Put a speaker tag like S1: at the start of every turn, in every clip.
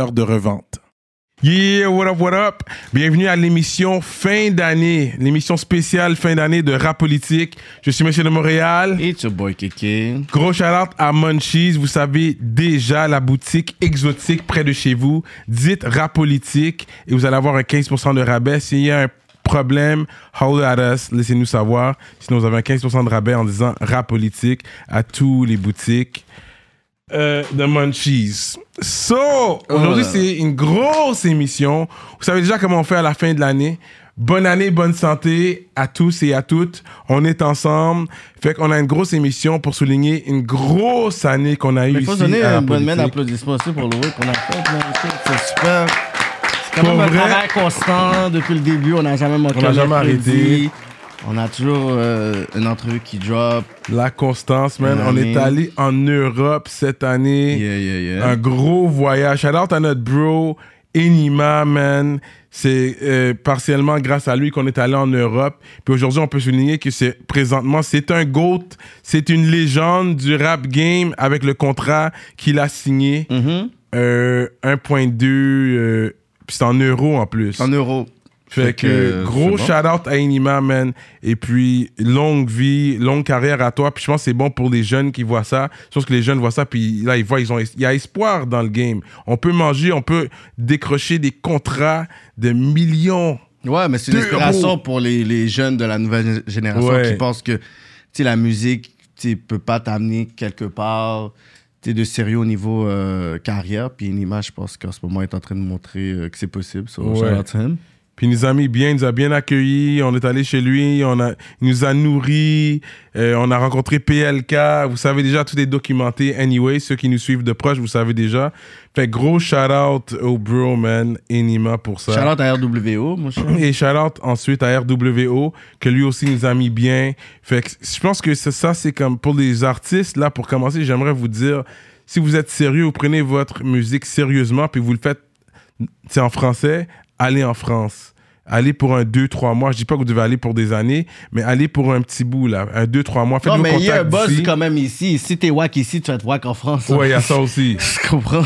S1: de revente. Yeah, what up, what up? Bienvenue à l'émission fin d'année, l'émission spéciale fin d'année de Rap Politique. Je suis Monsieur de Montréal.
S2: Et tu boy Kéké.
S1: Gros shout à Munchies. Vous savez déjà la boutique exotique près de chez vous. Dites Rap Politique et vous allez avoir un 15% de rabais. S'il y a un problème, hold at us. Laissez-nous savoir. Sinon, vous avez un 15% de rabais en disant Rap Politique à tous les boutiques euh, de Munchies. So,
S2: Oh
S1: aujourd'hui, c'est une grosse émission. Vous savez déjà comment on fait à la fin de l'année. Bonne année, bonne santé à tous et à toutes. On est ensemble. Fait qu'on a une grosse émission pour souligner une grosse année qu'on a eue
S2: Il
S1: ici.
S2: faut donner
S1: à la
S2: une bonne main
S1: politique.
S2: d'applaudissements aussi pour le work qu'on a fait. là. C'est super. C'est quand
S1: Pour
S2: même un
S1: vrai.
S2: travail constant depuis le début. On n'a jamais manqué.
S1: On n'a
S2: un
S1: jamais
S2: mercredi.
S1: arrêté.
S2: On a toujours euh, une entrevue qui drop.
S1: La constance, man.
S2: Une
S1: On
S2: année.
S1: est allé en Europe cette année.
S2: Yeah, yeah, yeah.
S1: Un gros voyage. Shout out à notre bro Enima, man. C'est euh, partiellement grâce à lui qu'on est allé en Europe. Puis aujourd'hui, on peut souligner que c'est présentement, c'est un GOAT, c'est une légende du rap game avec le contrat qu'il a signé.
S2: Mhm.
S1: Euh, 1.2, euh, puis c'est en euros en plus.
S2: En euros.
S1: Fait que
S2: euh,
S1: gros
S2: c'est bon.
S1: shout out à Inima, man. Et puis longue vie, longue carrière à toi. Puis je pense que c'est bon pour les jeunes qui voient ça. Sauf que les jeunes voient ça, puis là, ils voient, ils ont, il y a espoir dans le game. On peut manger, on peut décrocher des contrats de millions.
S2: Ouais, mais c'est une
S1: Deux euros.
S2: inspiration pour les, les jeunes de la nouvelle génération
S1: Ouais.
S2: qui pensent que tu sais, la musique ne peut pas t'amener quelque part tu sais, de sérieux au niveau euh, carrière. Puis Nima, je pense qu'en ce moment, est en train de montrer euh, que c'est possible. So,
S1: Ouais.
S2: shout out to him.
S1: Puis il nous a mis bien, il nous a bien accueillis. On est allé chez lui, on a, il nous a nourris. euh, on a rencontré PLK. Vous savez déjà, tout est documenté. Anyway, ceux qui nous suivent de proche, vous savez déjà. Fait gros shout out au bro, man, Inima pour ça.
S2: Shout out à RWO, mon cher.
S1: Et shout out ensuite à RWO, que lui aussi nous a mis bien. Fait que je pense que c'est ça, c'est comme pour les artistes, là, pour commencer, j'aimerais vous dire, si vous êtes sérieux, vous prenez votre musique sérieusement, puis vous le faites, c'est en français, allez en France. Allez pour un 2-3 mois. Je dis pas que vous devez aller pour des années, mais allez pour un petit bout, là. Un 2-3 mois. Faites
S2: Non,
S1: vos
S2: mais il y a un
S1: contacts
S2: buzz
S1: d'ici.
S2: quand même ici. Si t'es wack ici, tu vas te wack en France.
S1: Ouais, il y a ça aussi.
S2: Je comprends.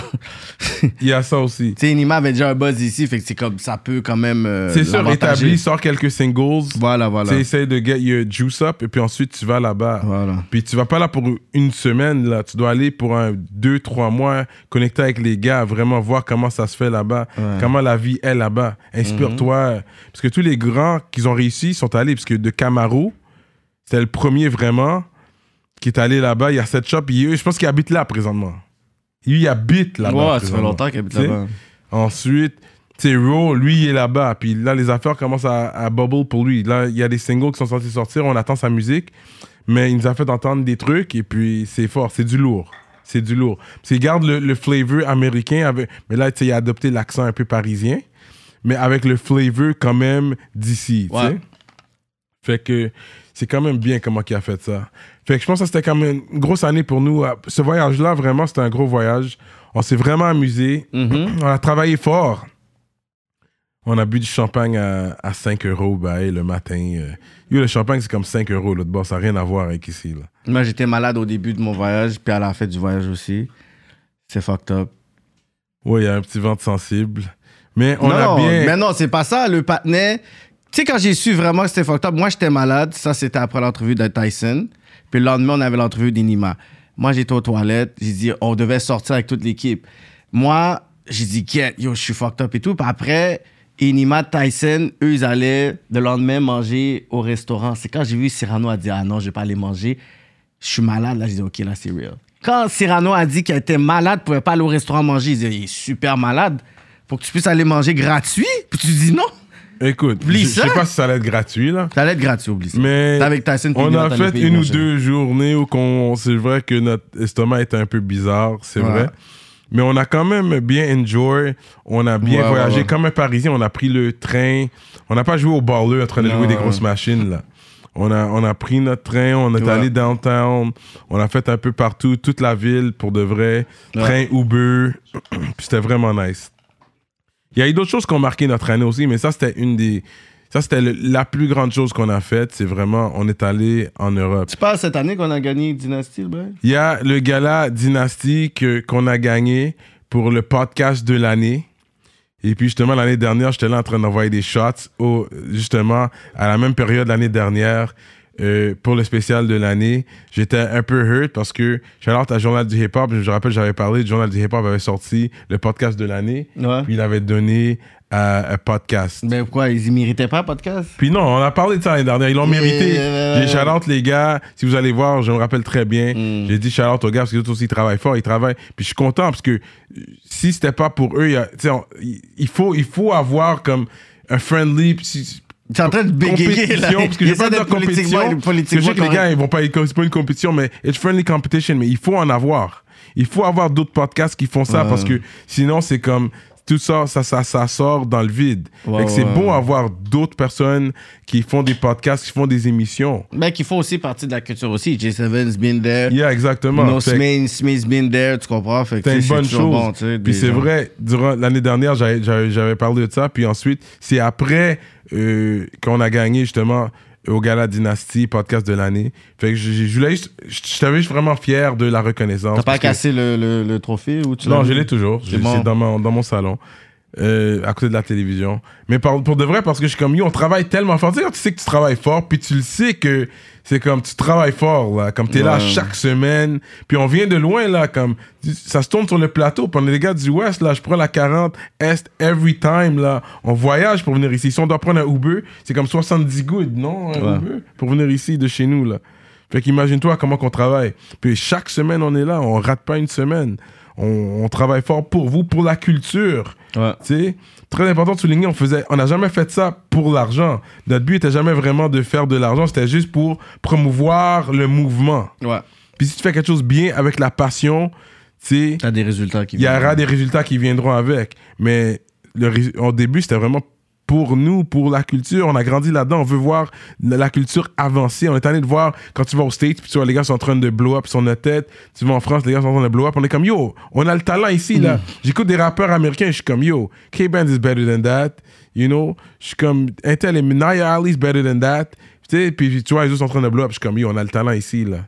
S2: tu
S1: Il y a ça aussi.
S2: sais, Nima avait déjà un buzz ici, fait que c'est comme ça peut quand même. euh,
S1: C'est sûr,
S2: l'avantager.
S1: établi, sort quelques singles.
S2: Voilà, voilà.
S1: Tu essaies de get your juice up, et puis ensuite, tu vas là-bas.
S2: Voilà.
S1: Puis tu vas pas là pour une semaine, là. Tu dois aller pour un, deux, trois mois, connecter avec les gars, vraiment voir comment ça se fait là-bas, comment la vie est là-bas. Inspire-toi.
S2: Mhm.
S1: Parce que tous les grands qui ont réussi sont allés, parce que de Camaro, c'était le premier vraiment qui est allé là-bas. Il y a cette shop. Il, est- je pense qu'il habite là présentement. Il habite là-bas.
S2: Ouais, ça fait
S1: présentement.
S2: longtemps qu'il habite
S1: Tu sais?
S2: là-bas.
S1: Ensuite, tu sais, Raw, lui, il est là-bas. Puis là, les affaires commencent à, à bubble pour lui. Là, il y a des singles qui sont censés sortir, on attend sa musique. Mais il nous a fait entendre des trucs et puis c'est fort, c'est du lourd. C'est du lourd. Parce qu'il garde le, le flavor américain. Avec, mais là, tu sais, il a adopté l'accent un peu parisien, mais avec le flavor quand même d'ici. tu sais.
S2: Ouais.
S1: Fait que c'est quand même bien comment il a fait ça. Fait que je pense que c'était quand même une grosse année pour nous. Euh, Ce voyage-là, vraiment, c'était un gros voyage. On s'est vraiment amusé.
S2: Mm-hmm.
S1: On a travaillé fort. On a bu du champagne à, à 5 euros bah, hey, le matin. euh. Yo, le champagne, c'est comme 5 euros. L'autre bord, ça n'a rien à voir avec ici. Là.
S2: Moi, j'étais malade au début de mon voyage, puis à la fin du voyage aussi. C'est fucked up.
S1: Ouais, il y a un petit ventre sensible. Mais on
S2: non,
S1: a bien.
S2: mais non, c'est pas ça. Le patinet. Tu sais, quand j'ai su vraiment que c'était fucked up, moi, j'étais malade. Ça, c'était après l'entrevue de Tyson. Puis le lendemain, on avait l'entrevue d'Inima. Moi, j'étais aux toilettes. J'ai dit, on devait sortir avec toute l'équipe. Moi, j'ai dit, get, yo, je suis fucked up et tout. Puis après, Inima, Tyson, eux, ils allaient le lendemain manger au restaurant. C'est quand j'ai vu Cyrano a dit, ah non, je vais pas aller manger. Je suis malade. Là, j'ai dit, OK, là, c'est real. Quand Cyrano a dit qu'il était malade, pouvait pas aller au restaurant manger, il dit, il est super malade pour que tu puisses aller manger gratuit. Puis tu dis non.
S1: Écoute, je
S2: Oublie
S1: je sais
S2: ça.
S1: pas si ça allait être gratuit, là.
S2: Ça allait être gratuit, oublie ça.
S1: Mais
S2: T'es avec Tyson, puis
S1: on
S2: Miller,
S1: a
S2: t'as
S1: fait
S2: les pays
S1: une ou
S2: prochains.
S1: deux journées où qu'on- c'est vrai que notre estomac était un peu bizarre, c'est
S2: Ouais.
S1: vrai. Mais on a quand même bien enjoy, on a bien
S2: Ouais,
S1: voyagé.
S2: ouais, ouais.
S1: Comme un Parisien, on a pris le train, on n'a pas joué au balleux en train de
S2: Non,
S1: jouer des
S2: ouais.
S1: grosses machines, là. On a, on a pris notre train, on est
S2: Ouais.
S1: allé downtown, on a fait un peu partout, toute la ville pour de vrai, train, Uber, puis c'était vraiment nice. Il y a eu d'autres choses qui ont marqué notre année aussi, mais ça, c'était une des. Ça, c'était le- la plus grande chose qu'on a faite. C'est vraiment, on est allé en Europe.
S2: Tu parles cette année qu'on a gagné Dynasty, le Brian?
S1: Il y a le gala Dynastie que- qu'on a gagné pour le podcast de l'année. Et puis, justement, l'année dernière, j'étais là en train d'envoyer des shots, au, justement, à la même période l'année dernière, euh, pour le spécial de l'année. J'étais un peu hurt parce que j'allais à Journal du Hip-Hop. Je me rappelle, j'avais parlé, le Journal du Hip-Hop avait sorti le podcast de l'année.
S2: Ouais.
S1: Puis, il avait donné à un podcast.
S2: Ben pourquoi? Ils y méritaient pas, podcast?
S1: Puis non, on a parlé de ça l'année dernière. Ils l'ont
S2: Yeah,
S1: mérité.
S2: yeah, yeah,
S1: J'ai
S2: yeah.
S1: shout les gars. Si vous allez voir, je me rappelle très bien.
S2: Mm.
S1: J'ai dit shout aux gars parce que eux aussi ils travaillent fort. Ils travaillent. Puis je suis content parce que euh, si c'était pas pour eux, il y a- tu sais, on- il il faut, il faut avoir comme un friendly. puis si-
S2: Tu es en train de bégayer, là.
S1: compétition, parce que je veux pas dire compétition. parce que je sais que les gars, ils vont pas, c'est pas une compétition, mais it's friendly competition, mais il faut en avoir. Il faut avoir d'autres podcasts qui font ça
S2: Ouais.
S1: parce que sinon, c'est comme tout ça, ça, ça, ça sort dans le vide.
S2: Ouais,
S1: Fait que c'est
S2: ouais.
S1: bon avoir d'autres personnes qui font des podcasts, qui font des émissions.
S2: Ben, qui font aussi partie de la culture aussi. J7's been there.
S1: Yeah, exactement.
S2: No
S1: Fait que-
S2: Smith, Smith's been there, tu comprends? Fait que
S1: C'est
S2: tu
S1: une
S2: sais,
S1: bonne
S2: toujours
S1: chose.
S2: bon, tu sais, des
S1: puis c'est
S2: gens.
S1: vrai, durant l'année dernière, j'avais- j'avais j'avais parlé de ça. Puis ensuite, c'est après euh, qu'on a gagné justement au Gala Dynasty, podcast de l'année. Fait que j'ai- je voulais juste, je je t'avais juste vraiment fier de la reconnaissance.
S2: T'as pas
S1: parce que-
S2: cassé le, le, le trophée ou tu l'as
S1: Non,
S2: mis?
S1: je l'ai toujours.
S2: C'est
S1: Je- C'est
S2: bon.
S1: dans, mon, dans mon salon. euh, à côté de la télévision. Mais par- pour de vrai, parce que je suis comme, yo, on travaille tellement fort. Tu sais, quand tu sais que tu travailles fort, puis tu le sais que c'est comme, tu travailles fort, là. Comme t'es là
S2: Ouais.
S1: chaque semaine. Puis on vient de loin, là. Comme, tu- ça se tourne sur le plateau. Puis on est les gars du West, là. Je prends la 40 Est every time, là. On voyage pour venir ici. Si on doit prendre un Uber, c'est comme 70 good, non? Un
S2: Ouais.
S1: Uber pour venir ici de chez nous, là. Fait qu'imagine-toi comment qu'on travaille. Puis chaque semaine, on est là, on rate pas une semaine. On, on travaille fort pour vous, pour la culture.
S2: Ouais.
S1: Tu sais, très important de souligner, on faisait, on n'a jamais fait ça pour l'argent. Notre but était jamais vraiment de faire de l'argent, c'était juste pour promouvoir le mouvement.
S2: Ouais.
S1: Puis si tu fais quelque chose bien avec la passion, tu sais,
S2: T'as des résultats qui
S1: il y aura des résultats qui viendront avec. Mais le, rés- au début, c'était vraiment pour nous, pour la culture. On a grandi là-dedans. On veut voir la la culture avancer. On est allé de voir quand tu vas aux States, puis tu vois les gars sont en train de blow up sur notre tête. Tu vas en France, les gars sont en train de blow up. On est comme yo, on a le talent ici. là. J'écoute des rappeurs américains, je suis comme yo, K-Band is better than that. You know, je suis comme Intel et Naya Ali is better than that. Tu sais, puis tu vois, les autres sont en train de blow up. Je suis comme yo, on a le talent ici. là.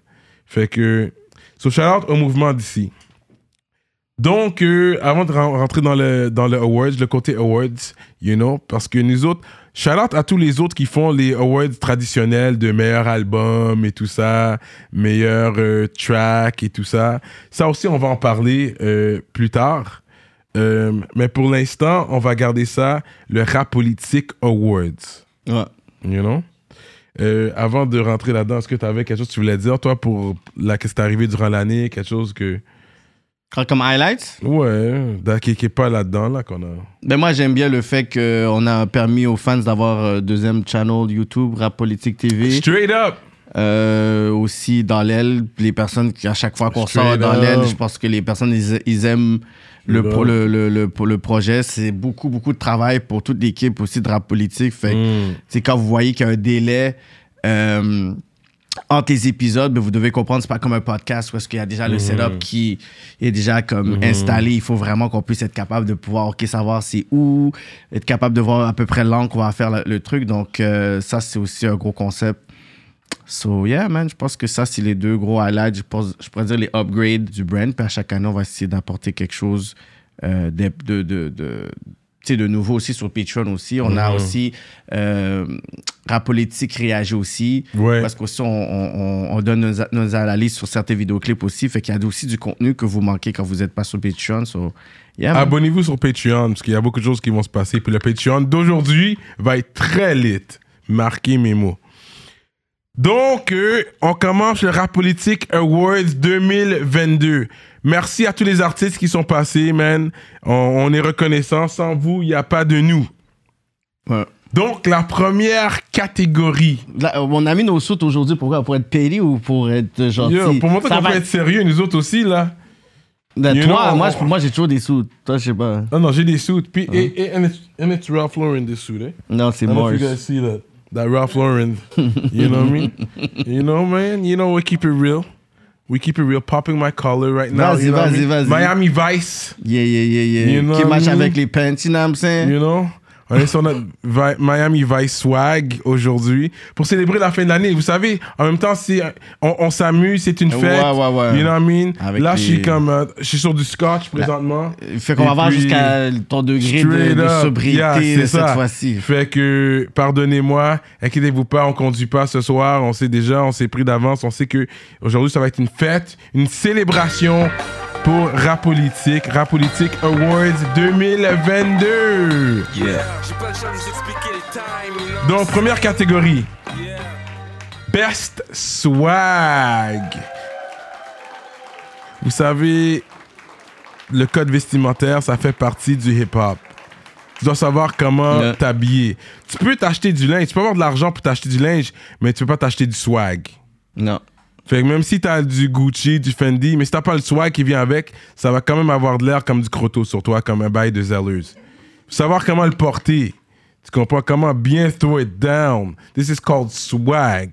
S1: Fait que, so shout out au mouvement d'ici. Donc, euh, avant de ren- rentrer dans le, dans le awards, le côté awards, you know, parce que nous autres, shout out à tous les autres qui font les awards traditionnels de meilleur album et tout ça, meilleur euh, track et tout ça. Ça aussi, on va en parler euh, plus tard. Euh, mais pour l'instant, on va garder ça le Rap Politique Awards,
S2: Ouais.
S1: you know. Euh, avant de rentrer là-dedans, est-ce que tu avais quelque chose que tu voulais dire, toi, pour la, qu'est-ce qui t'est arrivé durant l'année, quelque chose que.
S2: Quand- Comme highlights,
S1: Ouais, da- qui, qui est pas là-dedans, là, qu'on a.
S2: ben moi j'aime bien le fait qu'on a permis aux fans d'avoir euh, deuxième channel YouTube, Rap Politique TV.
S1: Straight up!
S2: Euh, aussi dans l'aile, les personnes qui, à chaque fois qu'on sort
S1: Straight
S2: dans
S1: up.
S2: l'aile, je pense que les personnes, ils, ils aiment le, pro- le, le, le, le projet. C'est beaucoup, beaucoup de travail pour toute l'équipe aussi de rap politique. Fait que,
S1: Mm.
S2: tu sais, quand vous voyez qu'il y a un délai euh, entre les épisodes, ben, vous devez comprendre, c'est pas comme un podcast où est-ce qu'il y a déjà
S1: Mm.
S2: le setup qui est déjà comme installé. Il faut vraiment qu'on puisse être capable de pouvoir ok, savoir c'est où, être capable de voir à peu près l'angle qu'on va faire le, le truc. Donc, euh, ça, c'est aussi un gros concept. So, yeah, man, je pense que ça, c'est les deux gros highlights. Je, pense, je pourrais dire les upgrades du brand. Puis à chaque année, on va essayer d'apporter quelque chose euh, de, de, de, de, tu sais, de nouveau aussi sur Patreon aussi. On a aussi euh, Rap Politique réagit aussi.
S1: Ouais.
S2: Parce qu'aussi, on, on, on- on donne nos, nos analyses sur certains vidéoclips aussi. Fait qu'il y a aussi du contenu que vous manquez quand vous n'êtes pas sur Patreon. So, yeah, man.
S1: Abonnez-vous sur Patreon, parce qu'il y a beaucoup de choses qui vont se passer. Puis le Patreon d'aujourd'hui va être très lit. Marquez mes mots. Donc, euh, on commence le Rap Politique Awards 2022. Merci à tous les artistes qui sont passés, man. On, on est reconnaissants. Sans vous, il n'y a pas de nous.
S2: Ouais.
S1: Donc, la première catégorie.
S2: Là, euh, on a mis nos soutes aujourd'hui pourquoi Pour être payé ou pour être euh, gentil
S1: Yo, pour montrer
S2: Ça
S1: qu'on
S2: va
S1: peut être sérieux, nous autres aussi, là.
S2: Ben,
S1: You
S2: toi,
S1: know,
S2: moi,
S1: on-
S2: je- moi j'ai toujours des soutes. Toi, je sais pas.
S1: Non, non, j'ai des suits. Puis, et, et- and, it's, and it's Ralph Lauren, this suit, eh?
S2: Non, c'est
S1: I don't know
S2: Mars.
S1: if you guys see that. That Ralph Lauren. You know me? You know, man? You know, we keep it real. We keep it real. Popping my collar right now.
S2: Vas-y,
S1: you know what I
S2: vas-y,
S1: mean?
S2: vas-y.
S1: Miami Vice.
S2: Yeah, yeah, yeah, yeah.
S1: You know
S2: Qui
S1: what
S2: match
S1: I mean?
S2: avec les pants, you know what I'm saying?
S1: You know? On est sur notre Vi- Miami Vice Swag aujourd'hui pour célébrer la fin de l'année. Vous savez, en même temps, c'est, on, on s'amuse, c'est une
S2: Ouais,
S1: fête.
S2: ouais, ouais.
S1: You know what I mean?
S2: Avec
S1: Là, je suis
S2: les-
S1: comme. euh, je suis sur du scotch présentement.
S2: Fait qu'on va
S1: Et
S2: voir
S1: puis,
S2: jusqu'à ton degré de,
S1: straight
S2: de
S1: up.
S2: sobriété
S1: Yeah,
S2: de
S1: c'est
S2: cette
S1: ça.
S2: fois-ci.
S1: Fait que, pardonnez-moi, inquiétez-vous pas, on conduit pas ce soir. On sait déjà, on s'est pris d'avance. On sait que aujourd'hui, ça va être une fête, une célébration pour Rap Politique, Rap Politique Awards 2022.
S3: J'ai pas le temps de vous expliquer le time, non?
S1: Donc, première catégorie.
S3: Yeah.
S1: Best Swag. Vous savez, le code vestimentaire, ça fait partie du hip-hop. Tu dois savoir comment
S2: Le-
S1: t'habiller. Tu peux t'acheter du linge, tu peux avoir de l'argent pour t'acheter du linge, mais tu peux pas t'acheter du swag.
S2: Non.
S1: Fait que même si t'as du Gucci, du Fendi, mais si t'as pas le swag qui vient avec, ça va quand même avoir de l'air comme du crotto sur toi, comme un bail de zelleuse. Faut savoir comment le porter. Tu comprends comment bien throw it down. This is called swag.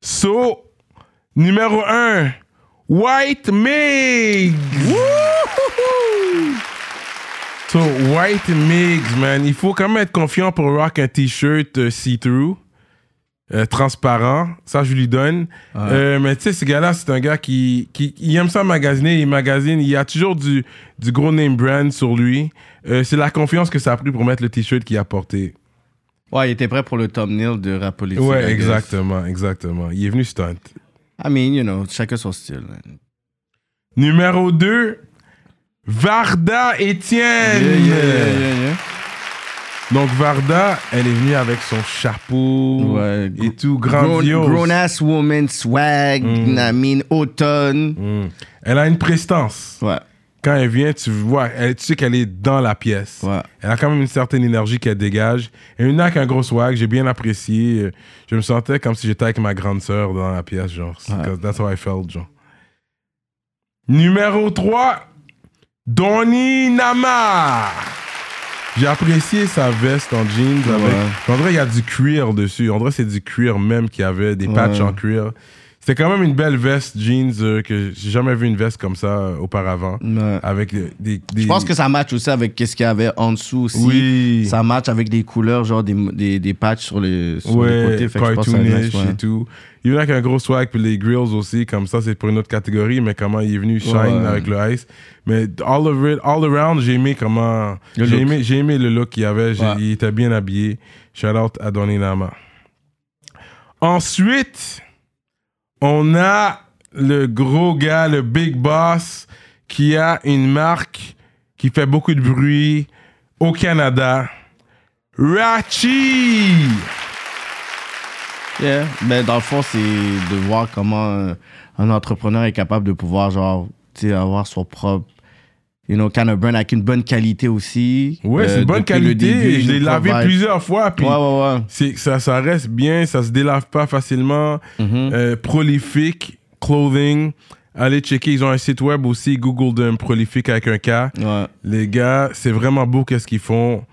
S1: So, numéro 1, White Migs. So, White Migs, man. Il faut quand même être confiant pour rock un t-shirt euh, see-through. euh, transparent, ça je lui donne. Euh, mais tu sais, ce gars-là, c'est un gars qui, qui, il aime ça magasiner, il magasine, il a toujours du, du gros name brand sur lui. Euh, c'est la confiance que ça a pris pour mettre le t-shirt qu'il a porté.
S2: Ouais, il était prêt pour le thumbnail de rap politique. I
S1: Ouais,
S2: guess.
S1: exactement, exactement. Il est venu stunt.
S2: I mean, you know, chacun son style. man.
S1: Numéro 2, Varda Étienne.
S2: Yeah, yeah, yeah, yeah, yeah.
S1: Donc Varda, elle est venue avec son chapeau
S2: Ouais,
S1: et
S2: gr-
S1: tout
S2: Grown,
S1: grandiose.
S2: grown ass woman, swag, you know what I mean, automne.
S1: Mm. Elle a une prestance.
S2: Ouais.
S1: Quand elle vient, tu vois, elle, tu sais qu'elle est dans la pièce.
S2: Ouais.
S1: Elle a quand même une certaine énergie qu'elle dégage. Et une avec un gros swag, j'ai bien apprécié. Euh, Je me sentais comme si j'étais avec ma grande sœur dans la pièce, genre. C'est-
S2: Ouais.
S1: That's how I felt, genre. Numéro 3, Donnie Nama. J'ai apprécié sa veste en jeans. Avec... En vrai, il y a du cuir dessus. En vrai, c'est du cuir même qu'il y avait, des patchs
S2: Ouais.
S1: en cuir. C'était quand même une belle veste jeans euh, que j'ai jamais vu une veste comme ça euh, auparavant.
S2: Ouais.
S1: Avec euh, des, des-
S2: Je pense que ça match aussi avec ce qu'il y avait en dessous aussi.
S1: oui.
S2: Ça match avec des couleurs, genre des, des, des patchs sur les, sur les
S1: ouais,
S2: côtés. Fait que je pense que ça
S1: cartoonish
S2: match, ouais.
S1: et tout. Il y en a qui a un gros swag, puis les grills aussi, comme ça, c'est pour une autre catégorie, mais comment il est venu shine
S2: Ouais.
S1: avec le ice. Mais all, of it, all around, j'ai aimé comment.
S2: Le
S1: J'ai
S2: look.
S1: aimé, j'ai aimé le look qu'il avait, j'ai-
S2: Ouais.
S1: il était bien habillé. Shout out à Donny Nama. Ensuite, on a le gros gars, le big boss, qui a une marque qui fait beaucoup de bruit au Canada. Rachi!
S2: Yeah. Ben, dans le fond, c'est de voir comment euh, un entrepreneur est capable de pouvoir, genre, tu sais, avoir son propre, you know, kind of brand avec une bonne qualité aussi.
S1: Ouais,
S2: Euh,
S1: c'est c'est bonne
S2: depuis le
S1: qualité.
S2: début, il
S1: je l'ai
S2: nous
S1: lavé
S2: provide-
S1: plusieurs fois. Puis
S2: Ouais, ouais, ouais.
S1: c'est- ça, ça reste bien, ça se délave pas facilement.
S2: Mm-hmm.
S1: Euh, prolifique, clothing. Allez checker, ils ont un site web aussi, Google Them, prolifique avec un K.
S2: Ouais.
S1: Les gars, c'est vraiment beau qu'est-ce qu'ils font.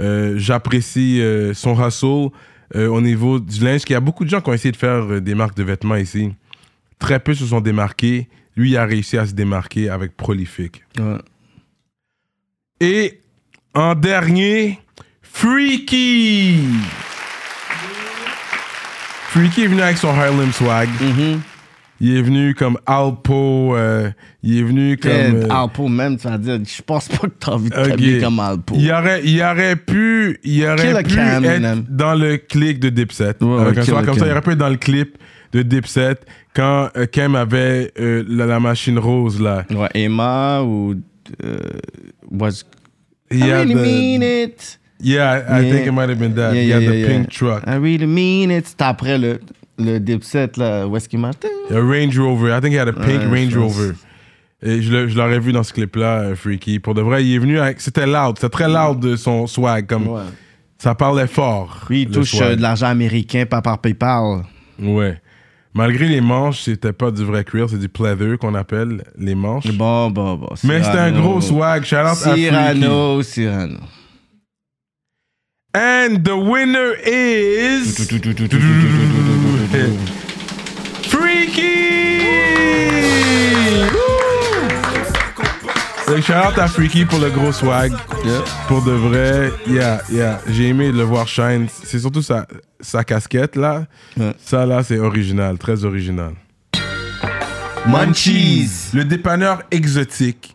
S1: Euh, J'apprécie euh, son hustle euh, au niveau du linge. Il y a beaucoup de gens qui ont essayé de faire euh, des marques de vêtements ici. Très peu se sont démarqués. Lui, il a réussi à se démarquer avec prolifique.
S2: ouais.
S1: Et en dernier, Freaky. Freaky est venu avec son Harlem swag.
S2: Mhm.
S1: Il est venu comme Alpo. euh, il est venu comme.
S2: Ted,
S1: euh,
S2: Alpo, même, tu vas dire, je pense pas que t'as envie de
S1: Ok.
S2: t'habiller comme Alpo.
S1: il aurait, il aurait pu, il aurait
S2: Killer
S1: pu
S2: Cam,
S1: être
S2: man.
S1: dans le clic de Dipset.
S2: Ouais,
S1: Avec un
S2: Killer
S1: soir comme ça,
S2: Cam.
S1: il aurait pu être dans le clip de Dipset quand euh, Cam avait euh, la, la machine rose là.
S2: Ouais, Emma ou. Euh, was... I
S1: had
S2: really
S1: the-
S2: mean it.
S1: Yeah, I
S2: Yeah.
S1: think it might have been that.
S2: Yeah,
S1: He had
S2: yeah,
S1: the
S2: yeah,
S1: pink
S2: yeah.
S1: truck.
S2: I really mean it. C'était après le, le dipset, là, où est-ce qu'il marche?
S1: A Range Rover. I think he had a pink
S2: Ouais,
S1: Range
S2: je pense.
S1: Rover. Et je l'ai- je l'aurais vu dans ce clip-là, euh, Freaky. Pour de vrai, il est venu avec. C'était loud. C'était très loud de son swag. Comme
S2: Ouais.
S1: Ça parlait fort.
S2: Lui, il
S1: le
S2: touche
S1: swag.
S2: euh, de l'argent américain, pas par PayPal.
S1: Ouais. Malgré les manches, c'était pas du vrai cuir, c'est du pleather qu'on appelle les manches.
S2: Bon, bon, bon.
S1: Mais c'était un
S2: Cyrano.
S1: gros swag. Shout out à Freaky.
S2: Cyrano, Cyrano.
S1: And the winner is. Freaky! Donc, shout out à Freaky pour le gros swag. Pour de vrai, yeah, yeah. J'ai aimé le voir shine. C'est surtout sa, sa casquette là.
S2: Ouais.
S1: Ça là, c'est original, très original.
S2: Munchies.
S1: Le dépanneur exotique.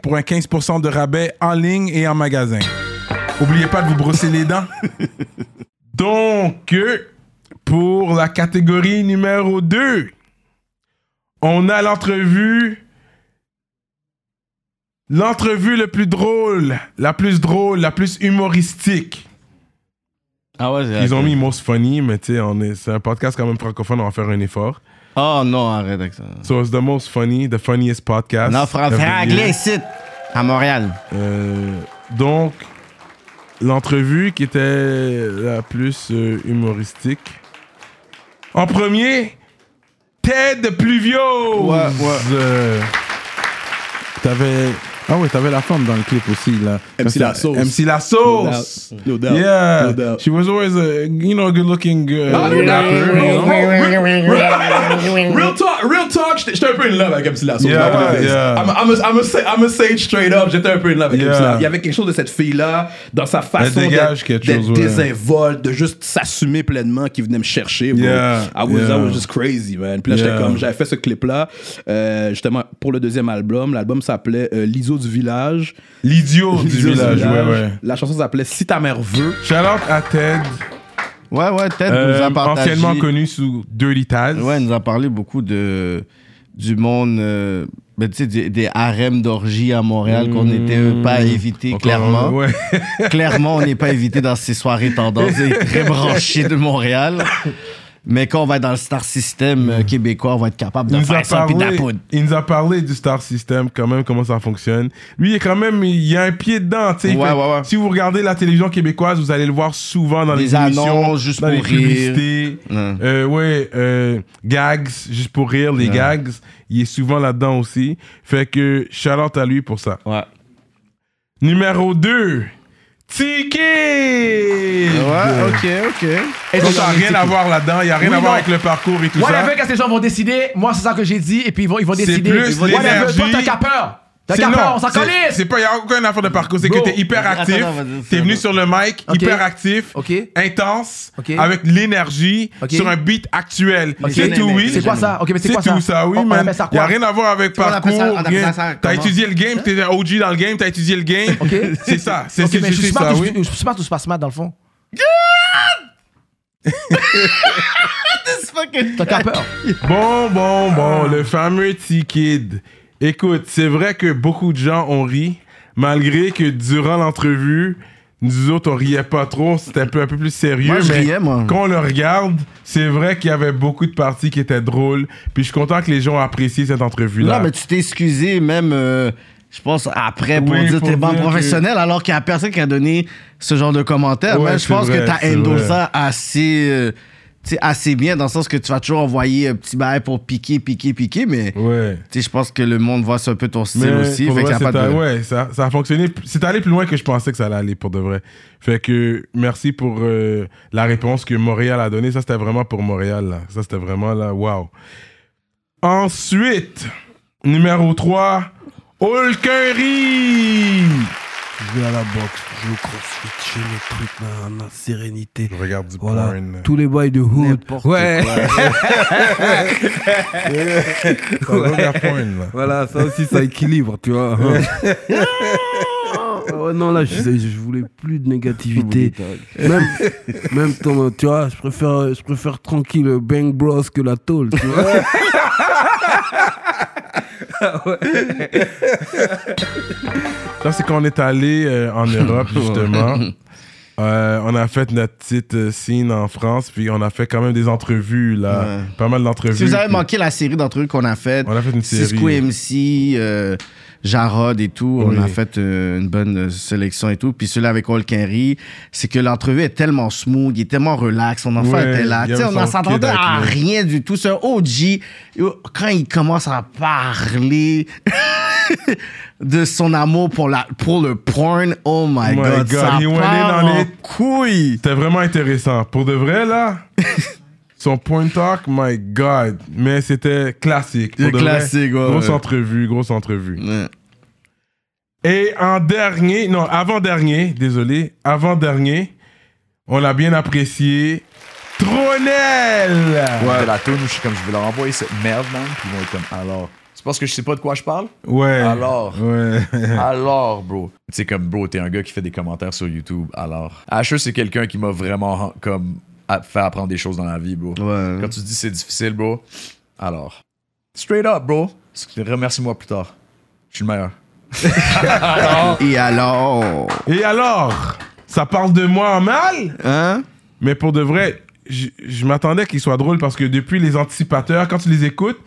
S1: pour un 15% de rabais en ligne et en magasin. Oubliez pas de vous brosser les dents. Donc, euh, pour la catégorie numéro 2, on a l'entrevue L'entrevue le plus drôle, la plus drôle, la plus humoristique.
S2: Ah ouais,
S1: Ils ont mis Most Funny, mais tu sais, on est- c'est un podcast quand même francophone, on va faire un effort.
S2: Oh non, arrête avec ça.
S1: So it's the most funny, the funniest podcast.
S2: Non, frère,
S1: of the year.
S2: frère anglais ici, à Montréal.
S1: Euh, donc, l'entrevue qui était la plus euh, humoristique. En premier, Ted Euh, Pluvio.
S4: Ouais, ouais. T'avais. Ah ouais, t'avais la femme dans le clip aussi, là.
S5: MC La Sauce.
S1: MC La Sauce.
S5: No doubt.
S1: Yeah,
S5: No doubt.
S1: she was always a you know good looking girl. rapper, you know?
S5: Real talk, real talk, j'étais j'étais un peu in love avec MC La Sauce.
S1: Yeah,
S5: back in the days.
S1: yeah.
S5: I'm- I'm a- I'm a say- I'm a say it straight up, j'étais un peu in love avec
S1: Yeah.
S5: MC La Il y avait quelque chose de cette fille-là, dans sa façon
S1: dégage
S5: d'être
S1: quelque
S5: d'être
S1: chose, ouais.
S5: désinvolte, de juste s'assumer pleinement qui venait me chercher. bro.
S1: Yeah,
S5: I, was,
S1: yeah.
S5: I was just crazy, man. Puis là,
S1: Yeah.
S5: j'étais comme, j'avais fait ce clip-là, euh, justement, pour le deuxième album. L'album s'appelait euh, L'ISO du village.
S1: L'idiot du
S5: L'ISO
S1: village, ouais ouais.
S5: La chanson s'appelait Si ta mère veut.
S1: Shout out à Ted,
S2: Ouais, ouais, Ted nous
S1: euh,
S2: a partagé.
S1: anciennement connu sous Dirty Taz.
S2: Ouais, il nous a parlé beaucoup de, du monde, euh, ben, tu sais, des, des harems d'orgie à Montréal qu'on n'était pas évité,
S1: Hmm. Encore-
S2: clairement.
S1: Ouais.
S2: Clairement, on n'est pas évité dans ces soirées tendances et très branchées de Montréal. Mais quand on va être dans le star system euh, québécois, on va être capable
S1: Il
S2: de
S1: nous, a
S2: faire ça puis de la
S1: parlé,
S2: poudre.
S1: il nous a parlé du Star System, quand même, comment ça fonctionne. Lui, il est quand même, il y a un pied dedans. tu sais. Il
S2: Ouais,
S1: fait-
S2: ouais, ouais.
S1: Si vous regardez la télévision québécoise, vous allez le voir souvent dans
S2: Des
S1: les émissions,
S2: annonces, juste
S1: dans
S2: pour
S1: les
S2: rire.
S1: publicités.
S2: Ouais.
S1: Euh, ouais, euh, gags, juste pour rire, les gags. Il est souvent là-dedans aussi. Fait que shout out à lui pour ça.
S2: Ouais.
S1: Numéro 2, Tiki!
S2: Ah
S4: Ah,
S2: Ouais, ok, ok.
S1: Donc, ça n'a rien à voir là-dedans, il n'y a rien
S4: Oui,
S1: à voir
S4: non.
S1: avec le parcours et tout ça.
S4: Whatever, qu'est-ce que les gens vont décider, moi, c'est ça que j'ai dit, et puis ils vont, ils vont
S1: C'est
S4: décider.
S1: plus
S4: Ils vont-
S1: l'énergie.
S4: Toi, t'as qu'à peur. T'as
S1: C'est
S4: qu'à peur,
S1: non,
S4: on s'en
S1: c'est-
S4: calisse.
S1: C'est pas, il n'y a aucune affaire de parcours. C'est que
S4: Bro.
S1: t'es hyper
S2: Attends,
S1: actif.
S2: attends, vas-y,
S1: T'es
S2: c'est
S1: venu
S2: bon.
S1: sur le mic,
S4: Ok.
S1: hyper actif,
S4: Ok.
S1: intense,
S4: Ok.
S1: avec l'énergie,
S4: Ok.
S1: sur un beat actuel.
S4: Ok.
S1: C'est tout, oui.
S4: C'est quoi ça? Ok, mais c'est quoi ça?
S1: tout ça, oui,
S4: On- on
S1: man.
S4: appelle ça
S1: Il n'y a
S4: quoi?
S1: rien à voir avec
S2: vois, on appelle
S1: parcours.
S2: ça- on appelle
S1: rien.
S2: ça
S1: T'as
S2: comment? Hein?
S1: étudié le game, t'es un OG dans le game, t'as étudié le game.
S4: Ok.
S1: C'est ça. C'est
S4: Ok,
S1: c'est-
S4: mais je suis
S1: c'est
S4: smart
S1: ça,
S4: ou
S1: oui.
S4: je- je suis smart ou je suis pas smart dans le fond? T'as qu'à peur.
S1: Bon, bon, bon, le fameux T-Kid. Écoute, c'est vrai que beaucoup de gens ont ri, malgré que durant l'entrevue, nous autres, on riait pas trop, c'était un peu, un peu plus sérieux.
S2: Moi, je
S1: mais
S2: riais, moi.
S1: Quand on le regarde, c'est vrai qu'il y avait beaucoup de parties qui étaient drôles, puis je suis content que les gens ont apprécié cette
S2: Non,
S1: entrevue-là.
S2: mais tu t'es excusé même, euh, je pense, après pour
S1: Oui,
S2: dire
S1: pour
S2: t'es bon
S1: dire que-
S2: professionnel, alors qu'il y a personne qui a donné ce genre de commentaire.
S1: Ouais,
S2: Mais je
S1: c'est
S2: pense
S1: vrai,
S2: que t'as
S1: c'est
S2: endossé
S1: vrai.
S2: ça assez, euh, tu sais, assez bien, dans le sens que tu vas toujours envoyer un petit bail pour piquer, piquer, piquer, mais...
S1: Ouais.
S2: tu sais, Je pense que le monde voit ça un peu ton style
S1: Mais
S2: aussi.
S1: pour
S2: Fait
S1: de
S2: qu'il y a
S1: vrai,
S2: pas
S1: c'est
S2: de...
S1: un- ouais, ça, ça a fonctionné. C'est allé plus loin que je pensais que ça allait aller pour de vrai. Fait que merci pour euh, la réponse que Montréal a donnée. Ça, c'était vraiment pour Montréal. Là. Ça, c'était vraiment là. Wow. Ensuite, numéro 3, Hulkeri.
S6: Je vais à la boxe, je joue au crossfit, je fais mes trucs dans dans la sérénité.
S1: Je regarde du
S6: Voilà,
S1: porn.
S6: tous les boys de hood. Ouais,
S1: Ça regarde porn, là.
S6: voilà, ça aussi, ça équilibre, tu vois.
S3: Oh non, là, je, je voulais plus de négativité. Même, même ton, tu vois, je préfère, je préfère tranquille euh, Bang Bros que la tôle, tu vois.
S7: Ah
S1: Là, c'est quand on est allé euh, en Europe, justement. Euh, on a fait notre petite euh, scene en France, puis on a fait quand même des entrevues, là.
S2: Ouais.
S1: Pas mal d'entrevues.
S2: Si vous avez
S1: puis-
S2: manqué la série d'entrevues qu'on a faite,
S1: On a fait une
S2: Cisco
S1: série.
S2: MC, euh, Jarod et tout,
S1: Oui.
S2: on a fait euh, une bonne euh, sélection et tout. Puis celui avec Hulk Henry, c'est que l'entrevue est tellement smooth, il est tellement relax, son enfant
S1: Ouais,
S2: était là.
S1: il y
S2: Tu sais,
S1: avait
S2: on n'en
S1: son kid
S2: s'entendait
S1: avec
S2: à
S1: lui.
S2: rien du tout. C'est un OG. Yo, Quand il commence à parler de son amour pour, la, pour le porn, oh my,
S1: My
S2: god,
S1: God,
S2: ça
S1: il went in
S2: part
S1: on
S2: en
S1: it.
S2: couille.
S1: C'était vraiment intéressant. Pour de vrai, là, son point talk, my God. Mais c'était classique. Pour
S2: Le
S1: de vrai,
S2: classique, ouais,
S1: Grosse
S2: ouais.
S1: entrevue, grosse entrevue.
S2: Ouais.
S1: Et en dernier, non, avant-dernier, désolé, avant-dernier, on l'a bien apprécié. Tronel!
S8: de la toune, je suis comme, je vais leur envoyer cette merde, man. Puis ils vont être comme, alors. Tu penses que je sais pas de quoi je parle?
S1: Ouais.
S8: Alors.
S1: Ouais.
S8: Alors, bro. Tu sais, comme, bro, t'es un gars qui fait des commentaires sur YouTube. Alors. Asher, c'est quelqu'un qui m'a vraiment, comme, a- fait apprendre des choses dans la vie, bro.
S2: Ouais.
S8: Quand tu dis c'est difficile, bro. Alors. Straight up, bro. Remercie-moi plus tard. Je suis le meilleur.
S2: Et alors?
S1: Et alors, ça parle de moi en mal,
S2: Hein?
S1: mais pour de vrai, je je m'attendais qu'il soit drôle parce que depuis les anticipateurs, quand tu les écoutes,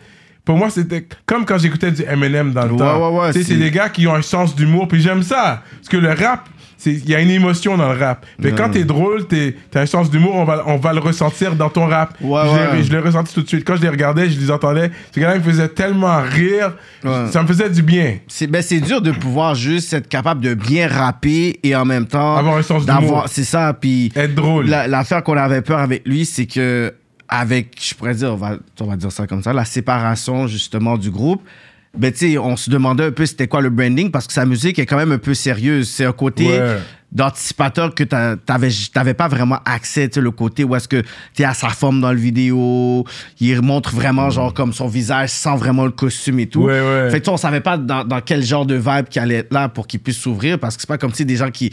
S1: pour moi, c'était comme quand j'écoutais du Eminem dans le
S2: Ouais,
S1: temps.
S2: ouais, ouais,
S1: Tu sais, c'est
S2: c'est-
S1: des gars qui ont un sens d'humour, puis j'aime ça. Parce que le rap, c'est- il y a une émotion dans le rap. Mais quand t'es drôle, t'es- t'as un sens d'humour, on va, on va le ressentir dans ton rap.
S2: Ouais,
S1: je l'ai-
S2: ouais.
S1: je l'ai ressenti tout de suite. Quand je les regardais, je les entendais. Ces gars-là, ils me faisaient tellement rire.
S2: Ouais.
S1: Ça me faisait du bien.
S2: C'est ben, c'est dur de pouvoir juste être capable de bien rapper et en même temps
S1: Avoir un sens d'humour.
S2: d'avoir c'est ça puis
S1: Être drôle.
S2: la- l'affaire qu'on avait peur avec lui c'est que avec je pourrais dire on va on va dire ça comme ça la séparation justement du groupe ben tu sais on se demandait un peu c'était quoi le branding parce que sa musique est quand même un peu sérieuse c'est un côté
S1: Ouais.
S2: d'anticipateur que t'a- t'avais t'avais pas vraiment accès tu sais, le côté où est-ce que t'es à sa forme dans le vidéo il montre vraiment genre comme son visage sans vraiment le costume et tout
S1: Ouais, ouais.
S2: fait que tu sais, on savait pas dans, dans quel genre de vibe qui allait être là pour qu'ils puissent s'ouvrir parce que c'est pas comme si des gens qui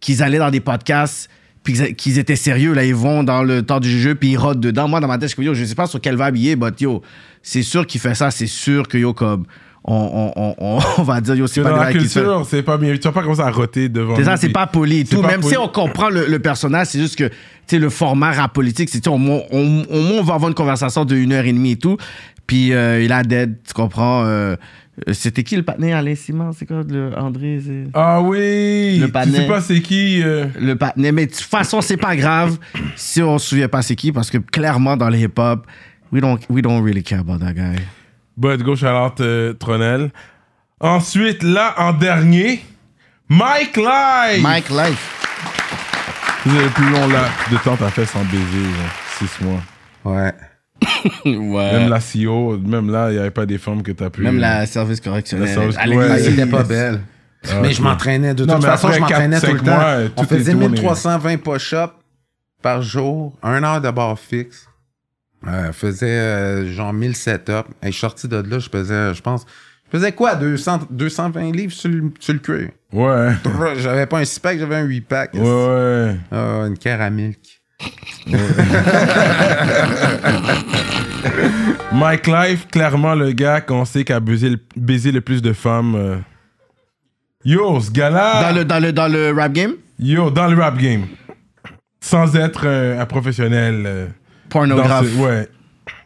S2: qu'ils allaient dans des podcasts puis qu'ils- qu'ils étaient sérieux là ils vont dans le temps du jeu puis ils rodent dedans moi dans ma tête je suis comme, yo, je sais pas sur quel vibe il est but yo c'est sûr qu'il fait ça c'est sûr que yo comme on, on, on- on, on va dire yo c'est
S1: Que
S2: pas
S1: dans
S2: des
S1: la
S2: gars qui se-
S1: culture, c'est pas bien. Tu vas pas commencer à roter devant.
S2: c'est ça,
S1: nous,
S2: c'est
S1: puis-
S2: pas poli et
S1: c'est
S2: tout.
S1: pas
S2: Même
S1: poli.
S2: si on comprend le, le personnage, c'est juste que tu sais, le format rap politique, c'est tu sais, au moins on, au moins, on va avoir une conversation de une heure et demie et tout. Puis euh, il a dead, tu comprends. euh, euh, C'était qui le partenaire Alain Simon C'est quoi le André c'est-
S1: Ah oui!
S2: Le
S1: Tu sais
S2: panel.
S1: pas c'est qui? euh,
S2: le partenaire. Mais de toute façon, c'est pas grave si on se souvient pas c'est qui, parce que clairement, dans le hip-hop, we don't, we don't really care about that guy.
S1: Bud gauche à l'art Tronel. Ensuite, là, en dernier, Mike Life!
S2: Mike Life.
S1: Vous avez le plus long là de temps t'as fait sans baiser, genre, six mois.
S4: Ouais.
S1: Même la CEO, même là, il y avait pas des femmes que t'as pu.
S2: Même la service correctionnel.
S1: La service-
S2: Elle est-
S1: ouais.
S4: Ah,
S2: elle
S4: C'était
S2: est-
S4: pas belle.
S1: Ah,
S4: Mais
S1: ok.
S4: je m'entraînais. De
S1: Non,
S4: toute
S1: mais
S4: façon,
S1: après
S4: je m'entraînais
S1: quatre,
S4: tout le
S1: cinq mois,
S4: temps.
S1: euh,
S4: On
S1: tout est
S4: faisait
S1: tourné.
S4: 1320 push-ups par jour, un heure de barre fixe. Euh, faisait euh, genre 1000 setups. Et je suis sorti de là, je pesais, je pense, je faisais quoi, 200, 220 livres sur le, sur le cuir?
S1: Ouais.
S4: J'avais pas un 6-pack, j'avais un 8-pack.
S1: Ouais, ouais.
S4: Ah, une caramilk.
S1: Mike Life, clairement le gars qu'on sait qui a baisé le, baisé le plus de femmes. euh. Yo, ce gars-là.
S2: Dans le, dans, le, dans le rap game
S1: Yo, dans le rap game. Sans être euh, un professionnel. euh,
S2: Pornographe.
S1: Dans ce- ouais.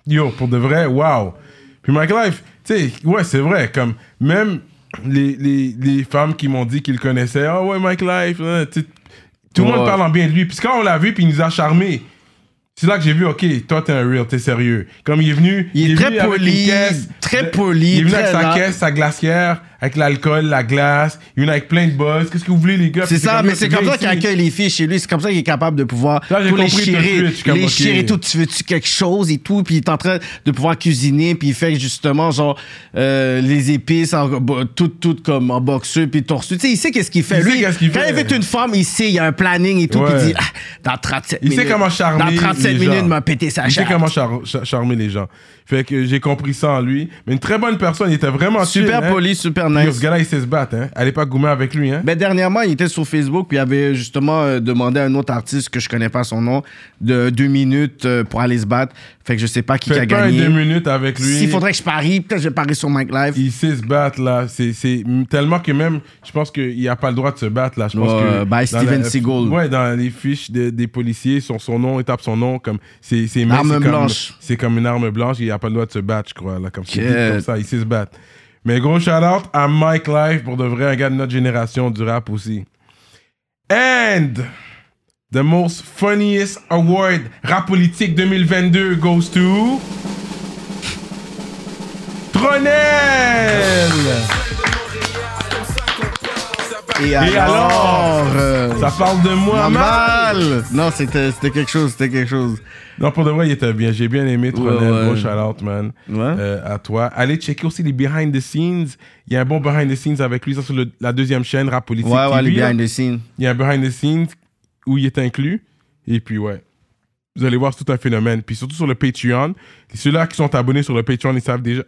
S1: Yo, pour de vrai, wow. Puis Mike Life, tu sais, ouais, c'est vrai, comme même les, les, les femmes qui m'ont dit qu'ils connaissaient, ah ouais, Mike Life, hein, tu sais, tout le
S2: Ouais.
S1: monde parle en bien de lui. Puis quand on l'a vu, puis il nous a charmé. C'est là que j'ai vu, ok, toi t'es un real, t'es sérieux. Comme il est venu,
S2: Il est très
S1: venu avec
S2: poli,
S1: une caisse
S2: très
S1: de-
S2: poli,
S1: Il est venu
S2: très
S1: avec sa
S2: là.
S1: caisse, sa glacière, avec l'alcool, la glace. Il est venu avec plein de buzz. Qu'est-ce que vous voulez les gars
S2: C'est
S1: Puis
S2: ça, mais
S1: yo,
S2: c'est
S1: tu
S2: comme
S1: viens
S2: ça qu'il
S1: ici.
S2: accueille les filles chez lui. C'est comme ça qu'il est capable de pouvoir
S1: Là, j'ai
S2: tous les
S1: compris tout de
S2: chirer,
S1: suite, je suis comme,
S2: les
S1: ok.
S2: chirer tout. Tu veux-tu quelque chose et tout, puis il est en train de pouvoir cuisiner, puis il fait justement genre euh, les épices en, bo- tout, tout comme en boxeux puis torsu. Tu sais, il sait qu'est-ce qu'il fait.
S1: Il sait
S2: lui,
S1: qu'est-ce qu'il
S2: quand
S1: fait.
S2: il fait une femme, il sait, il y a un planning et tout,
S1: Ouais.
S2: puis il dit ah, dans 37
S1: Il sait
S2: minutes,
S1: comment charmer,
S2: Dans 37
S1: les
S2: 7 minutes,
S1: gens.
S2: m'a pété sa
S1: Il sait
S2: chatte.
S1: comment char- char- charmer les gens. Fait que j'ai compris ça en lui. Mais une très bonne personne, il était vraiment
S2: Super
S1: chill, hein.
S2: poli, super
S1: Yo,
S2: nice.
S1: ce gars-là, il sait se battre. Hein. Allez pas goumer avec lui. Hein.
S2: Ben, dernièrement, il était sur Facebook, puis il avait justement euh, demandé à un autre artiste que je connais pas son nom de deux minutes euh, pour aller se battre. Fait que je sais pas qui, qui
S1: Fais
S2: a
S1: pas un deux
S2: gagné.
S1: minutes avec lui.
S2: S'il faudrait que je parie, peut-être que je vais parier sur Mike Live.
S1: Il sait se battre là. C'est c'est tellement que même, je pense qu'il n'a pas le droit de se battre là. Je pense
S2: Ouais,
S1: que
S2: by
S1: dans
S2: Steven Seagal.
S1: Ouais, dans les fiches de- des policiers, sur son nom, il tape son nom comme c'est c'est
S2: L'arme
S1: c'est comme-
S2: blanche.
S1: C'est comme une arme blanche. Il n'a pas le droit de se battre, je crois là. Comme, c'est
S2: Shit.
S1: dit comme ça, il sait se battre. Mais gros shout out à Mike Life pour de vrai un gars de notre génération du rap aussi. And the most funniest award rap politique 2022 goes to Tronel.
S2: Et
S1: alors,
S2: euh,
S1: Ça parle de moi, man.
S2: normal. Non, c'était c'était quelque chose, c'était quelque chose.
S1: Non, pour de vrai, il était bien. J'ai bien aimé Tronel.
S2: Ouais, ouais.
S1: Gros shout-out, man.
S2: Ouais.
S1: Euh, à toi. Allez checker aussi les behind the scenes. Il y a un bon behind the scenes avec lui. Ça, sur le- la deuxième chaîne, Rap Politique
S2: Ouais, ouais, les
S1: TV, là.
S2: behind the scenes.
S1: Il y a un behind the scenes où il est inclus. Et puis, ouais. Vous allez voir, c'est tout un phénomène. Puis surtout sur le Patreon. Ceux-là qui sont abonnés sur le Patreon, ils savent déjà.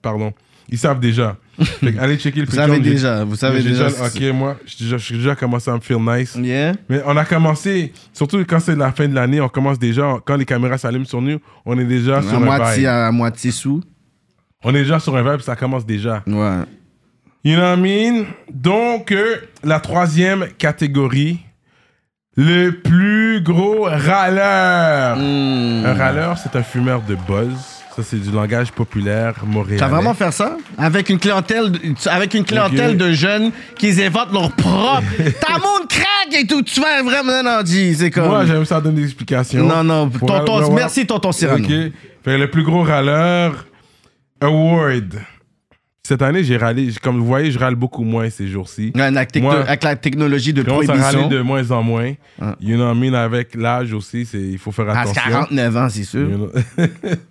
S1: Pardon. Ils savent déjà. Fait que allez checker le
S2: Vous
S1: Patreon.
S2: savez
S1: J'ai-
S2: déjà, vous savez
S1: j'ai
S2: déjà. ce que
S1: Ok,
S2: c'est.
S1: moi, j'ai déjà- j'ai déjà commencé à me feel nice.
S2: Yeah.
S1: Mais on a commencé, surtout quand c'est la fin de l'année, on commence déjà, quand les caméras s'allument sur nous, on est déjà
S2: À
S1: sur un
S2: moitié,
S1: vibe.
S2: à moitié sous.
S1: On est déjà sur un vibe, ça commence déjà.
S2: Ouais.
S1: You know what I mean? Donc, euh, la troisième catégorie, le plus gros râleur.
S2: Hmm.
S1: Un râleur, c'est un fumeur de buzz. Ça, c'est du langage populaire montréalais.
S2: T'as vraiment faire ça avec une clientèle, de- avec une clientèle
S1: Ok.
S2: de jeunes qui inventent leur propre. Ta monde craque et tout. Tu vas vraiment non, dis, c'est comme.
S1: Moi, j'aime ça donner des explications.
S2: non, non.
S1: Pour
S2: Tonton,
S1: avoir-
S2: merci tonton Cyrano.
S1: Ok. Fait que le plus gros râleur award. Cette année, j'ai râlé. J- Comme vous voyez, je râle beaucoup moins ces jours-ci.
S2: Ouais, la techno-
S1: Moi,
S2: avec la technologie de
S1: Je commence à râler
S2: prohibition.
S1: de moins en moins.
S2: Ah.
S1: You know what I mean? Avec l'âge aussi, c'est- il faut faire
S2: À
S1: attention.
S2: 49 ans, c'est sûr.
S1: You know-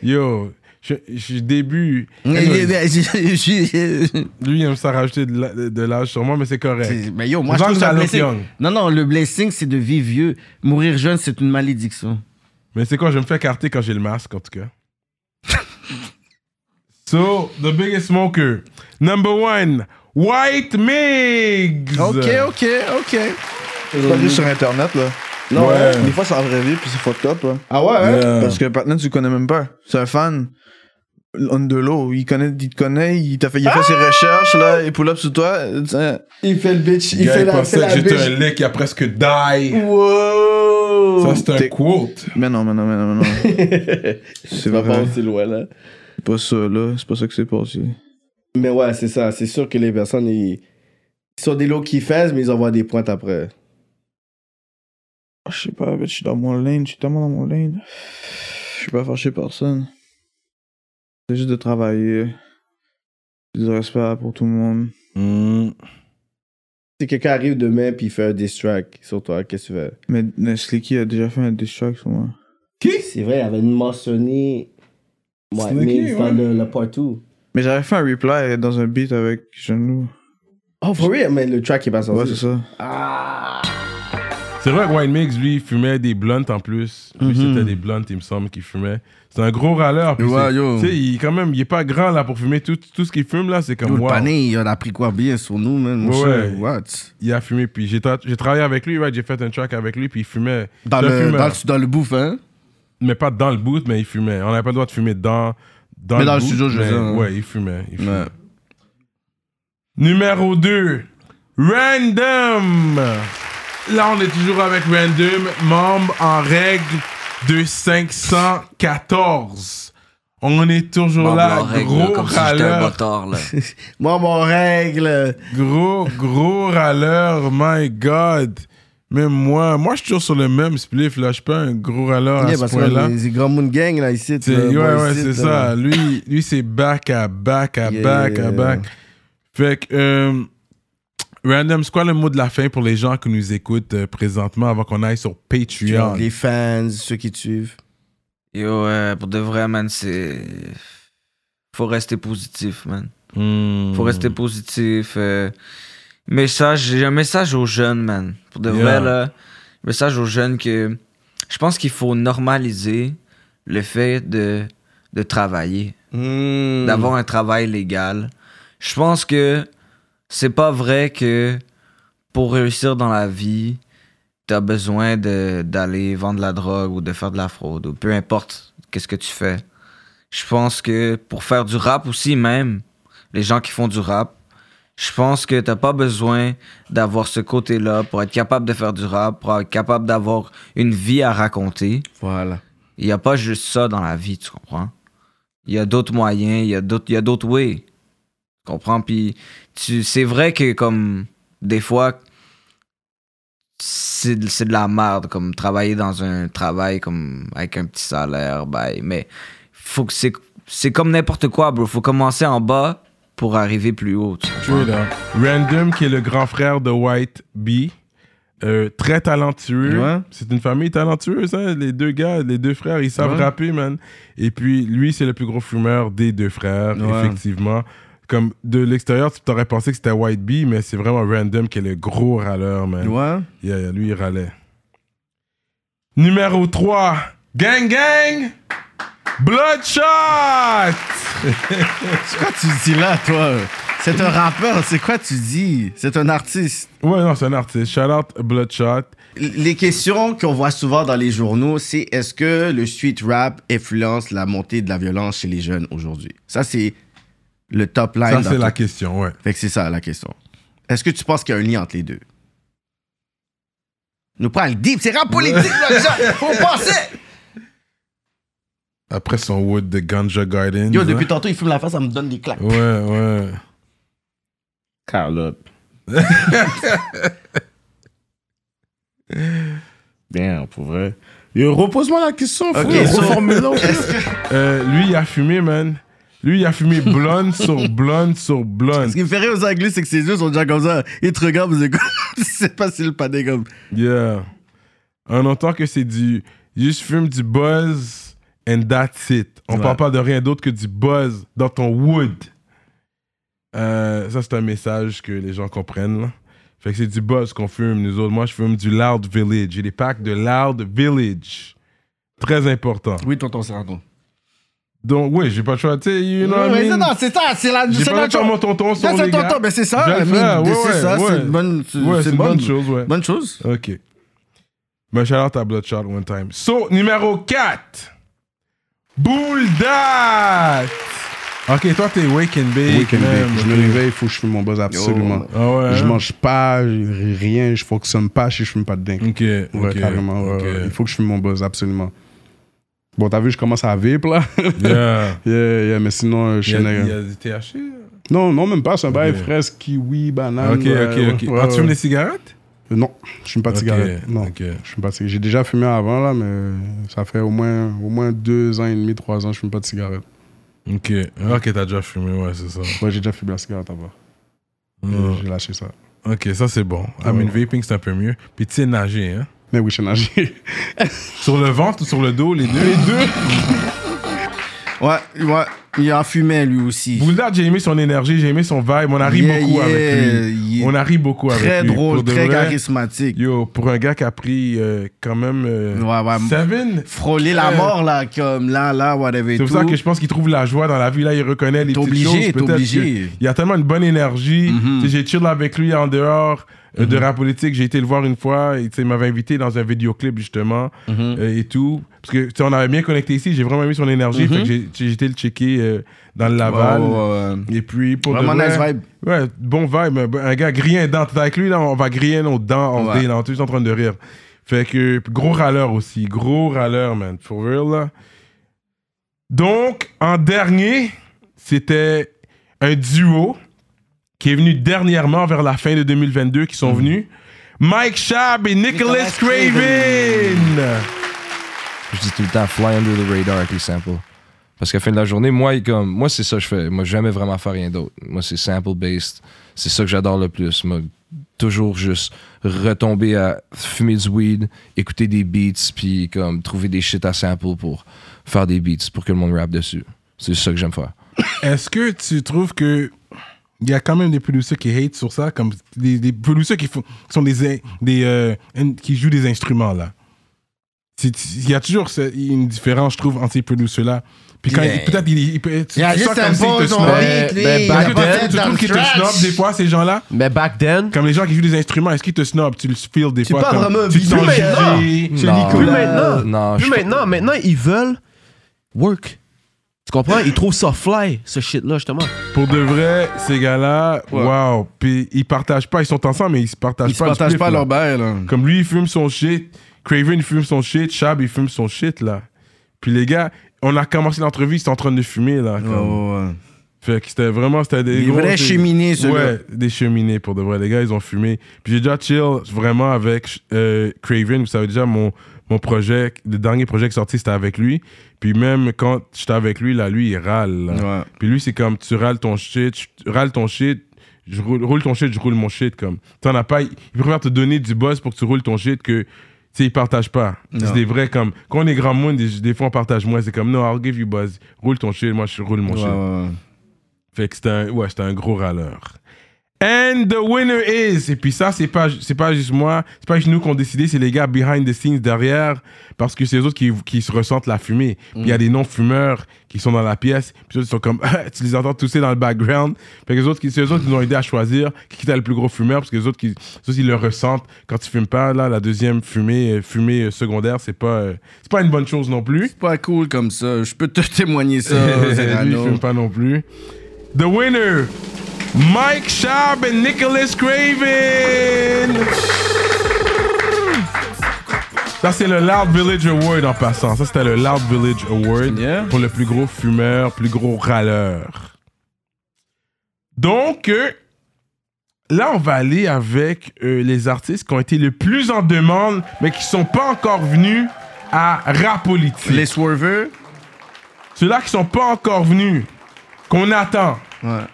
S1: Yo, je, je début.
S2: Mm-hmm.
S1: Lui,
S2: Mais
S1: il aime ça rajouter de la- de l'âge sur moi, mais c'est correct.
S2: yo, moi, je
S1: Vendre
S2: trouve ça
S1: à
S2: un
S1: Luke
S2: blessing.
S1: Young.
S2: Non, non, le blessing, c'est de vivre vieux. Mourir jeune, c'est une malédiction.
S1: Mais c'est quoi, je me fais carter quand j'ai le masque, en tout cas. so, the biggest smoker. Number one, White Migs.
S2: ok, ok.
S1: Euh,
S9: Pas juste sur Internet, là. Non, ouais, des fois, c'est en vraie vie, puis c'est fucked up, là.
S2: Ah ouais, hein?
S9: Parce que Patna, tu le connais même pas. C'est un fan. On de l'eau, il connaît, il te connaît, il t'a fait, il a fait ses recherches, là, il pull up sur toi. euh, tiens. Ah! Il fait le bitch, il
S1: Gars,
S9: fait
S1: il
S9: la, fait
S1: pensait que
S9: la
S1: j'étais
S9: bitch.
S1: un lait qui a presque die.
S9: Wow!
S1: Ça, c'est un
S9: T'es-
S1: quote.
S9: Mais non, mais non, mais non, mais non. c'est
S2: vas pas
S9: vrai.
S2: aussi loin, là.
S9: C'est pas ça, là. C'est pas ça que c'est passé.
S2: Mais ouais, c'est ça. C'est sûr que les personnes, ils, ils sont des lots qui fessent, mais ils envoient des pointes après.
S9: Ah, Je sais pas, bitch, je suis dans mon lane, je suis tellement dans mon lane. Je suis pas fâché personne. C'est juste de travailler. J'ai du respect pour tout le monde.
S2: Hmm. Si quelqu'un arrive demain puis il fait un diss track sur toi, qu'est-ce que tu fais?
S9: Mais, mais Slicky a déjà fait un distract sur moi.
S2: C'est vrai, il avait mentionné. Ouais,
S9: Sneaky,
S2: mais dans
S9: ouais.
S2: le, le part 2.
S9: Mais j'avais fait un reply dans un beat avec Jean-Loup.
S2: Oh, for real? Mais le track est pas sorti.
S9: Ouais, c'est ça.
S1: C'est vrai que White Migs, lui, il fumait des blunts en plus. Lui, c'était des blunts, il me semble, qu'il fumait. C'est un gros râleur. puis
S2: Mm-hmm. Ouais,
S1: c'est-
S2: yo.
S1: Tu sais, il, quand même, il est pas grand là pour fumer. Tout, tout ce qu'il fume là, c'est
S2: Yo,
S1: comme
S2: le
S1: wow.
S2: pané, il en a pris quoi bien sur nous, man? Mon
S1: Ouais.
S2: cher, What?
S1: Il a fumé, puis j'ai tra- j'ai travaillé avec lui, ouais, j'ai fait un track avec lui, puis il fumait. euh,
S2: Dans
S1: C'est un
S2: le,
S1: fumeur.
S2: dans, le, dans le bouffe, hein?
S1: mais pas dans le boot, mais il fumait. On n'avait pas le droit de fumer dans, dans
S2: Mais dans le
S1: boot,
S2: studio, je veux
S1: mais
S2: dire, hein.
S1: Ouais, il fumait. il fumait. Numéro 2, Random. Là, on est toujours avec Random, membre en règle de 514. On est toujours là, gros râleur,
S2: Moi, mon règle.
S1: gros, gros râleur, my God. Même moi, moi, je suis toujours sur le même spliff, là. Je suis pas un gros râleur à
S2: Yeah,
S1: ce
S2: parce que là,
S1: point-là.
S2: les les grands moon gang, là, ici.
S1: C'est-
S2: là,
S1: ouais,
S2: bon,
S1: ouais,
S2: ici,
S1: c'est
S2: là.
S1: ça. Lui, lui c'est back à back à
S2: Yeah.
S1: back à back. Fait que, euh, Random, c'est quoi le mot de la fin pour les gens qui nous écoutent euh, présentement avant qu'on aille sur Patreon?
S2: Les fans, ceux qui te suivent.
S10: Yo, euh, pour de vrai, man, c'est. Faut rester positif, man.
S1: Hmm.
S10: Faut rester positif. euh, Message, j'ai un message aux jeunes, man. Pour de
S1: Yeah.
S10: vrai, là. Message aux jeunes que Je pense qu'il faut normaliser le fait de, de travailler, d'avoir un travail légal. Je pense que c'est pas vrai que pour réussir dans la vie, t'as besoin de- d'aller vendre la drogue ou de faire de la fraude ou peu importe qu'est-ce que tu fais. Je pense que pour faire du rap aussi même, les gens qui font du rap, je pense que t'as pas besoin d'avoir ce côté-là pour être capable de faire du rap, pour être capable d'avoir une vie à raconter.
S2: Voilà.
S10: Il n'y a pas juste ça dans la vie, tu comprends? Il y a d'autres moyens, il y a d'autres il y a d'autres ways. Tu comprends? Puis tu- c'est vrai que comme des fois, c'est de c'est de la merde, comme travailler dans un travail comme avec un petit salaire, bye. Mais faut que c'est c'est comme n'importe quoi, bro. Faut commencer en bas pour arriver plus haut. tu comprends?
S1: Straight up. Random, qui est le grand frère de White B. Euh, très talentueux.
S2: Ouais.
S1: C'est une famille talentueuse, hein, les deux gars, les deux frères, ils savent
S2: Ouais.
S1: rapper, man. Et puis, lui, c'est le plus gros fumeur des deux frères,
S2: Ouais.
S1: effectivement. Comme de l'extérieur, tu t'aurais pensé que c'était White B, mais c'est vraiment Random qui est le gros râleur, man.
S2: Ouais.
S1: Yeah, yeah, lui, il râlait. Numéro 3, Gang Gang, Bloodshot!
S2: C'est quoi tu dis là, toi? C'est un rappeur, c'est quoi tu dis? C'est un artiste.
S1: Ouais, non, c'est un artiste. Shout out Bloodshot.
S2: Les questions qu'on voit souvent dans les journaux, c'est est-ce que le street rap influence la montée de la violence chez les jeunes aujourd'hui? Ça, c'est le top line.
S1: Ça,
S2: dans
S1: c'est la
S2: tout.
S1: question, ouais.
S2: Fait que c'est ça la question. Est-ce que tu penses qu'il y a un lien entre les deux? Nous prend le deep, c'est rap politique, là, déjà! Faut penser!
S1: Après son wood de Ganja Garden. hein?
S2: Yo, depuis tantôt, il fume la face, ça me donne des claques.
S1: Ouais, ouais.
S5: Carl Bien, pour vrai. Yo, repose-moi la question, frère.
S1: Ok, so-
S5: reformule-la.
S1: Euh, lui, il a fumé, man. Lui, il a fumé blonde sur blonde sur blonde.
S2: Ce qui me fait rire aux Anglais, c'est que ses yeux sont déjà comme ça. Ils te regardent, vous êtes comme- tu sais pas si le panier comme.
S1: Yeah. On entend que c'est du. Juste fume du buzz and that's it. On
S2: Ouais.
S1: parle pas de rien d'autre que du buzz dans ton wood. Euh, ça, c'est un message que les gens comprennent. là. Fait que c'est du buzz qu'on fume, nous autres. Moi, je fume du Loud Village. J'ai des packs de Loud Village. Très important.
S2: Oui, tonton Serraton.
S1: Donc, oui, j'ai pas le choix. Tu sais, you know what I
S2: mais c'est-
S1: mean?
S2: non, c'est ça, c'est la.
S1: J'ai
S2: c'est
S1: pas
S2: notre
S1: dit comment
S2: chose.
S1: tonton sont
S2: Non, c'est
S1: les
S2: tonton,
S1: gars.
S2: mais c'est ça, euh,
S1: Je vais
S2: I
S1: le
S2: mean,
S1: faire, ouais,
S2: c'est
S1: ouais,
S2: ça, c'est
S1: ouais.
S2: une bonne- c'est-
S1: Ouais,
S2: c'est
S1: c'est une
S2: bonne.
S1: bonne chose, ouais.
S2: Bonne chose.
S1: OK. Mais shout out à Bloodshot one time. So, numéro 4. Bouldat. OK, toi, t'es wake and bake.
S5: Wake and
S1: man.
S5: bake. Je me réveille, il faut que je fume mon buzz absolument.
S1: Ah ouais,
S5: Je
S1: hein?
S5: mange pas, j'ai rien, je fonctionne pas si je fume pas de dingue.
S1: Ok.
S5: Ouais,
S1: ok,
S5: carrément. ouais,
S1: ok.
S5: ouais. Il faut que je fume mon buzz absolument. Bon, t'as vu, je commence à vivre là.
S1: Yeah.
S5: yeah, yeah, mais sinon, euh, je
S1: Il
S5: suis
S1: y a,
S5: nègre.
S1: il y a du THC.
S5: Non, non, même pas. C'est un bail
S1: Ok.
S5: fraise, kiwi, banane.
S1: OK, OK, OK. Ah, tu fumes des cigarettes?
S5: Euh, Non, je fume pas de
S1: Ok,
S5: cigarette. Non, je fume pas de cigarette. J'ai déjà fumé avant, là, mais ça fait au moins, au moins deux ans et demi, trois ans, je fume pas de cigarette.
S1: OK. Ah, OK, t'as déjà fumé, ouais, c'est ça.
S5: Ouais, j'ai déjà fumé la cigarette avant.
S1: Mm.
S5: Et J'ai lâché ça.
S1: OK, ça, c'est bon. I mean, vaping, c'est un peu mieux. Puis tu sais nager, hein?
S5: Mais oui, je sais nager.
S1: sur le ventre ou sur le dos, les deux? Les deux!
S2: Ouais, ouais. Il en fumait, lui aussi.
S1: Bouldard, j'ai aimé son énergie, j'ai aimé son vibe. On arrive
S2: Yeah,
S1: beaucoup
S2: yeah,
S1: avec lui.
S2: il est
S1: On arrive beaucoup avec lui.
S2: Très
S1: Pour
S2: drôle,
S1: de
S2: très
S1: vrai,
S2: charismatique.
S1: Yo, pour un gars qui a pris euh, quand même euh, Seven.
S2: Frôler la
S1: Ouais.
S2: mort, là, comme là, là, whatever.
S1: C'est pour ça que je pense qu'il trouve la joie dans la vie. Là, il reconnaît les
S2: T'es
S1: petites
S2: obligé,
S1: choses.
S2: t'es
S1: peut-être
S2: obligé. Mm-hmm.
S1: que- Il y a tellement une bonne énergie. Tu sais, J'ai chill avec lui en dehors euh, de rap politique. J'ai été le voir une fois. et, tu sais, Il m'avait invité dans un vidéoclip, justement,
S2: Mm-hmm.
S1: euh, et tout. Parce que, tu sais, on avait bien connecté ici. J'ai vraiment aimé son énergie.
S2: Mhm.
S1: Fait que j'ai- tu sais, j'ai été le checker euh, dans le Laval.
S2: Ouais, ouais,
S1: Et puis, pour de
S2: Vraiment
S1: vrai,
S2: nice vibe.
S1: Ouais, bon vibe. Un, un gars grillé un dent. T'es avec lui, là, on va griller nos dents en
S2: Ouais.
S1: dé, là. On est tous en train de rire. Fait que, gros râleur aussi. Gros râleur, man. For real, là. Donc, en dernier, c'était un duo qui est venu dernièrement vers la fin de 2022 qui
S2: Mm.
S1: sont venus. Mike Schaab et Nicholas Craven.
S11: Je dis tout le temps fly under the radar avec les samples. Parce qu'à la fin de la journée, moi, il- comme, moi c'est ça que je fais. Moi, jamais vraiment faire rien d'autre. Moi, c'est sample-based. C'est ça que j'adore le plus. Moi, toujours juste retomber à fumer du weed, écouter des beats, puis comme trouver des shit à sample pour faire des beats, pour que le monde rappe dessus. C'est ça que j'aime faire.
S1: Est-ce que tu trouves que il y a quand même des producers qui hate sur ça, comme des, des producers qui, font, qui sont des, in- des euh, in- qui jouent des instruments là. c'est- Il y a toujours ce- une différence, je trouve, entre ces producers-là. Puis quand
S2: Yeah.
S1: il- peut-être il, il peut.
S2: Il y a
S1: tu
S2: juste
S1: sens
S2: un
S1: comme s'il
S2: bon
S1: te
S2: zombie,
S1: snob.
S2: lui,
S4: Ben,
S2: il a
S1: Est-ce que
S2: pas
S1: tu-
S2: fait
S1: tu
S2: dans
S1: trouves
S2: le
S1: qu'ils te
S2: trash.
S1: snob des fois, ces gens-là
S4: Mais Ben, back then.
S1: Comme les gens qui jouent des instruments, est-ce qu'ils te snob Tu le feels des
S4: C'est
S1: fois.
S4: pas
S1: comme-
S4: vraiment
S1: tu te
S4: vieux.
S1: sens
S4: Plus maintenant.
S1: jugé.
S4: Chez Nicolas. Plus maintenant.
S11: Non,
S4: Plus
S11: je-
S4: maintenant, maintenant, ils veulent work. Tu comprends? Ils trouvent ça fly, ce shit-là, justement.
S1: Pour de vrai, ces gars-là, waouh. Puis ils partagent pas, ils sont ensemble, mais ils se partagent
S2: Ils se
S1: pas. le
S2: partagent
S1: spliff,
S2: pas
S1: là.
S2: leur bail, là.
S1: Comme lui, il fume son shit. Craven, il fume son shit. Chab, il fume son shit, là. Puis les gars, on a commencé l'entrevue, ils sont en train de fumer, là. comme. Fait que c'était vraiment, c'était des.
S2: Des
S1: gros-
S2: vrais
S1: c'est-
S2: cheminées, ceux-là.
S1: Ouais, des cheminées, pour de vrai. Les gars, ils ont fumé. Puis j'ai déjà chill vraiment avec euh, Craven. Vous savez déjà, mon, mon projet, le dernier projet qui est sorti, c'était avec lui. Puis même quand j'étais avec lui, là, lui, il râle. là. Puis lui, c'est comme, tu râles ton shit, tu râles ton shit, je roule, roule ton shit, je roule mon shit. Comme, t'en as pas, il il préfère te donner du buzz pour que tu roules ton shit que, tu sais, il partage pas.
S2: Non.
S1: C'est des vrais, comme, quand on est grand monde, des, des fois, on partage moins. C'est comme, non, I'll give you buzz, roule ton shit, moi, je roule mon
S2: Ouais,
S1: shit.
S2: ouais, ouais.
S1: Fait que c'était un, ouais, c'était un gros râleur. And the winner is. Et puis ça, c'est pas, c'est pas juste moi, c'est pas juste nous qu'on décidé, c'est les gars behind the scenes derrière, parce que c'est eux autres qui, qui se ressentent la fumée. Puis
S2: Mm.
S1: il y a des non-fumeurs qui sont dans la pièce, puis eux autres, ils sont comme, tu les entends tousser dans le background. Fait que les autres, qui- c'est eux autres qui nous ont aidé à choisir qui était le plus gros fumeur, parce que les autres, qui, ceux ils le ressentent quand ils fument pas. Là, la deuxième fumée, euh, fumée euh, secondaire, c'est pas, euh, c'est pas une bonne chose non plus.
S2: C'est pas cool comme ça. Je peux te témoigner ça,
S1: Lui, il
S2: Zerano.
S1: fume pas non plus. The winner, Mike Schaub et Nicholas Craven. Ça, c'est le Loud Village Award en passant. Ça, c'était le Loud Village Award pour le plus gros fumeur, plus gros râleur. Donc, euh, là, on va aller avec euh, les artistes qui ont été le plus en demande, mais qui sont pas encore venus à rap politique. Les
S2: swerveurs.
S1: Ceux-là qui sont pas encore venus, qu'on attend.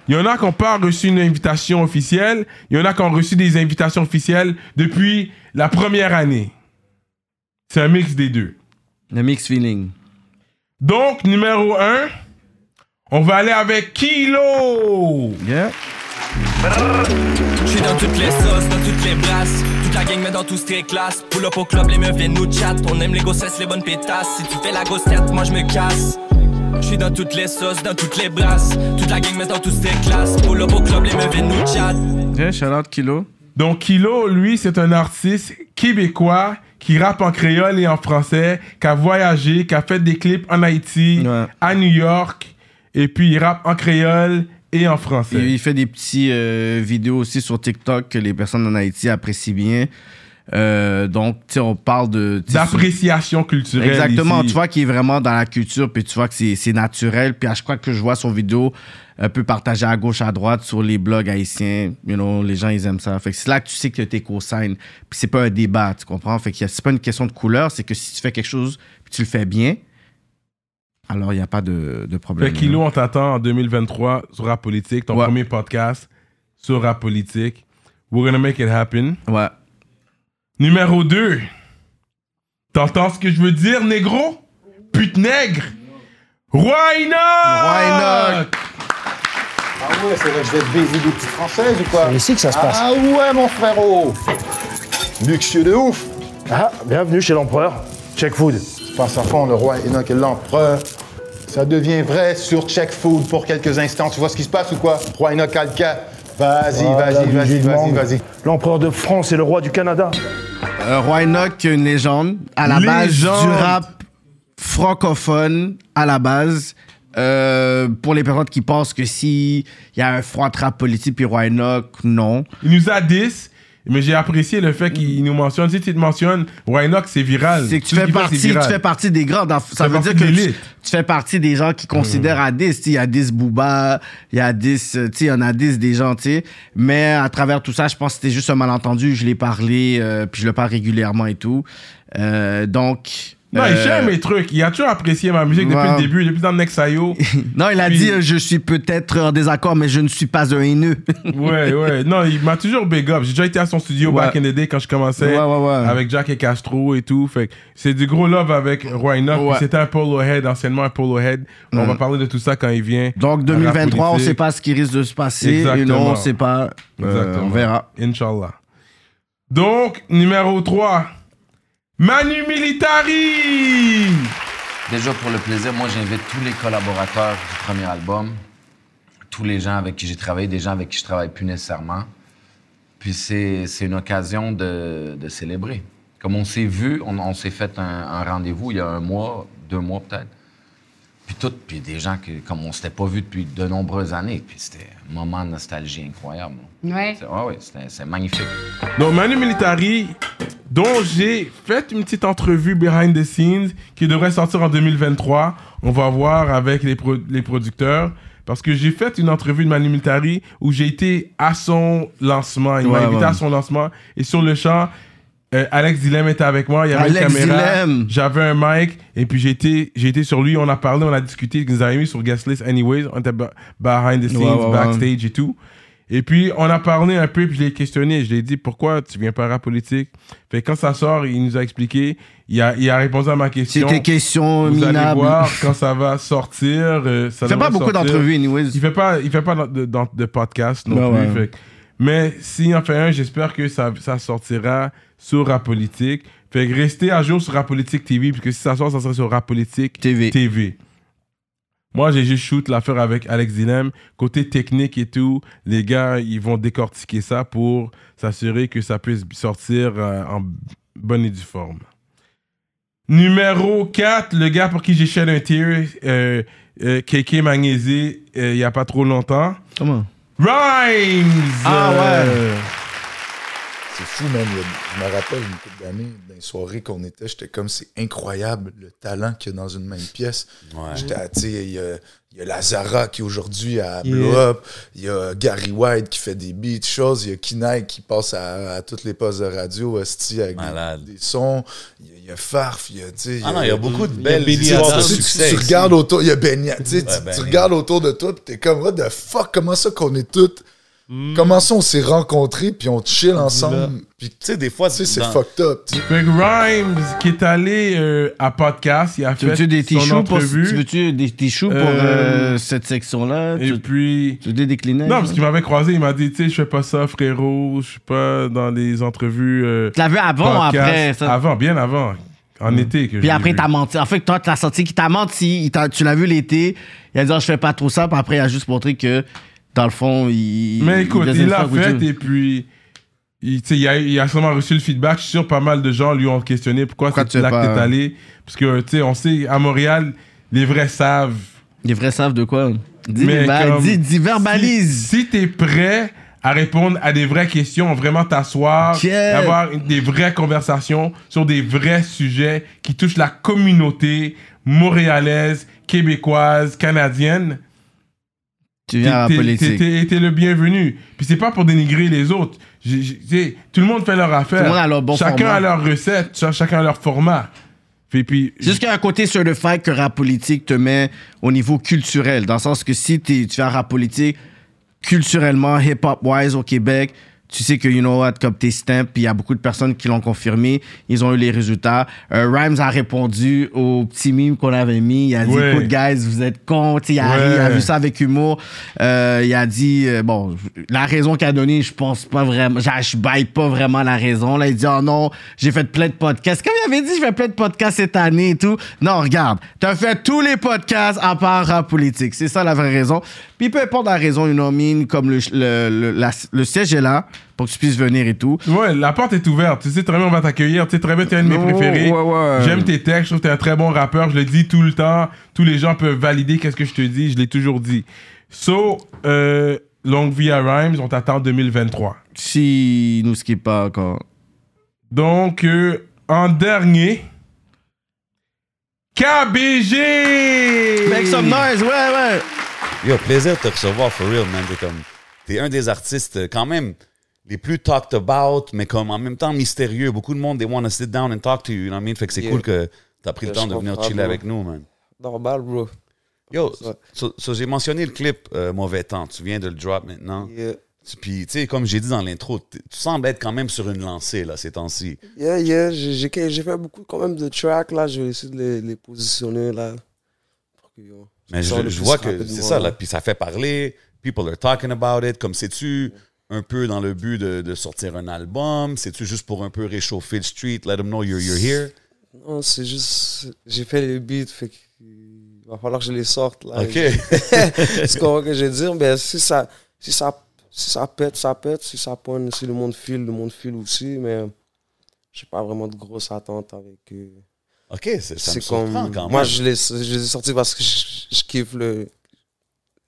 S1: Il y en a qui n'ont pas reçu une invitation officielle. Il y en a qui ont reçu des invitations officielles depuis la première année. C'est un mix des deux.
S2: Le mix feeling.
S1: Donc, numéro un, on va aller avec Kilo.
S12: J'suis dans toutes les sauces, dans toutes les brasses Toute la gang met dans tout ce très classe Pull up au club, les meufs viennent nous chat On aime les grossesses, les bonnes pétasses Si tu fais la grosse tête, moi j'me casse J'suis dans toutes les sauces, dans toutes les brasses Toute la gang met dans tout ce très classe Pull up au club, les meufs viennent nous chat
S2: Yeah, shout out Kilo.
S1: Donc, Kilo, lui, c'est un artiste québécois qui rappe en créole et en français, qui a voyagé, qui a fait des clips en Haïti, à New York, et puis il rappe en créole et en français.
S2: Il, il fait des petits euh, vidéos aussi sur TikTok que les personnes en Haïti apprécient bien. Euh, donc, tu sais, on parle de. tu sais,
S1: D'appréciation culturelle.
S2: Exactement,
S1: ici.
S2: tu vois qu'il est vraiment dans la culture, puis tu vois que c'est c'est naturel. Puis à chaque fois que je vois son vidéo, un peu partagée à gauche, à droite, sur les blogs haïtiens, you know, les gens, ils aiment ça. Fait que c'est là que tu sais que t'es co-sign. Puis c'est pas un débat, tu comprends? Fait que c'est pas une question de couleur, c'est que si tu fais quelque chose, puis tu le fais bien, alors il n'y a pas de, de
S1: Fait
S2: problème.
S1: Kilo, on t'attend en 2023 sur Rap Politique, ton premier podcast sur Rap Politique. We're gonna make it happen.
S2: Ouais.
S1: Numéro 2. T'entends ce que je veux dire, négro? Pute nègre! Roi Enoch!
S13: Ah ouais, c'est vrai que je vais te baiser des petites françaises ou quoi
S14: C'est ici que ça se passe.
S13: Ah ouais, mon frérot Luxueux de ouf Ah, bienvenue chez l'empereur. Check Food. Je pense à fond, le roi Enoch et l'empereur. Ça devient vrai sur Check Food pour quelques instants. Tu vois ce qui se passe ou quoi Roi Enoch a le cas. Vas-y,
S14: Voilà,
S13: vas-y,
S14: du
S13: vas-y,
S14: jus de
S13: vas-y,
S14: mangue.
S13: vas-y.
S14: L'empereur de France et le roi du Canada.
S2: Euh, Roy Enoch, qui est une légende, à la base du
S14: Légende.
S2: rap francophone, à la base. Euh, pour les personnes qui pensent que si il y a un froid de rap politique, puis Roy Enoch, non.
S1: Il nous a 10, mais j'ai apprécié le fait qu'il nous mentionne. Si tu te mentionnes, Roi Enoch, c'est viral.
S2: C'est que tu
S1: Tout ce
S2: fais,
S1: qu'il fait,
S2: partie,
S1: c'est
S2: tu
S1: viral.
S2: fais partie des grands. dans-
S1: fais
S2: Ça veut dire
S1: partie
S2: que
S1: de
S2: tu,
S1: l'élite. Mmh.
S2: tu fais partie des gens qui considèrent Addis. Il y a 10 Booba, il y a 10, euh, tu sais, il y en a 10 des gens, tu sais. Mais à travers tout ça, je pense que c'était juste un malentendu. Je l'ai parlé, euh, puis je le parle régulièrement et tout. Euh, donc.
S1: Non, il
S2: euh,
S1: cherche mes trucs. Il a toujours apprécié ma musique depuis
S2: Wow.
S1: le début, depuis dans le Nexayo.
S2: Non, il a
S1: Puis-
S2: dit euh, je suis peut-être en désaccord, mais je ne suis pas un haineux.
S1: Ouais, ouais. Non, il m'a toujours big up. J'ai déjà été à son studio
S2: Ouais.
S1: back in the day quand je commençais
S2: Ouais, ouais, ouais.
S1: avec Jack et Castro et tout. Fait que c'est du gros love avec Roy Enoch.
S2: Ouais.
S1: Puis C'était un polo head, anciennement un polo head. On
S2: Mm.
S1: va parler de tout ça quand il vient.
S2: Donc 2023, on ne sait pas ce qui risque de se passer.
S1: Exactement.
S2: Et non, on ne sait pas. Euh, on verra.
S1: Inch'Allah. Donc, numéro 3. Manu Militari!
S15: Déjà pour le plaisir, moi j'invite tous les collaborateurs du premier album, tous les gens avec qui j'ai travaillé, des gens avec qui je travaille plus nécessairement. Puis c'est c'est une occasion de, de célébrer. Comme on s'est vu, on, on s'est fait un, un rendez-vous il y a un mois, deux mois peut-être. Puis tout, puis des gens que, comme on s'était pas vu depuis de nombreuses années. Puis c'était un moment de nostalgie incroyable.
S16: Ouais.
S15: C'est- ouais, ouais, c'était- c'est magnifique.
S1: Donc Manu Militari, dont j'ai fait une petite entrevue behind the scenes qui devrait sortir en 2023. On va voir avec les, pro- les producteurs. Parce que j'ai fait une entrevue de Manu Militari où j'ai été à son lancement. Il m'a
S2: Ouais,
S1: invité
S2: ouais.
S1: à son lancement. Et sur le champ, euh, Alex Dilem était avec moi. Il y avait
S2: Alex
S1: une caméra.
S2: Dilem.
S1: J'avais un mic. Et puis j'ai été, j'ai été sur lui. On a parlé, on a discuté. Il nous avait mis sur Guest List anyways. On était be- behind the scenes,
S2: Ouais, ouais, ouais.
S1: backstage stage et tout. Et puis, on a parlé un peu, puis je l'ai questionné. Je lui ai dit, pourquoi tu viens pas à la politique? Fait que quand ça sort, il nous a expliqué. Il a, il a répondu à ma question.
S2: C'était question
S1: Vous allez
S2: minable.
S1: voir quand ça va sortir. euh, ça
S2: Il fait
S1: devrait
S2: pas beaucoup
S1: sortir.
S2: d'entrevues,
S1: Il fait pas, il fait pas de, de- dans- de podcast non
S2: Ouais,
S1: plus.
S2: ouais.
S1: Fait que- mais s'il en fait un, j'espère que ça, ça sortira sur Rap Politique. Fait que restez à jour sur Rap Politique TV, puisque si ça sort, ça sera sur Rap Politique TV. Moi, j'ai juste shoot l'affaire avec Alex Dinem. Côté technique et tout, les gars, ils vont décortiquer ça pour s'assurer que ça puisse sortir euh, en bonne et due forme. Numéro 4, le gars pour qui j'ai shed un tear, euh, euh, KK Magnési, euh, il n'y a pas trop longtemps.
S2: Comment
S1: Rhymes!
S2: Ah
S1: Euh,
S17: C'est fou, même. Je me rappelle une couple d'années, dans les soirées qu'on était, j'étais comme, c'est incroyable le talent qu'il y a dans une même pièce. J'étais à, tu sais, il y a, il y a Lazara qui aujourd'hui a
S14: Yeah.
S17: Blow Up, il y a Gary White qui fait des beats, choses, il y a Kinai qui passe à, à toutes les postes de radio, hostie, avec des, des sons, il y a, il y a Farf, il y a, tu sais, il y
S7: Ah non, il y a beaucoup de
S17: il y a
S7: belles
S17: Benny
S7: histoires de
S17: Adams. Tu- tu-
S7: succès
S17: Tu
S7: ici.
S17: regardes autour, il y a Benny, tu sais,
S7: Ouais,
S17: tu- tu
S7: Benny.
S17: regardes autour de toi, puis t'es comme, what the fuck, comment ça qu'on est toutes. Comment ça on s'est rencontrés, puis on chill
S1: Là.
S17: ensemble. Puis tu sais, des fois, tu sais, c'est
S8: Ah.
S1: dans-
S17: fucked up. tu sais.
S1: Fait que Rhymes, qui est allé euh, à podcast, il a
S2: Tu
S1: fait
S2: veux-tu des
S1: son
S2: tissues pour, tu
S1: entrevue.
S2: veux-tu des tissues pour
S1: Euh,
S2: euh, cette section-là?
S1: Et
S2: Tu-
S1: puis.
S2: Tu veux des déclinaisons?
S1: Non, parce qu'il m'avait croisé, il m'a dit, tu sais, je fais pas ça, frérot, je suis pas dans les entrevues. euh,
S2: Tu l'as vu avant ou
S1: podcast.
S2: après, ça? Mm.
S1: Avant, bien avant. En été que je
S2: Puis
S1: l'ai
S2: après,
S1: vu.
S2: t'as menti. En fait, toi, t'as senti qu'il t'a menti. Il t'a- tu l'as vu l'été. Il a dit, Ah, je fais pas trop ça. Puis après, il a juste montré que, dans le fond, il.
S1: Mais écoute,
S2: faisait
S1: il
S2: le
S1: l'a
S2: fuck with
S1: fait
S2: you.
S1: et puis. Il, tu sais, il a, il a sûrement reçu le feedback. Je suis sûr pas mal de gens lui ont questionné pourquoi,
S2: tu
S1: c'est là
S2: fais
S1: que
S2: pas- euh,
S1: t'es allé. Parce que, tu sais, on sait, à Montréal, les vrais savent.
S2: Les vrais savent de quoi Dis,
S1: Mais
S2: bah,
S1: comme-
S2: dis- dis, verbalise.
S1: Si, tu t'es prêt à répondre à des vraies questions, vraiment t'asseoir,
S2: Yeah.
S1: avoir une- des vraies conversations sur des vrais sujets qui touchent la communauté montréalaise, québécoise, canadienne,
S2: Tu viens à la
S1: t'es- t'es-
S2: politique.
S1: t'es- t'es le bienvenu. Puis c'est pas pour dénigrer les autres. J'ai- j'ai- tu sais, tout le monde fait leur affaire.
S2: Tout le monde a leur bon
S1: chacun
S2: format.
S1: a leur recette, ch- chacun a leur format. Puis, puis
S2: Juste qu'il y a un côté sur le fait que rap politique te met au niveau culturel, dans le sens que si t'es- tu fais un rap politique, culturellement, hip-hop-wise au Québec, tu sais que, you know what, comme t'es stamp, puis il y a beaucoup de personnes qui l'ont confirmé, ils ont eu les résultats. Euh, Rhymes a répondu au petit mime qu'on avait mis, il a dit,
S1: Ouais.
S2: écoute, guys, vous êtes cons, Tu sais, il a, ri, il a
S1: Ouais.
S2: vu ça avec humour, Euh, il a dit, euh, bon, la raison qu'il a donnée, je pense pas vraiment, j'a- je baille pas vraiment la raison, là, il dit, oh non, j'ai fait plein de podcasts, comme il avait dit, je fais plein de podcasts cette année et tout, non, regarde, t'as fait tous les podcasts à part rap politique, c'est ça la vraie raison, puis peu importe la raison, une mine, comme le, le, le, la- le siège est là, pour que tu puisses venir et tout.
S1: Ouais, la porte est ouverte. Tu sais très bien, on va t'accueillir. Tu sais très bien, t'es un de mes
S2: Ouais,
S1: préférés.
S2: ouais, ouais.
S1: J'aime tes textes. Je trouve que t'es un très bon rappeur. Je le dis tout le temps. Tous les gens peuvent valider qu'est-ce que je te dis. Je l'ai toujours dit. So, euh, longue vie à Rhymes. On t'attend en 2023.
S2: Si nous skippe pas encore.
S1: Donc, euh, en dernier, KBG!
S2: Make some noise, ouais, ouais.
S7: Yo, plaisir de te recevoir, for real, man. T'es comme. T'es un des artistes, euh, quand même, les plus talked about, mais comme en même temps mystérieux. Beaucoup de monde, they want to sit down and talk to you, you know what I mean? Fait que c'est
S8: Yeah.
S7: cool que t'as pris le
S8: Je
S7: temps de venir
S8: comprends,
S7: chiller
S8: bro.
S7: avec nous, man.
S8: Normal, bro.
S7: Yo, so- so j'ai mentionné le clip euh, Mauvais temps. Tu viens de le drop maintenant. Tu- Puis, tu sais, comme j'ai dit dans l'intro, t- tu sembles être quand même sur une lancée, là, ces temps-ci.
S8: Yeah, yeah, j'ai j'ai- j'ai fait beaucoup quand même de tracks, là. Je vais essayer de les, les positionner, là. Pour que, yo,
S7: Mais
S8: ça
S7: je,
S8: sorte le
S7: je
S8: plus
S7: vois que
S8: rapidement,
S7: c'est ça, là. Puis ça fait parler. People are talking about it. Comme sais-tu un peu dans le but de, de sortir un album? C'est-tu juste pour un peu réchauffer le street, let them know you're, you're here?
S8: Non, c'est juste. J'ai fait les beats, fait que. Il va falloir que je les sorte, là.
S7: Ok.
S8: tu comprends ce que je veux dire? Mais si ça, si, ça, si ça pète, ça pète. Si ça pogne, si le monde file, le monde file aussi. Mais j'ai pas vraiment de grosses attentes avec eux.
S7: Ok, c'est- ça me surprend quand même.
S8: Moi, je les, je les ai sortis parce que je, je kiffe le.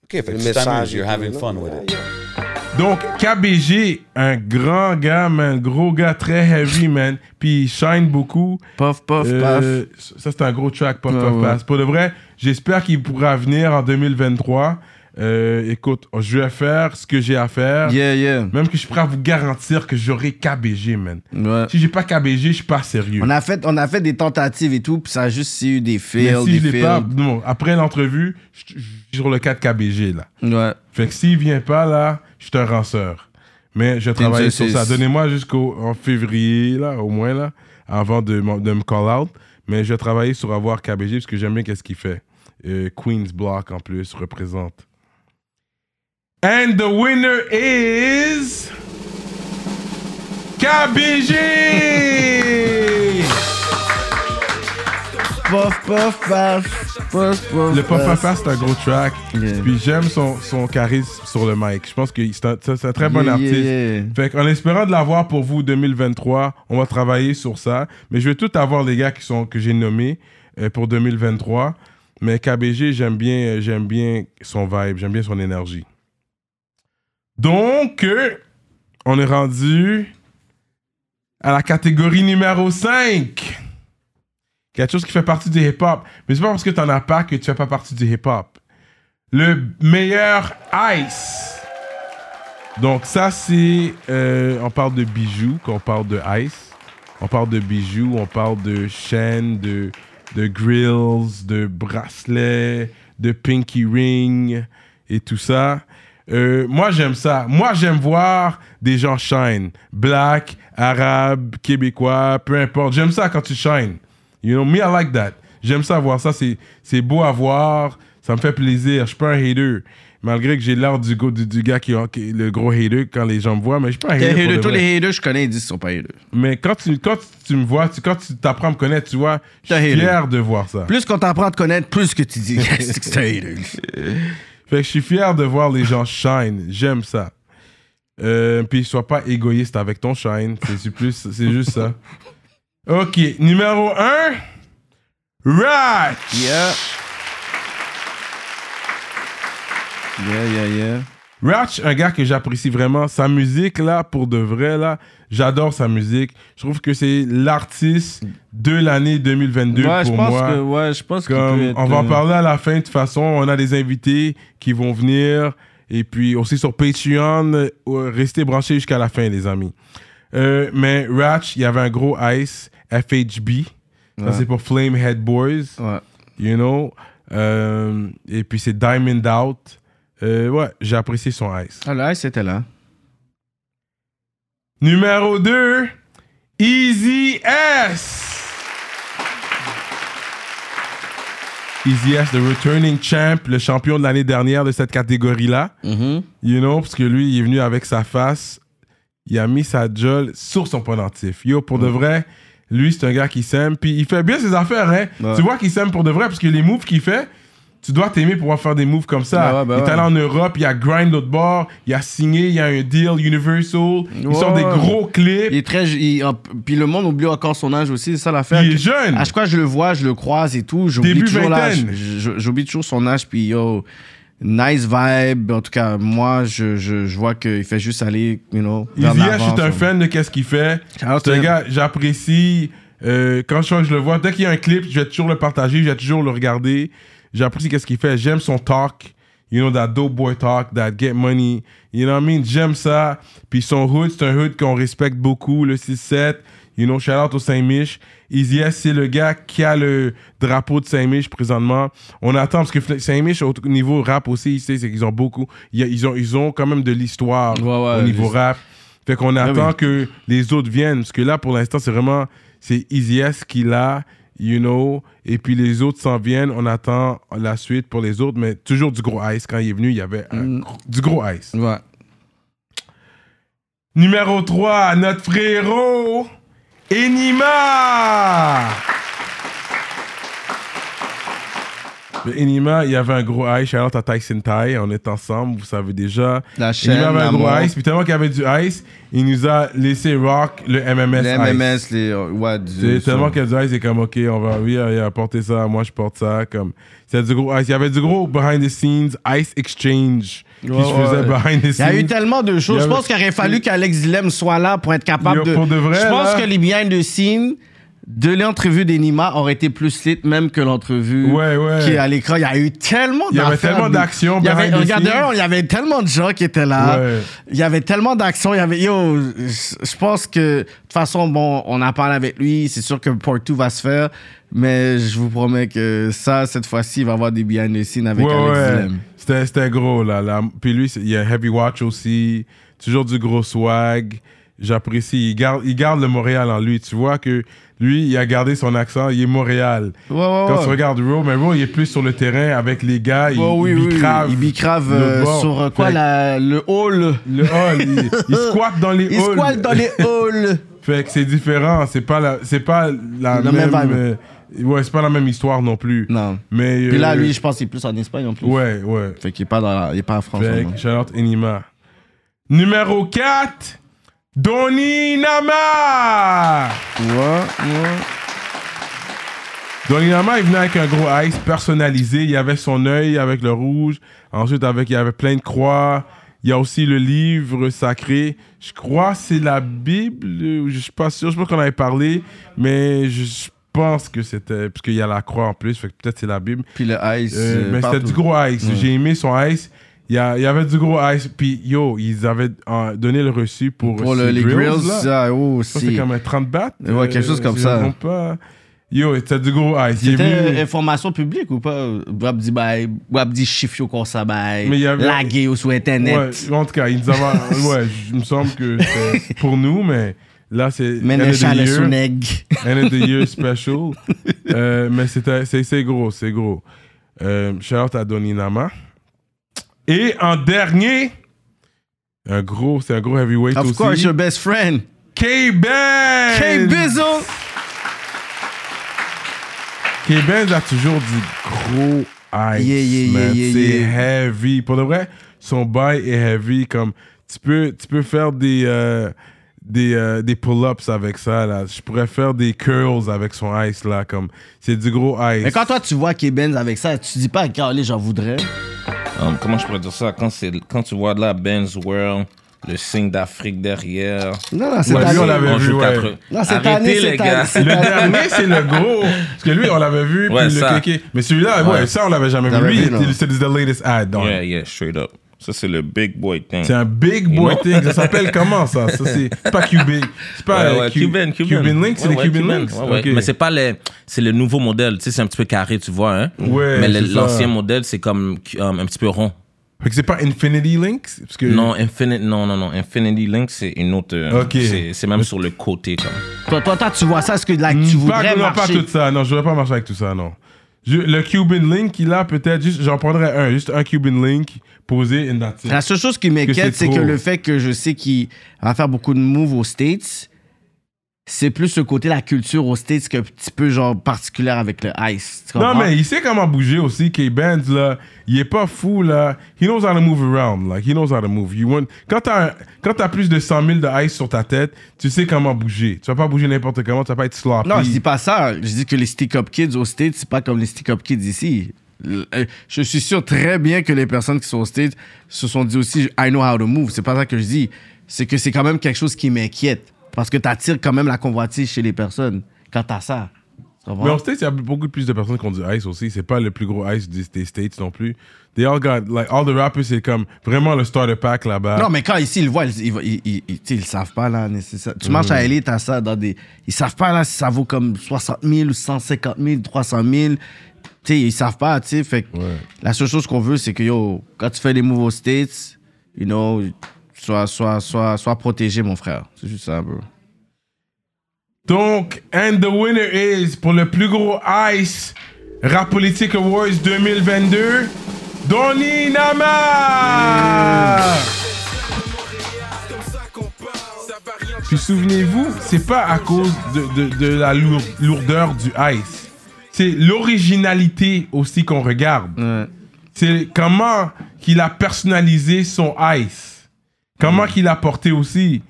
S7: Ok, fait que
S8: le
S7: tu
S8: message
S7: t'amuses,
S8: et
S7: you're
S8: tout,
S7: having
S8: là.
S7: fun with it.
S1: Donc, KBG, un grand gars, man, gros gars, très heavy, man. Puis il shine beaucoup.
S2: Puff, puff,
S1: puff. Ça, c'est un gros track, puff,
S2: Ouais,
S1: puff,
S2: ouais.
S1: puff. Pour de vrai, j'espère qu'il pourra venir en 2023. Euh, écoute, je vais faire ce que j'ai à faire.
S2: Yeah, yeah.
S1: Même que je suis prêt à vous garantir que j'aurai KBG, man. Si j'ai pas KBG, je suis pas sérieux.
S2: On a, fait, on a fait des tentatives et tout, puis ça a juste eu des
S1: Mais
S2: fails,
S1: si je l'ai
S2: des fails.
S1: pas, non, après l'entrevue, je je- je suis sur le 4 KBG, là.
S2: Ouais.
S1: Fait que s'il vient pas, là, je suis un ranceur. Mais je
S2: T'es
S1: travaille
S2: une
S1: sur ça.
S2: saucisse.
S1: Donnez-moi jusqu'au en février, là, au moins, là, avant de, m'en- de me call out. Mais je vais travailler sur avoir KBG parce que j'aime bien qu'est-ce qu'il fait. Euh, Queen's Block, en plus, représente. And the winner is... KBG!
S2: Puff, puff, puff. Puff, puff,
S1: Le Pop
S2: puff.
S1: Papa, c'est un gros track. Puis j'aime son, son charisme sur le mic. Je pense que c'est un, c'est un très bon
S2: Yeah,
S1: artiste.
S2: yeah, yeah.
S1: Fait qu'en espérant de l'avoir pour vous 2023, on va travailler sur ça. Mais je vais tout avoir les gars qui sont, que j'ai nommés euh, pour 2023. Mais KBG, j'aime bien, euh, j'aime bien son vibe, j'aime bien son énergie. Donc, euh, on est rendu à la catégorie numéro 5. Quelque chose qui fait partie du hip-hop. Mais c'est pas parce que t'en as pas que tu fais pas partie du hip-hop. Le meilleur ice. Donc ça, c'est... euh, on parle de bijoux, qu'on parle de ice. On parle de bijoux, on parle de chaînes, de, de grills, de bracelets, de pinky ring et tout ça. Euh, moi, j'aime ça. Moi, j'aime voir des gens shine. Black, arabe, québécois, peu importe. J'aime ça quand tu shine. You know, me, I like that. J'aime ça voir ça. C'est, c'est beau à voir. Ça me fait plaisir. Je suis pas un hater. Malgré que j'ai l'air du, go- du, du gars qui, qui est le gros hater quand les gens me voient, mais je suis pas un
S2: T'es
S1: hater. pour
S2: hater,
S1: de
S2: tous
S1: vrai.
S2: les haters, je connais, ils disent qu'ils sont pas haters.
S1: Mais quand tu, quand tu- tu me vois, tu- quand tu t'apprends à me connaître, tu vois, je
S2: T'es un
S1: suis
S2: hater.
S1: fier de voir ça.
S2: Plus qu'on t'apprend à te connaître, plus que tu dis yes, que t'es hater.
S1: Fait que je suis fier de voir les gens shine. J'aime ça. Euh, puis sois pas égoïste avec ton shine. C'est- C'est plus, c'est juste ça. Ok, numéro 1. Ratch.
S2: Yeah. Yeah, yeah, yeah.
S1: Ratch, un gars que j'apprécie vraiment. Sa musique, là, pour de vrai, là, j'adore sa musique. Je trouve que c'est l'artiste de l'année 2022
S2: Ouais, je
S1: pour
S2: pense
S1: moi.
S2: que- ouais, je pense qu'il
S1: Comme,
S2: peut être,
S1: On va en
S2: euh,
S1: parler à la fin, de toute façon. On a des invités qui vont venir. Et puis aussi sur Patreon, euh, restez branchés jusqu'à la fin, les amis. Euh, mais Ratch, il y avait un gros ice, FHB. Ça,
S2: Ouais.
S1: c'est pour Flamehead Boys. You know. Euh, et puis c'est Diamond Out. Euh, ouais, j'ai apprécié son ice.
S2: Ah, là, c'était là.
S1: Numéro 2, Easy S. Easy S, the returning champ, le champion de l'année dernière de cette catégorie-là.
S2: Mm-hmm.
S1: You know, parce que lui, il est venu avec sa face. Il a mis sa jolle sur son pendentif. Yo, pour
S2: Mm.
S1: de vrai, lui, c'est un gars qui s'aime. Puis il fait bien ses affaires, hein.
S2: Ouais.
S1: Tu vois qu'il s'aime pour de vrai, parce que les moves qu'il fait, tu dois t'aimer pour pouvoir faire des moves comme ça.
S2: Ouais, ouais, bah
S1: il est
S2: ouais.
S1: allé en Europe, il a grind l'autre bord, il a signé, il y a un deal Universal. Ils sortent des gros clips.
S2: Il est très, il- ah, puis le monde oublie encore son âge aussi, c'est ça l'affaire.
S1: Il est
S2: Que-
S1: jeune.
S2: À chaque fois que je le vois, je le croise et tout, j'oublie
S1: Début
S2: toujours l'âge.
S1: vingtaine.
S2: Je- je- J'oublie toujours son âge, puis yo, nice vibe. En tout cas, moi, je, je, je vois qu'il fait juste aller, you know, vers
S1: Easy Ash,
S2: l'avant,
S1: je suis un
S2: son-
S1: fan de qu'est-ce qu'il fait.
S2: Shout
S1: C'est un
S2: out.
S1: gars, j'apprécie. euh, quand je, je le vois, dès qu'il y a un clip, je vais toujours le partager, je vais toujours le regarder. J'apprécie qu'est-ce qu'il fait. J'aime son talk. You know, that dope boy talk, that get money. You know what I mean? J'aime ça. Puis son hood, c'est un hood qu'on respecte beaucoup, le 6-7. You know, shout out au Saint-Mich. Easy S, c'est le gars qui a le drapeau de Saint-Mich présentement. On attend parce que Saint-Mich, au niveau rap aussi, tu sais, c'est qu'ils ont beaucoup. il y a- Ils ont, ils ont quand même de l'histoire au niveau
S2: les-
S1: rap. Fait qu'on
S2: Ah
S1: attend
S2: oui.
S1: que les autres viennent. Parce que là, pour l'instant, c'est vraiment. C'est Easy S qui l'a, you know. Et puis les autres s'en viennent. On attend la suite pour
S2: Mm.
S1: les autres. Mais toujours du gros ice. Quand il est venu, il y avait un gros- du gros ice.
S2: Ouais.
S1: Numéro 3, notre frérot, Enima. Le Enima, il avait un gros ice. Alors, t'as Tyson Thai, on est ensemble, vous savez déjà.
S2: La chaîne,
S1: Enima avait un
S2: l'amour.
S1: gros ice, puis tellement qu'il avait du ice, il nous a laissé rock le MMS
S2: Les
S1: ice.
S2: MMS, les. Ouais, du.
S1: C'est tellement qu'il y a du ice, c'est comme, ok, on va, oui, euh, porter ça, moi je porte ça. Comme, c'est du gros ice. Il y avait du gros behind the scenes, ice exchange, qui
S2: Ouais,
S1: se faisait
S2: ouais.
S1: behind the
S2: Il y
S1: scenes.
S2: a eu tellement de
S1: Il y
S2: choses. Je pense
S1: avait-
S2: qu'il aurait fallu qu'Alex Dilem soit là pour être capable
S1: Yo,
S2: de.
S1: pour de vrai,
S2: Je pense
S1: là.
S2: que les behind the scenes de l'entrevue d'Enima aurait été plus lit même que l'entrevue
S1: Ouais, ouais.
S2: qui est à l'écran. Il y a eu tellement
S1: Il y avait
S2: d'affaires.
S1: tellement d'action
S2: Il y avait,
S1: behind the
S2: regardez,
S1: scenes.
S2: un, il y avait tellement de gens qui étaient là.
S1: Ouais.
S2: Il y avait tellement d'actions. Il y avait. Yo, je je pense que. De toute façon, bon, on en parle avec lui. C'est sûr que Part 2 va se faire. Mais je vous promets que ça, cette fois-ci, il va y avoir des behind the scenes avec
S1: Ouais,
S2: Alex
S1: ouais.
S2: Dilem.
S1: C'était, c'était gros, là, là. Puis lui, c'est- il y a Heavy Watch aussi. Toujours du gros swag. J'apprécie. Il garde, il garde le Montréal en lui. Tu vois que lui, il a gardé son accent. Il est Montréal.
S2: Ouais, ouais,
S1: Quand
S2: ouais.
S1: tu regardes Raw, mais Raw, il est plus sur le terrain avec les gars. Ah, Il,
S2: Ouais, Oh, oui,
S1: il
S2: oui,
S1: bicrave.
S2: il bicrave,
S1: le
S2: euh,
S1: bord.
S2: sur, euh, quoi,
S1: Fait que-
S2: la- le hall.
S1: Le hall. il, il squatte dans les
S2: Il
S1: halls.
S2: squatte dans les halls.
S1: Fait que c'est différent. C'est pas la, c'est pas la
S2: La
S1: même.
S2: même vibe.
S1: euh, ouais, c'est pas la même histoire non plus.
S2: Non.
S1: Mais.
S2: Puis là,
S1: euh,
S2: lui, je pense qu'il est plus en Espagne en plus.
S1: Ouais, ouais.
S2: Fait qu'il est pas, dans la- il est pas en France. hein.
S1: Fait
S2: non.
S1: que shout out Enima. Numéro 4, Donny Nama. Donny Nama, il venait avec un gros ice personnalisé. Il avait son œil avec le rouge. Ensuite, avec, il y avait plein de croix. Il y a aussi le livre sacré. Je crois que c'est la Bible. euh, Je suis pas sûr. Je pense qu'on avait parlé. Mais je pense que c'était. Parce qu'il y a la croix en plus. Fait que peut-être c'est la Bible.
S2: Puis le ice.
S1: Euh,
S2: euh,
S1: mais c'était
S2: partout.
S1: du gros ice.
S2: Ouais.
S1: J'ai aimé son ice. Il y, a- il y avait du gros ice. Puis, yo, ils avaient euh, donné le reçu pour,
S2: Pour le-
S1: ces
S2: les grills,
S1: là.
S2: ça, oh,
S1: Je pense
S2: si.
S1: que C'était comme un 30 bahts.
S2: Ouais, quelque chose comme
S1: si
S2: ça.
S1: je me trompe pas. Yo, c'était du gros ice. Il est
S2: C'était euh,
S1: venu-
S2: information publique ou bah, pas Wabdi Bay, Wabdi Chifio Korsabay,
S1: Mais il y avait-
S2: bah, lagué ou sur Internet.
S1: Ouais, en tout cas, ils nous avaient- ouais, je- il me semble que c'était pour nous, mais là, c'est.
S2: Mais
S1: end
S2: le
S1: of the
S2: chat, le
S1: year.
S2: souneg.
S1: End of the year special. Euh, mais c'était- c'est c'est gros, c'est gros. Euh, shout out à Donny Nama. Et en dernier, un gros, c'est un gros heavyweight
S2: Of
S1: aussi.
S2: course, your best friend.
S1: K-Benz!
S2: K-Bizzle!
S1: K-Benz a toujours du gros ice,
S2: Yeah, yeah,
S1: man.
S2: yeah, yeah,
S1: c'est
S2: yeah.
S1: heavy. Pour de vrai, son bail est heavy. Comme, tu peux, tu peux faire des, euh, des, euh, des pull-ups avec ça, là. Je pourrais faire des curls avec son ice, là. Comme, c'est du gros ice.
S2: Mais quand toi, tu vois K-Benz avec ça, tu dis pas, Carly, j'en voudrais.
S16: Um, comment je pourrais dire ça? Quand, c'est- quand tu vois de la Benz World, le signe d'Afrique derrière.
S2: Non, non, cette Ouais, lui, année. on l'avait
S16: On
S2: vu,
S16: joue
S2: ouais.
S16: quatre-
S2: Non, cette
S16: Arrêtez,
S2: année,
S16: les
S2: cette
S16: gars.
S2: année, cette
S1: Le dernier, c'est le gros. Parce que lui, on l'avait vu,
S16: Ouais,
S1: puis le
S16: ça.
S1: kéké. Mais celui-là, ouais. ça, on l'avait jamais
S16: T'avais
S1: vu. Lui,
S16: vu,
S1: il
S16: non?
S1: était- c'est the latest ad. donc.
S16: Yeah, yeah, straight up. Ça, c'est le big boy thing.
S1: C'est un big boy
S16: You know?
S1: thing. Ça s'appelle comment ça? Ça c'est c'est pas Cuban. C'est pas
S16: Ouais,
S1: euh,
S16: ouais,
S1: Cu-
S16: Cuban, Cuban.
S1: Link, c'est
S16: Ouais,
S1: les
S16: ouais,
S1: Cuban,
S16: Cuban,
S1: Links.
S16: ouais, ouais.
S1: Ok.
S16: Mais c'est pas les, c'est le nouveau modèle. Tu sais, c'est un petit peu carré, tu vois. Hein?
S1: Ouais,
S16: Mais
S1: c'est
S16: le-
S1: ça.
S16: l'ancien modèle, c'est comme um, un petit peu rond.
S1: Fait que c'est pas Infinity Links? Parce que...
S16: Non, Infinite, non, non, non. Infinity Link, c'est une autre. euh,
S1: Ok.
S16: C'est, c'est même sur le côté, comme.
S2: Toi, toi, toi, tu vois ça, ce que là, tu
S1: Pas,
S2: voudrais
S1: non, pas
S2: marcher.
S1: tout ça. Non, je voudrais pas marcher avec tout ça, non. Je- le Cuban Link qu'il a, peut-être, juste, j'en prendrais un. Juste un Cuban Link posé in that
S2: La seule chose qui m'inquiète, c'est que le fait que je sais qu'il va faire beaucoup de moves aux States, c'est plus ce côté la culture aux States qui est un petit peu genre particulière avec le ice. tu
S1: Non,
S2: comprends?
S1: mais il sait comment bouger aussi, K-Benz, là. Il est pas fou, là. He knows how to move around. Like, he knows how to move. You want... Quand t'as un- quand t'as plus de 100 000 de ice sur ta tête, tu sais comment bouger. Tu vas pas bouger n'importe comment, tu vas pas être sloppy.
S2: Non, je dis pas ça. Je dis que les stick-up kids aux States, c'est pas comme les stick-up kids ici. Le- euh, Je suis sûr très bien que les personnes qui sont aux States se sont dit aussi I know how to move. C'est pas ça que je dis. C'est que c'est quand même quelque chose qui m'inquiète. Parce que t'attires quand même la convoitise chez les personnes quand t'as ça. Tu comprends?
S1: Mais aux States, il y a beaucoup plus de personnes qui ont du ice aussi. C'est pas le plus gros ice des, des States non plus. They all got, like, all the rappers, c'est comme vraiment le starter pack là-bas.
S2: Non, mais quand ici, ils le voient, ils, ils, ils- ils- ils- tu sais, ils le savent pas, là, nécessaire- Tu marches à
S1: Mhm.
S2: LA, t'as ça dans des... Ils savent pas, là, si ça vaut comme 60 000 ou 150 000, 300 000. Tu sais, ils savent pas, tu sais. Fait que la seule chose qu'on veut, c'est que, yo, quand tu fais les moves aux States, you know, sois, sois, sois, sois protégé, mon frère. C'est juste ça, bro.
S1: Donc, and the winner is, pour le plus gros ice, Rap Politique Awards 2022, Donny Nama! Puis souvenez-vous, c'est pas à cause de, de- de la lour- lourdeur du ice. C'est l'originalité aussi qu'on regarde. C'est comment qu'il a personnalisé son ice. Comment qu'il a porté aussi.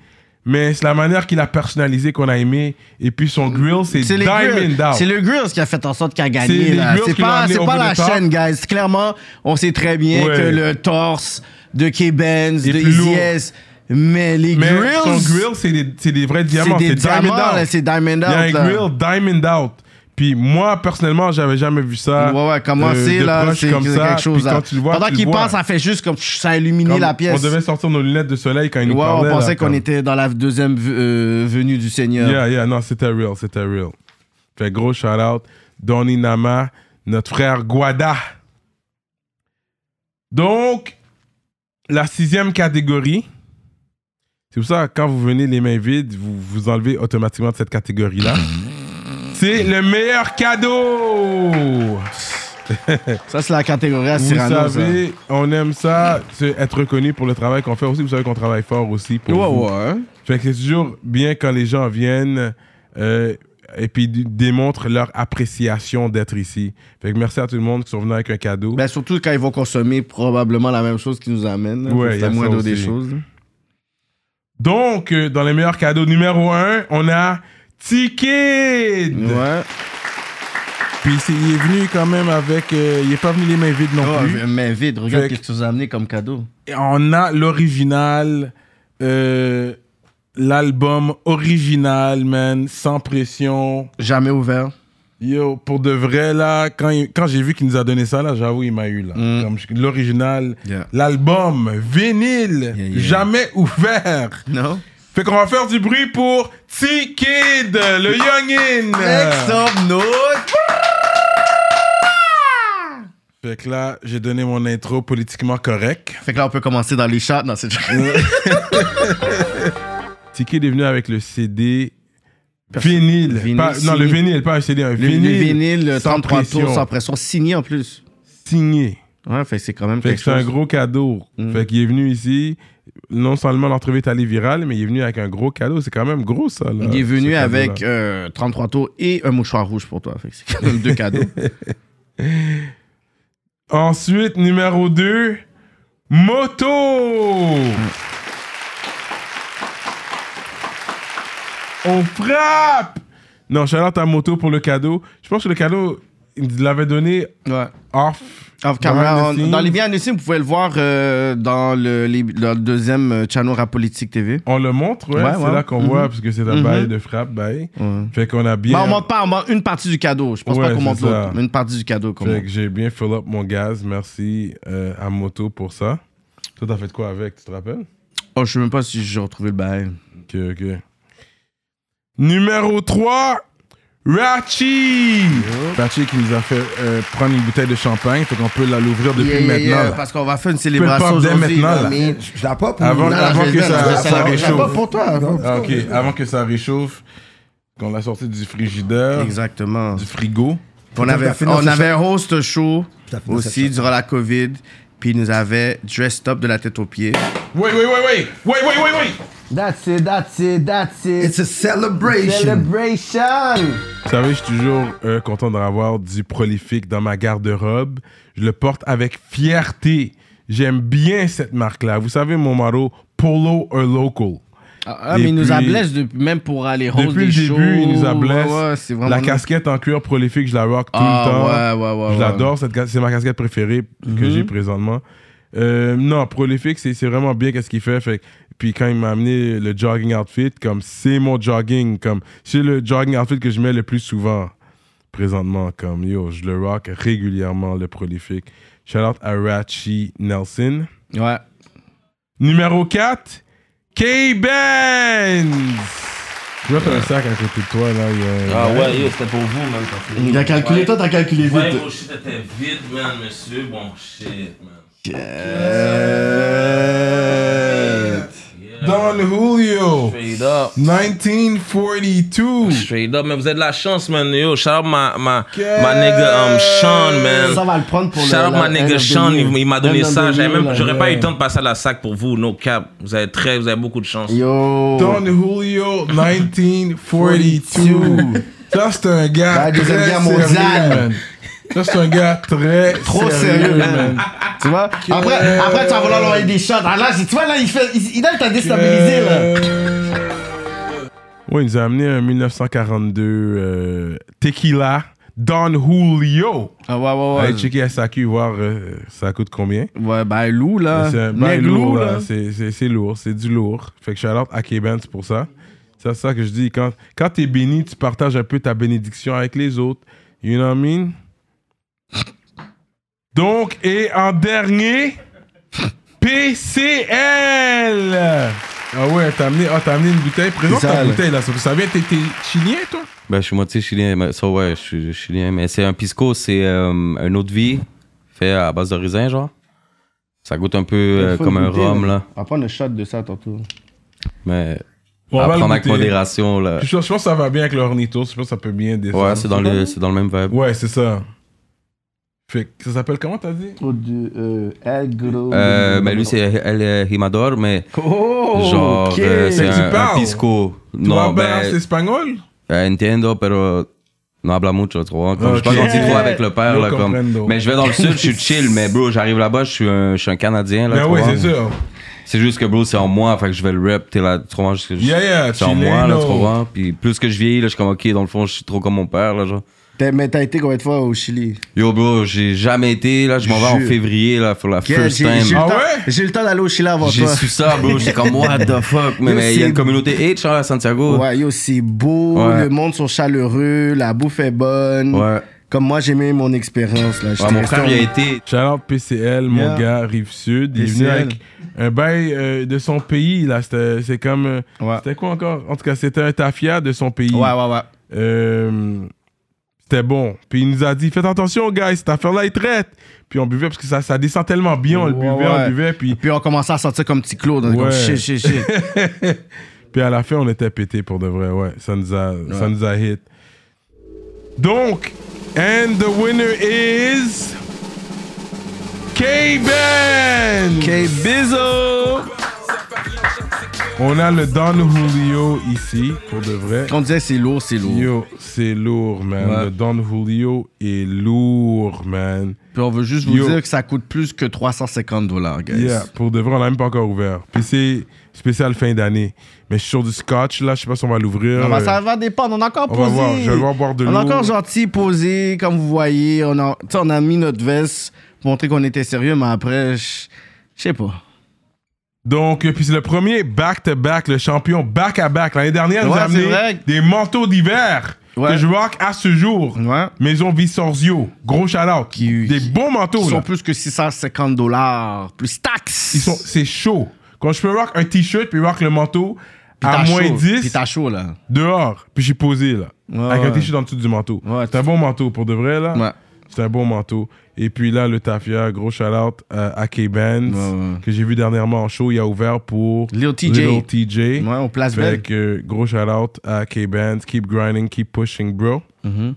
S1: Mais c'est la manière qu'il a personnalisé qu'on a aimé. Et puis son grill, c'est
S2: C'est les
S1: diamond
S2: grills.
S1: down.
S2: C'est le grills qui a fait en sorte qu'il a
S1: C'est
S2: gagné.
S1: les
S2: là.
S1: grills
S2: C'est
S1: qui l'ont
S2: pas,
S1: amené
S2: c'est
S1: over
S2: pas la
S1: the top.
S2: chaîne, guys. Clairement, on sait très bien
S1: Ouais.
S2: que le torse de K-Benz, de
S1: plus lourd.
S2: ECS, mais les
S1: Mais
S2: grills.
S1: son grill, c'est des, c'est des vrais diamants.
S2: des
S1: C'est
S2: diamants,
S1: diamond
S2: là,
S1: out.
S2: c'est diamond
S1: Il y a
S2: out,
S1: un
S2: là.
S1: grill diamond out. Puis moi, personnellement, j'avais jamais vu ça.
S2: Ouais, ouais, comment
S1: euh,
S2: c'est
S1: de
S2: là?
S1: proche
S2: C'est
S1: comme
S2: c'est
S1: ça.
S2: quelque chose
S1: Puis
S2: là.
S1: quand tu le vois,
S2: Pendant
S1: tu le
S2: qu'il
S1: vois.
S2: passe, ça fait juste comme ça a illuminé
S1: Comme
S2: la pièce.
S1: On devait sortir nos lunettes de soleil quand il nous
S2: Ouais,
S1: parlait.
S2: on
S1: là,
S2: pensait qu'on
S1: comme-
S2: était dans la deuxième euh, venue du Seigneur.
S1: Yeah, yeah, non, c'était real, c'était real. Fait gros shout out, Donny Nama, notre frère Guada. Donc, la sixième catégorie, c'est pour ça, quand vous venez les mains vides, vous vous enlevez automatiquement de cette catégorie-là. C'est le meilleur cadeau!
S2: Ça, c'est la catégorie à
S1: Vous
S2: Ah, Cyrano. ça.
S1: savez, on aime ça, c'est être reconnu pour le travail qu'on fait aussi. Vous savez qu'on travaille fort aussi pour
S2: Ouais,
S1: vous.
S2: ouais. hein.
S1: Fait que c'est toujours bien quand les gens viennent euh, et puis d- démontrent leur appréciation d'être ici. Fait que merci à tout le monde qui sont venus avec un cadeau.
S2: Ben, surtout quand ils vont consommer probablement la même chose qui nous amène.
S1: Ouais,
S2: Ouais,
S1: y a
S2: c'est moins
S1: ça
S2: d'eau des
S1: aussi.
S2: choses. hein. là.
S1: Donc, euh, dans les meilleurs cadeaux, numéro un, on a Ticket.
S2: Ouais.
S1: Puis c'est- il est venu quand même avec... euh, il est pas venu les mains vides non plus.
S2: Ouais, mais vide, Ah, regarde
S1: Fait
S2: ce que tu nous as amené comme cadeau.
S1: Et on a l'original, euh, l'album original, man, sans pression.
S2: Jamais ouvert.
S1: Yo, pour de vrai, là, quand, il- quand j'ai vu qu'il nous a donné ça, là, j'avoue, il m'a eu, là.
S2: Mm.
S1: Comme je- l'original, l'album, vinyle, jamais ouvert.
S2: Non.
S1: Fait qu'on va faire du bruit pour T-Kid, le Youngin.
S2: Next up, no.
S1: Fait que là, j'ai donné mon intro politiquement correct.
S2: Fait que là, on peut commencer dans les chats. Non, c'est
S1: Tiki est venu avec le CD vinyle. Pas- non, le
S2: signé.
S1: vinyle, pas un CD, un
S2: Le
S1: vinyle.
S2: le vinyle, euh,
S1: sans
S2: 33 tours
S1: pression.
S2: sans pression, signé en plus.
S1: Signé.
S2: Ouais, fait que c'est quand même
S1: Fait que
S2: quelque
S1: c'est
S2: chose. Mm.
S1: un gros cadeau. Fait qu'il est venu ici. Non seulement l'entrevue est allée virale, mais il est venu avec un gros cadeau. C'est quand même gros, ça. là,
S2: Il est
S1: ce
S2: venu
S1: cadeau-là.
S2: avec euh, 33 tours et un mouchoir rouge pour toi. Fait que c'est quand même deux cadeaux.
S1: Ensuite, numéro 2, moto. On frappe. Non, Charlotte ta moto pour le cadeau. Je pense que le cadeau, il nous l'avait donné off.
S2: Off Camera, on- dans les biens annoncés, vous pouvez le voir euh, dans, le, les- dans le deuxième euh, channel Rap Politique TV.
S1: On le montre, ouais, c'est là qu'on voit, parce que c'est un bail de frappe, bail. Fait qu'on a bien.
S2: Mm-hmm. Bah, Mhm. Ben, on monte pas, on monte une partie du cadeau. Je pense
S1: Ouais,
S2: pas qu'on monte
S1: c'est ça.
S2: l'autre, mais une partie du cadeau. qu'on
S1: Fait
S2: monte.
S1: que j'ai bien fill up mon gaz. Merci euh, à Moto pour ça. Toi, t'as fait quoi avec, tu te rappelles?
S2: Oh, je sais même pas si j'ai retrouvé le bail.
S1: Ok, ok. Numéro 3, Rachi. Rachi qui nous a fait euh, prendre une bouteille de champagne, fait qu'on peut la l'ouvrir depuis
S2: Yeah, yeah,
S1: maintenant.
S2: yeah,
S1: là.
S2: parce qu'on va faire une
S1: Tu peux le pop
S2: célébration
S1: dès
S2: aujourd'hui.
S1: maintenant, là.
S2: mais-
S1: Je la pop ou- Avant-
S2: Non,
S1: avant
S2: je-
S1: que
S2: non,
S1: ça-
S2: je vais
S1: ça
S2: célébrer.
S1: réchauffe.
S2: Pas pour toi. avant.
S1: Ah, ok, avant que ça réchauffe, qu'on l'a sorti du frigideur.
S2: Exactement.
S1: Du frigo.
S2: On avait, on avait un host show
S1: dans cette
S2: aussi durant la COVID, puis il nous avait dressed up de la tête aux pieds.
S1: Wait, wait, wait, wait. Wait, wait, wait, wait.
S2: That's it, that's it, that's it.
S18: It's a celebration.
S2: Celebration.
S1: Vous savez, je suis toujours euh, content d'en avoir du prolifique dans ma garde-robe. Je le porte avec fierté. J'aime bien cette marque-là. Vous savez, mon maro, Polo or Local.
S2: Ah, ah, mais
S1: Et
S2: il nous
S1: puis-
S2: a blessé depuis- même pour aller host
S1: Depuis le
S2: des shows.
S1: début, il nous a blessé.
S2: Ouais, ouais, c'est vraiment
S1: la casquette en cuir prolifique, je la rock tout
S2: Ah,
S1: le temps.
S2: ouais, ouais, ouais,
S1: je
S2: ouais.
S1: l'adore, cette cas- c'est ma casquette préférée que
S2: Mhm.
S1: j'ai présentement. Euh, non, prolifique, c'est c'est vraiment bien qu'est-ce qu'il fait. fait que- puis quand il m'a amené le jogging outfit, comme c'est mon jogging, comme c'est le jogging outfit que je mets le plus souvent présentement, comme yo, je le rock régulièrement le prolifique. Shout out à Rachi Nelson.
S2: Ouais.
S1: Numéro 4, K-Benz. Tu vois, t'as un sac à côté de toi, là. il y a-
S16: Ah ouais, yo, c'était pour vous, man.
S1: Il a calculé, toi, t'as calculé vite.
S16: Ouais, mon shit était vite, man, monsieur. Bon shit, man.
S1: Euh, Don Julio.
S16: Straight up.
S1: 1942.
S16: Straight up, mais vous avez de la chance, man. Yo, shout out ma, ma, ma nigga um, Sean, man.
S2: Ça va le prendre pour le-
S16: Shout out
S2: la-
S16: ma
S2: end
S16: nigga
S2: of the
S16: Sean,
S2: year.
S16: il, il m'a donné
S2: End of
S16: ça.
S2: the
S16: J'avais
S2: year,
S16: même-
S2: là,
S16: J'aurais pas eu le
S2: ouais.
S16: temps de passer à la sac pour vous, no cap. Vous avez très, vous avez beaucoup de chance.
S2: Yo.
S1: Don Julio 1942. Ça, c'est un
S2: La
S1: gars très
S2: Deuxième Guerre
S1: sérieux,
S2: mondiale.
S1: man. Ça, c'est un gars très
S2: Trop sérieux, man. Tu vois? Après,
S1: Que-
S2: après, tu vas vouloir leur envoyer des shots. Ah, là, tu vois, là, il fait. Il, il a t'a déstabilisé, là.
S1: Ouais, il nous a amené un 1942 euh, Tequila Don Julio.
S2: Ah ouais, ouais, ouais.
S1: Allez checker à SAQ, voir euh, ça coûte combien.
S2: Ouais, ben, loup, là.
S1: C'est un
S2: Nègre
S1: bail
S2: loup,
S1: lourd,
S2: là.
S1: là. C'est- C'est c'est lourd, c'est du lourd. Fait que shout out à K-Benz pour ça. C'est ça que je dis. Quand, quand t'es béni, tu partages un peu ta bénédiction avec les autres. You know what I mean? Donc, et en dernier, PCL! Ah ouais, t'as amené, ah, t'as amené une bouteille. Présente
S19: C'est ça,
S1: ta
S19: là.
S1: bouteille, là. Ça, ça vient, t'es t'es chilien, toi?
S19: Ben, je suis moitié chilien. mais- Ça, ouais, je suis je suis chilien. Mais c'est un pisco, c'est euh, un eau de vie fait à base de raisin, genre. Ça goûte un peu euh,
S2: Faut
S19: comme un
S2: goûter,
S19: rhum,
S2: là.
S19: là.
S2: On va prendre le shot de ça tantôt.
S19: Mais
S1: Bon, on
S19: à
S1: va le
S19: prendre avec
S1: goûter.
S19: modération, là.
S1: Je, suis sûr- je pense que ça va bien avec le Hornito. Je pense que ça peut bien descendre.
S19: Ouais, c'est dans, le, c'est dans le même vibe.
S1: Ouais, c'est ça. Fait que ça s'appelle comment, t'as dit?
S19: Euh, mais lui, c'est El El Himador, mais
S1: Oh,
S19: genre,
S1: ok.
S19: euh,
S1: Fait
S19: c'est
S1: que tu
S19: un, un
S1: parles.
S19: pisco.
S1: Tu vas
S19: Non,
S1: bien, c'est
S19: ben,
S1: espagnol?
S19: euh, entiendo, pero no habla mucho, tu vois. Comme, Je suis
S1: Ok.
S19: pas gentil trop avec le père,
S1: Yo
S19: là,
S1: comprendo.
S19: comme. Mais je vais dans le sud, je suis chill, mais bro, j'arrive là-bas, je suis un, je suis un Canadien, là,
S1: Ben
S19: tu
S1: oui,
S19: vois.
S1: c'est sûr.
S19: C'est juste que, bro, c'est en moi, fait que je vais le rep, t'es là, tu vois, je- je-
S1: Yeah, yeah,
S19: c'est en moi, là,
S1: chileno.
S19: tu vois. Puis plus que je vieillis, là, je suis comme, ok, dans le fond, je suis trop comme mon père, là, genre.
S2: T'as- Mais t'as été combien de fois au Chili?
S19: Yo, bro, j'ai jamais été, là, je m'en vais en
S2: Jure.
S19: février, là, pour la
S2: Quel-
S19: first
S2: j'ai-
S19: time.
S1: Ah
S2: j'ai eu le temps- J'ai eu le temps d'aller au Chili avant
S19: J'ai
S2: toi.
S19: su ça, bro. J'étais comme, what the fuck, man.
S2: Yo,
S19: Mais il y a
S2: c'est-
S19: une communauté H hein, à Santiago.
S2: Ouais, yo, c'est beau,
S19: Ouais.
S2: le monde sont chaleureux, la bouffe est bonne.
S19: Ouais.
S2: Comme moi, j'ai aimé mon expérience, là. J'étais resté en-
S1: Shout-out PCL, mon
S2: Yeah.
S1: gars, Rive-Sud. Il est venu
S2: PCL.
S1: avec un bail euh, de son pays, là. C'était- C'est comme. euh, C'était quoi encore En tout cas, c'était un tafia de son pays. Ouais,
S2: ouais, ouais.
S1: c'était bon. Puis il nous a dit faites attention, guys, cette affaire-là est traite. Puis on buvait parce que ça, ça descend tellement bien, on le
S2: Ouais,
S1: buvait, on
S2: ouais.
S1: le buvait. Puis,
S2: puis on commençait à sentir comme petit Claude. on est comme, shit, shit, shit.
S1: Puis à la fin, on était pété pour de vrai, ouais. Ça nous a, ça nous a hit. Donc, and the winner is. K-Ben! K-Bizzo! On a le Don Julio ici, pour de vrai.
S2: On disait c'est lourd, c'est lourd.
S1: Yo, c'est lourd, man.
S2: Ouais.
S1: Le Don Julio est lourd, man.
S2: Puis on veut juste vous
S1: Yo.
S2: dire que ça coûte plus que 350 dollars, guys.
S1: Yeah, pour de vrai, on l'a même pas encore ouvert. Puis c'est spécial fin d'année. Mais je suis sur du scotch, là. Je sais pas si on va l'ouvrir.
S2: Non, mais
S1: Euh,
S2: ça va dépendre. On a encore
S1: On va
S2: posé.
S1: voir, je vais le voir boire de
S2: On
S1: l'eau.
S2: a encore gentil posé, comme vous voyez. On a, tu sais, on a mis notre veste pour montrer qu'on était sérieux, mais après, je je sais pas.
S1: Donc, euh, puis c'est le premier back-to-back, le champion back-à-back. L'année dernière, il nous
S2: Ouais,
S1: a
S2: c'est
S1: amené
S2: vrai.
S1: des manteaux d'hiver
S2: Ouais.
S1: que je rock à ce jour. Maison Visorzio, gros shout-out. des bons manteaux.
S2: Ils
S1: là.
S2: sont plus que 650 dollars, plus taxes. Ils sont,
S1: c'est chaud. Quand je peux rock un t-shirt puis rock le manteau
S2: Puis
S1: à
S2: t'as
S1: moins
S2: chaud,
S1: 10.
S2: puis t'as chaud, là.
S1: Dehors. Puis j'ai posé, là.
S2: Ouais,
S1: avec un
S2: ouais.
S1: t-shirt en dessous du manteau. c'est un bon manteau, pour de vrai, là. C'est un bon manteau. Et puis là, le Tafia, gros shout-out euh, à K-Benz, que j'ai vu dernièrement en show. Il a ouvert pour
S2: Lil TJ.
S1: Lil TJ.
S2: Ouais, on place
S1: Fait
S2: belle.
S1: que, gros shout-out à K-Benz. Keep grinding, keep pushing, bro.
S2: Mm-hmm.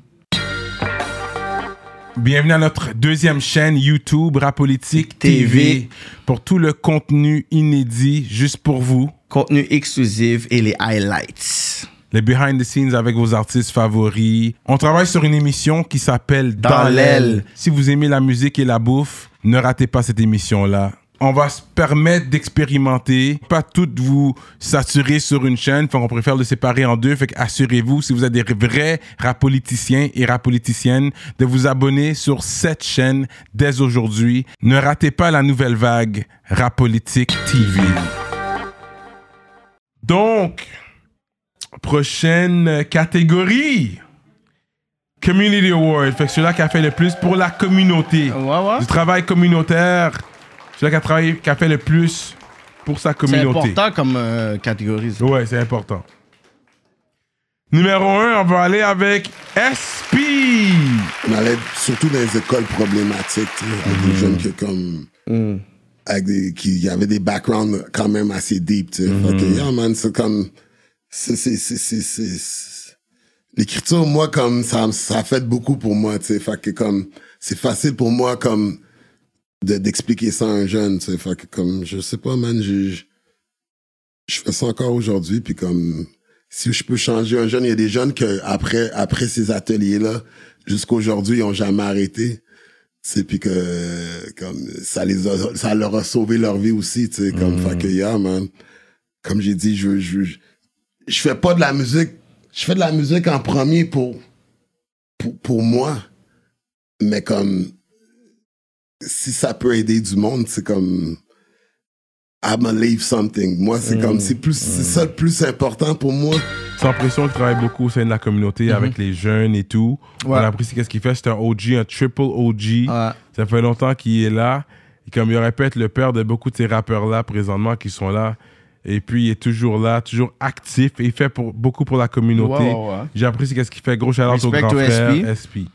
S1: Bienvenue à notre deuxième chaîne YouTube, Rapolitique TV, pour tout le contenu inédit, juste pour vous.
S2: Contenu exclusif et les highlights.
S1: Les behind the scenes avec vos artistes favoris. On travaille sur une émission qui s'appelle Dans,
S2: Dans l'aile.
S1: l'aile. Si vous aimez la musique et la bouffe, ne ratez pas cette émission-là. On va se permettre d'expérimenter, pas toutes vous saturer sur une chaîne. Fait qu'on préfère le séparer en deux. Fait qu'assurez-vous, si vous êtes des vrais rapoliticiens et rapoliticiennes, de vous abonner sur cette chaîne dès aujourd'hui. Ne ratez pas la nouvelle vague Rapolitique TV. Donc, prochaine catégorie. Community Award. Fait que celui-là qui a fait le plus pour la communauté. Du travail communautaire. Celui-là qui a, travaillé- qui a fait le plus pour sa
S2: C'est
S1: communauté.
S2: important comme euh, catégorie. ça.
S1: Ouais, c'est important. Numéro 1, on va aller avec SP.
S20: On allait surtout dans les écoles problématiques, tu sais, avec des jeunes que comme. avec des, qui y avait des backgrounds quand même assez deep, tu sais. Fait que, yeah, man, c'est comme, c'est, c'est, c'est, c'est, c'est- c'est- l'écriture, moi, comme, ça, me- ça a fait beaucoup pour moi, tu sais. Fait que, comme, c'est facile pour moi, comme, de- d'expliquer ça à un jeune, tu sais. Fait que, comme, je sais pas, man, je, je- je fais ça encore aujourd'hui, puis comme si je peux changer un jeune, il y a des jeunes que après après ces ateliers là jusqu'aujourd'hui ils ont jamais arrêté, c'est puis que comme ça les a- ça leur a sauvé leur vie aussi, tu sais comme fait que, yeah, man. Comme j'ai dit, je je je- je fais pas de la musique, je fais de la musique en premier pour pour, pour moi, mais comme si ça peut aider du monde, c'est comme I'm gonna leave something. Moi, c'est comme c'est plus c'est ça le plus important pour moi.
S1: Sans pression, il travaille beaucoup au sein de la communauté
S2: Mhm.
S1: avec les jeunes et tout. On
S20: Ouais.
S1: apprécie qu'est-ce qu'il fait. C'est un OG, un triple OG. Ça fait longtemps qu'il est là. Et comme il aurait pu être le père de beaucoup de ces rappeurs-là présentement qui sont là. Et puis, il est toujours là, toujours actif. Et il fait pour, beaucoup pour la communauté.
S2: Ouais, ouais, ouais.
S1: J'apprécie qu'est-ce qu'il fait. Gros shout-out au
S2: Respect
S1: grand
S2: to
S1: frère,
S2: SP.
S1: SP.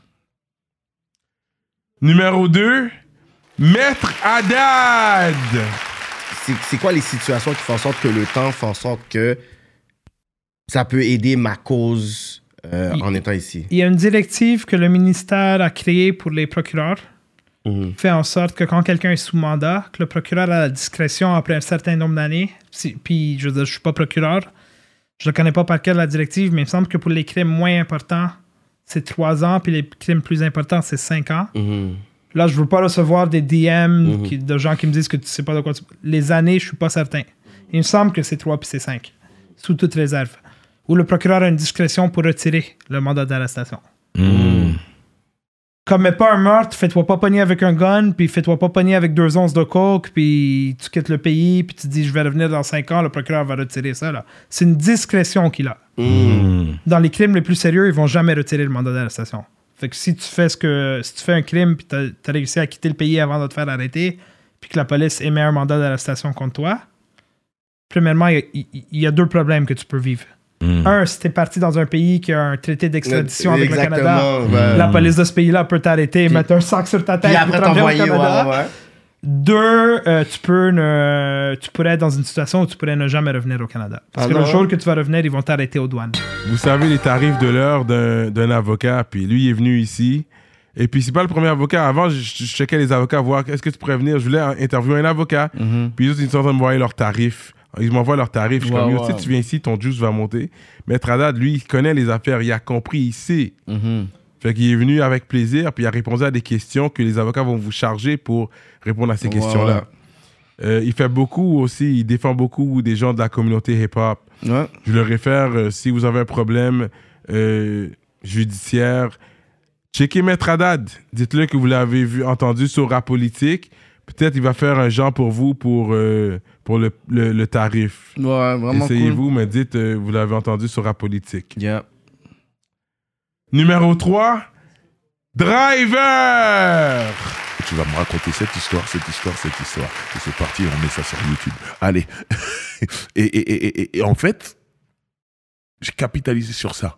S1: Numéro 2, Maître Haddad.
S2: C'est- C'est quoi les situations qui font en sorte que le temps fait en sorte que ça peut aider ma cause euh, en étant ici?
S21: Il y a une directive que le ministère a créée pour les procureurs. Fait en sorte que quand quelqu'un est sous mandat, que le procureur a la discrétion après un certain nombre d'années. Si- puis, je veux dire, je suis pas procureur. Je ne connais pas par cœur la directive, mais il me semble que pour les crimes moins importants, c'est trois ans, puis les crimes plus importants, c'est cinq ans. Là, je veux pas recevoir des DM qui- de gens qui me disent que tu sais pas de quoi tu... Les années, je suis pas certain. Il me semble que c'est 3 puis c'est 5, sous toute réserve. Où le procureur a une discrétion pour retirer le mandat d'arrestation. Comme pas un meurtre, fais-toi pas pogner avec un gun, puis fais-toi pas pogner avec deux onces de coke, puis tu quittes le pays, puis tu dis je vais revenir dans 5 ans, le procureur va retirer ça. là. C'est une discrétion qu'il a. Dans les crimes les plus sérieux, ils vont jamais retirer le mandat d'arrestation. Fait que si tu fais ce que si tu fais un crime puis t'as as réussi à quitter le pays avant de te faire arrêter, puis que la police émet un mandat d'arrestation contre toi, premièrement, il y a- il il- il y, a deux problèmes que tu peux vivre.
S22: Mm.
S21: Un, si t'es parti dans un pays qui a un traité d'extradition avec le
S2: Exactement,
S21: Canada,
S2: ouais.
S21: la police de ce pays-là peut t'arrêter, mettre un sac sur ta tête,
S2: Puis
S21: et
S2: après
S21: t'envoyer au
S2: t'envoyer,
S21: Canada.
S2: ouais, ouais.
S21: Deux, euh, tu, peux ne- tu pourrais être dans une situation où tu pourrais ne jamais revenir au Canada. Parce
S1: Ah
S21: que le
S1: non?
S21: jour que tu vas revenir, ils vont t'arrêter aux douanes.
S1: Vous savez les tarifs de l'heure d'un d'un avocat, puis lui il est venu ici. Et puis c'est pas le premier avocat. Avant, je, je checkais les avocats, voir est-ce que tu pourrais venir. Je voulais euh, interviewer un avocat. Puis eux, ils sont en train de m'envoyer leurs tarifs. Ils m'envoient leurs tarifs. Je suis
S5: Ouais,
S1: comme, Yo,
S5: ouais.
S1: tu sais, tu viens ici, ton juice va monter. Mais Haddad, lui, il connaît les affaires, il a compris, il sait.
S5: Mm-hmm.
S1: Fait qu'il est venu avec plaisir, puis il a répondu à des questions que les avocats vont vous charger pour répondre à ces
S5: Ouais,
S1: questions-là.
S5: ouais.
S1: Euh, il fait beaucoup aussi, il défend beaucoup des gens de la communauté hip-hop. Je le réfère, euh, si vous avez un problème euh, judiciaire, checkez Maître Haddad. Dites-le que vous l'avez vu, entendu sur Rap Politique. Peut-être il va faire un genre pour vous pour, euh, pour le, le- le tarif.
S2: Ouais, vraiment
S1: Essayez-vous, mais dites, euh, vous l'avez entendu sur Rap Politique. Numéro 3, Driver!
S23: Tu vas me raconter cette histoire, cette histoire, cette histoire. Et c'est parti, on met ça sur YouTube. Allez. et, et- et- et- et en fait, j'ai capitalisé sur ça.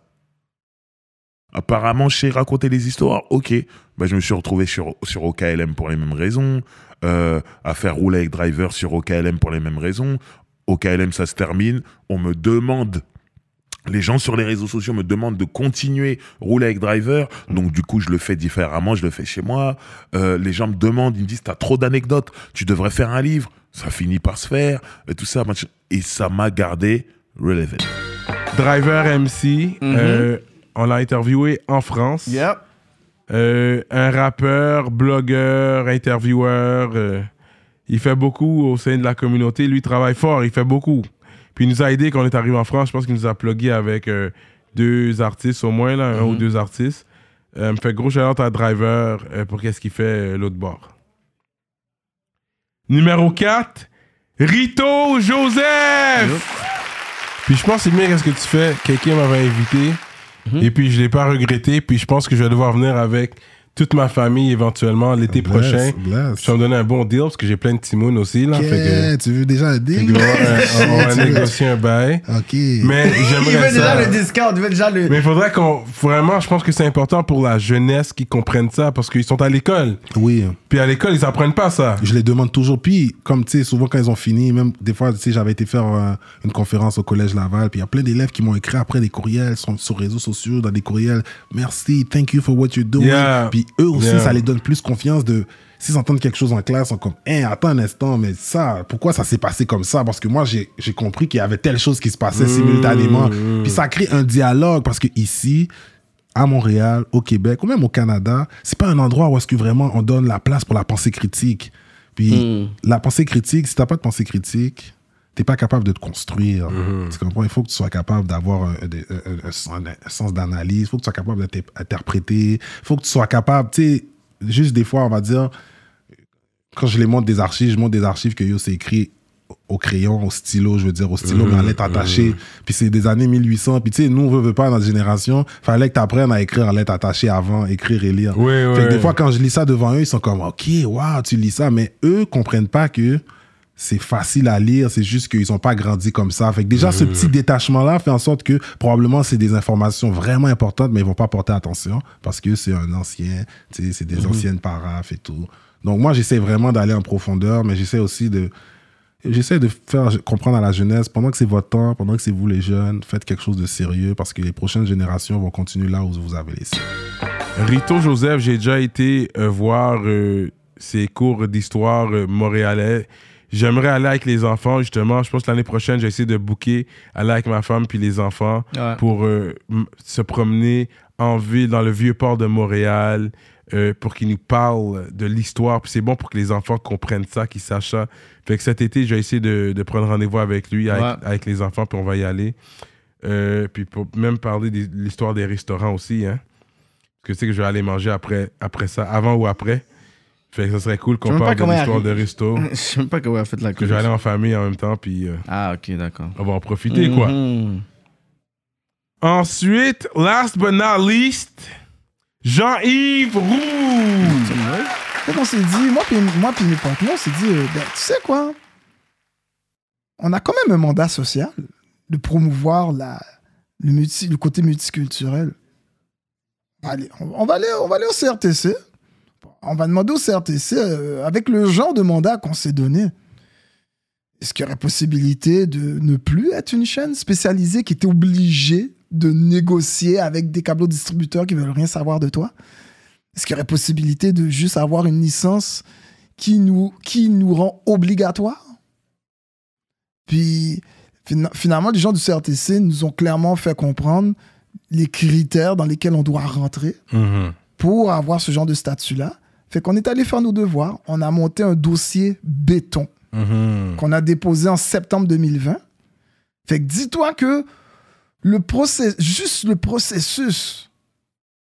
S23: Apparemment, je sais raconter les histoires. Ok. Bah, je me suis retrouvé sur, sur OKLM pour les mêmes raisons. euh, à faire rouler avec Driver sur OKLM pour les mêmes raisons. OKLM, ça se termine. On me demande les gens sur les réseaux sociaux me demandent de continuer rouler avec Driver,
S1: Mm.
S23: donc du coup je le fais différemment, je le fais chez moi. Euh, les gens me demandent, ils me disent t'as trop d'anecdotes, tu devrais faire un livre. Ça finit par se faire, et tout ça, machin. et ça m'a gardé relevant.
S1: Driver MC, euh, on l'a interviewé en France. Euh, un rappeur, blogueur, intervieweur. euh, il fait beaucoup au sein de la communauté. Lui, il travaille fort, il fait beaucoup. Puis il nous a aidé quand on est arrivé en France. Je pense qu'il nous a plugué avec euh, deux artistes au moins, là, un ou deux artistes. Euh, me fait gros shout à Driver euh, pour qu'est-ce qu'il fait euh, l'autre bord. Numéro 4, Rito Joseph. Puis je pense que c'est bien qu'est-ce que tu
S2: Mm-hmm.
S1: fais. Quelqu'un m'avait invité. Et puis je l'ai pas regretté. Puis je pense que je vais devoir venir avec toute ma famille éventuellement l'été
S23: Bless,
S1: prochain.
S23: bless.
S1: Tu vas me donner un bon deal parce que j'ai plein de timounes aussi. Là, fait que-
S23: Yeah, tu veux déjà un
S1: fait
S23: deal?
S1: que on va- on va
S23: Tu veux-
S1: négocier un bail.
S23: OK.
S1: Mais
S2: Il veut
S1: j'aimerais
S2: déjà
S1: ça.
S2: le discount, il veut déjà le.
S1: Mais il faudrait qu'on. Vraiment, je pense que c'est important pour la jeunesse qu'ils comprennent ça parce qu'ils sont à l'école.
S23: Oui.
S1: Puis à l'école, ils apprennent pas ça.
S23: Je les demande toujours. Puis, comme tu sais, souvent quand ils ont fini, même des fois, tu sais, j'avais été faire euh, une conférence au collège Laval, puis il y a plein d'élèves qui m'ont écrit après des courriels sur, sur réseaux sociaux, dans des courriels. Merci, thank you for what you're doing.
S1: Yeah.
S23: Puis eux aussi,
S1: Yeah.
S23: ça les donne plus confiance de. S'ils entendent quelque chose en classe, ils sont comme, Hein, attends un instant, mais ça, pourquoi ça s'est passé comme ça? Parce que moi, j'ai j'ai compris qu'il y avait telle chose qui se passait
S1: Mmh,
S23: simultanément.
S1: mmh.
S23: Puis ça crée un dialogue parce que ici, à Montréal, au Québec ou même au Canada, c'est pas un endroit où est-ce que vraiment on donne la place pour la pensée critique. Puis la pensée critique, si t'as pas de pensée critique, t'es pas capable de te construire. Tu comprends? Il faut que tu sois capable d'avoir un, un- un- un- un- un sens d'analyse, il faut que tu sois capable d'interpréter, il faut que tu sois capable, tu sais, juste des fois, on va dire, quand je les montre des archives, je montre des archives que yo, c'est écrit au crayon, au stylo, je veux dire, au stylo,
S1: Mhm,
S23: mais en lettres attachées.
S1: mhm.
S23: Puis c'est des années 1800. Puis tu sais, nous, on veut, veut pas, notre génération, fallait que tu apprennes à écrire en lettres attachées avant, écrire et lire.
S1: Oui,
S23: Fait que
S1: oui.
S23: des fois, quand je lis ça devant eux, ils sont comme, OK, waouh, tu lis ça. Mais eux comprennent pas que c'est facile à lire, c'est juste qu'ils ont pas grandi comme ça. Fait que déjà, ce
S1: Mhm.
S23: petit détachement-là fait en sorte que probablement c'est des informations vraiment importantes, mais ils vont pas porter attention parce que c'est un ancien, tu sais, c'est des
S1: Mhm.
S23: anciennes paraphes et tout. Donc moi, j'essaie vraiment d'aller en profondeur, mais j'essaie aussi de... J'essaie de faire comprendre à la jeunesse, pendant que c'est votre temps, pendant que c'est vous les jeunes, faites quelque chose de sérieux parce que les prochaines générations vont continuer là où vous avez laissé.
S1: Rito Joseph, j'ai déjà été euh, voir euh, ses cours d'histoire euh, montréalais. J'aimerais aller avec les enfants, justement. Je pense que l'année prochaine, j'ai essayé de booker, aller avec ma femme puis les enfants
S2: Ouais.
S1: pour euh, m- se promener en ville, dans le vieux port de Montréal, euh, pour qu'ils nous parlent de l'histoire. Puis c'est bon pour que les enfants comprennent ça, qu'ils sachent ça. Fait que cet été, j'ai essayé de, de prendre rendez-vous avec lui, avec,
S2: Ouais.
S1: avec les enfants, puis on va y aller. Euh, puis pour même parler de l'histoire des restaurants aussi, hein. Parce que tu sais que je vais aller manger après, après ça, avant ou après. Fait que ça serait cool
S2: Je
S1: qu'on
S2: sais même pas
S1: parle de
S2: comment elle
S1: l'histoire de
S2: arrive.
S1: resto.
S2: Je sais même pas comment elle a fait la
S1: Parce que je vais aller en famille en même temps, puis... euh,
S2: ah, ok, d'accord.
S1: On va en profiter, quoi.
S2: Mhm.
S1: Ensuite, last but not least, Jean-Yves Roux.
S6: Fait qu'on s'est dit, moi puis moi puis mes partenaires, on s'est dit, euh, ben, tu sais quoi, on a quand même un mandat social de promouvoir la, le, multi- le côté multiculturel. Allez, on, on va aller, on va aller au CRTC. On va demander au CRTC, euh, avec le genre de mandat qu'on s'est donné, est-ce qu'il y aurait possibilité de ne plus être une chaîne spécialisée qui était obligée de négocier avec des câbleaux distributeurs qui veulent rien savoir de toi Est-ce qu'il y aurait possibilité de juste avoir une licence qui nous, qui nous rend obligatoire Puis fina- finalement, les gens du CRTC nous ont clairement fait comprendre les critères dans lesquels on doit rentrer pour avoir ce genre de statut-là. Fait qu'on est allé faire nos devoirs. On a monté un dossier béton
S2: Mm.
S5: Mm-hmm.
S6: qu'on a déposé en septembre 2020. Fait que dis-toi que le process, juste le processus,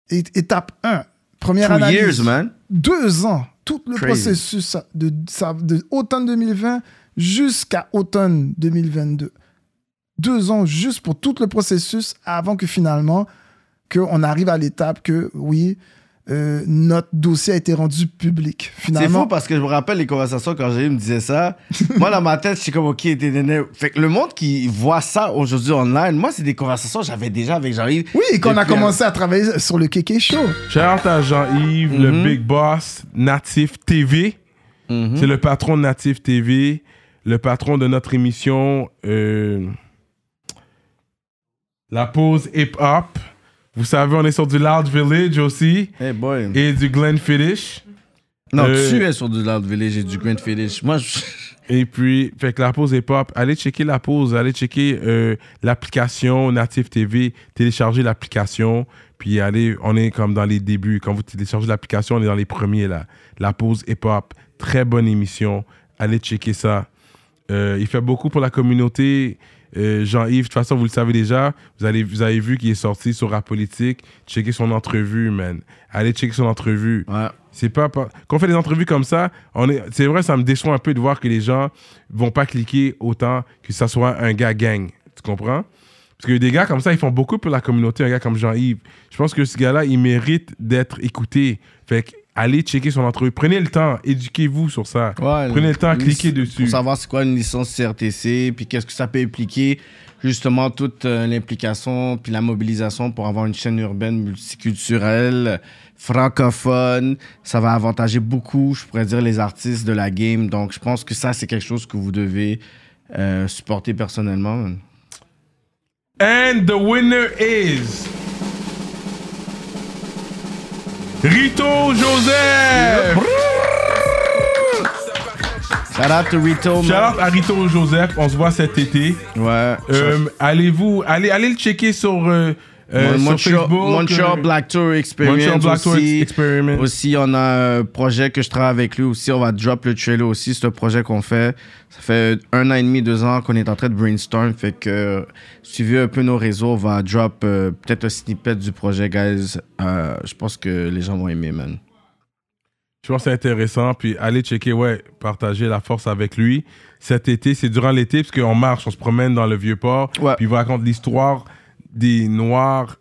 S6: é- étape 1, première
S2: Two
S6: analyse.
S2: years, man.
S6: Deux ans. Tout le
S2: Crazy.
S6: processus ça, de, ça- de automne 2020 jusqu'à automne 2022. Deux ans juste pour tout le processus avant que finalement, qu'on arrive à l'étape que oui, euh, notre dossier a été rendu public.
S2: C'est fou
S6: Finalement,
S2: parce que je me rappelle les conversations quand j'ai me disait ça. moi, dans ma tête, je suis comme, OK, t'es néné. Fait que le monde qui voit ça aujourd'hui online, moi, c'est des conversations que j'avais déjà avec Jean-Yves.
S6: Oui, et qu'on a
S2: depuis-
S6: commencé à travailler sur le Kéké Show.
S1: Shout à Jean-Yves,
S2: Mhm.
S1: le big boss Natif TV. C'est le patron de Natif TV, le patron de notre émission euh, La Pause Hip Hop. Vous savez, on est sur du Loud Village aussi. Et du Glen Fiddish.
S2: Non,
S1: Euh,
S2: tu es sur du Loud Village et du Grand Village. Moi, je...
S1: Et puis, fait que la pause est pop. Allez checker la pause, allez checker euh, l'application Native TV, téléchargez l'application. Puis allez, on est comme dans les débuts. Quand vous téléchargez l'application, on est dans les premiers là. La pause est pop. Très bonne émission. Allez checker ça. Euh, il fait beaucoup pour la communauté. Euh, Jean-Yves, de toute façon, vous le savez déjà. Vous, allez, vous avez vu qu'il est sorti sur Rap Politique. Checkez son entrevue, man. Allez checker son entrevue. C'est pas, par- Quand on fait des entrevues comme ça, on est... c'est vrai, ça me déçoit un peu de voir que les gens vont pas cliquer autant que ça soit un gars gang. Tu comprends? Parce que des gars comme ça, ils font beaucoup pour la communauté. Un gars comme Jean-Yves, je pense que ce gars-là, il mérite d'être écouté. Fait que, allez checker son entrevue. Prenez le temps, éduquez-vous sur ça.
S2: Ouais,
S1: Prenez le temps,
S2: lic-
S1: cliquez dessus.
S2: Pour savoir c'est quoi une licence CRTC, puis qu'est-ce que ça peut impliquer, justement, toute euh, l'implication, puis la mobilisation pour avoir une chaîne urbaine multiculturelle, euh, francophone. Ça va avantager beaucoup, je pourrais dire, les artistes de la game. Donc, je pense que ça, c'est quelque chose que vous devez euh, supporter personnellement. man.
S1: And the winner is Rito Joseph.
S2: Shout out to Rito.
S1: à Rito Joseph. On se voit cet été.
S2: Ouais.
S1: Euh, allez-vous, allez, allez le checker sur, euh, euh, sur
S2: Montreal,
S1: Facebook.
S2: Montreal
S1: euh,
S2: Black Tour Experience.
S1: Montreal Black Tour
S2: aussi.
S1: Experiment.
S2: Aussi, on a un projet que je travaille avec lui aussi. On va drop le trailer aussi. C'est un projet qu'on fait. Ça fait un an et demi, deux ans qu'on est en train de brainstorm. Fait que euh, suivez un peu nos réseaux. On va drop euh, peut-être un snippet du projet, guys. Euh, je pense que les gens vont aimer, man.
S1: Je pense que c'est intéressant. Puis allez checker, ouais, partager la force avec lui. Cet été, c'est durant l'été, parce qu'on marche, on se promène dans le Vieux-Port. Puis il vous raconte l'histoire des Noirs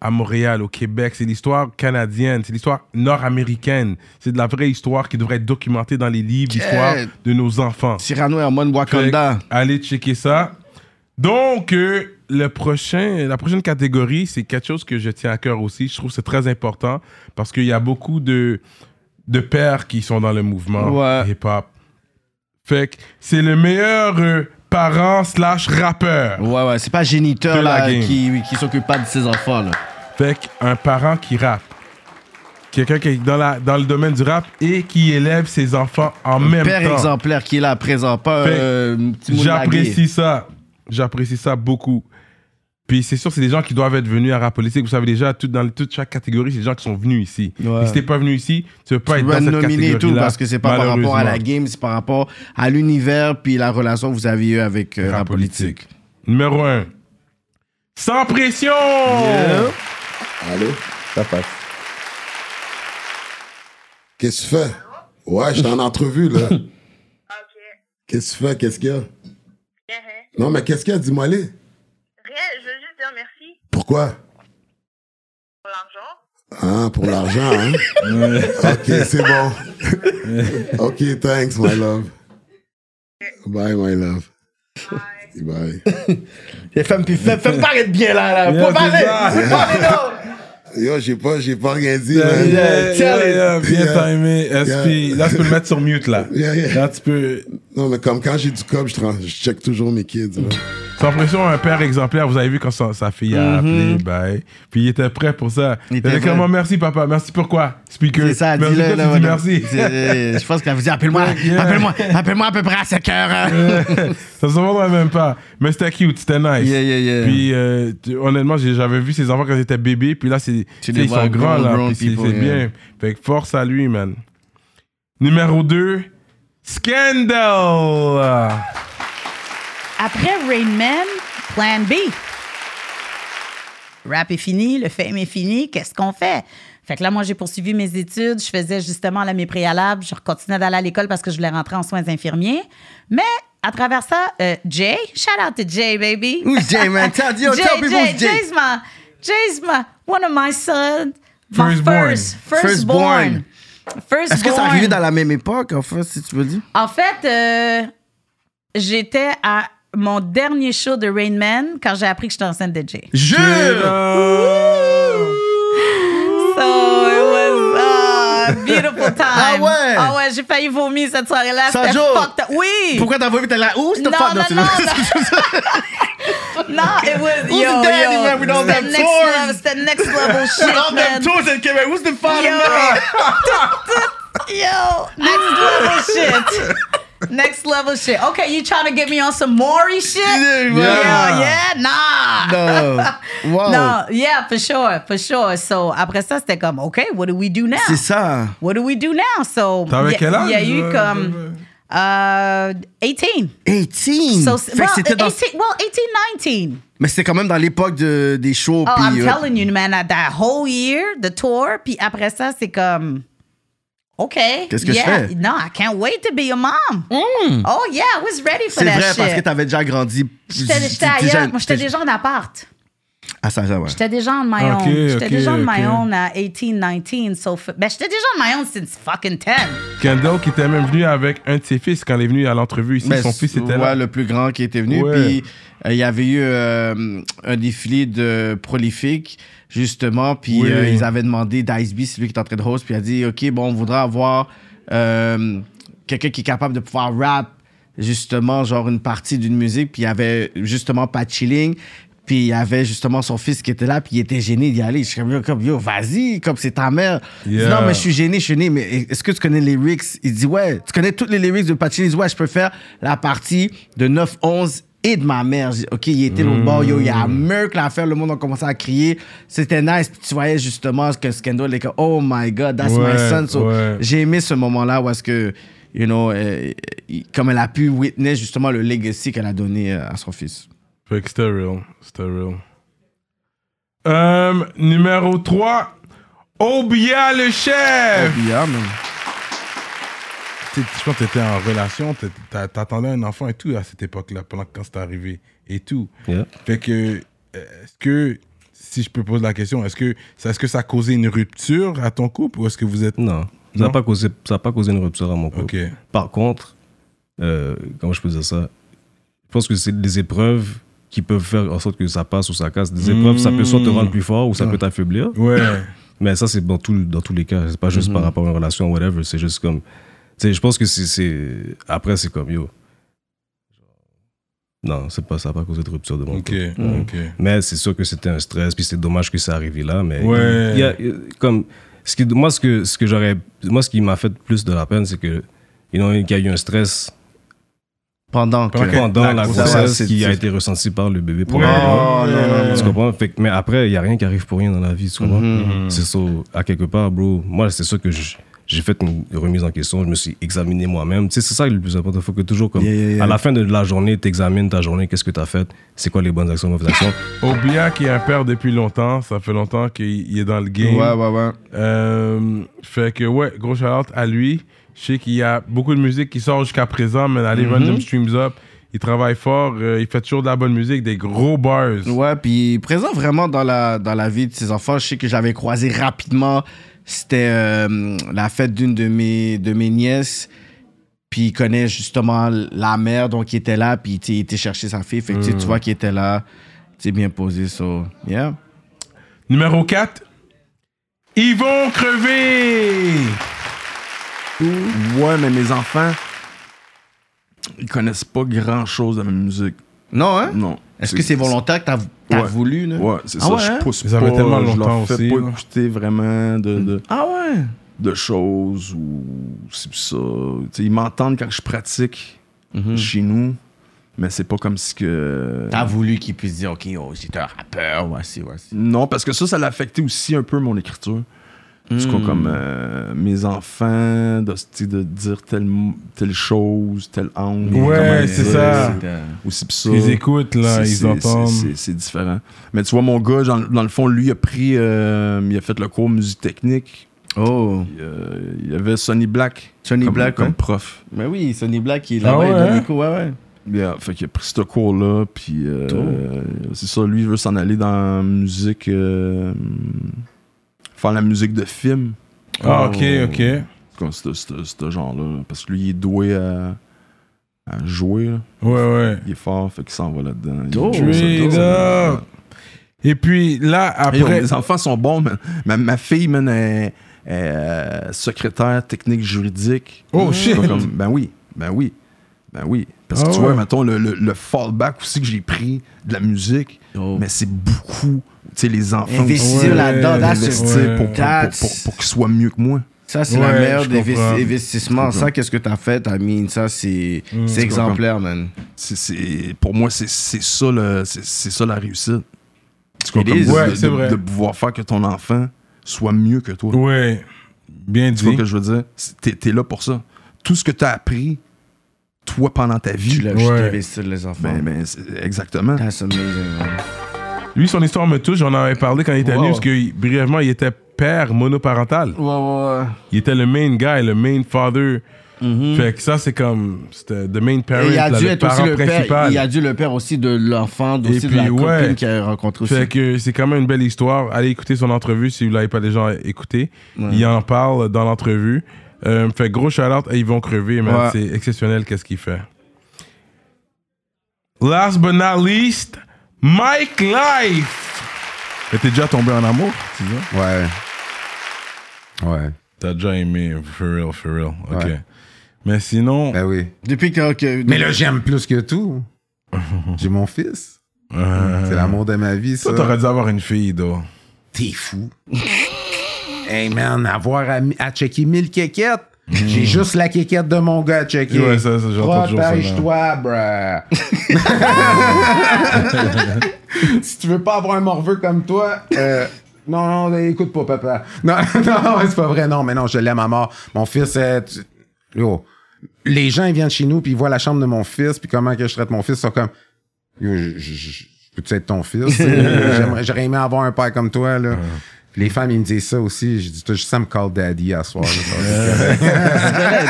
S1: à Montréal, au Québec. C'est l'histoire canadienne, c'est l'histoire nord-américaine. C'est de la vraie histoire qui devrait être documentée dans les livres d'histoire
S2: Yeah.
S1: de nos enfants.
S2: Cyrano et Amon Wakanda.
S1: Fait que Allez checker ça. Donc, euh, le prochain, la prochaine catégorie, c'est quelque chose que je tiens à cœur aussi. Je trouve que c'est très important parce qu'il y a beaucoup de, de pères qui sont dans le mouvement hip-hop. Fait que c'est le meilleur euh, parent slash rappeur.
S2: Ouais, ouais, c'est pas géniteur
S1: De la
S2: là,
S1: game.
S2: qui, qui s'occupe pas de ses enfants. Là.
S1: Fait qu'un parent qui rappe. Quelqu'un qui est dans, la, dans le domaine du rap et qui élève ses enfants en même
S2: père
S1: temps.
S2: exemplaire qui est là présent, pas
S1: Fait-
S2: euh, un petit moule
S1: J'apprécie ça. J'apprécie ça beaucoup. Puis c'est sûr, c'est des gens qui doivent être venus à rap politique. Vous savez déjà, tout, dans toute chaque catégorie, c'est des gens qui sont venus ici.
S2: Ouais.
S1: Et si t'es pas venu ici, tu peux pas
S2: tu
S1: être
S2: vas
S1: dans
S2: être
S1: cette
S2: nominé
S1: catégorie
S2: et tout parce que c'est pas par rapport à la
S1: Malheureusement.
S2: game, c'est par rapport à l'univers puis la relation que vous avez eue avec euh, Rap Politique.
S1: Numéro 1. Sans pression!
S20: Allô? Ça passe. Qu'est-ce que tu fais? Ouais, j'étais en entrevue, là. Qu'est-ce que tu fais? Qu'est-ce qu'il y a? Non, mais qu'est-ce qu'il y a? Dis-moi les.
S24: Rien, je veux juste dire merci
S20: Pourquoi?
S24: pour l'argent.
S20: Ah, pour l'argent, hein? ok, c'est bon. ok, thanks, my love. Bye, my love. Bye.
S2: Fais-me paraître bien
S1: Euh,
S2: là, là. Pas parler! Pas parler, non!
S20: Yo, j'ai pas, j'ai pas rien dit,
S1: Yeah,
S20: man.
S1: yeah, yeah, yeah, bien
S20: Yeah.
S1: timé. SP, là, tu peux le mettre sur mute, là.
S20: Yeah, yeah.
S1: Là, tu peux...
S20: Non, mais comme quand j'ai du cop, je, trans- je check toujours mes kids, là.
S1: Sans pression, un père exemplaire, vous avez vu quand sa, sa fille a appelé, bye. Puis il était prêt pour ça. Il
S2: Mm-hmm. était
S1: était
S2: prêt.
S1: comme, merci papa, merci pourquoi? Speaker.
S2: C'est ça,
S1: merci,
S2: dis-le,
S1: pourquoi
S2: là,
S1: tu dis
S2: madame.
S1: merci.
S2: C'est- je pense qu'elle vous dit, appelle-moi, appelle-moi, appelle-moi à peu près à 5 heures.
S1: Ouais. ça se vendrait même pas. Mais c'était cute, c'était nice. Puis euh, tu- honnêtement, j'ai- j'avais vu ses enfants quand ils étaient bébés, puis là, c'est, tu sais,
S2: les
S1: ils
S2: vois
S1: sont grands,
S2: grown,
S1: là.
S2: grown
S1: puis c'est,
S2: people,
S1: c'est
S2: yeah.
S1: bien. Fait que force à lui, man. Numéro 2, Scandal.
S25: Après Rain Man, Plan B. Rap est fini, le film est fini, qu'est-ce qu'on fait? Fait que là, moi, j'ai poursuivi mes études. Je faisais justement là, mes préalables. Je continuais d'aller à l'école parce que je voulais rentrer en soins infirmiers. Mais à travers ça, euh, Jay, shout out to Jay, baby.
S2: Who's Jay, man? Tell- yo, tell people who's Jay.
S25: Jay's my, Jay's my, one of my sons. My
S2: Firstborn.
S25: first, firstborn. Firstborn.
S2: Est-ce que ça arrivait dans la même époque, en fait, si tu veux dire?
S25: En fait, euh, j'étais à mon dernier show de Rain Man quand j'ai appris que j'étais enceinte de Jay.
S2: Je!
S25: So it was a beautiful time.
S2: Ah ouais?
S25: Ah ouais, j'ai failli vomir cette soirée-là.
S2: Ça
S25: C'était
S2: joue.
S25: fucked up. Oui!
S2: Pourquoi t'as vomi? T'es là, où? c'est
S25: Non,
S2: fuck?
S25: non,
S2: c'est-
S25: non, Non, it was
S2: Who's
S25: yo,
S2: the daddy,
S25: yo,
S2: man, with all
S25: c'était
S2: them
S25: next
S2: tours?
S25: level, c'était next level shit.
S2: With all them
S25: man.
S2: tours that came out, who's the father,
S25: Yo.
S2: man?
S25: Yo, next level shit. Next level shit. Okay, you trying to get me on some Maury shit? Yeah,
S2: man.
S25: yeah, nah.
S2: No. Wow.
S25: No, yeah, for sure, for sure. So après ça, c'était comme, okay, what do we do now?
S2: C'est ça.
S25: What do we do now? So
S2: T'avais
S25: il y a-
S2: quel âge,
S25: Il y a eu
S2: euh,
S25: comme euh, 18.
S2: 18?
S25: So,
S2: Fait que
S25: well,
S2: c'était dans-
S25: 18, well, 18, 19.
S2: Mais c'était quand même dans l'époque de, des shows.
S25: Oh,
S2: puis,
S25: I'm
S2: euh,
S25: telling you, man, that whole year, the tour, puis après ça, c'est comme OK.
S2: Qu'est-ce que je
S25: yeah.
S2: fais?
S25: Non, I can't wait to be your mom.
S2: Mm.
S25: Oh, yeah, I was ready for
S2: C'est
S25: that
S2: vrai
S25: shit.
S2: parce que t'avais déjà grandi.
S25: J'étais j'étais
S2: t'es
S25: ailleurs.
S2: jeune,
S25: Moi, j'étais
S2: t'es-
S25: déjà en appart.
S2: Ah, ça, ça, ouais.
S25: J'étais déjà on my
S2: Ok,
S25: own. J'étais
S2: ok,
S25: déjà on my
S2: ok.
S25: own à 18, 19. So, f- ben, j'étais déjà on my own since fucking 10.
S1: Kendall qui était même venu avec un de ses fils quand il est venu à l'entrevue ici.
S2: Ben,
S1: Son fils était là.
S2: ouais, le plus grand qui était venu.
S1: Ouais.
S2: Puis euh, il y avait eu euh, un défilé de prolifique, justement. Puis
S1: Oui.
S2: euh, ils avaient demandé Dice B, c'est lui qui est en train de host, puis il a dit Ok, bon, on voudrait avoir euh, quelqu'un qui est capable de pouvoir rap, justement, genre une partie d'une musique. Puis il y avait justement pas de chilling. Puis il y avait justement son fils qui était là, puis il était gêné d'y aller. Je suis comme, Yo, comme, yo, vas-y, comme c'est ta mère. Il dit,
S1: Yeah.
S2: non, mais je suis gêné, je suis né, mais est-ce que tu connais les lyrics? Il dit, ouais, tu connais toutes les lyrics de Pacini? Il dit, ouais, je peux faire la partie de 9-11 et de ma mère. Je dis, OK, il était l'autre bord, yo, il y a un meurtre à faire, le monde a commencé à crier. C'était nice, puis tu voyais justement que Scandal est comme, oh my God, that's my
S1: Ouais,
S2: son. So,
S1: ouais.
S2: J'ai aimé ce moment-là où est-ce que, you know, euh, il- comme elle a pu witness justement le legacy qu'elle a donné euh, à son fils.
S1: Fait que c'était real. C'était real. Euh, numéro 3, Obia le chef.
S2: Obia, man.
S1: Tu sais, je pense que t'étais en relation, t'étais- t'a- t'attendais un enfant et tout à cette époque-là, pendant que quand c'est arrivé et tout.
S18: Yeah.
S1: Fait que, euh, est-ce que, si je peux poser la question, est-ce que, ça- est-ce que ça a causé une rupture à ton couple ou est-ce que vous êtes.
S18: Non. Ça n'a pas, causé- ça a pas causé une rupture à mon couple. Par contre, euh, comment je peux dire ça Je pense que c'est des épreuves qui peuvent faire en sorte que ça passe ou ça casse. Des épreuves, ça peut soit te rendre plus fort ou ça
S1: Ah.
S18: peut t'affaiblir.
S1: Ouais.
S18: Mais ça, c'est dans, tout- dans tous les cas. C'est pas juste
S1: Mhm.
S18: par rapport à une relation ou whatever. C'est juste comme. Tu sais, je pense que c'est- c'est. Après, c'est comme yo. Non, c'est pas, ça n'a pas causé de rupture de mon
S1: Ok,
S18: couple.
S1: ok.
S18: Mais c'est sûr que c'était un stress, puis c'est dommage que ça arrivé là. Mais
S1: Ouais.
S18: il y a- euh, comme ce qui, moi ce que ce que j'aurais moi ce qui m'a fait plus de la peine c'est que you know, il y a eu un stress
S2: pendant que-
S18: pendant la,
S2: la grossesse,
S18: grossesse
S2: c'est-
S18: qui a
S2: c'est-
S18: été ressentie par le bébé probablement.
S2: non, non, non,
S18: tu
S2: non.
S18: comprends Fait que- mais après il y a rien qui arrive pour rien dans la vie tu comprends
S2: Mhm.
S18: c'est ça à quelque part bro moi c'est sûr que je- j'ai fait une remise en question, je me suis examiné moi-même. Tu sais, c'est ça le plus important. Il faut que toujours, comme,
S2: Yeah, yeah, yeah.
S18: à la fin de la journée, tu examines ta journée, qu'est-ce que tu as fait, c'est quoi les bonnes actions, mauvaises actions.
S1: Obia qui est un père depuis longtemps, ça fait longtemps qu'il il est dans le game.
S18: Ouais,
S2: ouais, ouais.
S1: Euh, fait que, ouais, gros shout à lui. Je sais qu'il y a beaucoup de musique qui sort jusqu'à présent, mais allez,
S2: Mhm.
S1: Random Streams Up, il travaille fort, euh, il fait toujours de la bonne musique, des gros bars.
S2: Ouais, puis présent vraiment dans la, dans la vie de ses enfants. Je sais que j'avais croisé rapidement. C'était euh, la fête d'une de mes, de mes nièces. Puis il connaît justement la mère, donc il était là. Puis tu sais, il était chercher sa fille. Fait que tu sais,
S1: Mm.
S2: tu vois qu'il était là. Tu sais, bien posé. So, yeah.
S1: Numéro 4, ils vont crever.
S9: Ouais, mais mes enfants, ils connaissent pas grand chose de ma musique.
S2: Non, hein?
S9: Non.
S2: Est-ce que c'est volontaire que t'as t'as
S9: Ouais.
S2: voulu? Là?
S9: Ouais, c'est
S2: Ah
S9: ça.
S2: ouais, hein?
S9: Je pousse
S1: Ils avaient
S9: pas,
S1: tellement
S9: je
S1: longtemps
S9: leur fais
S1: aussi,
S9: pas
S1: là.
S9: écouter vraiment de, de,
S2: Ah ouais?
S9: de choses ou c'est ça. Tu sais, ils m'entendent quand je pratique chez nous, mais c'est pas comme si que.
S2: Mm-hmm. T'as voulu qu'ils puissent dire, OK, oh, j'étais un rappeur. Voici, voici.
S9: Non, parce que ça, ça l'a affecté aussi un peu mon écriture. Du coup,
S2: Hmm.
S9: comme euh, mes enfants, de, tu sais, de dire telle, telle chose, tel angle.
S1: Ouais,
S9: comment le
S1: c'est
S9: dire,
S1: ça.
S9: c'est, euh, Aussi pis ça.
S1: Ils écoutent, là,
S9: C'est-
S1: ils
S9: c'est-
S1: entendent.
S9: c'est- C'est c'est différent. Mais tu vois, mon gars, dans, dans le fond, lui, il a pris, euh, il a fait le cours musique technique.
S2: Oh.
S9: Il, euh, il y avait Sonny Black.
S2: Sonny
S9: comme-
S2: Black, hein?
S9: comme
S2: ouais.
S9: prof.
S2: Mais oui, Sonny Black, il est
S9: Ah
S2: là-bas, il
S9: ouais,
S2: donne
S9: hein?
S2: des coups, ouais, ouais.
S9: Yeah, fait qu'il a pris ce cours-là, puis euh, c'est ça, lui, il veut s'en aller dans la musique, euh, faire la musique de film. Oh.
S1: Ah, ok, ok.
S9: Comme ce- ce ce genre-là, parce que lui, il est doué à, à jouer. là.
S1: Ouais, ouais.
S9: Il est fort, fait qu'il s'en va là-dedans. Il
S1: Oh,
S9: joue ça,
S1: straight
S9: ça, ça.
S1: up. Et puis là, après.
S9: Hey, les enfants sont bons, man. Ma, ma fille, man, est, est, euh, secrétaire technique juridique.
S1: Oh,
S9: Pas
S1: shit.
S9: comme- ben oui, ben oui, ben oui. Parce que
S1: Ah
S9: tu
S1: ouais.
S9: vois, mettons, le, le- le fallback aussi que j'ai pris de la musique, mais c'est beaucoup. Tu sais, les enfants.
S2: Oh. Investir
S9: aussi,
S2: là-dedans,
S9: euh,
S2: that's it.
S9: investir
S2: Ouais.
S9: pour, pour, pour,
S2: That's-
S9: pour- pour qu'ils soient mieux que moi.
S2: Ça, c'est la meilleure des investi- investissements. Ça, qu'est-ce que t'as fait, Amine? Ça, c'est
S9: Mm.
S2: c'est
S9: Tu
S2: exemplaire, man.
S9: C'est- c'est- pour moi, c'est c'est ça, le- c'est- c'est ça la réussite. Tu vois,
S2: It
S9: comme
S2: is.
S9: de-
S2: Ouais,
S9: de,
S2: c'est vrai.
S9: de pouvoir faire que ton enfant soit mieux que toi.
S1: Ouais. Bien
S9: tu
S1: dit.
S9: vois ce que je veux dire? C'est- T'es t'es là pour ça. Tout ce que t'as appris, toi, pendant ta vie. Tu
S2: l'as juste Ouais. investi, les enfants.
S9: Ben, ben, c'est- exactement.
S2: That's amazing,
S1: Lui, son histoire me touche. J'en avais parlé quand il était
S9: Wow.
S1: venu, parce que brièvement, il était père monoparental. Il était le main guy, le main father. Fait que ça, c'est comme. C'était the main parent,
S2: Mm-hmm. Et il a
S1: là,
S2: dû
S1: le
S2: être aussi
S1: parent
S2: le père.
S1: principal.
S2: Il a dû le père aussi de l'enfant, aussi de la copine qu'il a rencontré aussi.
S1: Fait que c'est quand même une belle histoire. Allez écouter son entrevue si vous l'avez pas déjà écouté.
S2: Ouais.
S1: Il en parle dans l'entrevue. Euh, fait gros shout-out à Yvon Crevé, man.
S2: Ouais.
S1: C'est exceptionnel qu'est-ce qu'il fait. Last but not least, Mike Life. Mais T'es déjà tombé en amour, tu dis?
S4: Ouais. Ouais.
S1: T'as déjà aimé, for real, for real. Ok.
S4: Ouais.
S1: Mais sinon.
S4: Ben oui.
S2: Depuis que. que-
S4: Mais là, j'aime plus que tout. J'ai mon fils.
S1: Euh,
S4: C'est l'amour de ma vie, ça.
S1: Toi, t'aurais dû avoir une fille, toi.
S4: T'es fou. hey, man, avoir à, à checker 1000 quéquettes. J'ai juste la quéquette de mon gars à checker.
S1: Hmm. Ouais, ça, ça, j'entends toujours ça, là.
S4: Protège-toi, bruh. si tu veux pas avoir un morveux comme toi, euh, non, non, écoute pas, papa. Non, non, c'est pas vrai. Non, mais non, je l'aime à mort. Mon fils, euh, tu- yo, les gens, ils viennent chez nous, puis ils voient la chambre de mon fils, puis comment que je traite mon fils, ils sont comme, yo, je- je- je- peux-tu être ton fils? J'aimerais- J'aurais aimé avoir un père comme toi, là. Puis Les femmes, ils me disent ça aussi. Je dis, juste ça me call daddy à soir. là, ça va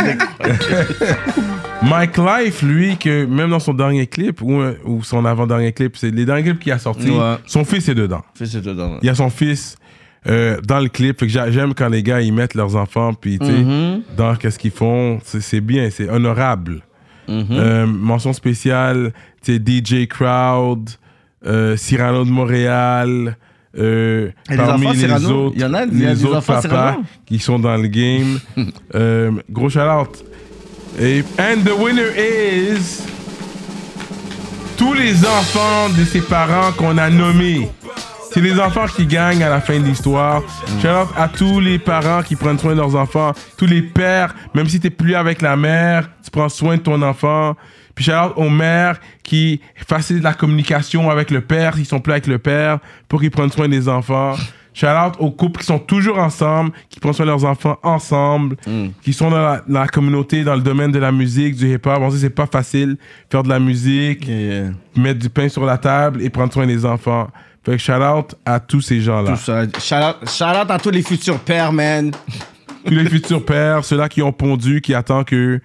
S4: être
S1: Mike Life, lui, que même dans son dernier clip ou, euh, ou son avant-dernier clip, c'est les derniers clips qu'il a sortis,
S2: Ouais.
S1: son fils est dedans.
S2: Fils est dedans, ouais.
S1: Il y a son fils euh, dans le clip. Fait que j'a- j'aime quand les gars ils mettent leurs enfants puis tu sais,
S2: Mhm.
S1: dans qu'est-ce qu'ils font. C'est- C'est bien, c'est honorable.
S2: Mm-hmm.
S1: Euh, mention spéciale, tu sais, DJ Crowd, euh, Cyrano de Montréal. euh,
S2: Et les
S1: parmi
S2: enfants
S1: les
S2: Cyrano,
S1: autres,
S2: il y en a- il y a
S1: les
S2: des
S1: autres
S2: enfants
S1: papas
S2: Cyrano?
S1: qui sont dans le game. Euh, gros shout out. Et, and the winner is tous les enfants de ses parents qu'on a nommés. C'est les enfants qui gagnent à la fin de l'histoire. Shout out à tous les parents qui prennent soin de leurs enfants, tous les pères, même si t'es plus avec la mère, tu prends soin de ton enfant. Puis shout out aux mères qui facilitent la communication avec le père, s'ils sont plus avec le père, pour qu'ils prennent soin des enfants. Shout out aux couples qui sont toujours ensemble, qui prennent soin de leurs enfants ensemble,
S2: Mm.
S1: qui sont dans la, dans la communauté, dans le domaine de la musique, du hip-hop. On sait que c'est pas facile faire de la musique, mettre du pain sur la table et prendre soin des enfants. Fait que shout out à tous ces gens-là.
S2: Tout ça. Shout-out shout-out à tous les futurs pères, man.
S1: Tous les futurs pères, ceux-là qui ont pondu, qui attendent que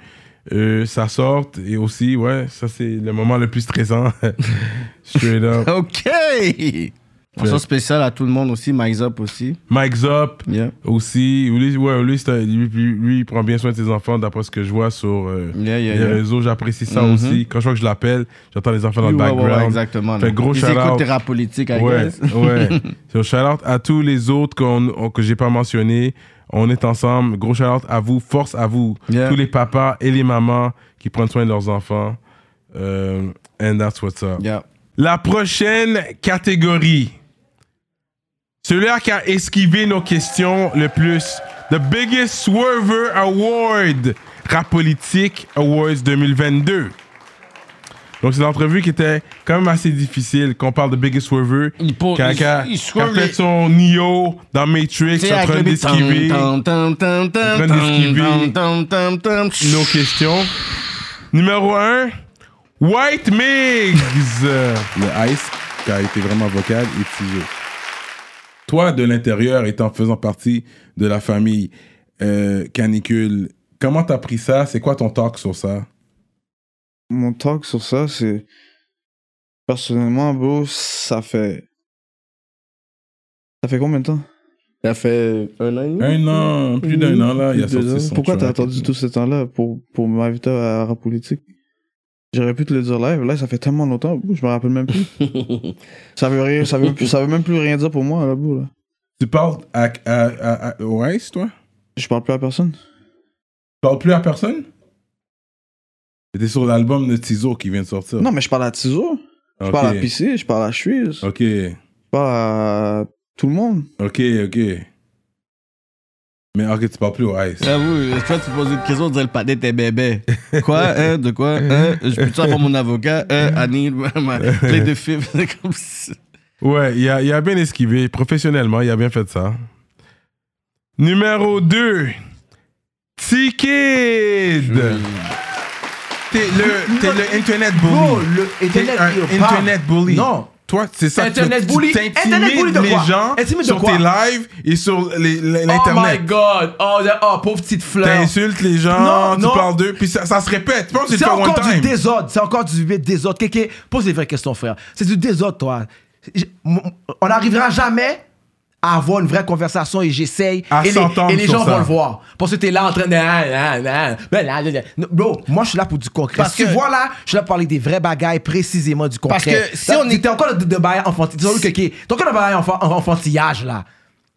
S1: euh, ça sorte. Et aussi, ouais, ça c'est le moment le plus stressant. Straight up.
S2: OK! Mention spéciale à tout le monde aussi, Mike Zop aussi.
S1: Mike Zop aussi. Lui, ouais, lui, c'est un- lui- lui- lui, il prend bien soin de ses enfants, d'après ce que je vois sur euh,
S2: yeah,
S1: les
S2: yeah.
S1: réseaux. J'apprécie ça
S2: Mhm.
S1: aussi. Quand je vois que je l'appelle, j'entends les enfants dans le
S2: Ouais, ouais, ouais,
S1: background.
S2: exactement,
S1: Fait
S2: là.
S1: gros
S2: Ils
S1: shout-out.
S2: écoutent tes rap politiques, I
S1: Ouais,
S2: guess.
S1: ouais. So, shout-out à tous les autres qu'on- on- que j'ai pas mentionné. On est ensemble. Gros shout-out à vous. Force à vous.
S2: Yeah.
S1: Tous les papas et les mamans qui prennent soin de leurs enfants. Euh, and that's what's up. La prochaine catégorie. Celui-là qui a esquivé nos questions le plus. The Biggest Swerver Award. Rap Politique Awards 2022. Donc, c'est une entrevue qui était quand même assez difficile. Qu'on parle de Biggest Swerver. Il,
S2: il- il swerve les-
S1: fait son Neo dans Matrix
S2: C'est
S1: en train d'esquiver
S2: En train
S1: train d'esquiver. nos questions. Numéro 1, White Migs. Le Ice, qui a été vraiment vocal et tiré. Toi, de l'intérieur, étant faisant partie de la famille euh, Canicule, comment t'as pris ça? C'est quoi ton talk sur ça?
S10: Mon talk sur ça, c'est. Personnellement, bro, ça fait. Ça fait combien de temps Ça fait un an et demi
S1: Un an, plus d'un an, là, il a
S10: Mm-hmm. Plus
S1: sorti
S10: de deux
S1: son
S10: Pourquoi t'as
S1: track.
S10: attendu tout ce temps-là pour, pour m'inviter à la politique J'aurais pu te le dire live, là, ça fait tellement longtemps, bro, je me rappelle même plus. ça, veut rien, ça, veut, plus- ça veut même plus rien dire pour moi, là, bro, là.
S1: Tu parles à, à, à- à- au Ice, toi?
S10: Je parle plus à personne.
S1: Tu parles plus à personne? C'était sur l'album de Tizo qui vient de sortir.
S10: Non, mais je parle à Tizo. Je
S1: Ok.
S10: parle à PC, je parle à Chuise.
S1: Ok. Je
S10: parle à tout le monde.
S1: Ok, ok. Mais ok, tu parles plus au Ice.
S2: J'avoue, toi, tu poses une question, on dirait le pâté de tes bébés. Quoi? Hein? De quoi? Hein? Je peux-tu avoir mon avocat? Hein? Annie, ma clé de fib. comme si...
S1: Ouais, il a, il a bien esquivé. Professionnellement, il a bien fait ça. Numéro 2. T-Kid. T'es le, t'es le Internet bully.
S4: Bro, le
S1: T'es
S4: Internet,
S1: un
S4: il
S1: Internet
S4: parle.
S1: bully.
S4: Non,
S1: Toi, c'est ça
S11: Internet
S1: tu- tu
S11: bully?
S1: t'intimides
S11: Internet bully de
S1: les
S11: quoi?
S1: gens
S11: Intimide de
S1: sur
S11: quoi?
S1: tes lives et sur les- les-
S11: Oh my
S1: l'Internet.
S11: god! Oh, la- oh, pauvre petite fleur.
S1: T'insultes les gens,
S11: Non,
S1: tu
S11: non.
S1: parles d'eux, puis ça, ça se répète. Tu penses que tu
S11: C'est
S1: le fais one
S11: encore du
S1: time.
S11: désordre. C'est encore du désordre. Kéké, pose les vraies questions, frère. C'est du désordre, toi. Je- m- On n'arrivera jamais à avoir une vraie conversation et j'essaye.
S1: À
S11: Et les,
S1: s'entendre
S11: et les
S1: sur
S11: gens
S1: ça.
S11: vont le voir. Parce que t'es là en train de. Ah, ah, ah, ben là, là, là. Non, Bro, moi, je suis là pour du concret.
S16: Parce
S11: si
S16: que-
S11: tu vois là, je suis là pour parler des vraies bagailles précisément du concret.
S16: Parce que si
S11: Là,
S16: on
S11: T'es encore de, de bail enfantillage. T'es encore de bail enfant- enfantillage, là.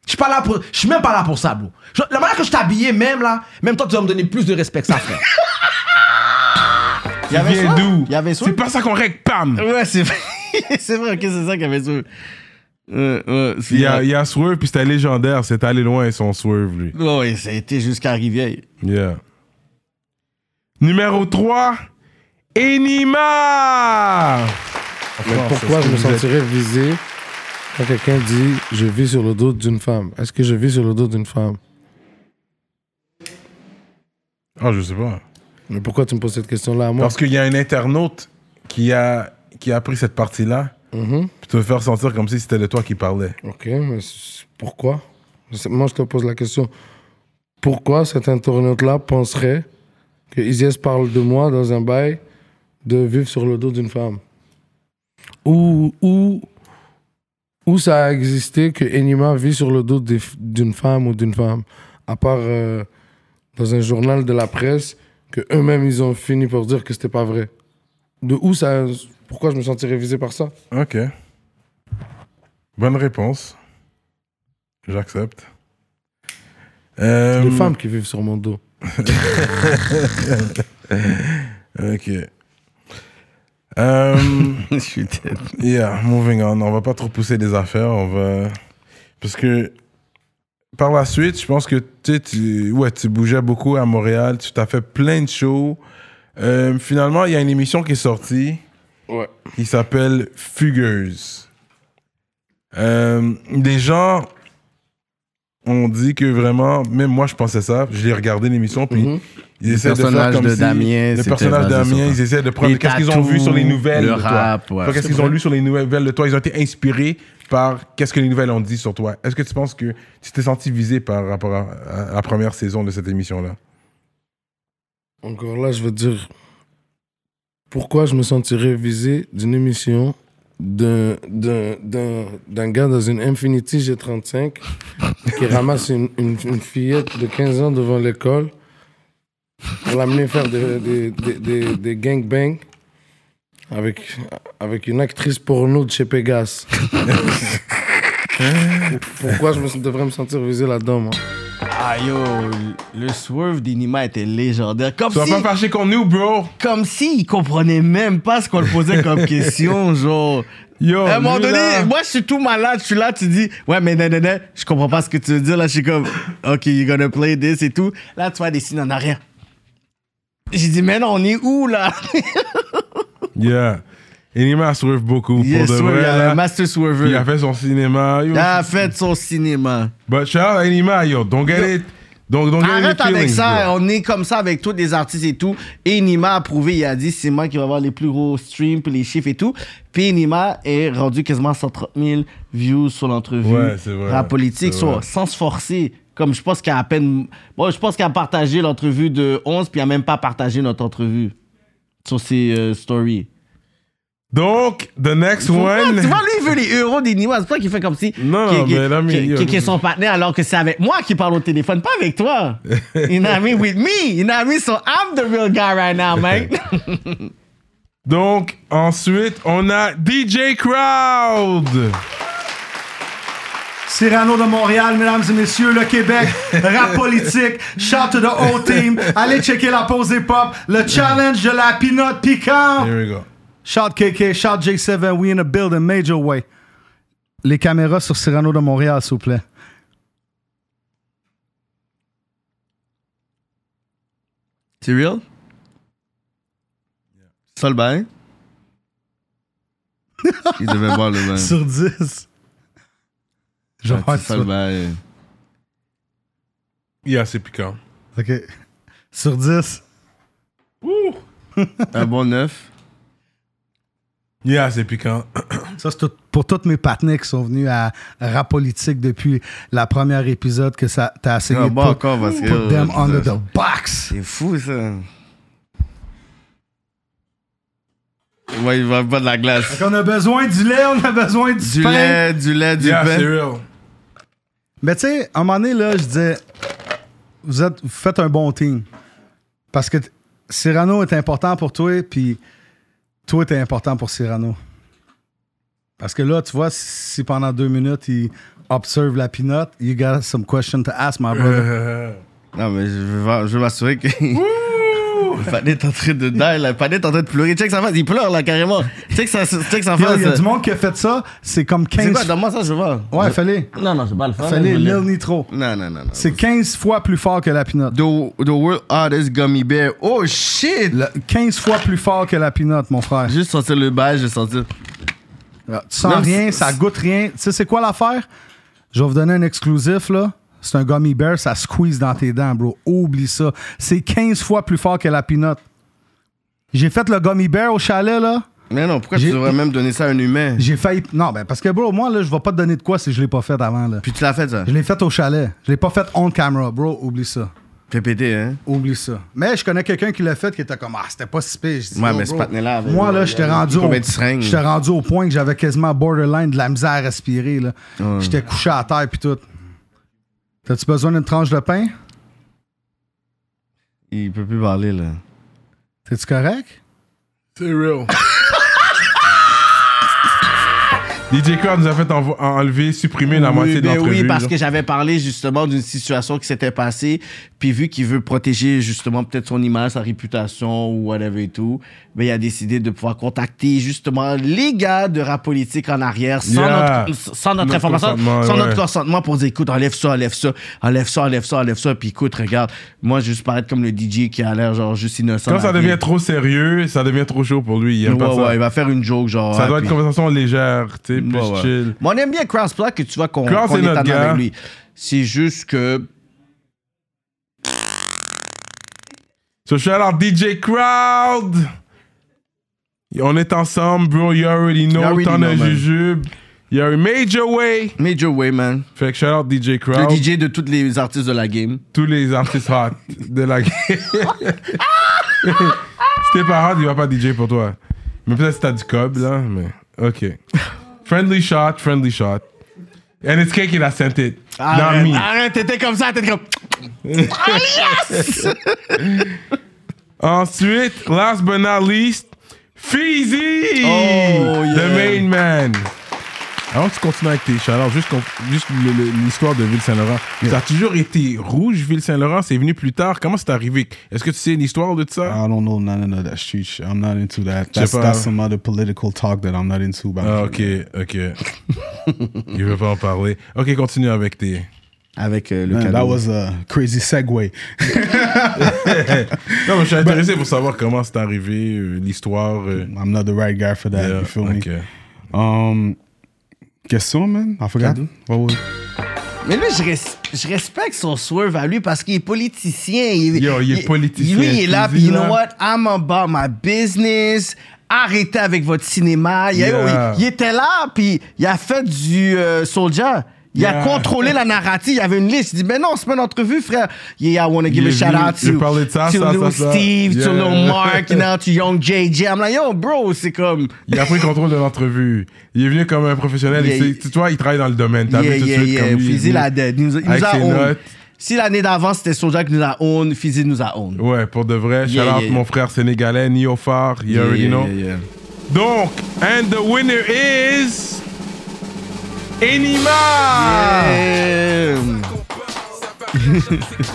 S11: Je suis pas là pour. Je suis même pas là pour ça, bro. Je- La manière que je suis habillé, même là, même toi, tu vas me donner plus de respect que ça, frère.
S1: Il vient d'où
S2: Il y avait
S1: C'est pas ça qu'on règle, pam
S2: Ouais, c'est vrai. c'est vrai, ok, c'est ça qu'il y avait sur.
S1: Il y a, il y a Swerve, puis c'était légendaire. C'était allé loin, son Swerve, lui.
S2: Ouais, ça a été jusqu'à Rivière.
S1: Yeah. Numéro 3, Enima
S12: Ah! Mais pourquoi je me sentirais visé quand quelqu'un dit je vis sur le dos d'une femme Est-ce que je vis sur le dos d'une femme
S1: Ah, je sais pas.
S12: Mais pourquoi tu me poses cette question-là à moi
S1: Parce qu'il y a un internaute qui a, qui a pris cette partie-là,
S12: Mhm.
S1: puis te faire sentir comme si c'était de toi qui parlait.
S12: Ok, mais c'est- pourquoi C'est- Moi, je te pose la question. Pourquoi cet internaute-là penserait que Isis parle de moi dans un bail de vivre sur le dos d'une femme Ou où, où ça a existé que Enima vit sur le dos des f- d'une femme ou d'une femme À part euh, dans un journal de la presse que eux-mêmes, ils ont fini par dire que c'était pas vrai. De où ça... Pourquoi je me sentirais visé par ça
S1: Ok. Bonne réponse. J'accepte. Euh,
S12: Les femmes qui vivent sur mon dos.
S1: ok. Je suis tête. Yeah, moving on. On va pas trop pousser des affaires. On va. Parce que par la suite, je pense que tu, sais, tu, ouais, tu bougeais beaucoup à Montréal. Tu t'as fait plein de shows. Euh, finalement, il y a une émission qui est sortie.
S12: Ouais.
S1: Qui s'appelle Fugueuse. Euh, les gens on dit que vraiment, même moi je pensais ça, je l'ai regardé l'émission, puis ils
S2: Mhm. Le
S1: essaient de faire
S2: personnage
S1: comme
S2: de
S1: si
S2: Damien,
S1: le
S2: c'était
S1: personnage
S2: basé sur
S1: d'Amien,
S2: ça.
S1: ils essaient de prendre
S2: Les
S1: qu'est-ce qu'ils ont vu
S2: tatous,
S1: sur les nouvelles
S2: le
S1: de
S2: rap,
S1: toi.
S2: ouais.
S1: Enfin, qu'est-ce
S2: C'est
S1: qu'ils ont
S2: vrai.
S1: lu sur les nouvelles de toi, ils ont été inspirés par qu'est-ce que les nouvelles ont dit sur toi. Est-ce que tu penses que tu t'es senti visé par rapport à, à la première saison de cette émission là
S12: Encore là, je veux dire, pourquoi je me sentirais visé d'une émission d'un d'un- d'un- d'un gars dans une Infinity G35 qui ramasse une, une- une fillette de 15 ans devant l'école pour l'amener faire des, des, des, des, des gangbangs avec, avec une actrice porno de chez Pegas. pourquoi je me, devrais me sentir visé là-dedans, moi
S2: Ah yo, le swerve d'Inima était légendaire. Comme
S12: Tu vas
S2: si,
S12: pas
S1: fâcher qu'on nous, bro.
S2: Comme s'il comprenait même pas ce qu'on le posait comme question, genre.
S1: Yo,
S2: à un moment
S1: lui,
S2: donné,
S1: là.
S2: moi je suis tout malade, je suis là, tu dis, ouais, mais non, non, non, je comprends pas ce que tu veux dire, là, je suis comme, ok, you're gonna play this et tout. Là, tu vois des signes en arrière. J'ai dit, mais non, on est où, là?
S1: Yeah. Enima swerve beaucoup
S2: Yes,
S1: pour de
S2: swerve,
S1: vrai.
S2: il a
S1: là.
S2: un master swerver.
S1: Puis Il a fait son cinéma. yo.
S2: Il a fait son cinéma.
S1: But shout out à Enima, yo. Don't get it. Don't, don't get any
S2: Arrête avec
S1: feelings,
S2: ça,
S1: bro.
S2: on est comme ça avec tous les artistes et tout. Et Nima a prouvé, il a dit c'est moi qui vais avoir les plus gros streams, puis les chiffres et tout. Puis Nima est rendu quasiment à 130 000 views sur l'entrevue.
S1: Ouais, c'est vrai.
S2: Rap politique,
S1: C'est
S2: soit
S1: vrai.
S2: sans se forcer. Comme je pense qu'à à peine. Bon, je pense qu'à partagé l'entrevue de 11, puis à même pas partagé notre entrevue sur ses euh, stories.
S1: Donc, the next
S2: Tu vois,
S1: one.
S2: Tu vois, lui, il veut les euros des Nima. C'est toi qui fait comme si.
S1: Non,
S2: qui,
S1: non,
S2: qui-
S1: mais là, mais-
S2: qui- qui- qui est son partenaire alors que c'est avec moi qui parle au téléphone, pas avec toi. You know what I mean? With me. You know what I mean? So I'm the real guy right now, mate.
S1: Donc, ensuite, on a DJ Crowd.
S11: Cyrano de Montréal, mesdames et messieurs, le Québec, rap politique, shout to the whole team. Allez checker la pause hip hop, le challenge de la peanut piquant.
S1: Here we go.
S11: Shout KK, shout J7, we in a building major way. Les caméras sur Cyrano de Montréal, s'il vous plaît.
S2: C'est real? Ça le bain? Il devait voir le bain.
S11: Sur 10. Je
S2: Ah,
S11: vais faire ça.
S2: bain.
S1: Yeah, c'est piquant.
S11: OK. Sur 10.
S2: Un bon neuf.
S1: Yeah, c'est piquant.
S13: Ça, c'est tout- pour tous mes patinets qui sont venus à Rap Politique depuis la première épisode que ça t'as essayé
S2: Ah,
S13: de
S2: bon,
S13: put-
S2: encore, parce que-
S13: put them under the box.
S2: C'est fou, ça. Ouais, il va pas de la glace.
S13: On a besoin du lait, on a besoin du,
S2: Du
S13: pain.
S2: lait, du lait, du pain.
S13: Mais tu sais, à un moment donné, là, je disais, vous, êtes, vous faites un bon team. Parce que t- Cyrano est important pour toi, puis toi, t'es important pour Cyrano. Parce que là, tu vois, si pendant deux minutes, il observe la pinotte, you got some question to ask, my brother.
S2: Non, mais je veux, voir- je veux m'assurer que. Le Pané est en train de die, là. Le Pané est en train de pleurer. Check sa face, il pleure, là, carrément. Check sa, check sa
S13: Yo,
S2: face.
S13: Il y a
S2: là.
S13: du monde qui a fait ça, c'est comme 15
S2: C'est quoi, donne-moi ça, je vois.
S13: Ouais,
S2: Je-
S13: fallait.
S2: Non, non, c'est pas le faire.
S13: Fallait
S2: là, je
S13: Lil
S2: l'ai.
S13: Nitro.
S2: Non, non, non, non.
S13: C'est 15 fois plus fort que la pinotte.
S2: The, world hardest gummy bear. Oh shit!
S13: 15 fois plus fort que la pinotte, mon frère. Ah,
S2: Juste sentir le bail, j'ai senti.
S13: Tu sens
S2: Non,
S13: rien,
S2: c'est-
S13: ça goûte rien. Tu sais, c'est quoi l'affaire? Je vais vous donner un exclusif, là. C'est un gummy bear, ça squeeze dans tes dents, bro. Oublie ça. C'est 15 fois plus fort que la pinotte. J'ai fait le gummy bear au chalet, là.
S2: Mais non, pourquoi tu
S13: J'ai-
S2: devrais même donner ça à un humain?
S13: J'ai failli. Non, ben parce que, bro, moi, là, je vais pas te donner de quoi si je l'ai pas fait avant, là.
S2: Puis tu l'as fait, ça?
S13: Je l'ai fait au chalet. Je l'ai pas fait on camera, bro. Oublie ça.
S2: T'es pété, hein?
S13: Oublie ça. Mais je connais quelqu'un qui l'a fait qui était comme Ah, c'était pas si pire. Je dis,
S2: Ouais,
S13: Oh,
S2: mais
S13: bro,
S2: ce patinet-là avait-
S13: Moi, là,
S2: il
S13: j'étais
S2: avait
S13: rendu, au...
S2: combien de seringues?
S13: j'étais rendu au point que j'avais quasiment borderline de la misère à respirer. là. J'étais couché à terre puis tout. T'as-tu besoin d'une tranche de pain?
S2: Il peut plus parler, là.
S13: T'es-tu correct?
S1: C'est real. DJ Core nous a fait envo- enlever, supprimer la moitié
S2: oui, ben
S1: d'entrevue.
S2: oui, parce que
S1: genre.
S2: j'avais parlé justement d'une situation qui s'était passée, puis vu qu'il veut protéger justement peut-être son image, sa réputation ou whatever et tout, ben il a décidé de pouvoir contacter justement les gars de rap politique en arrière sans
S11: Yeah.
S2: notre, sans notre
S11: Notre
S2: information,
S11: consentement,
S2: sans
S11: ouais.
S2: notre consentement pour dire écoute, enlève ça, enlève ça, enlève ça, enlève ça, enlève ça, puis écoute, regarde, moi je vais juste paraître comme le DJ qui a l'air genre juste innocent.
S1: Quand ça
S2: dans la vie.
S1: devient trop sérieux, ça devient trop chaud pour lui. Il aime
S2: Ouais,
S1: pas ça.
S2: ouais, il va faire une joke genre.
S1: Ça
S2: ouais,
S1: doit être
S2: puis-
S1: une conversation légère, tu sais, plus
S2: Ouais, ouais.
S1: chill.
S2: Mais on aime bien Cross Black que tu vois qu'on
S1: Cross
S2: qu'on
S1: est
S2: est en
S1: notre gars.
S2: avec lui. C'est juste que.
S1: So, shout out DJ Crowd. On est ensemble, bro. You already know.
S2: You already
S1: T'en
S2: know,
S1: as
S2: man.
S1: jujube. You a Major Way.
S2: Major Way, man.
S1: Fait que shout out DJ Crowd.
S2: Le DJ de tous les artistes de la game.
S1: Tous les artistes hot de la game. si t'es pas hot, il va pas DJ pour toi. Mais peut-être si t'as du cob, là. Mais ok. Friendly shot, friendly shot. And it's cake that sent it. Not
S2: Arrête,
S1: me.
S2: arrête, t'étais comme ça, t'étais comme. Ah, yes!
S1: Ensuite, last but not least, Feezy!
S11: Oh, yeah.
S1: The main man. Avant que tu continues avec tes chaleurs, juste, qu'on- juste le- le- l'histoire de Ville-Saint-Laurent. Ça a toujours été rouge, Ville-Saint-Laurent, c'est venu plus tard. Comment c'est arrivé? Est-ce que tu sais l'histoire de ça?
S5: I don't know none of that street shit. I'm not into that.
S1: Je sais
S5: That's,
S1: pas.
S5: that's some other political talk that I'm not into. by the
S1: Ah,
S5: way.
S1: ok, ok. Il veut pas en parler. Ok, continue avec tes.
S2: Avec euh, le
S5: Man, that was a crazy segue.
S1: non, mais je suis intéressé pour savoir comment c'est arrivé, euh, l'histoire. euh.
S5: I'm not the right guy for that.
S1: Yeah,
S5: you feel
S1: okay.
S5: me? Um, question, man. I forgot. What was?
S2: Mais lui, je, res- je respecte son swerve à lui parce qu'il est politicien. Il,
S1: Yo, il est politicien,
S2: Lui, il est là,
S1: Fizzy,
S2: puis you know
S1: là.
S2: what? I'm about my business. Arrêtez avec votre cinéma. Il, a-
S1: Yeah.
S2: il- il était là, puis il a fait du euh, soldier. Il
S1: Yeah.
S2: a contrôlé la narrative. Il avait une liste. Il dit, mais non, c'est pas une entrevue, frère. Yeah, I want to give
S1: Il
S2: a
S1: est
S2: shout
S1: venu-
S2: out
S1: il
S2: to,
S1: parlait de ça,
S2: to
S1: ça,
S2: little
S1: ça, ça.
S2: Steve, to
S1: Yeah.
S2: little Mark, you know, to young JJ. I'm like, yo, bro, c'est comme...
S1: Il a pris le contrôle de l'entrevue. Il est venu comme un professionnel.
S2: Yeah,
S1: il sait-
S2: il-
S1: tu vois, il travaille dans le domaine. T'as
S2: Yeah,
S1: vu tout de
S2: yeah,
S1: suite
S2: yeah.
S1: comme lui, il est
S2: Fizzy
S1: venu
S2: l'a dead. Il nous, il nous
S1: avec
S2: a
S1: ses
S2: own.
S1: notes.
S2: Si l'année d'avant, c'était Soja qui nous a own, Fizzy nous a own.
S1: Ouais, pour de vrai.
S2: Yeah,
S1: shout out
S2: yeah, yeah.
S1: mon frère sénégalais, Niofar. You
S2: Yeah,
S1: already
S2: yeah,
S1: know.
S2: yeah, yeah.
S1: Donc, and the winner is. Enima!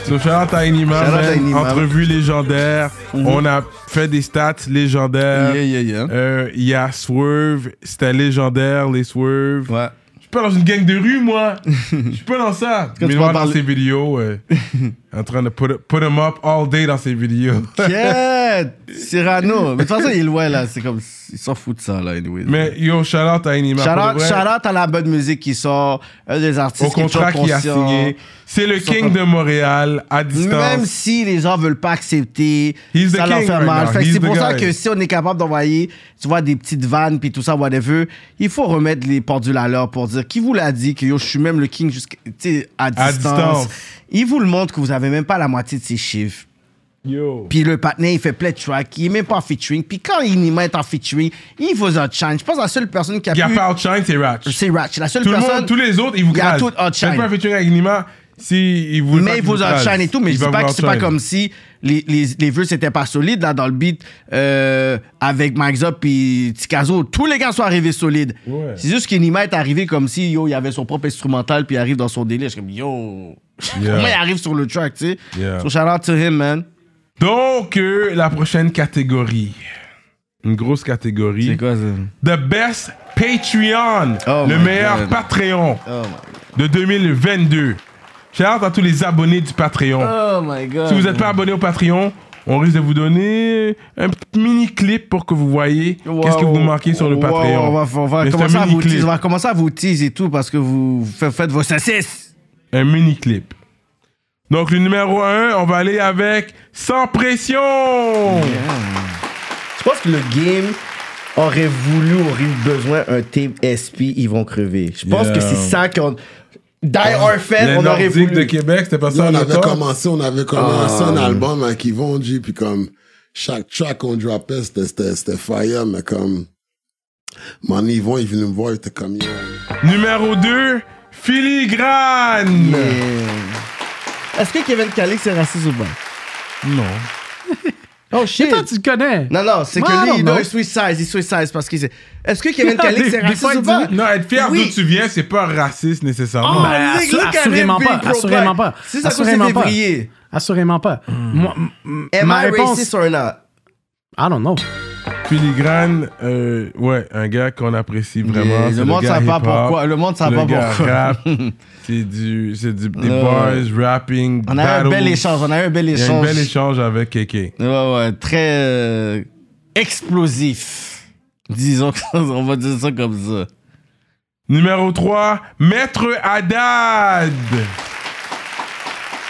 S1: So, shout out à Enima,
S2: Shout out à
S1: man.
S2: Enima.
S1: Entrevue légendaire.
S2: Mhm.
S1: On a fait des stats légendaires.
S2: Yeah, yeah, yeah.
S1: Euh, Il y a Swerve. C'était légendaire, les Swerve.
S2: Ouais.
S1: Je suis pas dans une gang de rue, moi. Je suis pas dans ça.
S2: Quand
S1: Mais
S2: tu
S1: moi,
S2: vas
S1: dans
S2: parler-
S1: ces vidéos, euh, en train de put, put him up all day dans ses vidéos.
S2: Yeah! Cyrano. Mais de toute façon, il est loin, là. C'est comme. Il s'en fout de ça, là, anyway.
S1: Mais yo, shout out à Anima.
S2: Shout
S1: pour de
S2: out,
S1: vrai.
S2: shout out à la bonne musique qui sort, un des artistes
S1: au contrat
S2: qui est toujours
S1: qu'il a
S2: conscient.
S1: signé. C'est le
S2: Ils sont
S1: king
S2: comme-
S1: de Montréal à distance.
S2: Même si les gens veulent pas accepter,
S1: He's the
S2: ça leur
S1: king
S2: fait
S1: right
S2: mal.
S1: now.
S2: Fait que
S1: He's
S2: c'est
S1: the
S2: pour ça
S1: guy.
S2: que si on est capable d'envoyer, tu vois, des petites vannes puis tout ça, whatever, il faut remettre les pendules à l'heure pour dire qui vous l'a dit que yo, je suis même le king jusqu'à, tu sais, à distance.
S1: À distance.
S2: Il vous le montre que vous avez même pas la moitié de ses chiffres.
S1: Yo.
S2: Puis le partenaire, il fait plein de tracks, il est même pas en featuring. Puis quand Inima est en featuring, il vous outshine. Je pense que la seule personne qui a
S1: Il n'y a
S2: pu...
S1: pas Outshine, c'est Ratch.
S2: C'est Ratch. La seule
S1: Tout le
S2: personne...
S1: monde, tous les autres, ils vous
S2: Il y a
S1: crasent.
S2: tout outshine.
S1: Faites pas un featuring avec Nima si ils vous
S2: mais il vous enchaîne et tout, mais je dis pas que c'est pas comme si les, les, les vœux c'était pas solide là dans le beat euh, avec Max Up puis Tikazo, tous les gars sont arrivés solides.
S1: Ouais.
S2: C'est juste qu'Enima est arrivé comme si yo il avait son propre instrumental puis il arrive dans son délire, je suis comme yo.
S1: Yeah.
S2: Comment il arrive sur le track, tu sais
S1: Yeah.
S2: So shout out to him man.
S1: Donc, euh, la prochaine catégorie. Une grosse catégorie. C'est
S2: quoi ça?
S1: The Best Patreon. le
S2: my
S1: meilleur
S2: God.
S1: Patreon
S2: Oh
S1: de 2022. Shout out à tous les abonnés du Patreon.
S2: Oh my god.
S1: Si vous n'êtes pas abonné au Patreon, on risque de vous donner un petit mini clip pour que vous voyez qu'est-ce que vous marquez sur le
S2: Wow,
S1: Patreon.
S2: on va, on va
S1: Mais c'est
S2: commencer
S1: un
S2: à vous
S1: mini-clip.
S2: tease, on va commencer à vous tease et tout parce que vous fa- faites vos saucisses.
S1: Un mini clip. Donc le numéro 1, on va aller avec Sans pression.
S2: Je pense que le game aurait voulu, aurait eu besoin un team SP, ils vont crever. Je pense
S1: Yeah.
S2: que c'est ça qu'on. Die Hard Fed,
S1: Ah, Les
S2: on aurait
S1: Nordiques
S2: voulu.
S1: de Québec, c'était pas ça
S20: on
S1: le
S20: avait
S1: top?
S20: commencé, on avait commencé
S2: Ah.
S20: un album avec Yvon G, puis comme chaque track qu'on dropait, c'était- c'était c'était fire, mais comme mon Yvon, il venait me voir, il était comme yo.
S1: Numéro 2, Filigrane.
S2: Est-ce que Kevin Calix est raciste ou pas? Non. Oh shit!
S14: toi, tu le connais!
S2: Non, non, c'est que
S14: Moi, I
S2: lui,
S14: don't
S2: il doit
S14: know.
S2: être suicide, il suicide parce qu'il sait. Est-ce que Kevin
S1: Des-
S2: Calix est
S1: des
S2: raciste
S1: fois,
S2: ou
S1: il
S2: pas?
S1: dit, Non, être fier
S2: Oui. Ah,
S1: d'où tu viens, c'est pas raciste nécessairement.
S14: Oh, Ben, nigga, assu- look at assurément him, pas, big assurément pro black. pas,
S2: Si ça
S14: assurément
S2: cause
S14: pas.
S2: février.
S14: Assurément pas. Moi, m- m-
S2: Am
S14: ma
S2: I
S14: réponse,
S2: racist or not?
S14: I don't know.
S1: Filigrane, euh, ouais, un gars qu'on apprécie vraiment.
S2: Mais
S1: c'est
S2: le monde
S1: gars
S2: sait pas
S1: hip-hop.
S2: pourquoi- le monde sait
S1: Le
S2: pas
S1: gars
S2: pourquoi.
S1: rap, c'est du, c'est du, des
S2: Ouais.
S1: bars, rapping,
S2: On a eu un
S1: battles.
S2: bel échange, on a eu un
S1: Il
S2: bel
S1: y a eu un
S2: échange.
S1: bel échange avec Kéké.
S2: Ouais, ouais, très euh, explosif. Disons, que- on va dire ça comme ça.
S1: Numéro 3, Maître Haddad.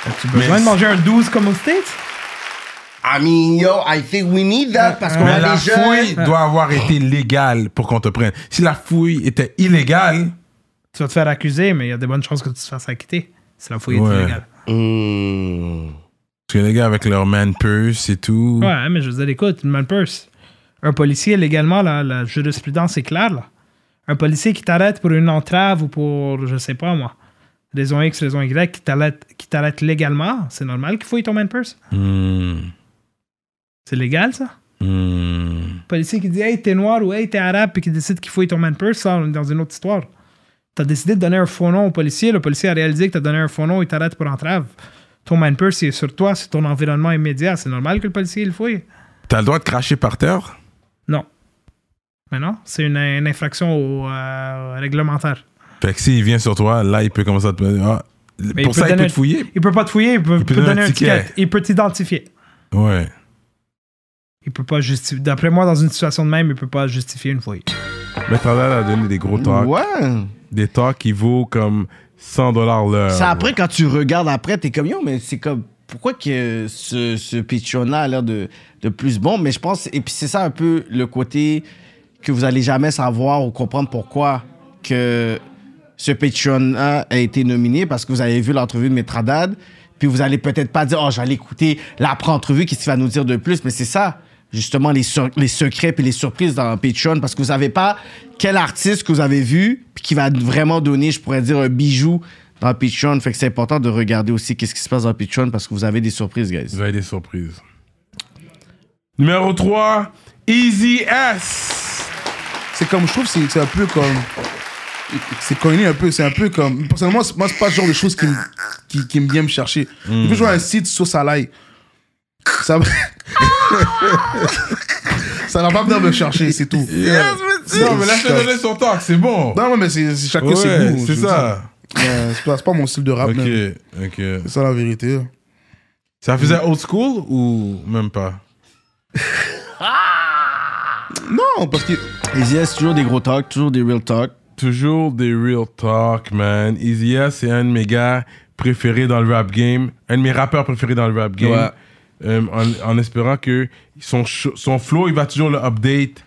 S2: As-tu
S21: besoin de manger un 12 comme aux States?
S2: I mean, yo, I think we need that parce qu'on
S1: Mais
S2: a
S1: Euh, la
S2: des
S1: fouille
S2: jeunes.
S1: doit avoir été légale pour qu'on te prenne. Si la fouille était illégale,
S21: Tu vas te faire accuser, mais il y a des bonnes chances que tu te fasses acquitter. C'est la fouille
S1: Ouais. Hmm.
S21: illégale.
S1: Parce que les gars, avec leur man purse et tout.
S21: Ouais, hein, mais je veux dire, écoute, une malpurse. Un policier, légalement, la, la jurisprudence est claire. là. Un policier qui t'arrête pour une entrave ou pour, je sais pas moi, raison X, raison Y, qui t'arrête qui t'arrête légalement, c'est normal qu'il fouille ton man purse. C'est légal, ça?
S19: Hmm.
S2: Mm.
S21: policier qui dit Hey, t'es noir ou Hey, t'es arabe, puis qui décide qu'il fouille ton man purse, ça, on est dans une autre histoire. T'as décidé de donner un faux nom au policier, le policier a réalisé que t'as donné un faux nom, il t'arrête pour entrave. Ton man purse, il est sur toi, c'est ton environnement immédiat, c'est normal que le policier le fouille.
S1: T'as le droit de cracher par terre?
S21: Non. Mais non, c'est une, une infraction au, euh, réglementaire.
S1: Fait que s'il vient sur toi, là, il peut commencer à te. Ah,
S21: Mais
S1: pour ça, il
S21: donner
S1: peut
S21: un-
S1: te fouiller.
S21: Il peut pas te fouiller, il peut,
S1: Il peut
S21: peut
S1: donner un
S21: donner un
S1: ticket.
S21: ticket. Il peut t'identifier.
S1: Ouais.
S21: Il peut pas justifier. D'après moi, dans une situation de même, il peut pas justifier une fouille.
S1: Mais Tandal a donné des gros talks.
S2: Ouais.
S1: Des talks qui vaut comme 100 dollars l'heure.
S2: C'est après, quand tu regardes Oh, après, t'es comme yo, mais c'est comme. Pourquoi que ce, ce Pichona a l'air de, de plus bon? Mais je pense. Et puis c'est ça un peu le côté que vous allez jamais savoir ou comprendre pourquoi que ce Pichona a été nominé parce que vous avez vu l'entrevue de Metradad. Puis vous allez peut-être pas dire, oh, j'allais écouter l'après-entrevue, qu'est-ce qu'il va nous dire de plus? Mais c'est ça, justement, les, sur- les secrets puis les surprises dans Patreon parce que vous savez pas quel artiste que vous avez vu puis qui va vraiment donner, je pourrais dire, un bijou dans Patreon. Fait que c'est important de regarder aussi qu'est-ce qui se passe dans Patreon parce que vous avez des surprises, guys. Vous
S1: avez des surprises. Numéro 3, Easy S.
S15: C'est comme, je trouve, c'est c'est un peu comme. C'est connu un peu, c'est un peu comme. Personnellement, c'est- moi, c'est pas le genre de choses qui, me- qui, qui me vient me chercher.
S1: Hmm.
S15: Je peux jouer à un site sauce à l'ail. Ça. ça va pas venir me chercher, c'est tout.
S1: Non, mais lâche-le donner son talk, c'est bon.
S15: Non, non, mais c'est c'est chacun
S1: Ouais,
S15: ses goûts.
S1: c'est
S15: je veux
S1: ça.
S15: dire. Ouais, C'est pas, c'est pas mon style de rap.
S1: Ok,
S15: même.
S1: ok.
S15: C'est ça la vérité.
S1: Ça faisait old school ou même pas
S15: Non, parce que.
S2: Easy S, toujours des gros talks, toujours des real talk.
S1: Toujours des real talk, man. Easy S, c'est un de mes gars préférés dans le rap game, un de mes rappeurs préférés dans le rap game.
S16: Ouais.
S1: Euh, en, en espérant que son, sh- son flow, il va toujours le update.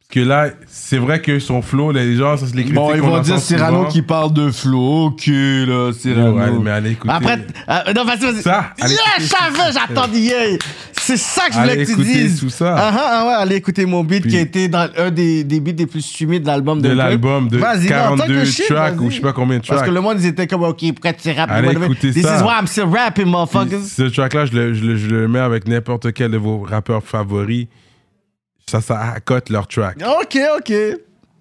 S1: Parce que là, c'est vrai que son flow, les gens, ça se les critiques.
S2: Bon, ils
S1: qu'on
S2: vont
S1: entend
S2: dire Cyrano
S1: souvent.
S2: qui parle de flow. Ok, là, Cyrano.
S1: Ouais, allez, mais allez écouter.
S2: Après, t- euh, non, vas-y, vas-y.
S1: Ça, allez
S2: Yeah, je
S1: écouter.
S2: savais, j'attendais. yeah. C'est ça que je voulais
S1: Allez
S2: que tu
S1: écouter
S2: dises.
S1: tout ça.
S2: Ah, ah, ah ouais, allez écouter mon beat qui a été dans un des, des beats les plus streamés de l'album de
S1: De
S2: Drake.
S1: l'album, de
S2: Vas-y, non, tant que
S1: 42
S2: shit,
S1: tracks
S2: vas-y.
S1: ou je sais pas combien de
S2: Parce
S1: tracks.
S2: que le monde, ils étaient comme, OK, prêt, tu rappes.
S1: Allez
S2: whatever.
S1: écouter
S2: This
S1: ça.
S2: is why I'm still rapping, motherfuckers.
S1: Ce track-là, je le, je le- je le mets avec n'importe quel de vos rappeurs favoris. Ça, ça accote leur track.
S2: OK, OK.
S1: Yo,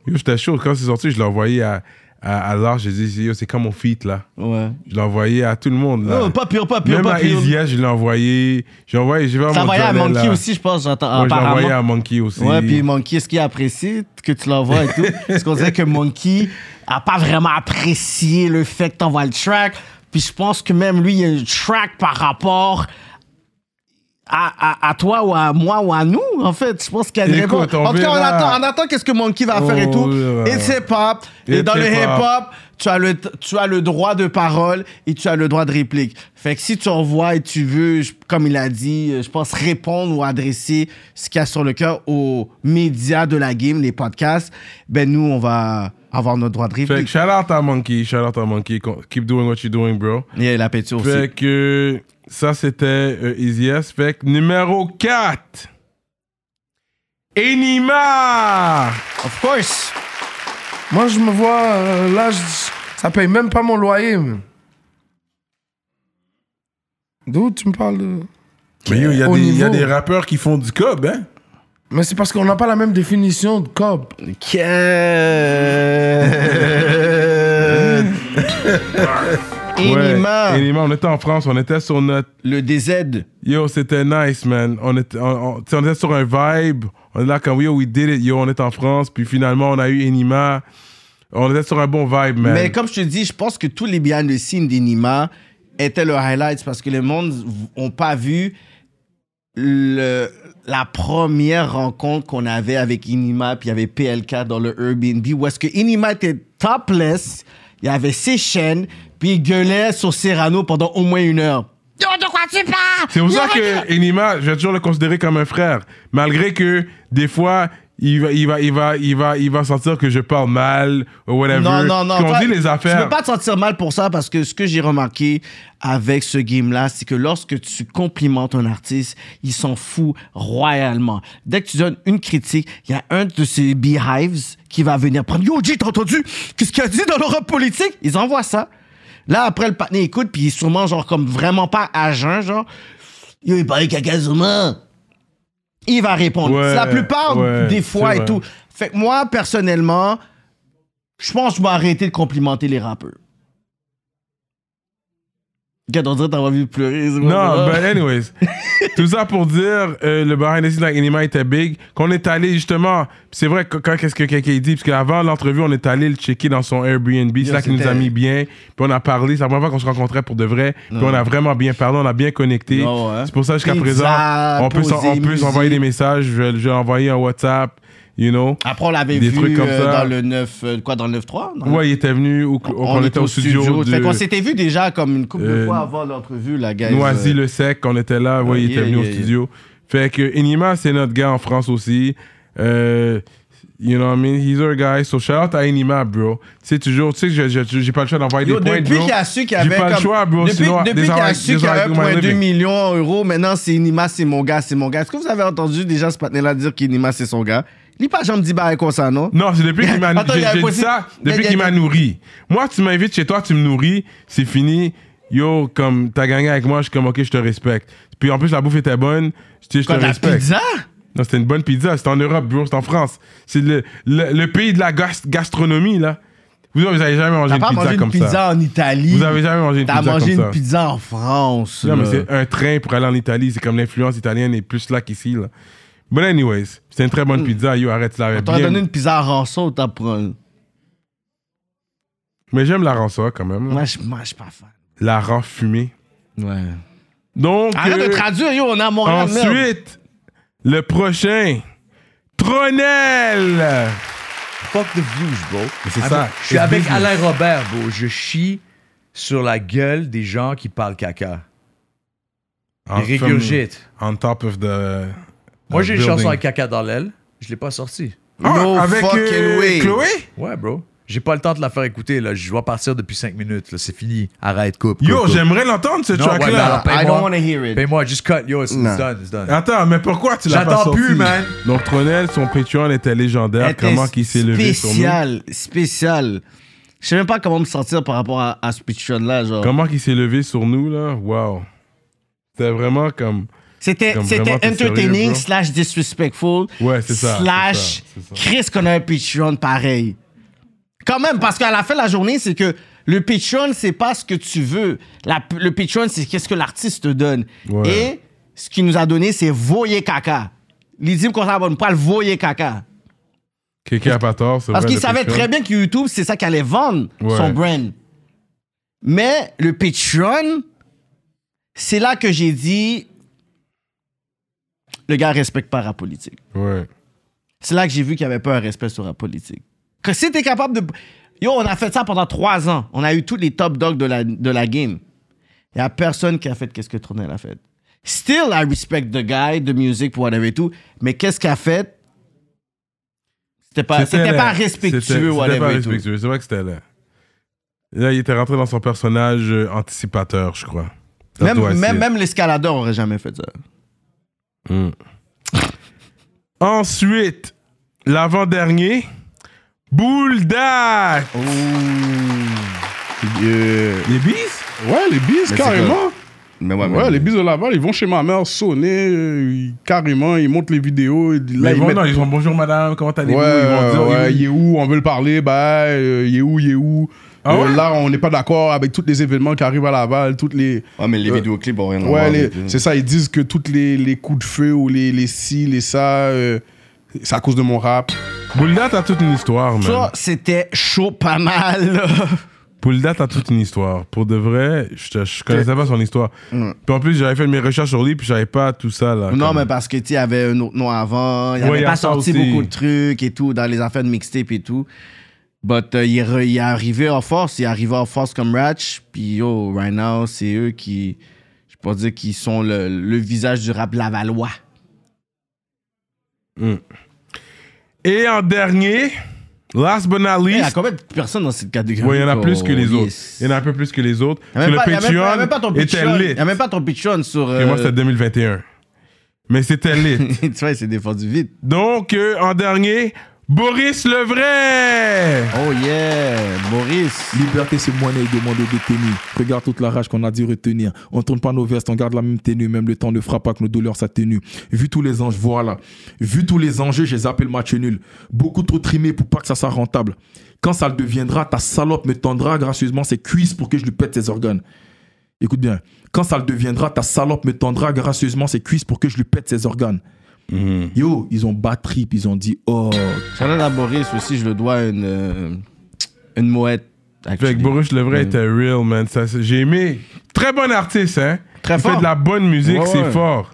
S1: j'étais chaud. Quand c'est sorti, je l'ai envoyé à, à, à Lars. J'ai dit, yo, c'est comme mon feat, là.
S2: Ouais.
S1: Je l'ai envoyé à tout le monde, là.
S2: Non, pas pire, pas pire,
S1: Même
S2: pas
S1: à
S2: pire.
S1: Easy Ash, je l'ai envoyé. J'ai envoyé, j'ai vraiment
S2: Ça envoyé à Monkey aussi, je pense, j'entends.
S1: Moi, je l'ai envoyé
S2: apparemment.
S1: à Monkey aussi.
S2: Ouais, puis Monkey, est-ce qu'il apprécie que tu l'envoies et tout? Parce qu'on dirait que Monkey a pas vraiment apprécié le fait que t'envoies le track. Puis je pense que même lui, il y a un track par rapport à, à, à toi ou à moi ou à nous, en fait. Je pense qu'il y a une
S1: Écoute,
S2: réponse.
S1: on
S2: En tout cas, on
S1: verra. Oh
S2: attend, on attend qu'est-ce que Monkey va
S1: On
S2: faire et tout.
S1: verra.
S2: Et c'est pop.
S1: Et
S2: Et, dans le
S1: c'est pop.
S2: hip-hop, tu as, le, tu as le droit de parole et tu as le droit de réplique. Fait que si tu envoies et tu veux, je- comme il a dit, euh, je pense répondre ou adresser ce qu'il y a sur le cœur aux médias de la game, les podcasts, ben nous, on va avoir notre droit de
S1: Fait que
S2: réplique.
S1: shout out à Monkey, shout out à Monkey. Con- Keep doing what you're doing, bro.
S2: Yeah, la pétio aussi.
S1: Fait que ça, c'était euh, Easy S. Fait que numéro 4. Enima!
S2: Of course!
S12: Moi, je me vois, euh, là, je- ça paye même pas mon loyer. man. D'où tu me parles de...
S1: Mais yo, il y a
S12: Au
S1: des- il y a
S12: niveau.
S1: des rappeurs qui font du cob, hein?
S12: Mais c'est parce qu'on n'a pas la même définition de cob.
S2: Enima.
S1: Ouais, Enima, on était en France, on était sur notre.
S2: Le DZ.
S1: Yo, c'était nice, man. On était, on- on- tu sais, on était sur un vibe. On est là comme, yo, we did it. Yo, on est en France. Puis finalement, on a eu Enima. On était sur un bon vibe, man.
S2: Mais comme je te dis, je pense que tous les behind the scenes d'Enima étaient le highlights parce que les monde n'ont pas vu le, la première rencontre qu'on avait avec Inima, puis il y avait PLK dans le Airbnb, où est-ce que Inima était topless, il y avait ses chaînes, puis il gueulait sur Serrano pendant au moins une heure. Yo, de quoi tu parles?
S1: C'est pour ça que Enima, je vais toujours le considérer comme un frère. Malgré que, des fois, il va, il va, il va, il va, il va sentir que je parle mal, ou whatever.
S2: Non, non, non.
S1: Qu'on
S2: toi,
S1: dit les affaires.
S2: Tu peux pas te sentir mal pour ça parce que ce que j'ai remarqué avec ce game-là, c'est que lorsque tu complimentes un artiste, il s'en fout royalement. Dès que tu donnes une critique, il y a un de ces beehives qui va venir prendre Yo, G, t'as entendu Qu'est-ce qu'il a dit dans l'Europe politique Ils envoient ça. Là, après, le patiné écoute, puis il est sûrement, genre, comme vraiment pas à jeun, genre, Yo, il parlait caca Zuma. Il va répondre.
S17: Ouais,
S2: C'est la plupart
S17: ouais,
S2: des fois
S17: c'est
S2: et
S17: vrai.
S2: tout. Fait que moi, personnellement, je pense que je vais arrêter de complimenter les rappeurs. Regarde, on dirait que t'as envie de pleurer. c'est
S1: Non,
S2: pas
S1: but
S2: grave.
S1: anyways. tout ça pour dire, euh, le behind the scenes avec Enima était big. Qu'on est allé justement, c'est vrai que quand qu'est-ce que quelqu'un dit, parce qu'avant l'entrevue, on est allé le checker dans son Airbnb, c'est
S16: Yo,
S1: là qu'il nous a
S16: c'était-
S1: mis bien. Puis on a parlé, c'est la première fois qu'on se rencontrait pour de vrai. Puis
S16: Ouais.
S1: on a vraiment bien parlé, on a bien connecté.
S16: Ah ouais.
S1: C'est pour ça jusqu'à
S16: Pizza,
S1: présent, on peut, s'en- on
S16: posé,
S1: peut s'envoyer des
S16: musique.
S1: messages. Je vais, je vais envoyer un WhatsApp, you know.
S2: Après, on l'avait
S1: Des
S2: vu
S1: trucs comme
S2: euh,
S1: ça.
S2: dans le 9, euh, quoi, dans le 9-3 non?
S1: Ouais, il était venu, ou, ou on, était au studio. de-
S2: Fait qu'on s'était vu déjà comme une couple de
S1: Euh,
S2: fois avant l'entrevue, la guys.
S1: Noisy
S2: euh,
S1: le sec, on était là, ouais, il
S2: yeah,
S1: était venu
S2: yeah,
S1: au
S2: yeah.
S1: studio. Fait que Enima, c'est notre gars en France aussi. Euh, you know what I mean? He's our guy. So shout out à Enima, bro. C'est toujours, tu sais, que j'ai- j'ai j'ai pas le choix d'envoyer
S2: Yo,
S1: des points,
S2: depuis
S1: bro.
S2: qu'il a su qu'il y
S1: J'ai
S2: avait
S1: pas le
S2: comme-
S1: choix, bro.
S2: Depuis,
S1: sinon,
S2: depuis
S1: des
S2: qu'il a
S1: arrêts-
S2: su qu'il
S1: des
S2: y
S1: arrêts
S2: avait
S1: de my
S2: 1,2
S1: living.
S2: million d'euros, maintenant c'est Nima, c'est mon gars, c'est mon gars. Est-ce que vous avez entendu déjà ce patin-là dire qu'Inima, c'est son gars? Il n'est pas jamais dit bah comme ça, non?
S1: Non, c'est depuis qu'il m'a
S2: Attends,
S1: j'ai-
S2: il y a un
S1: j'ai dit
S2: côté-
S1: ça,
S2: il y
S1: depuis
S2: a- il y a-
S1: qu'il m'a nourri. Moi, tu m'invites chez toi, tu me nourris, c'est fini. Yo, comme t'as gagné avec moi, je suis comme ok, je te respecte. Puis en plus, la bouffe était bonne, je te- je te
S2: Quoi, de la
S1: respecte.
S2: pizza?
S1: Non, c'était une bonne pizza. C'était en Europe, bro. C'était en France. C'est le, le, le pays de la gas- gastronomie, là. Vous, vous avez jamais mangé
S2: T'as
S1: une
S2: pas
S1: pizza
S2: mangé une
S1: comme
S2: pizza
S1: ça.
S2: en Italie.
S1: Vous avez jamais mangé une
S2: T'as
S1: pizza
S2: mangé
S1: comme
S2: une
S1: ça.
S2: pizza en France.
S1: Non, mais
S2: là.
S1: c'est un train pour aller en Italie. C'est comme l'influence italienne est plus là qu'ici, là. But anyways, c'était une très bonne pizza. Yo, arrête là.
S2: T'aurais
S1: bien-
S2: Hmm. donné une pizza à rançon, t'as pris.
S1: Mais j'aime la rançon quand même. là.
S2: Moi, je mange pas fan.
S1: La rend fumée.
S2: Ouais.
S1: Donc. euh,
S8: Arrête de traduire, yo, on est à Montréal, merde.
S1: Ensuite, le prochain, Tronel.
S8: Fuck the views, bro.
S1: Mais c'est
S8: Ah,
S1: ça,
S8: bro, Je suis
S1: c'est
S8: avec
S1: business.
S8: Alain Robert, bro. Je chie sur la gueule des gens qui parlent caca.
S1: En-
S8: Ils régurgitent.
S1: On top of the.
S8: Moi,
S1: the
S8: j'ai une chanson
S1: building.
S8: avec caca dans l'aile. Je l'ai pas sortie.
S1: Ah, No avec, fucking euh, way. Chloé?
S8: Ouais, bro. J'ai pas le temps de la faire écouter, là. Je dois partir depuis 5 minutes, là. C'est fini. Arrête, coupe. coupe,
S1: Yo,
S8: coupe.
S1: j'aimerais l'entendre, ce
S8: Non,
S1: track-là.
S8: ouais, mais alors, paye-moi.
S1: I don't wanna
S8: hear it. Paye-moi, just cut. Yo, it's, it's
S1: Non.
S8: done, it's done.
S1: Attends, mais pourquoi tu l'as pas
S8: J'attends
S1: sorti?
S8: plus, man.
S1: Donc, Tronel, son Patreon était légendaire.
S2: Était
S1: Comment qu'il s'est levé sur nous?
S2: Spécial, spécial. Je sais même pas comment me sentir par rapport à, à ce Patreon-là, genre.
S1: Comment qu'il s'est levé sur nous, là? Wow. C'était vraiment comme...
S2: C'était
S1: comme
S2: c'était
S1: vraiment, t'es sérieux,
S2: entertaining
S1: bro?
S2: slash disrespectful
S1: Ouais, c'est ça, c'est
S2: slash
S1: ça, c'est ça.
S2: Chris qu'on a un Patreon pareil. Quand même, parce qu'à la fin de la journée, c'est que le Patreon, c'est pas ce que tu veux. La- le Patreon, c'est qu'est-ce que l'artiste te donne.
S1: Ouais.
S2: Et ce qu'il nous a donné, c'est voyer caca. L'idim qu'on s'abonne pas, le voyer caca.
S1: Kéké a pas tort, c'est
S2: Parce
S1: vrai,
S2: qu'il
S1: le
S2: savait
S1: Patreon.
S2: très bien que YouTube, c'est ça qui allait vendre
S1: Ouais.
S2: son brand. Mais le Patreon, c'est là que j'ai dit le gars respecte pas la politique. C'est là que j'ai vu qu'il y avait pas un respect sur la politique. Que si t'es capable de. Yo, on a fait ça pendant trois ans. On a eu tous les top dogs de la, de la game. Il a personne qui a fait qu'est-ce que Tronel a fait. Still, I respect the guy, the music, whatever et tout. Mais qu'est-ce qu'il a fait? C'était pas, c'était
S1: laid.
S2: pas
S1: C'était-
S2: respectueux,
S1: C'était pas
S2: whatever et tout.
S1: respectueux, c'est vrai que c'était là. Là, il était rentré dans son personnage euh, anticipateur, je crois. Ça
S2: Même,
S1: doit essayer.
S2: même, même l'escaladeur aurait jamais fait ça.
S1: Hmm. Ensuite, l'avant-dernier, Bouldak. Les bis
S13: Euh, Ouais, les bis,
S1: Mais
S13: carrément.
S2: Mais
S13: ouais,
S2: ouais, mais-
S13: les bis de Laval, ils vont chez ma mère sonner, euh, ils- carrément, ils montent les vidéos. et
S1: Là,
S13: là,
S1: ils, vont,
S13: mettent-
S1: non, ils vont bonjour madame, comment
S13: Ouais,
S1: allez-vous Ils vont dire
S13: ouais,
S1: oui, oui.
S13: il est où, on veut le parler, bah, euh, il est où, il est où.
S1: Ah
S13: Euh,
S1: ouais?
S13: Là, on n'est pas d'accord avec tous les événements qui arrivent à Laval, toutes les.
S2: Ouais, Ah, mais les
S13: euh,
S2: vidéoclips ont rien à voir
S13: Ouais, les-
S2: avec, euh.
S13: c'est ça, ils disent que toutes les, les coups de feu ou les, les ci, les ça, euh, c'est à cause de mon rap.
S1: Boulda, t'as toute une histoire, man.
S2: Ça, c'était chaud pas mal. là.
S1: Poulda, t'as toute une histoire. Pour de vrai, je, te- je connaissais pas son histoire. Puis en plus, j'avais fait mes recherches sur lui, puis j'avais pas tout ça, là.
S2: Non,
S1: Ah, comme-
S2: mais parce que tu sais, il y avait un autre nom avant, il
S1: Ouais,
S2: n'avait
S1: il y a
S2: pas
S1: ça
S2: sorti
S1: aussi.
S2: beaucoup de trucs et tout, dans les affaires de mixtape et tout. But euh, il, est re- il est arrivé en force, il est arrivé en force comme Ratch, puis yo, right now, c'est eux qui, je peux dire, qui sont le, le visage du rap lavallois.
S1: Hmm. Et en dernier, last but not least. Il y a
S2: combien de personnes dans cette catégorie Oh,
S1: Ouais, il y en a plus que les
S2: qu'on-
S1: autres. Il y en a un peu plus que les autres.
S2: Il
S1: Sur
S2: n'y
S1: le
S2: a, même pas- il y a même- il y a même pas
S1: Patreon,
S2: ton
S1: était
S2: Patreon. Il
S1: lit.
S2: n'y a même pas ton Patreon sur. euh,
S1: moi, c'était 2021. Mais c'était lit.
S2: tu vois, il s'est défendu vite.
S1: Donc, euh, en dernier, Boris Levray.
S2: Oh yeah, Boris.
S9: Liberté, c'est monnaie demander des tenues. Regarde toute la rage qu'on a dû retenir. On tourne pas nos vestes, on garde la même tenue. Même le temps ne fera pas que nos douleurs s'atténuent. Vu tous les enjeux, voilà. Vu tous les enjeux, je les appelle match nul. Beaucoup trop trimé pour pas que ça soit rentable. Quand ça le deviendra, ta salope me tendra gracieusement ses cuisses pour que je lui pète ses organes. Écoute bien. Quand ça le deviendra, ta salope me tendra gracieusement ses cuisses pour que je lui pète ses organes. Yo, ils ont battu, ils ont dit oh.
S2: J'allais à Boris aussi, je le dois à une, euh, une mouette. Mm.
S1: Fait que Boris Levray
S2: Ouais.
S1: était real, man. Ça, c'est- J'ai aimé. Très bon artiste, hein.
S2: Très
S1: Il
S2: fort.
S1: fait de la bonne musique,
S2: Ouais,
S1: c'est
S2: ouais.
S1: fort.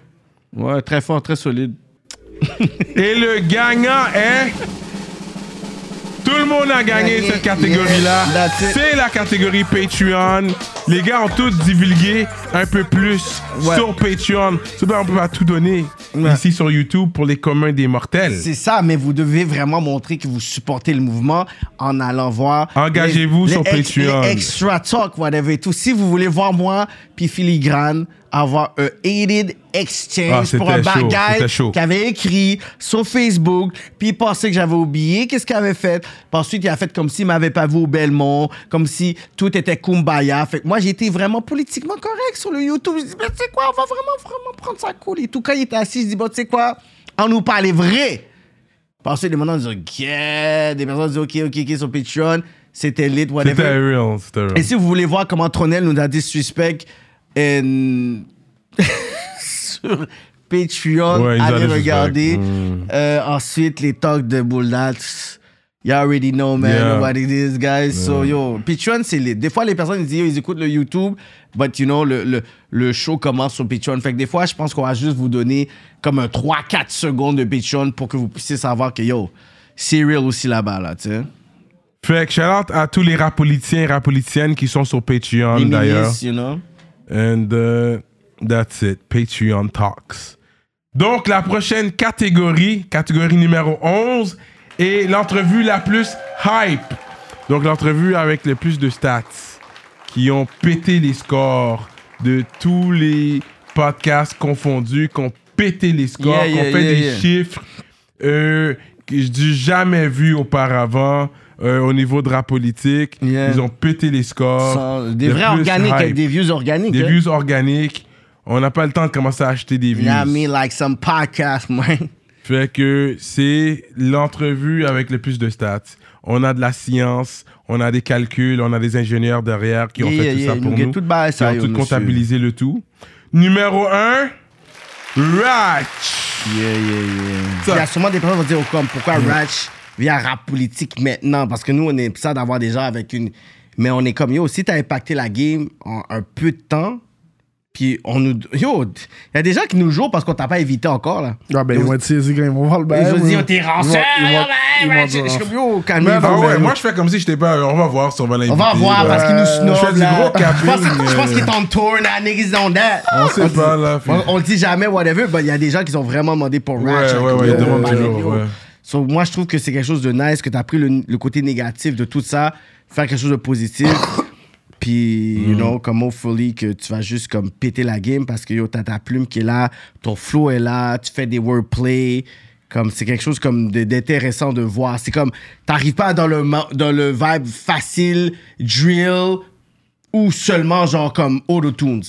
S2: Ouais, très fort, très solide.
S1: Et le gagnant est. Tout le monde a gagné
S2: Gagné.
S1: cette catégorie-là.
S2: Yes, that's it.
S1: C'est la catégorie Patreon. Les gars ont tous divulgué un peu plus
S2: Ouais.
S1: sur Patreon. C'est bien, on peut pas tout donner ici sur YouTube pour les communs des mortels.
S2: C'est ça, mais vous devez vraiment montrer que vous supportez le mouvement en allant voir.
S1: Engagez-vous
S2: les-
S1: sur
S2: les ex-
S1: Patreon.
S2: les extra talk, whatever et tout. Si vous voulez voir moi puis Filigrane avoir un aided
S1: Ah,
S2: exchange
S1: c'était
S2: pour un
S1: chaud,
S2: bagage
S1: c'était chaud.
S2: qu'il avait écrit sur Facebook, puis il pensait que j'avais oublié qu'est-ce qu'il avait fait. Puis ensuite, il a fait comme s'il m'avait pas vu au Belmont, comme si tout était kumbaya. Fait que moi, j'étais vraiment politiquement correct sur le YouTube. Je dis, mais tu sais quoi, on va vraiment, vraiment prendre ça cool. Et tout, quand il était assis, je dis, bon, tu sais quoi, on nous parle vrai. Puis ensuite, les gens disent, OK, des personnes disent, OK, OK, OK, sur Patreon, c'était lit, whatever.
S1: C'était real, c'était real.
S2: Et si vous voulez voir comment Tronel nous a dit suspect euh, sur Patreon,
S1: Ouais, il nous a
S2: allez
S1: dit suspect.
S2: regarder.
S1: Mm.
S2: Euh, ensuite, les talks de Bouldat. You already know, man,
S11: Yeah.
S2: what it is, guys. So, yo. Patreon, c'est lit. Des fois, les personnes, ils disent, yo, ils écoutent le YouTube, but, you know, le, le, le show commence sur Patreon. Fait que des fois, je pense qu'on va juste vous donner comme un 3-4 secondes de Patreon pour que vous puissiez savoir que, yo, c'est real aussi là-bas, là, tu sais.
S1: Fait que shout out à tous les rap politiciens et rap politiciennes qui sont sur Patreon
S2: Les
S1: d'ailleurs.
S2: ministres, you know.
S1: And uh, that's it, Patreon Talks. Donc la prochaine catégorie, catégorie numéro 11, est l'entrevue la plus hype. Donc l'entrevue avec le plus de stats qui ont pété les scores de tous les podcasts confondus, qui ont pété les scores,
S11: Yeah,
S1: qui ont
S11: yeah,
S1: fait
S11: yeah,
S1: des
S11: yeah.
S1: chiffres euh, que je dis jamais vu auparavant euh, au niveau de rap politique.
S2: Yeah.
S1: Ils ont pété les scores.
S2: Sans- des
S1: Euh, Le
S2: vrais
S1: plus
S2: organiques avec
S1: hype.
S2: des views organiques,
S1: Des
S2: hein.
S1: views organiques. On n'a pas le temps de commencer à acheter des
S2: You
S1: views.
S2: know what I mean? Like some podcast, man.
S1: Fait que c'est l'entrevue avec le plus de stats. On a de la science, on a des calculs, on a des ingénieurs derrière qui ont
S2: Yeah,
S1: fait tout
S2: yeah,
S1: ça
S2: yeah,
S1: pour
S2: nous get
S1: nous.
S2: tout bas, ça,
S1: qui
S2: yo,
S1: ont tout
S2: monsieur.
S1: comptabilisé le tout. Numéro 1, Ratch.
S2: Yeah, yeah, Il y a sûrement des personnes qui vont dire, oh, comme, pourquoi Ratch vient rap politique maintenant? Parce que nous, on est ça d'avoir des gens avec une. Mais on est comme, yo, si t'as impacté la game en un peu de temps, puis on nous. Yo, il y a des gens qui nous jouent parce qu'on t'a pas évité encore, là.
S12: Ah, ben, ils vont être saisis quand ils vont voir le bail.
S2: Ils vont
S12: ouais.
S2: dire, oh, t'es ranceur,
S12: Ils vont-
S2: là,
S12: ils
S2: ben,
S12: vont
S2: ben,
S12: dire,
S2: je je suis comme, yo,
S1: Mais
S2: calmez-vous.
S1: bah ouais,
S2: man.
S1: moi je fais comme si j'étais pas. On va voir si on va l'inviter.
S2: On va voir parce qu'il nous snob.
S1: euh, Je fais du
S2: là.
S1: gros
S2: Je pense,
S1: capping,
S2: je pense
S1: euh.
S2: qu'il est en tour, là, niggas on that.
S1: On sait
S2: dit-
S1: pas, là, fait-
S2: On, on le dit jamais, whatever, mais il y a des gens qui sont vraiment demandés pour
S1: Ouais,
S2: Ratchet.
S1: ouais, ouais, ils demandent toujours, ouais.
S2: So, moi, je trouve que c'est quelque chose de nice, que tu as pris le, le côté négatif de tout ça, faire quelque chose de positif. Puis,
S12: Mm.
S2: you know, comme hopefully que tu vas juste comme péter la game parce que yo, t'as ta plume qui est là, ton flow est là, tu fais des wordplay. Comme c'est quelque chose comme de- d'intéressant de voir. C'est comme t'arrives pas dans le ma- dans le vibe facile, drill ou seulement genre comme auto-tunes.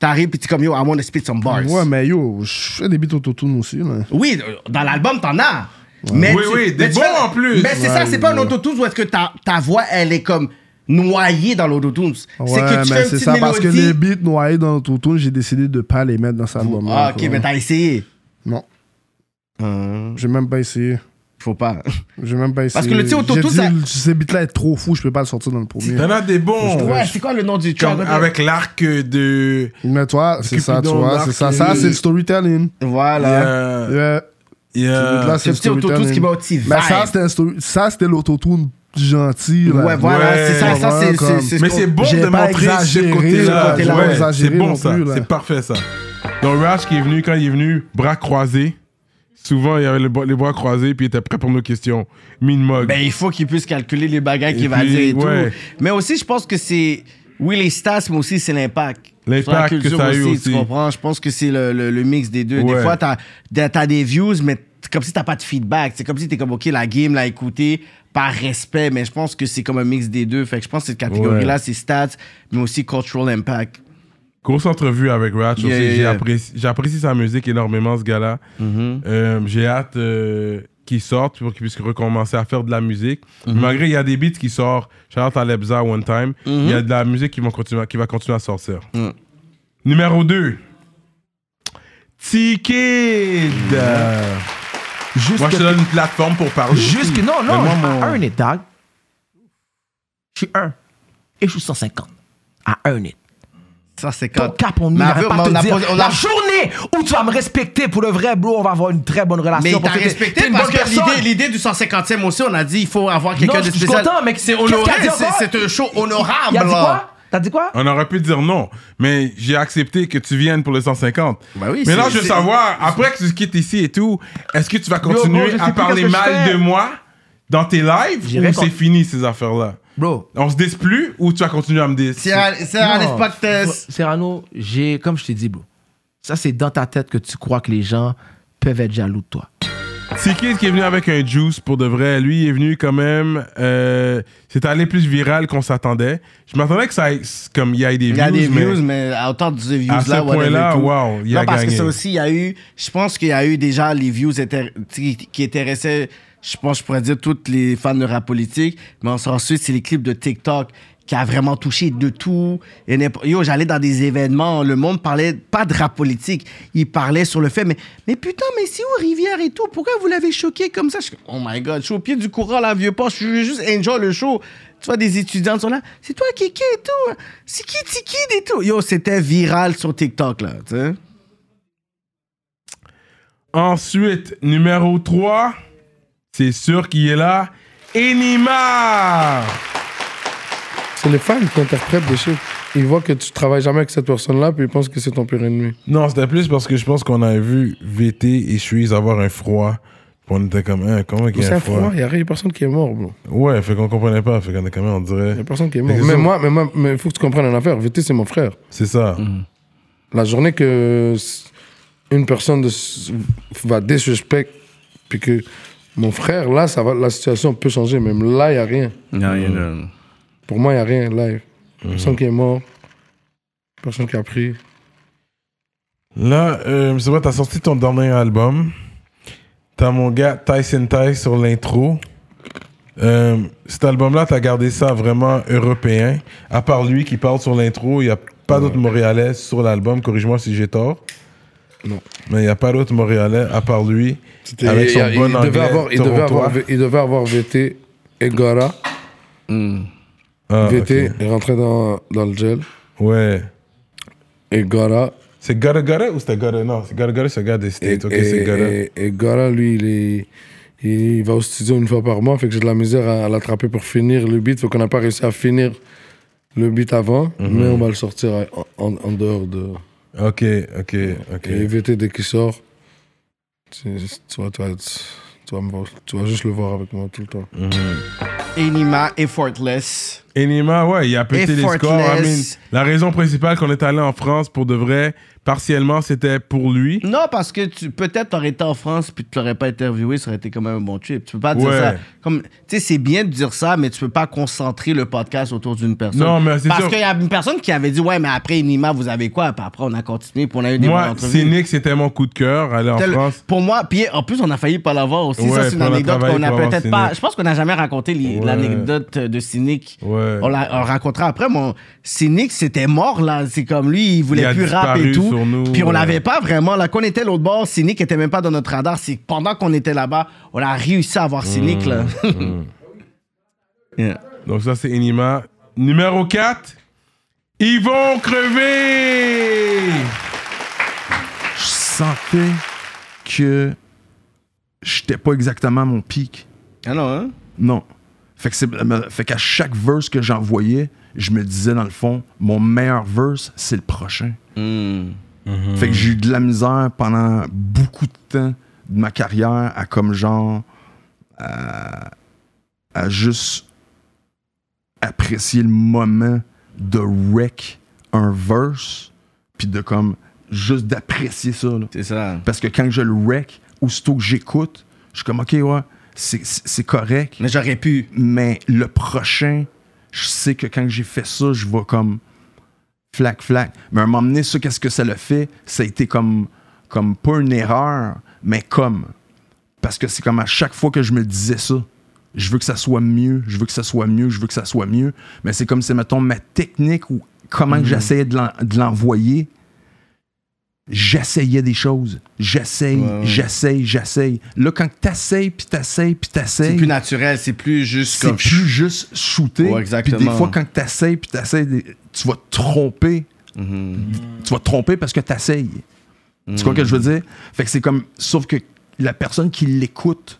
S2: T'arrives puis t'es comme yo, I want to spit some bars.
S12: Ouais, mais
S1: oh,
S12: yo, je fais des beats autotune aussi, man.
S2: Oui, euh, dans l'album, t'en as.
S12: Ouais.
S2: Mais
S12: Oui,
S2: tu-
S12: oui, des
S2: mais tu
S12: bons
S2: fais-
S12: en plus.
S2: Mais c'est
S12: Ouais,
S2: ça, c'est pas un
S12: ouais.
S2: autotune où est-ce que ta, ta voix, elle est comme noyée dans l'autotune. c'est que tu fais une
S12: c'est
S2: petite
S12: ça, parce que les
S2: mélodie.
S12: beats noyés dans l'autotune, j'ai décidé de pas les mettre dans cet album.
S2: Ah, ok, mais t'as essayé.
S12: Non.
S2: J'ai
S12: même pas essayé.
S2: Faut pas.
S12: J'ai même pas essayé.
S2: Parce que le petit autotune,
S12: J'ai dit,
S2: ça-
S12: le- Ce beat-là est trop fou, je peux pas le sortir dans le premier.
S1: T'en as des bons.
S12: Ouais,
S2: c'est quoi le nom du
S1: Comme
S12: track?
S1: Avec l'arc de.
S12: Mais toi, c'est ça, tu
S1: Cupidon, euh,
S12: vois,
S1: l'arc
S12: c'est ça.
S1: et-
S12: Ça, c'est le storytelling.
S1: Voilà.
S12: Yeah.
S1: Yeah.
S12: Là, c'est le
S2: C'est le petit autotune
S12: storytelling.
S2: qui m'a aussi
S12: Mais ça,
S2: vibe.
S12: c'était un story- ça, c'était l'autotune gentil. là.
S2: Ouais, voilà, Ouais. c'est ça, ça,
S12: Vraiment,
S2: c'est- c'est-
S12: comme-
S2: c'est ce
S1: Mais c'est bon
S12: J'ai
S1: de
S12: pas
S1: montrer
S12: exagéré,
S1: ce côté-là.
S12: j'ai pas
S1: Ouais, c'est
S12: exagéré
S1: bon
S12: non
S1: ça,
S12: plus, là.
S1: c'est parfait ça. Donc Rash qui est venu, quand il est venu, bras croisés, souvent il avait le bras- les bras croisés puis il était prêt pour nos questions. Mine mug.
S2: Ben, il faut qu'il puisse calculer les bagages
S1: Et
S2: qu'il va
S1: puis,
S2: dire et
S1: ouais.
S2: tout. Mais aussi, je pense que c'est. Oui, les stats, mais aussi, c'est l'impact.
S1: L'impact
S2: Sur la
S1: que
S2: culture
S1: ça a eu
S2: Tu
S1: aussi.
S2: comprends? Je pense que c'est le, le- le mix des deux. Des
S1: Ouais.
S2: fois, t'as as, des views, mais c'est comme si t'as pas de feedback. C'est comme si t'es comme, OK, la game l'a écouté par respect, mais je pense que c'est comme un mix des deux. Fait que je pense que cette catégorie-là,
S1: Ouais.
S2: c'est stats, mais aussi cultural impact.
S1: Grosse entrevue avec Ratch aussi.
S2: Yeah, yeah, Mm-hmm.
S1: J'ai
S2: yeah.
S1: apprécié- J'apprécie sa musique énormément, ce gars-là. Euh, J'ai hâte euh, qu'il sorte pour qu'il puisse recommencer à faire de la musique. Malgré, il y a des beats qui sortent. Shout à Lebza One Time. Il y a de la musique qui, vont continuer, qui va continuer à sortir.
S2: Mm.
S1: Numéro 2. T-Kid.
S11: Juste
S1: Moi, je te
S11: que-
S1: donne une plateforme pour parler.
S11: Juste que- non, non,
S1: Mais moi,
S11: je-
S1: mon-
S11: à un hit, dog. Je suis un. Et je suis 150. À un hit.
S2: Ça, c'est
S11: Ton cap, on n'y
S2: Mais
S11: va
S2: avec-
S11: pas
S2: mais
S11: te
S2: on a
S11: dire.
S2: pas- on a-
S11: La journée où tu vas me respecter pour le vrai, bro, on va avoir une très bonne relation.
S2: Mais il t'a
S11: parce que t'es-
S2: respecté
S11: t'es une
S2: parce
S11: bonne
S2: que
S11: personne.
S2: l'idée, l'idée du 150e aussi, on a dit il faut avoir quelqu'un
S11: Non,
S2: de
S11: je suis
S2: spécial.
S11: content, mais
S2: c'est
S11: qu'est-ce
S2: honoré,
S11: qu'elle a dit
S2: c'est-
S11: encore?
S2: c'est un show honorable.
S11: Il a dit
S2: là.
S11: quoi? T'as dit quoi?
S1: On aurait pu dire non, mais j'ai accepté que tu viennes pour le 150.
S11: oui,
S1: mais là,
S11: c'est-
S1: je veux
S11: c'est-
S1: savoir, après que tu quittes ici et tout, est-ce que tu vas
S11: Yo, bro,
S1: continuer
S11: je sais
S1: à
S11: plus
S1: parler
S11: qu'est-ce que je
S1: mal
S11: fais.
S1: de moi dans tes lives
S11: J'irai
S1: ou
S11: con-
S1: c'est fini ces affaires-là?
S11: Bro.
S1: On se dise plus ou tu vas continuer à me dire?
S11: Non.
S2: euh,
S11: Serrano, j'ai, comme je t'ai dit, bro, ça c'est dans ta tête que tu crois que les gens peuvent être jaloux de toi.
S1: Tiki qui est venu avec un juice pour de vrai. Lui il est venu quand même. euh, c'est allé plus viral qu'on s'attendait. Je m'attendais que ça aille- comme il y ait des
S2: Il
S1: views.
S2: y a des
S1: mais-
S2: views, mais à autant de views
S1: À ce
S2: là, whatever
S1: point-là,
S2: et tout.
S1: wow, il
S2: non,
S1: a
S2: parce
S1: gagné.
S2: que ça aussi, il y a eu, je pense qu'il y a eu déjà les views intér- qui qui intéressaient, je pense, je pourrais dire, toutes les fans de rap politique, mais ensuite, c'est les clips de TikTok qui a vraiment touché de tout. Et n'importe- Yo, j'allais dans des événements, le monde parlait pas de rap politique, il parlait sur le fait, mais, mais putain, mais c'est où Rivière et tout? Pourquoi vous l'avez choqué comme ça? Je suis comme, oh my god, je suis au pied du courant, là, vieux pas, je veux juste enjoy le show. Tu vois, des étudiants sont là, c'est toi qui qui et tout? hein? C'est qui, c'est qui et tout? Yo, c'était viral sur TikTok, là, tu sais.
S1: Ensuite, numéro 3, c'est sûr qu'il est là, Enima.
S12: C'est les fans qui interprètent des choses. Ils voient que tu travailles jamais avec cette personne-là, puis ils pensent que c'est ton pire ennemi.
S1: Non, c'était plus parce que je pense qu'on avait vu VT et Suisse avoir un froid. Puis On était comme, Hein, comment qu'il y
S12: C'est
S1: a
S12: un
S1: un froid?
S12: froid, il y a rien, personne qui est mort, bro.
S1: Ouais, fait qu'on comprenait pas. Fait qu'on est quand même, on dirait.
S12: Il y a personne qui est mort.
S1: Fait que
S12: Mais
S1: ça-
S12: moi, mais moi, mais il faut que tu comprennes une affaire. VT, c'est mon frère.
S1: C'est ça.
S12: La journée que s- une personne de s- va désuspect, puis que mon frère, là, ça va, la situation peut changer. Même là, il n'y a rien.
S8: Mm.
S12: Pour moi, il n'y a rien live. Personne qui est mort, personne qui a pris.
S1: Là, euh, c'est vrai, t'as sorti ton dernier album. T'as mon gars Tyson Ty sur l'intro. Euh, cet album-là, t'as gardé ça vraiment européen. À part lui qui parle sur l'intro, il n'y a pas d'autres Montréalais sur l'album. Corrige-moi si j'ai tort.
S12: Non.
S1: Mais il n'y a pas d'autres Montréalais à part lui. Avec son
S12: il, il
S1: bon anglais.
S12: devait avoir, il, devait
S1: torontois.
S12: avoir, il devait avoir VT et Gara.
S1: Ah,
S12: VT
S1: ok.
S12: est rentré dans, dans le gel.
S1: Ouais.
S12: Et Gara.
S1: C'est Gara Gara ou c'était Gara Non, c'est Gara Gara, c'est un gars des States. ok,
S12: et,
S1: c'est Gara.
S12: et- et Gara, lui, il, est- il va au studio une fois par mois, fait que j'ai de la misère à, à l'attraper pour finir le beat. Fait qu'on n'a pas réussi à finir le beat avant,
S1: Mhm.
S12: mais on va le sortir en, en- en dehors de.
S1: Ok, ok, ok.
S12: Et VT, dès qu'il sort, tu, tu vas, tu vas- tu vas me voir- tu vas juste le voir avec moi tout le temps.
S1: Mhm.
S2: Enima, effortless.
S1: Enima, ouais, il a pété les scores. I mean,
S2: Effortless.
S1: la raison principale qu'on est allé en France pour de vrai, partiellement, c'était pour lui.
S2: Non, parce que tu peut-être t'aurais été en France puis tu l'aurais pas interviewé, ça aurait été quand même un bon trip. Tu peux pas dire
S1: Ouais.
S2: ça. Comme, tu sais, c'est bien de dire ça, mais tu peux pas concentrer le podcast autour d'une personne.
S1: Non, mais c'est
S2: Parce
S1: sûr.
S2: qu'il y a une personne qui avait dit, ouais, mais après Nima, vous avez quoi Puis après, on a continué, puis on a eu des bonnes
S1: Moi,
S2: entrevues.
S1: Cynic, c'était mon coup de cœur, aller en
S2: Tel-
S1: France.
S2: Pour moi, puis en plus, on a failli pas l'avoir aussi.
S1: Ouais,
S2: ça, c'est une
S1: puis on a
S2: anecdote
S1: travaillé
S2: qu'on a
S1: pour avoir
S2: peut-être pas.
S1: Cynic.
S2: Je pense qu'on n'a jamais raconté les-
S1: Ouais.
S2: l'anecdote de Cynic.
S1: Ouais.
S2: On la on la racontera après. Mon Cynic, c'était mort, là. C'est comme lui, il
S1: Il
S2: voulait
S1: a
S2: plus rap et
S1: disparu
S2: tout.
S1: sur nous,
S2: Puis on
S1: ouais.
S2: l'avait pas vraiment. Là, qu'on était l'autre bord, Cynic était même pas dans notre radar. C'est que pendant qu'on était là-bas, on a réussi à avoir
S1: Hmm.
S2: Cynic, là.
S1: Donc, ça, c'est Enima. Numéro 4, ils vont crever.
S9: Je sentais que j'étais pas exactement à mon pic.
S2: Ah non, hein?
S9: Non. Fait que c'est- euh, me- fait qu'à chaque verse que j'envoyais, je me disais dans le fond, mon meilleur verse, c'est le prochain.
S1: Mhm.
S2: Mhm.
S9: Fait que j'ai eu de la misère pendant beaucoup de temps de ma carrière à comme genre à, à juste apprécier le moment de wreck un verse puis de comme juste d'apprécier ça.
S2: C'est ça.
S9: Parce que quand je le wreck, aussitôt que j'écoute, je suis comme ok ouais, c'est- c'est c'est correct.
S2: Mais j'aurais pu.
S9: Mais le prochain, je sais que quand j'ai fait ça, je vais comme flac flac. Mais à un moment donné, ça, qu'est-ce que ça le fait Ça a été comme, comme pas une erreur, mais comme. Parce que c'est comme à chaque fois que je me disais ça, je veux que ça soit mieux, je veux que ça soit mieux, je veux que ça soit mieux. Mais c'est comme si, mettons, ma technique ou
S2: Mm-hmm.
S9: comment que
S17: Mhm.
S9: j'essayais de l'en- de l'envoyer, j'essayais des choses. J'essaye,
S2: Ouais, ouais.
S9: j'essaye, j'essaye. Là, quand t'essayes, puis t'essayes, puis t'essayes.
S2: C'est plus naturel, c'est plus juste
S9: C'est
S2: comme.
S9: plus juste shooter.
S2: Ouais, exactement.
S9: Puis des fois, quand t'essayes, puis t'essayes, des- tu vas te tromper.
S2: Mm-hmm.
S9: Tu vas te tromper parce que t'essayes. Tu vois ce que je
S2: Mm-hmm.
S9: veux dire? Fait que c'est comme. Sauf que la personne qui l'écoute,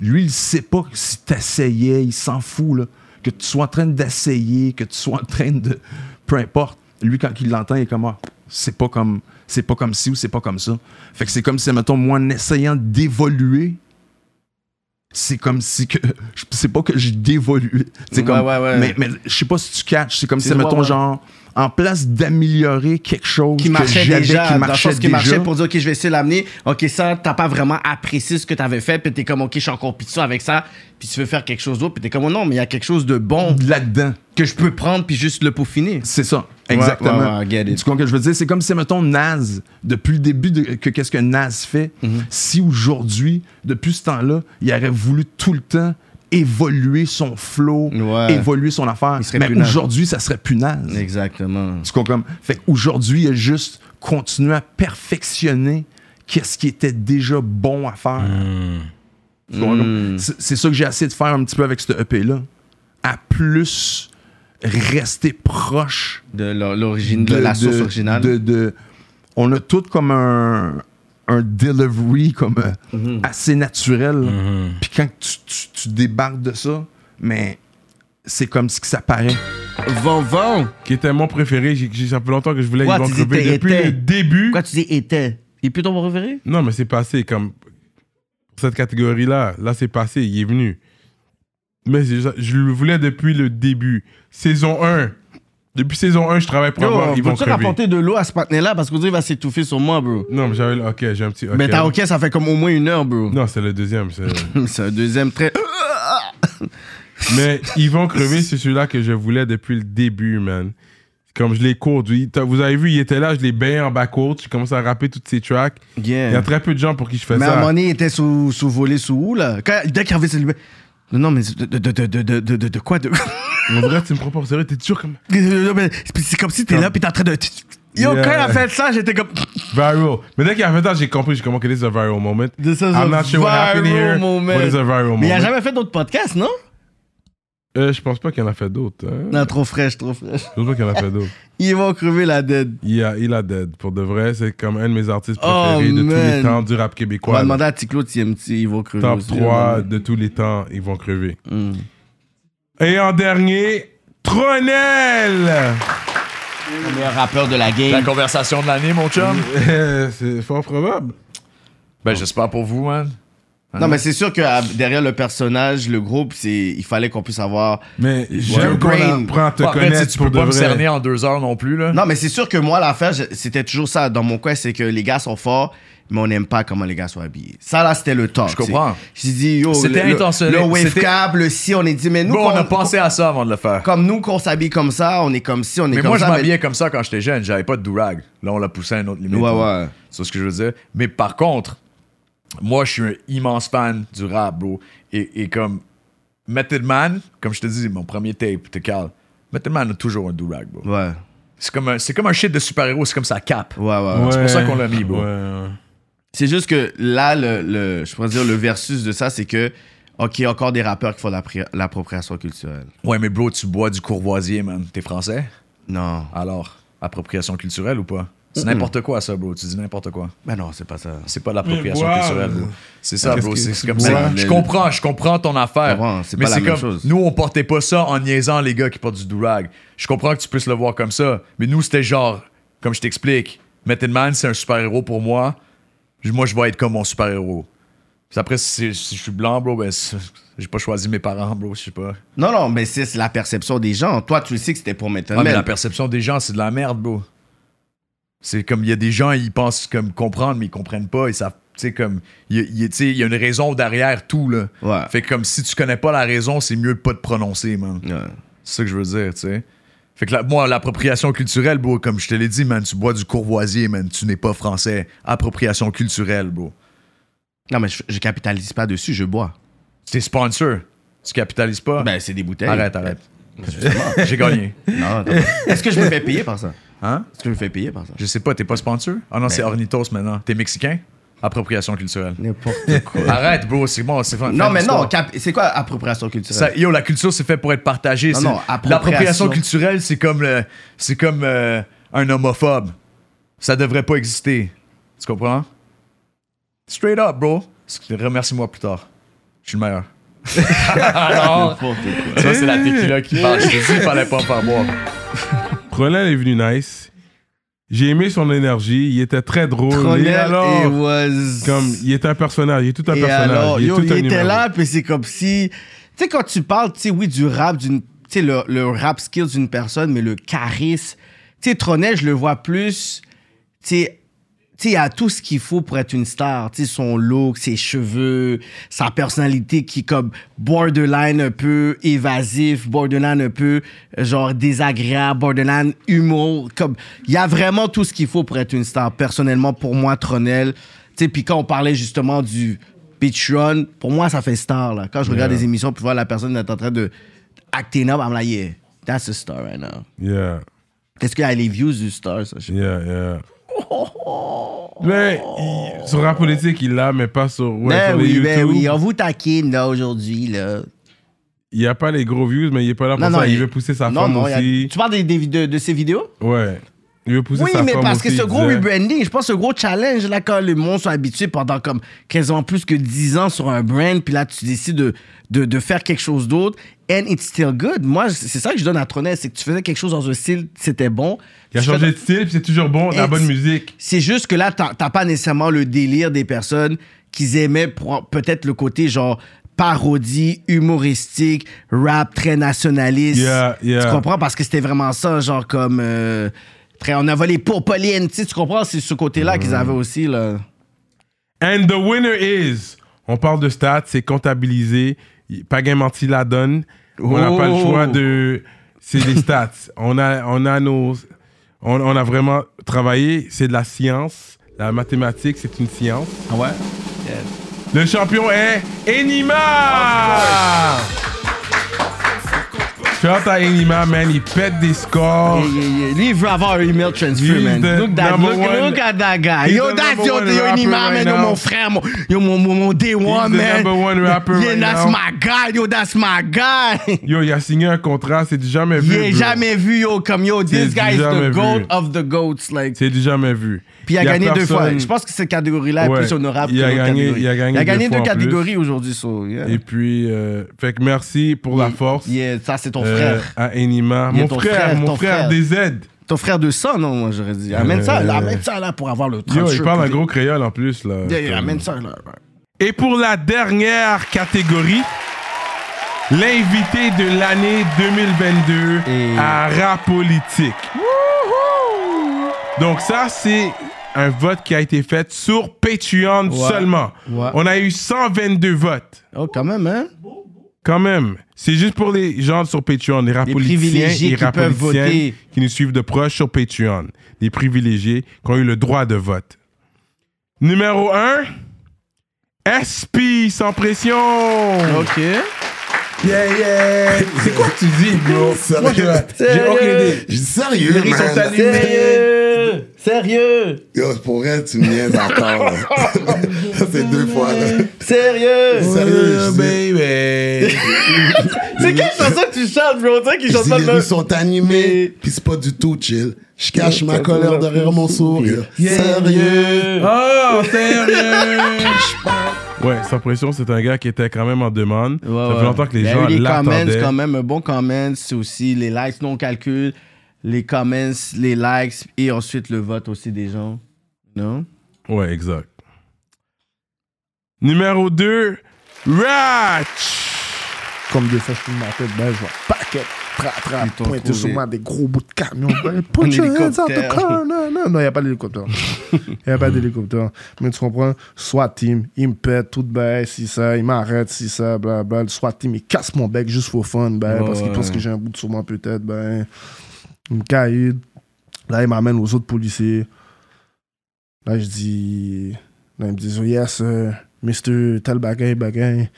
S9: lui, il sait pas si t'essayais, il s'en fout, là. Que tu sois en train d'essayer, que tu sois en train de. Peu importe. Lui, quand il l'entend, il est comme. Ah, c'est pas comme. C'est pas comme ci ou c'est pas comme ça. Fait que c'est comme si, mettons, moi, en essayant d'évoluer, c'est comme si que je- c'est pas que je dévolue c'est
S2: Ouais,
S9: comme
S2: ouais, ouais.
S9: mais mais je sais pas si tu catches c'est comme si
S2: C'est- ouais,
S9: mettons
S2: ouais.
S9: genre en place d'améliorer quelque chose
S2: qui
S9: que
S2: marchait
S9: j'avais,
S2: déjà,
S9: qui
S2: dans le
S9: marchait
S2: sens qui
S9: déjà,
S2: marchait pour dire, OK, je vais essayer de l'amener. OK, ça, t'as pas vraiment apprécié ce que t'avais fait, puis t'es comme, OK, je suis en compétition avec ça, puis tu veux faire quelque chose d'autre, puis t'es comme, oh non, mais il y a quelque chose de bon
S9: là-dedans
S2: que je peux prendre, puis juste le peaufiner.
S9: C'est ça, exactement
S2: Ouais, ouais, I get it.
S9: tu comprends ce que je veux dire c'est comme si mettons Naz depuis le début de, que qu'est-ce que
S2: Mhm.
S9: Naz fait si aujourd'hui depuis ce temps-là il aurait voulu tout le temps évoluer son flow,
S2: Ouais.
S9: évoluer son affaire.
S2: Il serait
S9: Mais
S2: punaise.
S9: aujourd'hui, ça serait punaise.
S2: Exactement.
S9: Tu comprends comme fait qu'aujourd'hui, il a juste continué à perfectionner qu'est-ce qui était déjà bon à faire.
S2: Hmm.
S9: Tu comprends comme? C'est c'est ça que j'ai essayé de faire un petit peu avec ce EP là, à plus rester proche
S2: De l'or- l'origine, de, la source originale.
S9: de- de- on a tout comme un, un delivery comme euh,
S2: Mhm.
S9: assez naturel.
S1: Mhm.
S9: Puis quand tu, tu- tu débarques de ça, mais c'est comme si que ça paraît.
S1: Van Van, qui était mon préféré, j'ai- j'ai- ça fait longtemps que je voulais
S9: Quoi,
S1: Yvan
S9: tu dis
S1: Crevé.
S9: t'es
S1: Depuis
S9: était?
S1: le début. Quoi,
S2: tu dis était Il est plus ton préféré
S1: Non, mais c'est passé comme. Pour cette catégorie-là, là, c'est passé, il est venu. Mais c'est juste- je le voulais depuis le début. Saison 1. Depuis saison 1, je travaille pour avoir
S2: Yo,
S1: Yvan
S2: peux-tu
S1: Crevé.
S2: rapporter de l'eau à ce patinet-là parce que vous dites, il va s'étouffer sur moi, bro.
S1: Non, mais j'avais. Ok, j'ai un petit.
S2: Mais t'as ok, ça fait comme au moins une heure, bro.
S1: Non, c'est le deuxième. C'est
S2: c'est un deuxième trait.
S1: Mais Yvan Crevé, c'est celui-là que je voulais depuis le début, man. Comme je l'ai courdu. Vous avez vu, il était là, je l'ai baigné en backcourt. J'ai commencé à rapper toutes ses tracks. Il y a très peu de gens pour qui je fais
S2: Mais à un
S1: ça.
S2: moment donné, il était sous, sous volé sous où, là Quand, Dès qu'il avait ses lumières- Non, non, mais de, de, de, de, de, de, de quoi de...
S1: En vrai, tu me prends pour sérieux, t'es toujours comme.
S2: C'est comme si t'es là, puis t'es en train de. Yo,
S1: Yeah.
S2: quand il a fait ça, j'étais comme.
S1: Viral. Mais dès qu'il a fait ça, j'ai compris. J'ai compris que this is a viral moment.
S2: This is
S1: I'm
S2: a
S1: not sure what happened
S2: viral
S1: here.
S2: moment.
S1: But it's a viral
S2: Mais il a
S1: moment.
S2: jamais fait d'autres podcasts, non
S1: Euh, je pense pas qu'il y en a fait d'autres. hein.
S2: Non, trop fraîche, trop fraîche.
S1: Je pense pas qu'il y en a fait d'autres.
S2: Ils vont crever la dead.
S1: Il a, il a dead. Pour de vrai, c'est comme un de mes artistes
S2: Oh,
S1: préférés de tous les
S2: man.
S1: temps du rap
S2: On va
S1: québécois.
S2: demander à Ticlo s'il aime s'il va crever.
S1: Top
S2: aussi, là, Hmm.
S1: 3
S2: mais-
S1: de tous les temps, ils vont crever. Et en dernier, Tronel!
S7: Le meilleur rappeur de la game.
S8: La conversation de l'année, mon chum.
S1: c'est fort probable.
S8: Ben, j'espère pour vous, man.
S2: Non, mais c'est sûr que à- derrière le personnage, le groupe, c'est il fallait qu'on puisse avoir.
S1: Mais
S8: j'aime qu'on apprend à te Bah, en fait, connaître tu peux pour pas de me vrai. cerner
S2: en
S8: deux heures non plus, là.
S2: Non, mais c'est sûr que moi, l'affaire, je- c'était toujours ça. Dans mon coin, c'est que les gars sont forts, mais on n'aime pas comment les gars sont habillés. Ça, là, c'était le temps. Je
S8: comprends.
S2: J'ai dit, yo,
S8: C'était
S2: le- le-
S8: intentionnel.
S2: Le wave
S8: C'était-
S2: cap, le si, on est dit, mais nous.
S8: Bon, on a
S2: pensé
S8: à ça avant de le faire.
S2: Comme nous, qu'on s'habille comme ça, on est comme si, on est
S8: Mais
S2: comme
S8: moi,
S2: ça.
S8: je m'habillais comme ça quand j'étais jeune. J'avais pas de durag. Là, on l'a poussé à une autre limite.
S2: Ouais,
S8: là. C'est ce que je veux dire. Mais par contre, moi, je suis un immense fan du rap, bro. Et, et comme Method Man, comme je te dis, mon premier tape, te cale. Method Man a toujours un durag, bro.
S2: Ouais.
S8: C'est comme, un, c'est comme un shit de super-héros, c'est comme sa cape.
S2: Ouais, ouais.
S8: C'est
S2: Ouais.
S8: pour ça qu'on l'a mis, bro.
S2: C'est juste que là, le, le- je pourrais dire le versus de ça, c'est que, OK, il y a encore des rappeurs qui font l'appri- l'appropriation culturelle.
S8: Ouais, mais bro, tu bois du courvoisier, man. T'es français?
S2: Non.
S8: Alors, appropriation culturelle ou pas? C'est
S2: Mm-mm.
S8: n'importe quoi, ça, bro. Tu dis n'importe quoi.
S2: Ben non, c'est pas ça.
S8: C'est pas de l'appropriation
S2: Mais boire.
S8: culturelle, bro. C'est ça,
S2: Qu'est-ce
S8: bro.
S2: que-
S8: C'est c'est comme
S2: boire.
S8: ça. Je
S2: Le-
S8: comprends, je comprends ton affaire.
S2: Comprends, c'est
S8: mais
S2: pas la
S8: c'est
S2: même
S8: comme,
S2: chose.
S8: nous, on portait pas ça en niaisant les gars qui portent du durag. Je comprends que tu puisses le voir comme ça. Mais nous, c'était genre, comme je t'explique, Method Man, c'est un super-héros pour moi. Je- Moi, je vais être comme mon super-héros. Puis après, si, si je suis blanc, bro, ben, c'est- j'ai pas choisi mes parents, bro. Je sais pas.
S2: Non, non, mais c'est c'est la perception des gens. Toi, tu le sais que c'était pour Method
S8: Ouais, mais
S2: Man.
S8: la perception des gens, c'est de la merde, bro. C'est comme, il y a des gens, ils pensent comme comprendre, mais ils comprennent pas. Ils savent, tu sais, comme, il y a- il y a- tu sais, il y a une raison derrière tout, là. Fait que comme si tu connais pas la raison, c'est mieux de pas te prononcer, man. C'est ça que je veux dire, tu sais. Fait que la- moi, l'appropriation culturelle, bro, comme je te l'ai dit, man, tu bois du courvoisier, man, tu n'es pas français. Appropriation culturelle, bro.
S2: Non, mais je, je capitalise pas dessus, je bois.
S8: T'es sponsor. Tu capitalises pas.
S2: Ben, c'est des bouteilles. Euh,
S8: Arrête, arrête. J'ai gagné.
S2: Non, attends. Est-ce que je me fais payer par ça?
S8: Hein?
S2: Est-ce que je me fais payer par ça? Ben.
S8: Je sais pas, t'es pas sponsor? Ah non, c'est Ornitos maintenant. T'es mexicain? Appropriation culturelle.
S2: N'importe quoi.
S8: Arrête, bro, c'est bon, c'est fin- fin
S2: Non, mais
S8: d'histoire.
S2: non, cap- c'est quoi appropriation culturelle?
S8: Ça- yo, la culture, c'est fait pour être partagée.
S2: Non,
S8: C'est-
S2: non, appropriation.
S8: L'appropriation culturelle, c'est comme, le- c'est comme euh, un homophobe. Ça devrait pas exister. Tu comprends? Straight up, bro. Remercie-moi plus tard. Je suis le meilleur. Alors, ça, c'est la tequila qui parle. Je te dis, il fallait pas me faire boire.
S1: Tronel est venu nice. J'ai aimé son énergie. Il était très drôle.
S2: Tronel,
S1: et alors,
S2: it was-
S1: comme, il est un personnage. Il est tout un
S2: Et
S1: personnage.
S2: alors,
S1: il est
S2: yo,
S1: tout
S2: il
S1: un
S2: était
S1: numéro.
S2: là, puis c'est comme si. Tu sais, quand tu parles, tu sais, oui, du rap, d'une. Tu sais, le, le rap skill d'une personne, mais le charisme. Tu sais, Tronet, je le vois plus. Tu sais. Tu sais, il a tout ce qu'il faut pour être une star. Tu sais, son look, ses cheveux, sa personnalité qui est comme borderline un peu évasif, borderline un peu euh, genre désagréable, borderline humour. Comme, il y a vraiment tout ce qu'il faut pour être une star. Personnellement, pour moi, Tronel, tu sais, puis quand on parlait justement du, Pitch Run, pour moi, ça fait star. Là. Quand je regarde
S1: Yeah.
S2: des émissions, puis voir la personne est en train de acting up, I'm like, yeah, that's a star right now.
S1: Yeah.
S2: Est-ce qu'il y a les views du star, ça?
S1: Yeah, yeah. Mais il- sur rap politique, il l'a, mais pas sur, ouais,
S2: ben
S1: sur les
S2: oui,
S1: YouTube.
S2: ben oui, on vous taquine là aujourd'hui. là.
S1: Il n'y a pas les gros views, mais il est pas là pour ça. Il, veut pousser sa
S2: non,
S1: femme
S2: non, il y a-
S1: aussi.
S2: Tu parles des, des- de, de ces vidéos?
S1: Ouais. Il veut pousser
S2: Oui,
S1: sa femme
S2: mais parce que
S1: aussi,
S2: ce
S1: il
S2: gros
S1: disait.
S2: rebranding, je pense ce gros challenge, là, quand les monde sont habitués pendant comme quasiment plus que 10 ans sur un brand, puis là, tu décides de, de, de faire quelque chose d'autre, and it's still good. Moi, c'est ça que je donne à Tronet, c'est que tu faisais quelque chose dans un style, c'était bon.
S1: Il a
S2: Tu
S1: changé
S2: fais-
S1: de style, puis c'est toujours bon, la
S2: Et
S1: bonne
S2: c'est-
S1: musique.
S2: C'est juste que là, t'as t'as pas nécessairement le délire des personnes qu'ils aimaient pour peut-être le côté genre parodie, humoristique, rap très nationaliste.
S1: Yeah, yeah.
S2: Tu comprends? Parce que c'était vraiment ça, genre comme. euh, très, on a volé pour Pauline, tu sais, tu comprends? C'est ce côté-là qu'ils avaient aussi, là.
S1: And the winner is. On parle de stats, c'est comptabilisé. Y- Pagan Menti la donne. On n'a pas le
S5: Oh.
S1: choix de. C'est des stats. on, a, on a nos. On, on a vraiment travaillé. C'est de la science. La mathématique, c'est une science. Ah ouais? Le champion est Enima! Shout à Enima, man. Il pète des scores.
S2: Lui, il veut avoir un email transfer,
S1: He's
S2: man.
S1: the
S2: Look, that,
S1: Euh, number
S2: look,
S1: one-
S2: look at that guy.
S1: He's
S2: Yo,
S1: the
S2: that's
S1: number
S2: yo,
S1: one
S2: yo,
S1: rapper
S2: Nima,
S1: right
S2: man. Yo,
S1: now.
S2: mon frère, mon, yo, mon, mon, mon day one,
S1: the
S2: man.
S1: number one rapper
S2: yeah,
S1: right
S2: that's
S1: now.
S2: my guy. Yo, that's my guy.
S1: Yo, il a signé un contrat. C'est du jamais vu.
S2: Il est
S1: bro.
S2: jamais vu, yo, comme yo, this
S1: C'est
S2: guy is
S1: jamais
S2: the
S1: vu.
S2: goat of the goats. Like.
S1: C'est du jamais vu.
S2: Puis il a,
S1: Y
S2: gagné deux fois.
S1: personne-
S2: Je pense que cette catégorie-là est
S1: Ouais.
S2: plus honorable
S1: Il
S2: que
S1: a
S2: l'autre
S1: gagné-
S2: catégorie.
S1: il a gagné deux
S2: deux,
S1: fois en plus.
S2: catégories aujourd'hui. so, yeah.
S1: Et puis, euh, fait que merci pour la force.
S2: ça, c'est ton
S1: Euh,
S2: frère.
S1: À Enima.
S2: Il est
S1: Ah, Mon
S2: ton
S1: frère,
S2: ton
S1: mon frère, des aides.
S2: Ton frère de sang, non, moi, j'aurais dit. Amène ça, là, amène ça là pour avoir le
S1: Yo, il
S2: 30
S1: parle un
S2: shirt.
S1: gros créole en plus, là.
S2: Yeah, yeah,
S1: Comme-
S2: amène ça là.
S1: Et pour la dernière catégorie, l'invité de l'année 2022 à Rap Politique. Donc ça, c'est un vote qui a été fait sur Patreon
S2: Ouais.
S1: seulement.
S2: Ouais.
S1: On a eu 122 votes.
S2: Oh, quand même, hein?
S1: Quand même. C'est juste pour les gens sur Patreon, les
S2: Les
S1: rapoliticiens
S2: privilégiés
S1: et
S2: qui peuvent
S1: rapoliticiennes
S2: voter.
S1: qui nous suivent de proche sur Patreon. Les privilégiés qui ont eu le droit de vote. Numéro 1, SP sans pression.
S2: OK.
S1: Yeah, yeah. C'est quoi que tu dis, bro?
S20: Sérieux? Je dis sérieux,
S1: Les riz
S20: man.
S1: sont allumés.
S2: Sérieux! Sérieux!
S20: Yo, pour vrai, tu me niaises encore. là. Ça, c'est deux fois, là.
S2: Sérieux!
S20: Sérieux,
S1: baby.
S2: C'est quelle chanson que tu chantes, bro? On dirait qu'il chante
S20: Les
S2: pas
S20: rues
S2: de
S20: sont animées, puis c'est pas du tout chill. Je cache ma colère derrière mon sourire. Sérieux.
S1: Oh, sérieux. Ouais, sans pression, c'est un gars qui était quand même en demande. ça fait longtemps que les
S2: Il y a
S1: gens
S2: eu Ben les comments,
S1: l'attendaient.
S2: quand même, un bon comment, c'est aussi les likes non calcul, les comments, les likes et ensuite le vote aussi des gens. Non?
S1: Ouais, exact. Numéro 2, Ratch.
S15: Comme des fois, je tourne ma tête, ben, je vois paquet, tra, tra,
S2: t'ont
S15: pointer
S2: trouvé.
S15: sur moi des gros bouts de camion. ben,
S2: Un
S15: Put your hands out the
S2: hélicoptère. Hmm.
S15: car. Non, non, non, il n'y a pas d'hélicoptère. Il n'y a pas d'hélicoptère. Mais tu comprends, SWAT team, il me pète, tout bail, si ça, il m'arrête, si ça, blablabla. Le SWAT team, il casse mon bec juste pour fun, ben,
S2: Ouais,
S15: parce qu'il
S2: ouais.
S15: pense que j'ai un bout de sur moi, peut-être, ben. Il me caille. Là, il m'amène aux autres policiers. Là, je dis. Là, ils me disent, oh, yes, euh, Mr. Tel bagay, bagay,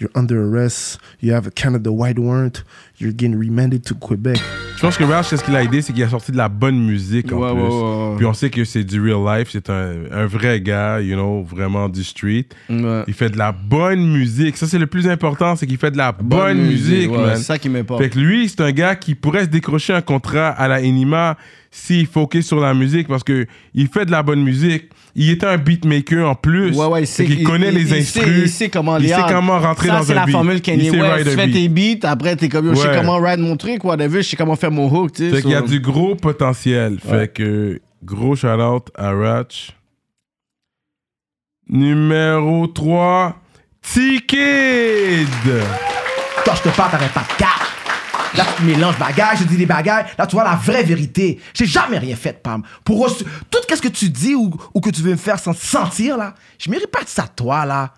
S15: you're under arrest. You have a Canada wide warrant. You're getting remanded to Quebec.
S1: Je pense que Ratch, ce qu'il a aidé, c'est qu'il a sorti de la bonne musique en
S15: Ouais,
S1: plus.
S15: ouais, ouais, ouais.
S1: Puis on sait que c'est du real life, c'est un, un vrai gars, you know, vraiment du street. Il fait de la bonne musique. Ça, c'est le plus important, c'est qu'il fait de la bonne, musique,
S2: musique, ouais,
S1: man.
S2: c'est ça qui m'importe.
S1: Fait que lui, c'est un gars qui pourrait se décrocher un contrat à la Enima s'il focus sur la musique parce que il fait de la bonne musique. Il était un beatmaker en plus.
S2: Ouais, ouais, il
S1: Fait
S2: sait.
S1: qu'il
S2: il-
S1: connaît
S2: il-
S1: les
S2: il
S1: instrus.
S2: sait- Il sait comment
S1: Il
S2: les
S1: sait
S2: hard.
S1: comment rentrer
S2: Ça,
S1: dans un beat.
S2: c'est la formule Kanye
S1: Il sait
S2: West.
S1: ride
S2: Tu
S1: a
S2: fais
S1: beat.
S2: tes beats, après, t'es comme, yo, je sais
S1: Ouais.
S2: comment ride mon truc, whatever, je sais comment faire mon hook, tu sais.
S1: Fait qu'il y a
S2: so-
S1: du gros potentiel.
S2: Ouais.
S1: Fait que gros shout out à Ratch. Numéro 3, T-Kid.
S11: Quand je te parle, t'avais pas de carte. Là, tu mélanges bagages, je dis des bagages. Là, tu vois la vraie vérité. J'ai jamais rien fait, Pam. Pour reçu- tout ce que tu dis ou, ou que tu veux me faire sen- sentir, là, je mérite pas de ça, toi, là.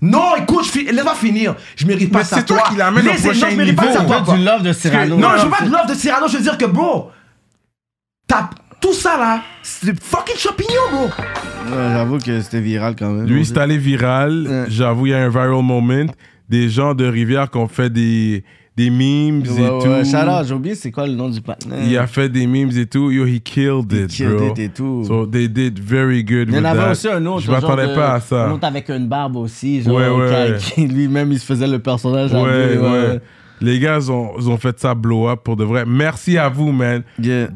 S11: Non, écoute, je fi- laisse-moi finir. Je mérite pas
S1: Mais
S11: de ça,
S1: c'est toi qui l'amène au
S11: Laissez-
S1: prochain
S11: non, je mérite pas de ça,
S1: niveau.
S11: toi,
S1: Tu veux du
S11: quoi.
S1: love de
S11: Parce que-
S1: Cyrano,
S11: Non,
S1: là,
S11: je veux pas
S1: tu-
S11: de love de Cyrano. Je veux dire que, bro, t'as- Tout ça là, c'est des fucking champignons, bro.
S2: J'avoue que c'était viral quand même.
S1: Lui, c'est allé viral. J'avoue, il y a un viral moment. Des gens de Rivière qui ont fait des, des memes
S2: Ouais,
S1: et
S2: ouais,
S1: tout.
S2: ouais. Shout-out, j'ai oublié c'est quoi le nom du partenaire.
S1: Il a fait des memes et tout. Yo, he killed it,
S2: killed
S1: bro.
S2: it et tout.
S1: So they did very good
S2: Il y en
S1: with
S2: avait
S1: that.
S2: aussi un autre.
S1: Je m'attendais
S2: genre de-
S1: pas à
S2: Un
S1: ça.
S2: autre avec une barbe aussi. Genre,
S1: Ouais,
S2: qui-
S1: ouais.
S2: qui Lui-même, il se faisait le personnage. à
S1: Ouais, ouais.
S2: deux,
S1: Les gars, ils ont, ils ont fait ça blow up pour de vrai. Merci à vous, man.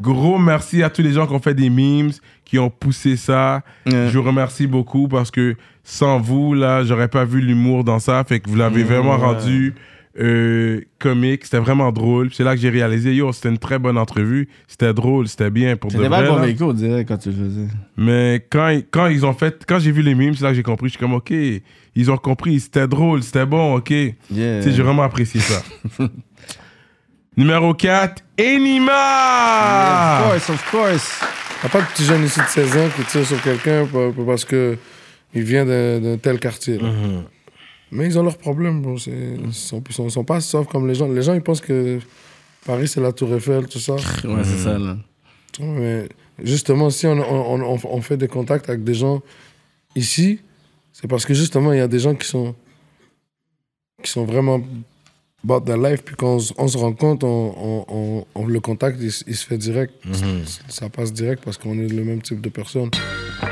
S1: Gros merci à tous les gens qui ont fait des memes, qui ont poussé ça. Je vous remercie beaucoup parce que sans vous, là, j'aurais pas vu l'humour dans ça. Fait que vous l'avez
S17: Mmh,
S1: vraiment
S17: ouais.
S1: rendu euh, comique. C'était vraiment drôle. C'est là que j'ai réalisé, yo, c'était une très bonne entrevue. C'était drôle, c'était bien pour de
S2: C'était
S1: vrai.
S2: pas le bon
S1: là.
S2: véhicule, on dirait, quand tu le faisais.
S1: Mais quand, ils- quand ils ont fait, quand j'ai vu les mimes, c'est là que j'ai compris. Je suis comme, OK, ils ont compris, c'était drôle, c'était bon, OK. Tu sais, j'ai vraiment apprécié ça. Numéro 4, Enima!
S12: Of course, of course. T'as pas de petit jeune ici de 16 ans qui tire sur quelqu'un pa- pa- parce que il vient d'un d'un tel quartier. là. Mais ils ont leurs problèmes. Bon, c'est- ils sont, ils sont- ils sont pas sauf comme les gens. Les gens, ils pensent que Paris, c'est la Tour Eiffel, tout ça.
S2: Ouais, c'est ça, là.
S12: Tu vois, Mais justement, si on, on- on- on fait des contacts avec des gens ici, c'est parce que justement, il y a des gens qui sont, qui sont vraiment about their life. Puis quand on, s- on se rend compte, on, on- on- on le contacte, il, s- il se fait direct. C- Ça passe direct parce qu'on est le même type de personne.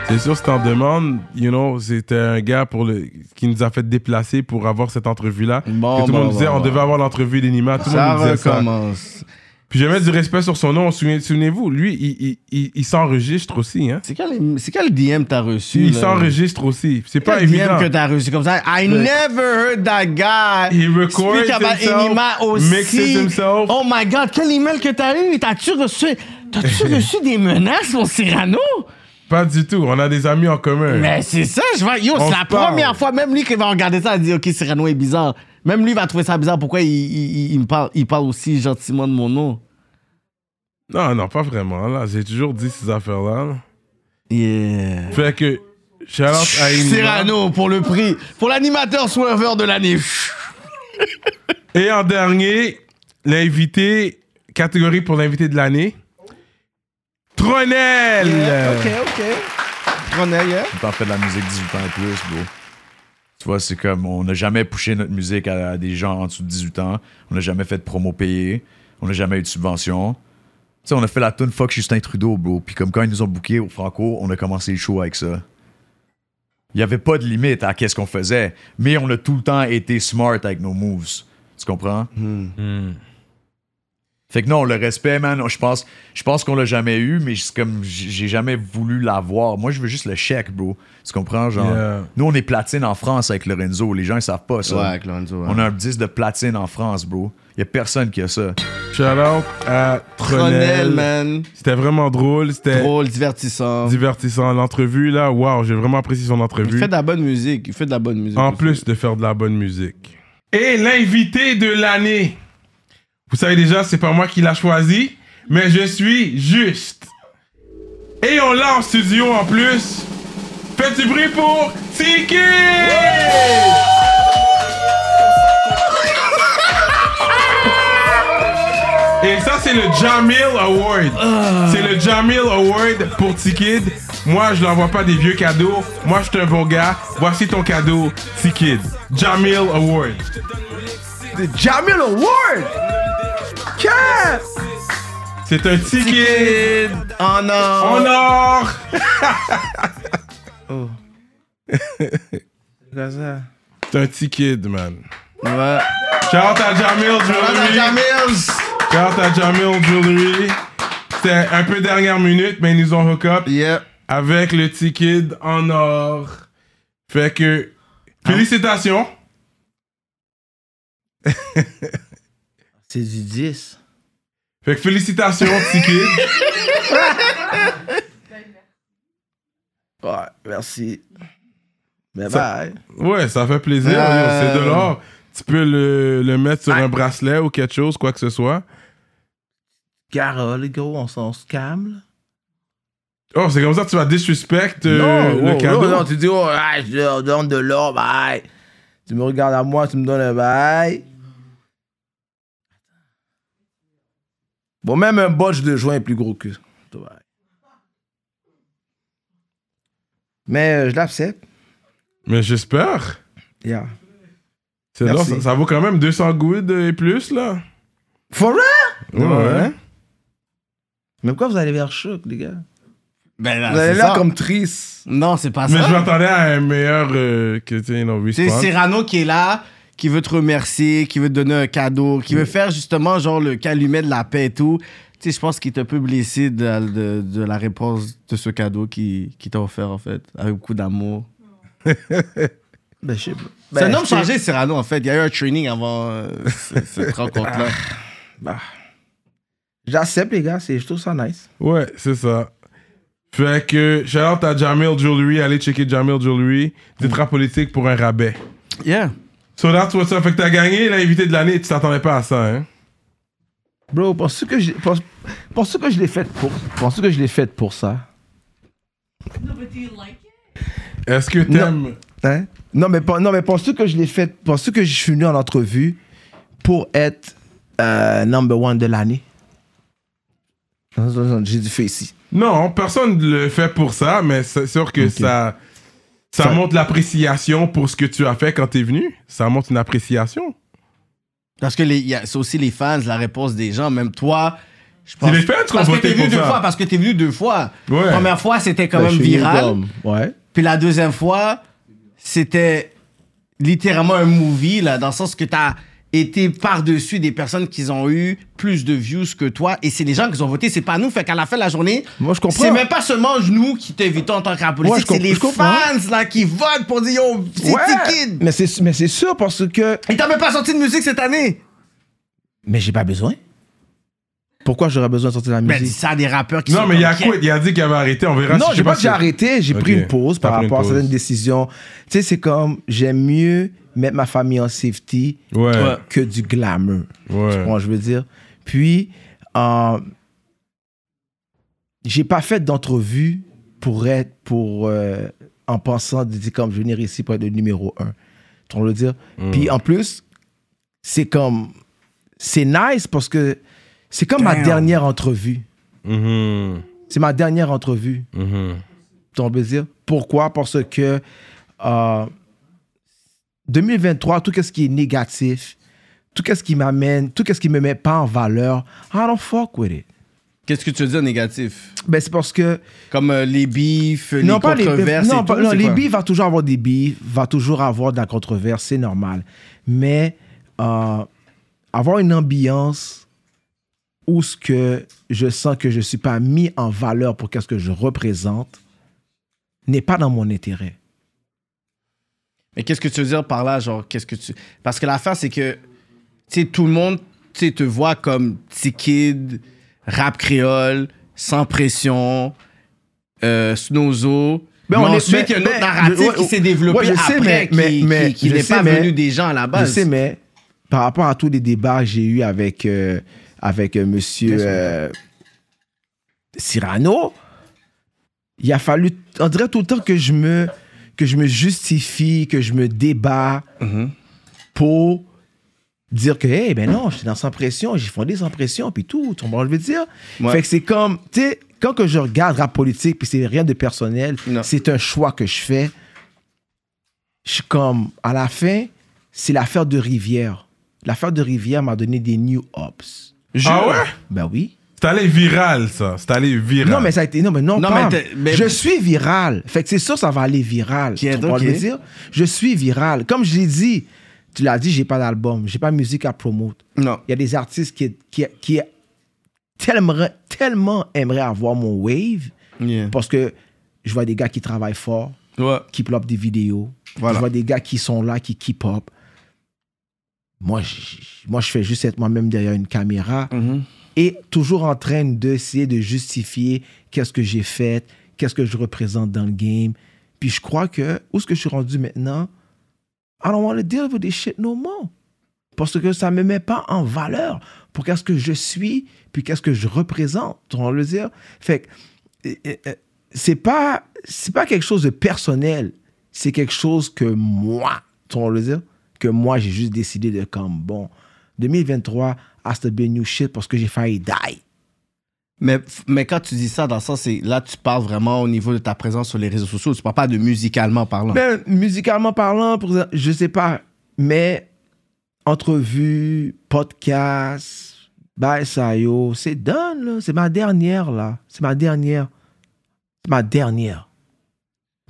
S1: C'est sûr, si t'en demandes, you know, c'était un gars pour le, qui nous a fait déplacer pour avoir cette entrevue-là. Que tout le
S2: bon,
S1: monde disait,
S2: bon,
S1: on
S2: bon.
S1: devait avoir l'entrevue d'Enima. Tout le
S2: Ça
S1: monde nous disait ça.
S2: recommence.
S1: Puis je vais mettre du respect sur son nom. Souvenez- Souvenez-vous, lui, il, il- il- il s'enregistre aussi. Hein?
S2: C'est quel DM t'as reçu?
S1: Il
S2: là?
S1: s'enregistre aussi. C'est pas
S2: Quel DM
S1: évident.
S2: que t'as reçu comme ça. I
S1: Ouais.
S2: never heard that guy.
S1: He records
S2: Speak about
S1: himself,
S2: Enima aussi.
S1: mixes himself.
S2: Oh my God, quel email que t'as eu? T'as-tu reçu, t'as-tu reçu des menaces, mon Cyrano?
S1: Pas du tout. On a des amis en commun.
S2: Mais c'est ça, je vois. Yo,
S1: On
S2: c'est
S1: se
S2: la
S1: parle.
S2: première fois, même lui qui va regarder ça, il dit Ok, Cyrano est bizarre. Même lui va trouver ça bizarre. Pourquoi il, il- il- il me parle, il parle aussi gentiment de mon nom?
S1: Non, non, pas vraiment. Là, j'ai toujours dit ces affaires-là. là. Fait que, Charlotte à Enima.
S2: Cyrano pour le prix, pour l'animateur swerveur de l'année.
S1: Et en dernier, l'invité, catégorie pour l'invité de l'année, Tronel.
S2: ok. Tronel, yeah.
S8: Tout le temps fait de la musique 18 ans et plus, bro. Tu vois, c'est comme, on n'a jamais poussé notre musique à, à des gens en dessous de 18 ans. On n'a jamais fait de promo payée. On n'a jamais eu de subvention. Tu sais, on a fait la tune Fuck Justin Trudeau, bro. Puis comme quand ils nous ont booké au Franco, on a commencé le show avec ça. Il n'y avait pas de limite à qu'est-ce qu'on faisait. Mais on a tout le temps été smart avec nos moves. Tu comprends?
S2: Hmm.
S8: Fait que non, le respect, man, je pense, je pense qu'on l'a jamais eu, mais c'est comme j- j'ai jamais voulu l'avoir. Moi, je veux juste le chèque, bro. Tu comprends, genre.
S1: Yeah.
S8: Nous, on est platine en France avec Lorenzo. Les gens, ils savent pas ça.
S2: Ouais, avec Lorenzo, ouais.
S8: On a un 10 de platine en France, bro. Y a personne qui a ça.
S1: Shout out à Tronel.
S8: Tronel,
S2: man.
S1: C'était vraiment drôle. C'était
S2: Drôle, divertissant.
S1: divertissant. L'entrevue, là, waouh, j'ai vraiment apprécié son
S2: Il
S1: entrevue.
S2: fait de la bonne musique. Il fait de la bonne musique.
S1: En
S2: aussi.
S1: plus de faire de la bonne musique. Et l'invité de l'année. Vous savez déjà, c'est pas moi qui l'a choisi, mais je suis juste. Et on l'a en studio en plus. Faites du bruit pour Tiki! Et ça, c'est le Jamil Award.
S11: Ah.
S1: C'est le Jamil Award pour T-Kid. Moi, je l'envoie pas des vieux cadeaux. Moi, je suis un bon gars. Voici ton cadeau, T-Kid. Jamil Award.
S11: The Jamil Award! Cap!
S1: C'est un ticket
S2: en or.
S1: En or. C'est un ticket, man.
S2: Ouais.
S1: Shout out à Jamil Jewelry. Shout out à Jamil Jewelry. C'était un peu dernière minute, mais ils nous ont hook up. Avec le ticket en or. Fait que. Félicitations.
S11: C'est du 10.
S1: Fait que félicitations, ticket.
S11: Ouais, merci. Bye
S1: Ça-
S11: bye.
S1: Ouais, ça fait plaisir.
S11: Euh.
S1: yo, C'est de l'or. Tu peux le, le mettre sur un bracelet ou quelque chose, quoi que ce soit.
S11: Carole, go, on s'en se calme. là.
S1: Oh, c'est comme ça que tu vas disrespect euh,
S11: non,
S1: le
S11: oh,
S1: cadeau.
S11: non, non, tu dis, oh, ah, je leur donne de l'or, bye. Tu me regardes à moi, tu me donnes un bye. Bon, même un botch de joint est plus gros que. Bye.
S3: Mais euh, je l'accepte.
S1: Mais j'espère.
S3: Yeah.
S1: C'est là,
S3: Merci.
S1: ça, ça vaut quand même 200 gouttes et plus, là.
S3: For real?
S1: Ouais.
S3: Mais pourquoi vous allez vers Chouk, les gars?
S2: Ben
S3: Vous allez là comme
S2: triste. Non, c'est pas
S1: Mais
S2: ça.
S1: je m'attendais à un meilleur euh, que, tu sais, non,
S2: C'est Cyrano qui est là, qui veut te remercier, qui veut te donner un cadeau, qui
S1: Mm.
S2: veut faire justement genre le calumet de la paix et tout. Tu sais, je pense qu'il est un peu blessé de, de- de la réponse de ce cadeau qui, qui t'a offert en fait, avec beaucoup d'amour.
S3: Ben, je sais pas.
S2: c'est un
S3: Ben,
S2: homme
S3: je sais-
S2: changé, Cyrano, en fait. Il y a eu un training avant euh, ce- cette rencontre-là.
S1: Ah,
S3: Bah. J'accepte, les gars. c'est- Je trouve ça nice.
S1: Ouais, c'est ça. Fait que, shout out à Jamil Jewelry, allez checker Jamil Jewelry, des draps politiques pour un rabais.
S2: Yeah.
S1: So that's what's up. Fait que t'as gagné l'invité de l'année, tu t'attendais pas à ça, hein?
S3: Bro, penses-tu que je, pense, penses-tu que je l'ai faite pour, penses-tu que je l'ai faite pour ça?
S1: Est-ce que
S3: t'aimes? Non, hein? non mais pen- non, mais penses-tu que je l'ai faite, penses-tu que je suis venu en entrevue pour être euh, number one de l'année? Non, non, non, J'ai du fait ici.
S1: Non, personne ne le fait pour ça, mais c'est sûr que ça, ça, montre l'appréciation pour ce que tu as fait quand t'es venu. Ça montre une appréciation.
S2: Parce que les- il y a- c'est aussi les fans, la réponse des gens, même toi. Je pense,
S1: C'est les fans qui ont
S2: parce que
S1: voté
S2: t'es venu
S1: pour
S2: deux
S1: ça.
S2: fois, parce que t'es venu deux fois.
S1: Ouais.
S2: La première fois, c'était quand
S1: Ben,
S2: même
S1: je suis
S2: viral.
S1: énorme.
S3: Ouais.
S2: Puis la deuxième fois, c'était littéralement un movie, là, dans le sens que t'as été par-dessus des personnes qui ont eu plus de views que toi. Et c'est les gens qui ont voté, c'est pas nous. Fait qu'à la fin de la journée,
S3: Moi, je comprends.
S2: c'est même pas seulement nous qui t'invitons en tant
S3: Ouais,
S2: qu'apolitique,
S3: je com-
S2: c'est les
S3: je comprends.
S2: fans là, qui votent pour dire Yo, c'est
S3: Ouais,
S2: Kid.
S3: Mais c'est, mais c'est sûr parce que.
S2: Et t'as même pas sorti de musique cette année
S3: Mais j'ai pas besoin. Pourquoi j'aurais besoin de sortir de la
S2: Ben,
S3: musique?
S2: dis ça à des rappeurs qui
S1: Non,
S2: sont
S1: mais il a
S2: comme
S1: quit, il a dit qu'il avait arrêté, on verra
S3: non,
S1: si je
S3: j'ai
S1: sais
S3: pas
S1: pas
S3: que
S1: si-
S3: j'ai arrêté, j'ai pris
S1: Ok.
S3: une pause
S1: T'as
S3: par
S1: pris une
S3: rapport à
S1: pause.
S3: certaines décisions. Tu sais, c'est comme j'aime mieux mettre ma famille en safety
S1: Ouais.
S3: que du glamour.
S1: Ouais.
S3: Tu comprends, je veux dire. Puis, euh, j'ai pas fait d'entrevue pour être, pour, euh, en pensant de dire comme je vais venir ici pour être le numéro un. Tu comprends le dire?
S1: Mm.
S3: Puis en plus, c'est comme, c'est nice parce que c'est comme ma
S1: Damn.
S3: dernière entrevue.
S19: Mm-hmm.
S1: Mhm.
S3: C'est ma dernière entrevue.
S1: Mhm.
S3: Ton plaisir. Pourquoi? Parce que euh, 2023, tout ce qui est négatif, tout ce qui m'amène, tout ce qui me met pas en valeur, I don't fuck with it.
S2: Qu'est-ce que tu veux dire négatif
S3: Ben, c'est parce que.
S2: Comme euh, les bifs, les
S3: les
S2: controverses.
S3: Non,
S2: et
S3: pas-
S2: tout,
S3: non,
S2: c'est
S3: les
S2: quoi?
S3: bifs, va toujours avoir des bifs, va toujours avoir de la controverse, c'est normal. Mais euh, avoir une ambiance où ce que je sens que je suis pas mis en valeur pour qu'est-ce que je représente n'est pas dans mon intérêt.
S2: Mais qu'est-ce que tu veux dire par là, genre, qu'est-ce que tu... Parce que l'affaire, c'est que, tu sais, tout le monde, tu sais, te voit comme petit kid, rap créole, sans pression, euh, snozo.
S3: Ben,
S2: mais
S3: on est-
S2: ensuite, il y a
S3: ben,
S2: un autre
S3: ben,
S2: narratif
S3: je- ouais,
S2: qui s'est
S3: ouais,
S2: développé
S3: ouais, je sais,
S2: après,
S3: mais-
S2: qui,
S3: mais-
S2: qui-
S3: mais-
S2: qui
S3: je
S2: n'est
S3: sais,
S2: pas
S3: mais-
S2: venu des gens à la base.
S3: Je sais, mais par rapport à tous les débats que j'ai eu avec, euh, avec euh, monsieur euh, Cyrano, il a fallu. On dirait tout le temps que je me, que je me justifie, que je me débat
S2: Mm-hmm.
S3: pour dire que, hey, ben non, j'étais dans sans pression, j'ai fondé sans pression, puis tout, tu comprends, je veux dire.
S2: Ouais.
S3: Fait que c'est comme, tu sais, quand que je regarde rap politique, puis c'est rien de personnel, c'est un choix que je fais. Je suis comme, à la fin, c'est l'affaire de Rivière. L'affaire de Rivière m'a donné des new ops.
S1: Ah ouais?
S3: Ben oui.
S1: C'est allé viral, ça. C'est allé viral.
S3: Non, mais ça a été. Non, mais non,
S1: Non,
S3: pas.
S1: mais t'es- mais-
S3: Je suis viral. Fait que c'est sûr, ça va aller viral. Tu comprends
S2: ok.
S3: le dire? Je suis viral. Comme je l'ai dit, tu l'as dit, j'ai pas d'album, j'ai pas de musique à promouvoir.
S2: Non.
S3: Il y a des artistes qui, qui, qui tellement, tellement aimeraient avoir mon wave
S2: Yeah.
S3: parce que je vois des gars qui travaillent fort, qui plopent des vidéos.
S2: Voilà.
S3: Je vois des gars qui sont là, qui keep up. Moi, je, moi, je fais juste être moi-même derrière une caméra et toujours en train d'essayer de justifier qu'est-ce que j'ai fait, qu'est-ce que je représente dans le game. Puis je crois que où est-ce que je suis rendu maintenant, I don't want to deal with this shit no more. Parce que ça ne me met pas en valeur pour qu'est-ce que je suis, puis qu'est-ce que je représente, tu vas le dire. Fait que euh, euh, c'est pas, c'est pas quelque chose de personnel, c'est quelque chose que moi, tu vas le dire, que moi j'ai juste décidé de comme bon. 2023 has to be new shit parce que j'ai failli die.
S2: Mais, mais quand tu dis ça, dans le sens, c'est là, tu parles vraiment au niveau de ta présence sur les réseaux sociaux. Tu parles pas de musicalement parlant.
S3: Ben, musicalement parlant, pour- je sais pas, mais entrevue, podcast, bye Sayo, c'est done, là. C'est ma dernière, là. C'est ma dernière. C'est ma dernière.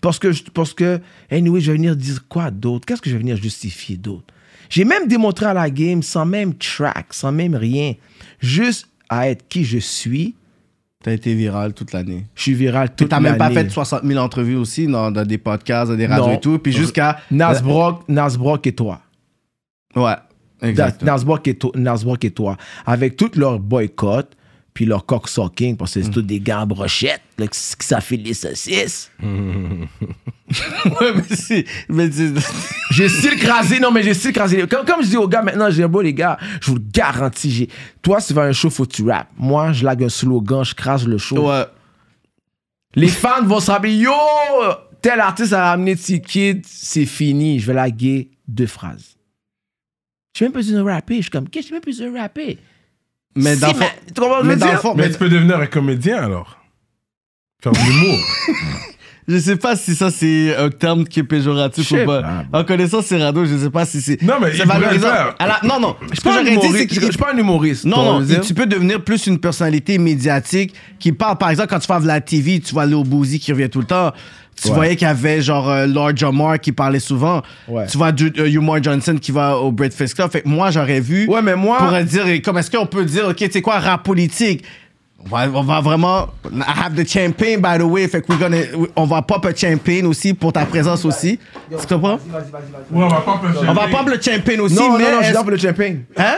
S3: Parce que, je- parce que, anyway, je vais venir dire quoi d'autre? Qu'est-ce que je vais venir justifier d'autre? J'ai même démontré à la game, sans même track, sans même rien, juste à être qui je suis.
S2: T'as été viral toute l'année.
S3: Je suis viral
S2: Tu
S3: toute
S2: t'as
S3: l'année.
S2: même pas fait 60 000 entrevues aussi dans, dans des podcasts, dans des radios
S3: Non.
S2: et tout. Puis jusqu'à.
S3: Nasbrock, Nasbrock et toi.
S2: Ouais, exactement.
S3: Da- Nasbrock et, to- Nasbrock et toi. Avec tout leur boycott, puis leur cocksucking, parce que
S2: Hmm.
S3: c'est tous des gars en brochette, là, qui s- qui s'affilent les saucisses.
S19: Mm-hmm.
S3: ouais, mais c'est. Mais c'est- j'ai style crasé, non, mais j'ai style crasé. Comme, comme je dis aux gars maintenant, j'ai un beau, les gars, je vous le garantis. j'ai- Toi, si tu vas à un show, faut que tu rap. Moi, je lag un slogan, je crase le show.
S2: Ouais.
S3: Les fans vont se rappeler, yo, tel artiste a ramené T-Kid, c'est fini, je vais laguer deux phrases. Je suis même pas besoin de rapper, je suis comme, qu'est-ce que j'ai même plus besoin de rapper?
S1: Mais
S3: Si,
S1: dans le fond-
S3: tu comprends ce que je
S1: mais
S3: veux
S1: dans le
S3: dire?
S1: fond- Mais tu peux devenir un comédien alors. Faire de l'humour.
S2: Je sais pas si ça c'est un terme qui est péjoratif
S1: Je sais
S2: ou pas. En connaissant Cyrano, je sais pas si c'est. Non,
S1: mais il pourrait le faire.
S2: non, non.
S3: Je suis pas un humoriste, je suis pas un humoriste, tu vois,
S2: Non,
S3: je
S2: non.
S3: veux dire.
S2: Tu peux devenir plus une personnalité médiatique qui parle. Par exemple, quand tu vas à la TV, tu vois Léo Bouzy qui revient tout le temps. Tu
S3: Ouais.
S2: voyais qu'il y avait genre euh, Lord Jamar qui parlait souvent.
S3: Ouais.
S2: Tu vois Ju- euh, Humor Johnson qui va au Breakfast Club. Fait que moi, j'aurais vu. Ouais, mais moi. Pour dire, et comme est-ce qu'on peut dire, OK, tu sais quoi, rap politique. On va, on va vraiment. I have the champagne, by the way. Fait que we're gonna- we- on va pop a champagne aussi pour ta présence aussi. Tu comprends?
S1: Ouais, on va pas pêcher.
S2: On va pop le champagne aussi,
S3: non,
S2: mais.
S3: non, non, je suis
S2: est-ce-
S3: dans pour le champagne.
S2: Hein?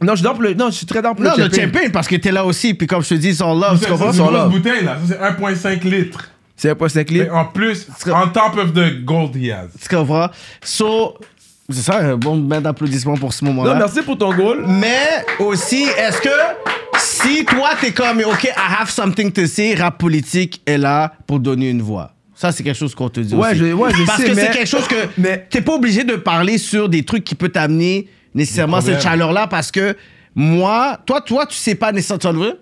S3: Non, je suis dans pour le. Non, je suis très dans pour
S2: Non, le
S3: le champagne.
S2: champagne, parce que t'es là aussi. Puis comme je te dis, ils sont là.
S1: Ça,
S2: Tu
S1: ça,
S2: comprends?
S1: C'est
S2: Ils
S1: une
S2: sont là.
S1: grosse bouteille là, ça c'est 1.5 litres.
S3: C'est 1.5
S1: litres. En plus, on top of the gold he has.
S2: Tu comprends? So, c'est ça, un bon bain d'applaudissements pour ce moment-là.
S3: Non, merci pour ton goal.
S2: hein. Mais aussi, est-ce que si toi, t'es comme, OK, I have something to say, rap politique est là pour donner une voix. Ça, c'est quelque chose qu'on te dit
S3: Ouais,
S2: aussi.
S3: je- ouais, je
S2: Parce
S3: sais,
S2: que
S3: mais-
S2: c'est quelque chose que t'es pas obligé de parler sur des trucs qui peut t'amener nécessairement
S1: Des
S2: cette
S1: problèmes.
S2: chaleur-là parce que moi, toi, toi, tu sais pas nécessairement. Tu vas l'ouvrir?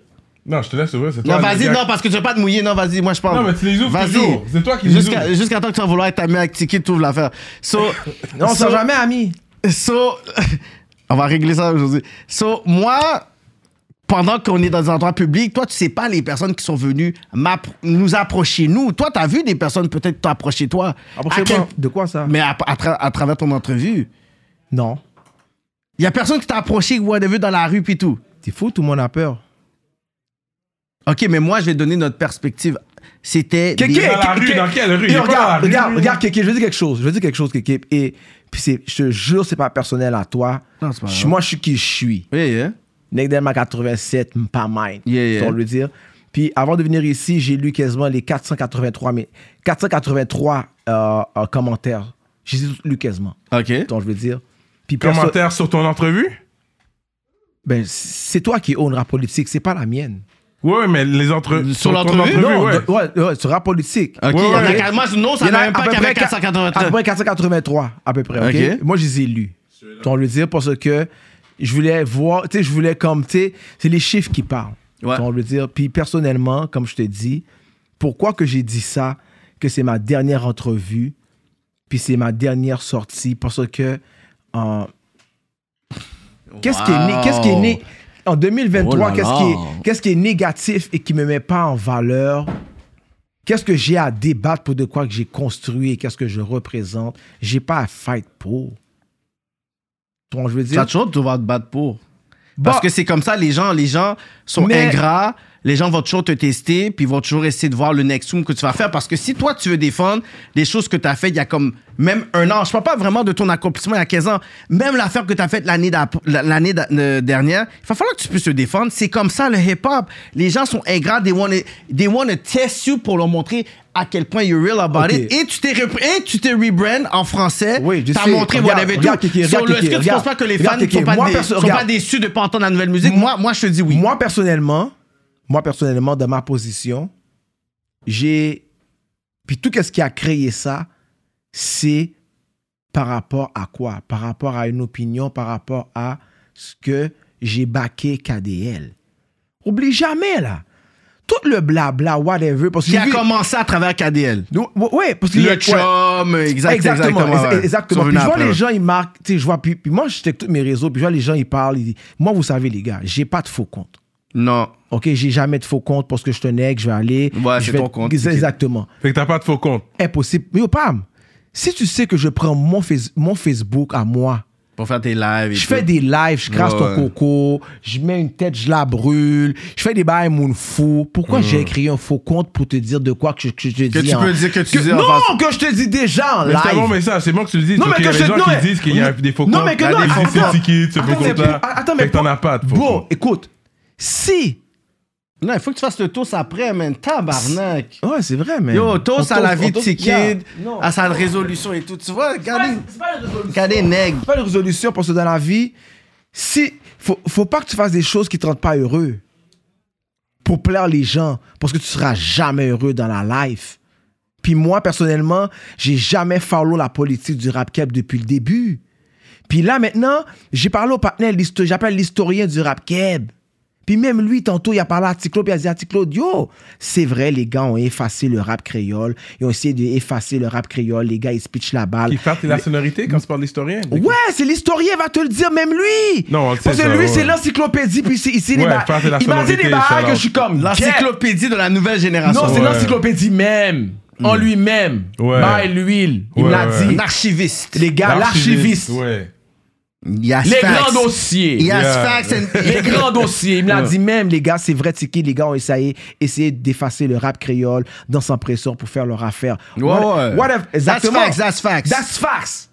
S1: Non, je te laisse ouvrir. c'est
S2: Non,
S1: toi, le
S2: vas-y,
S1: gars-
S2: non, parce que tu veux pas te mouiller. Non, vas-y, moi, je parle.
S1: Non, mais tu les ouvres
S2: Vas-y.
S1: toujours. C'est toi qui les
S2: Jusqu'à-
S1: ouvres.
S2: Jusqu'à temps que tu vas vouloir être ami avec Tiki, tu ouvres l'affaire. So,
S3: Non, on
S2: so-
S3: sera jamais amis.
S2: So, on va régler ça aujourd'hui. So, moi, pendant qu'on est dans des endroits publics, toi, tu sais pas les personnes qui sont venues m'appro- nous approcher, nous. Toi, tu as vu des personnes peut-être t'approcher, toi.
S3: Approchez-moi. De quoi ça?
S2: Mais à, à tra- à travers ton entrevue.
S3: Non.
S2: Il y a personne qui t'a approché, ou a vu dans la rue, puis tout.
S3: T'es fou, tout le monde a peur.
S2: OK, mais moi, je vais donner notre perspective. C'était.
S3: Kéké,
S2: des-
S3: Kéké, Et regarde, regarde, regarde, Kéké, je veux dire quelque chose. Je veux dire quelque chose, Kéké. Et puis c'est, je te jure, c'est pas personnel à toi.
S2: Non, c'est pas
S3: Je-
S2: grave.
S3: moi, je suis qui je suis.
S2: Yeah, yeah.
S3: Nick Delma 87, m- pas mine.
S2: yeah.
S3: On le dire. Puis avant de venir ici, j'ai lu quasiment les 483, mais 483 euh, euh, commentaires. J'ai lu quasiment.
S2: OK.
S3: Donc je veux dire. Puis perso-
S1: Commentaire sur ton entrevue
S3: Ben, c'est toi qui own rap politique, c'est pas la mienne.
S1: Ouais, mais les entre... ton entrevue,
S3: Non,
S1: ouais.
S3: de- ouais, ouais, sur rap politique.
S1: Ok, Ouais, il y en a ouais.
S2: qu'à- moi, non, ça
S3: Il y en a
S2: m'a même pas
S3: à peu
S2: qu'avec
S3: près qua-
S2: 483.
S3: À peu près 483, à peu près, ok?
S2: Ok.
S3: Moi, je les ai lus. Donc, le dire parce que je voulais voir, tu sais, je voulais comme, tu sais, c'est les chiffres qui parlent. Donc, le dire. Puis, personnellement, comme je te dis, pourquoi que j'ai dit ça, que c'est ma dernière entrevue, puis c'est ma dernière sortie, parce que... euh, Qu'est-ce qui est né? Qu'est-ce qui est né? En 2023,
S11: Oh là
S3: qu'est-ce
S11: là.
S3: qui, est, qu'est-ce qui est négatif et qui me met pas en valeur? Qu'est-ce que j'ai à débattre pour de quoi que j'ai construit et qu'est-ce que je représente? J'ai pas à fight pour. Donc, je veux dire.
S2: Ça te chauffe, tu vas te battre pour. Parce
S3: Bah.
S2: que c'est comme ça, les gens, les gens sont
S3: Mais-
S2: ingrats, les gens vont toujours te tester, puis ils vont toujours essayer de voir le next zoom que tu vas faire. Parce que si toi, tu veux défendre des choses que tu as faites il y a comme même un an, je parle pas vraiment de ton accomplissement il y a 15 ans, même l'affaire que tu as faite l'année d'ap- la- l'année d'a- euh, dernière, il va falloir que tu puisses te défendre. C'est comme ça le hip-hop. Les gens sont ingrats, they wanna, they wanna test you pour leur montrer à quel point you're real about
S3: Ok.
S2: it. Et tu t'es repris- et tu t'es rebrand en français.
S3: Oui, je
S2: T'as
S3: sais.
S2: montré
S3: Regarde,
S2: whatever
S3: regarde,
S2: tout.
S3: Kiki,
S2: So, le-
S3: regarde, Kiki,
S2: Est-ce que tu
S3: regarde.
S2: penses pas que les fans
S3: Regarde,
S2: ne
S3: Kiki,
S2: sont, pas,
S3: moi,
S2: dé-
S3: perso-
S2: sont
S3: regarde.
S2: pas déçus de pas entendre la nouvelle musique Moi, moi je te dis oui.
S3: Moi, personnellement, moi, personnellement, dans ma position, j'ai. Puis tout ce qui a créé ça, c'est par rapport à quoi Par rapport à une opinion, par rapport à ce que j'ai baqué KDL. Oublie jamais, là. tout le blabla, whatever. Parce que
S2: Qui a
S3: j'ai vu-
S2: commencé à travers KDL.
S3: Oui, parce que
S2: Le
S3: ouais.
S2: chum, exact, exactement.
S3: ex-
S2: ouais, ouais.
S3: exactement.
S2: Ils sont
S3: Puis je vois
S2: venus
S3: les
S2: après,
S3: gens, ils marquent, tu sais, je vois, puis, puis moi, je check tous mes réseaux, puis je vois les gens, ils parlent. ils disent, moi, vous savez, les gars, j'ai pas de faux compte.
S2: Non.
S3: OK, j'ai jamais de faux compte parce que je te nègue, je vais aller.
S2: Ouais,
S3: je
S2: c'est
S3: vais-
S2: ton compte.
S3: Exactement.
S1: Fait que t'as pas de faux compte.
S3: Impossible. Mais yo, Pam, si tu sais que je prends mon, face- mon Facebook à moi,
S2: Pour faire tes lives. et
S3: je
S2: tout.
S3: fais des lives, je crasse
S2: Ouais, ouais.
S3: ton coco, je mets une tête, je la brûle, je fais des bails mon fou. Pourquoi
S2: Mm.
S3: j'ai créé un faux compte pour te dire de quoi que je, que je te dis
S2: Que tu
S3: en-
S2: peux dire que tu dis en
S3: Non,
S2: face.
S3: que je te dis déjà en
S1: Mais c'est un
S3: Ah, live.
S1: bon message, c'est bon que tu le dises.
S3: Non, mais
S1: parce qu'il y a
S3: que
S1: des
S3: je-
S1: gens
S3: non,
S1: qui
S3: mais-
S1: disent qu'il y a des faux comptes.
S3: Non, mais que non,
S1: Il y a des
S3: attends.
S1: tickets, ce faux
S3: Attends, mais
S1: compte-là.
S3: pour- attends, mais
S1: Fait que t'en
S3: pour-
S1: as pas de faux
S3: Bro,
S1: compte.
S3: écoute, si.
S2: Non, il faut que tu fasses le toast après, man. Tabarnak.
S3: Ouais, c'est vrai, man.
S2: Yo, toast
S3: On
S2: à la
S3: toast-
S2: vie
S3: on
S2: de
S3: toast-
S2: ses
S3: Yeah.
S2: kids,
S3: Non.
S2: à sa résolution et tout. Tu vois, regardez.
S3: Regardez, nègre. C'est pas une résolution parce que dans la vie, si faut, faut pas que tu fasses des choses qui te rendent pas heureux pour plaire les gens parce que tu seras jamais heureux dans la life. Puis moi, personnellement, j'ai jamais follow la politique du rap cap depuis le début. Puis là, maintenant, j'ai parlé au partenaire, l'histo- j'appelle l'historien du rap keb. Puis même lui, tantôt, il a parlé à Ticlo, puis il a dit à Ticlo, yo, c'est vrai, les gars ont effacé le rap créole. Ils ont essayé d'effacer le rap créole. Les gars, ils se pitchent la balle.
S1: Qui fait la
S3: Mais-
S1: sonorité quand tu parles d'historien.
S3: Ouais, c'est l'historien va te le dire, même lui.
S1: Non, on le
S3: Parce
S1: sait,
S3: que
S1: ça,
S3: lui,
S1: ouais.
S3: c'est l'encyclopédie, puis c'est ici les
S1: Ouais,
S3: ba-
S1: faire de la
S3: Il m'a dit
S1: sonorité,
S3: des barrages
S1: shout-out.
S3: que je suis comme.
S2: L'encyclopédie de la nouvelle génération.
S3: Non, c'est
S2: Ouais.
S3: l'encyclopédie même. En lui-même.
S2: Ouais.
S3: By l'huile. Il
S2: Ouais,
S3: me l'a
S2: ouais.
S3: dit.
S2: L'archiviste.
S3: Les gars, l'archiviste.
S1: Ouais.
S3: les grands dossiers.
S2: Yes, facts and-
S3: Les grands dossiers. Il me l'a
S2: Ouais.
S3: dit même, les gars, c'est vrai, Tiki, les gars ont essayé, essayé d'effacer le rap créole dans son presseur pour faire leur affaire.
S2: Ouais, ouais.
S3: What if-
S2: That's
S3: exactement.
S2: facts, that's facts.
S3: That's facts.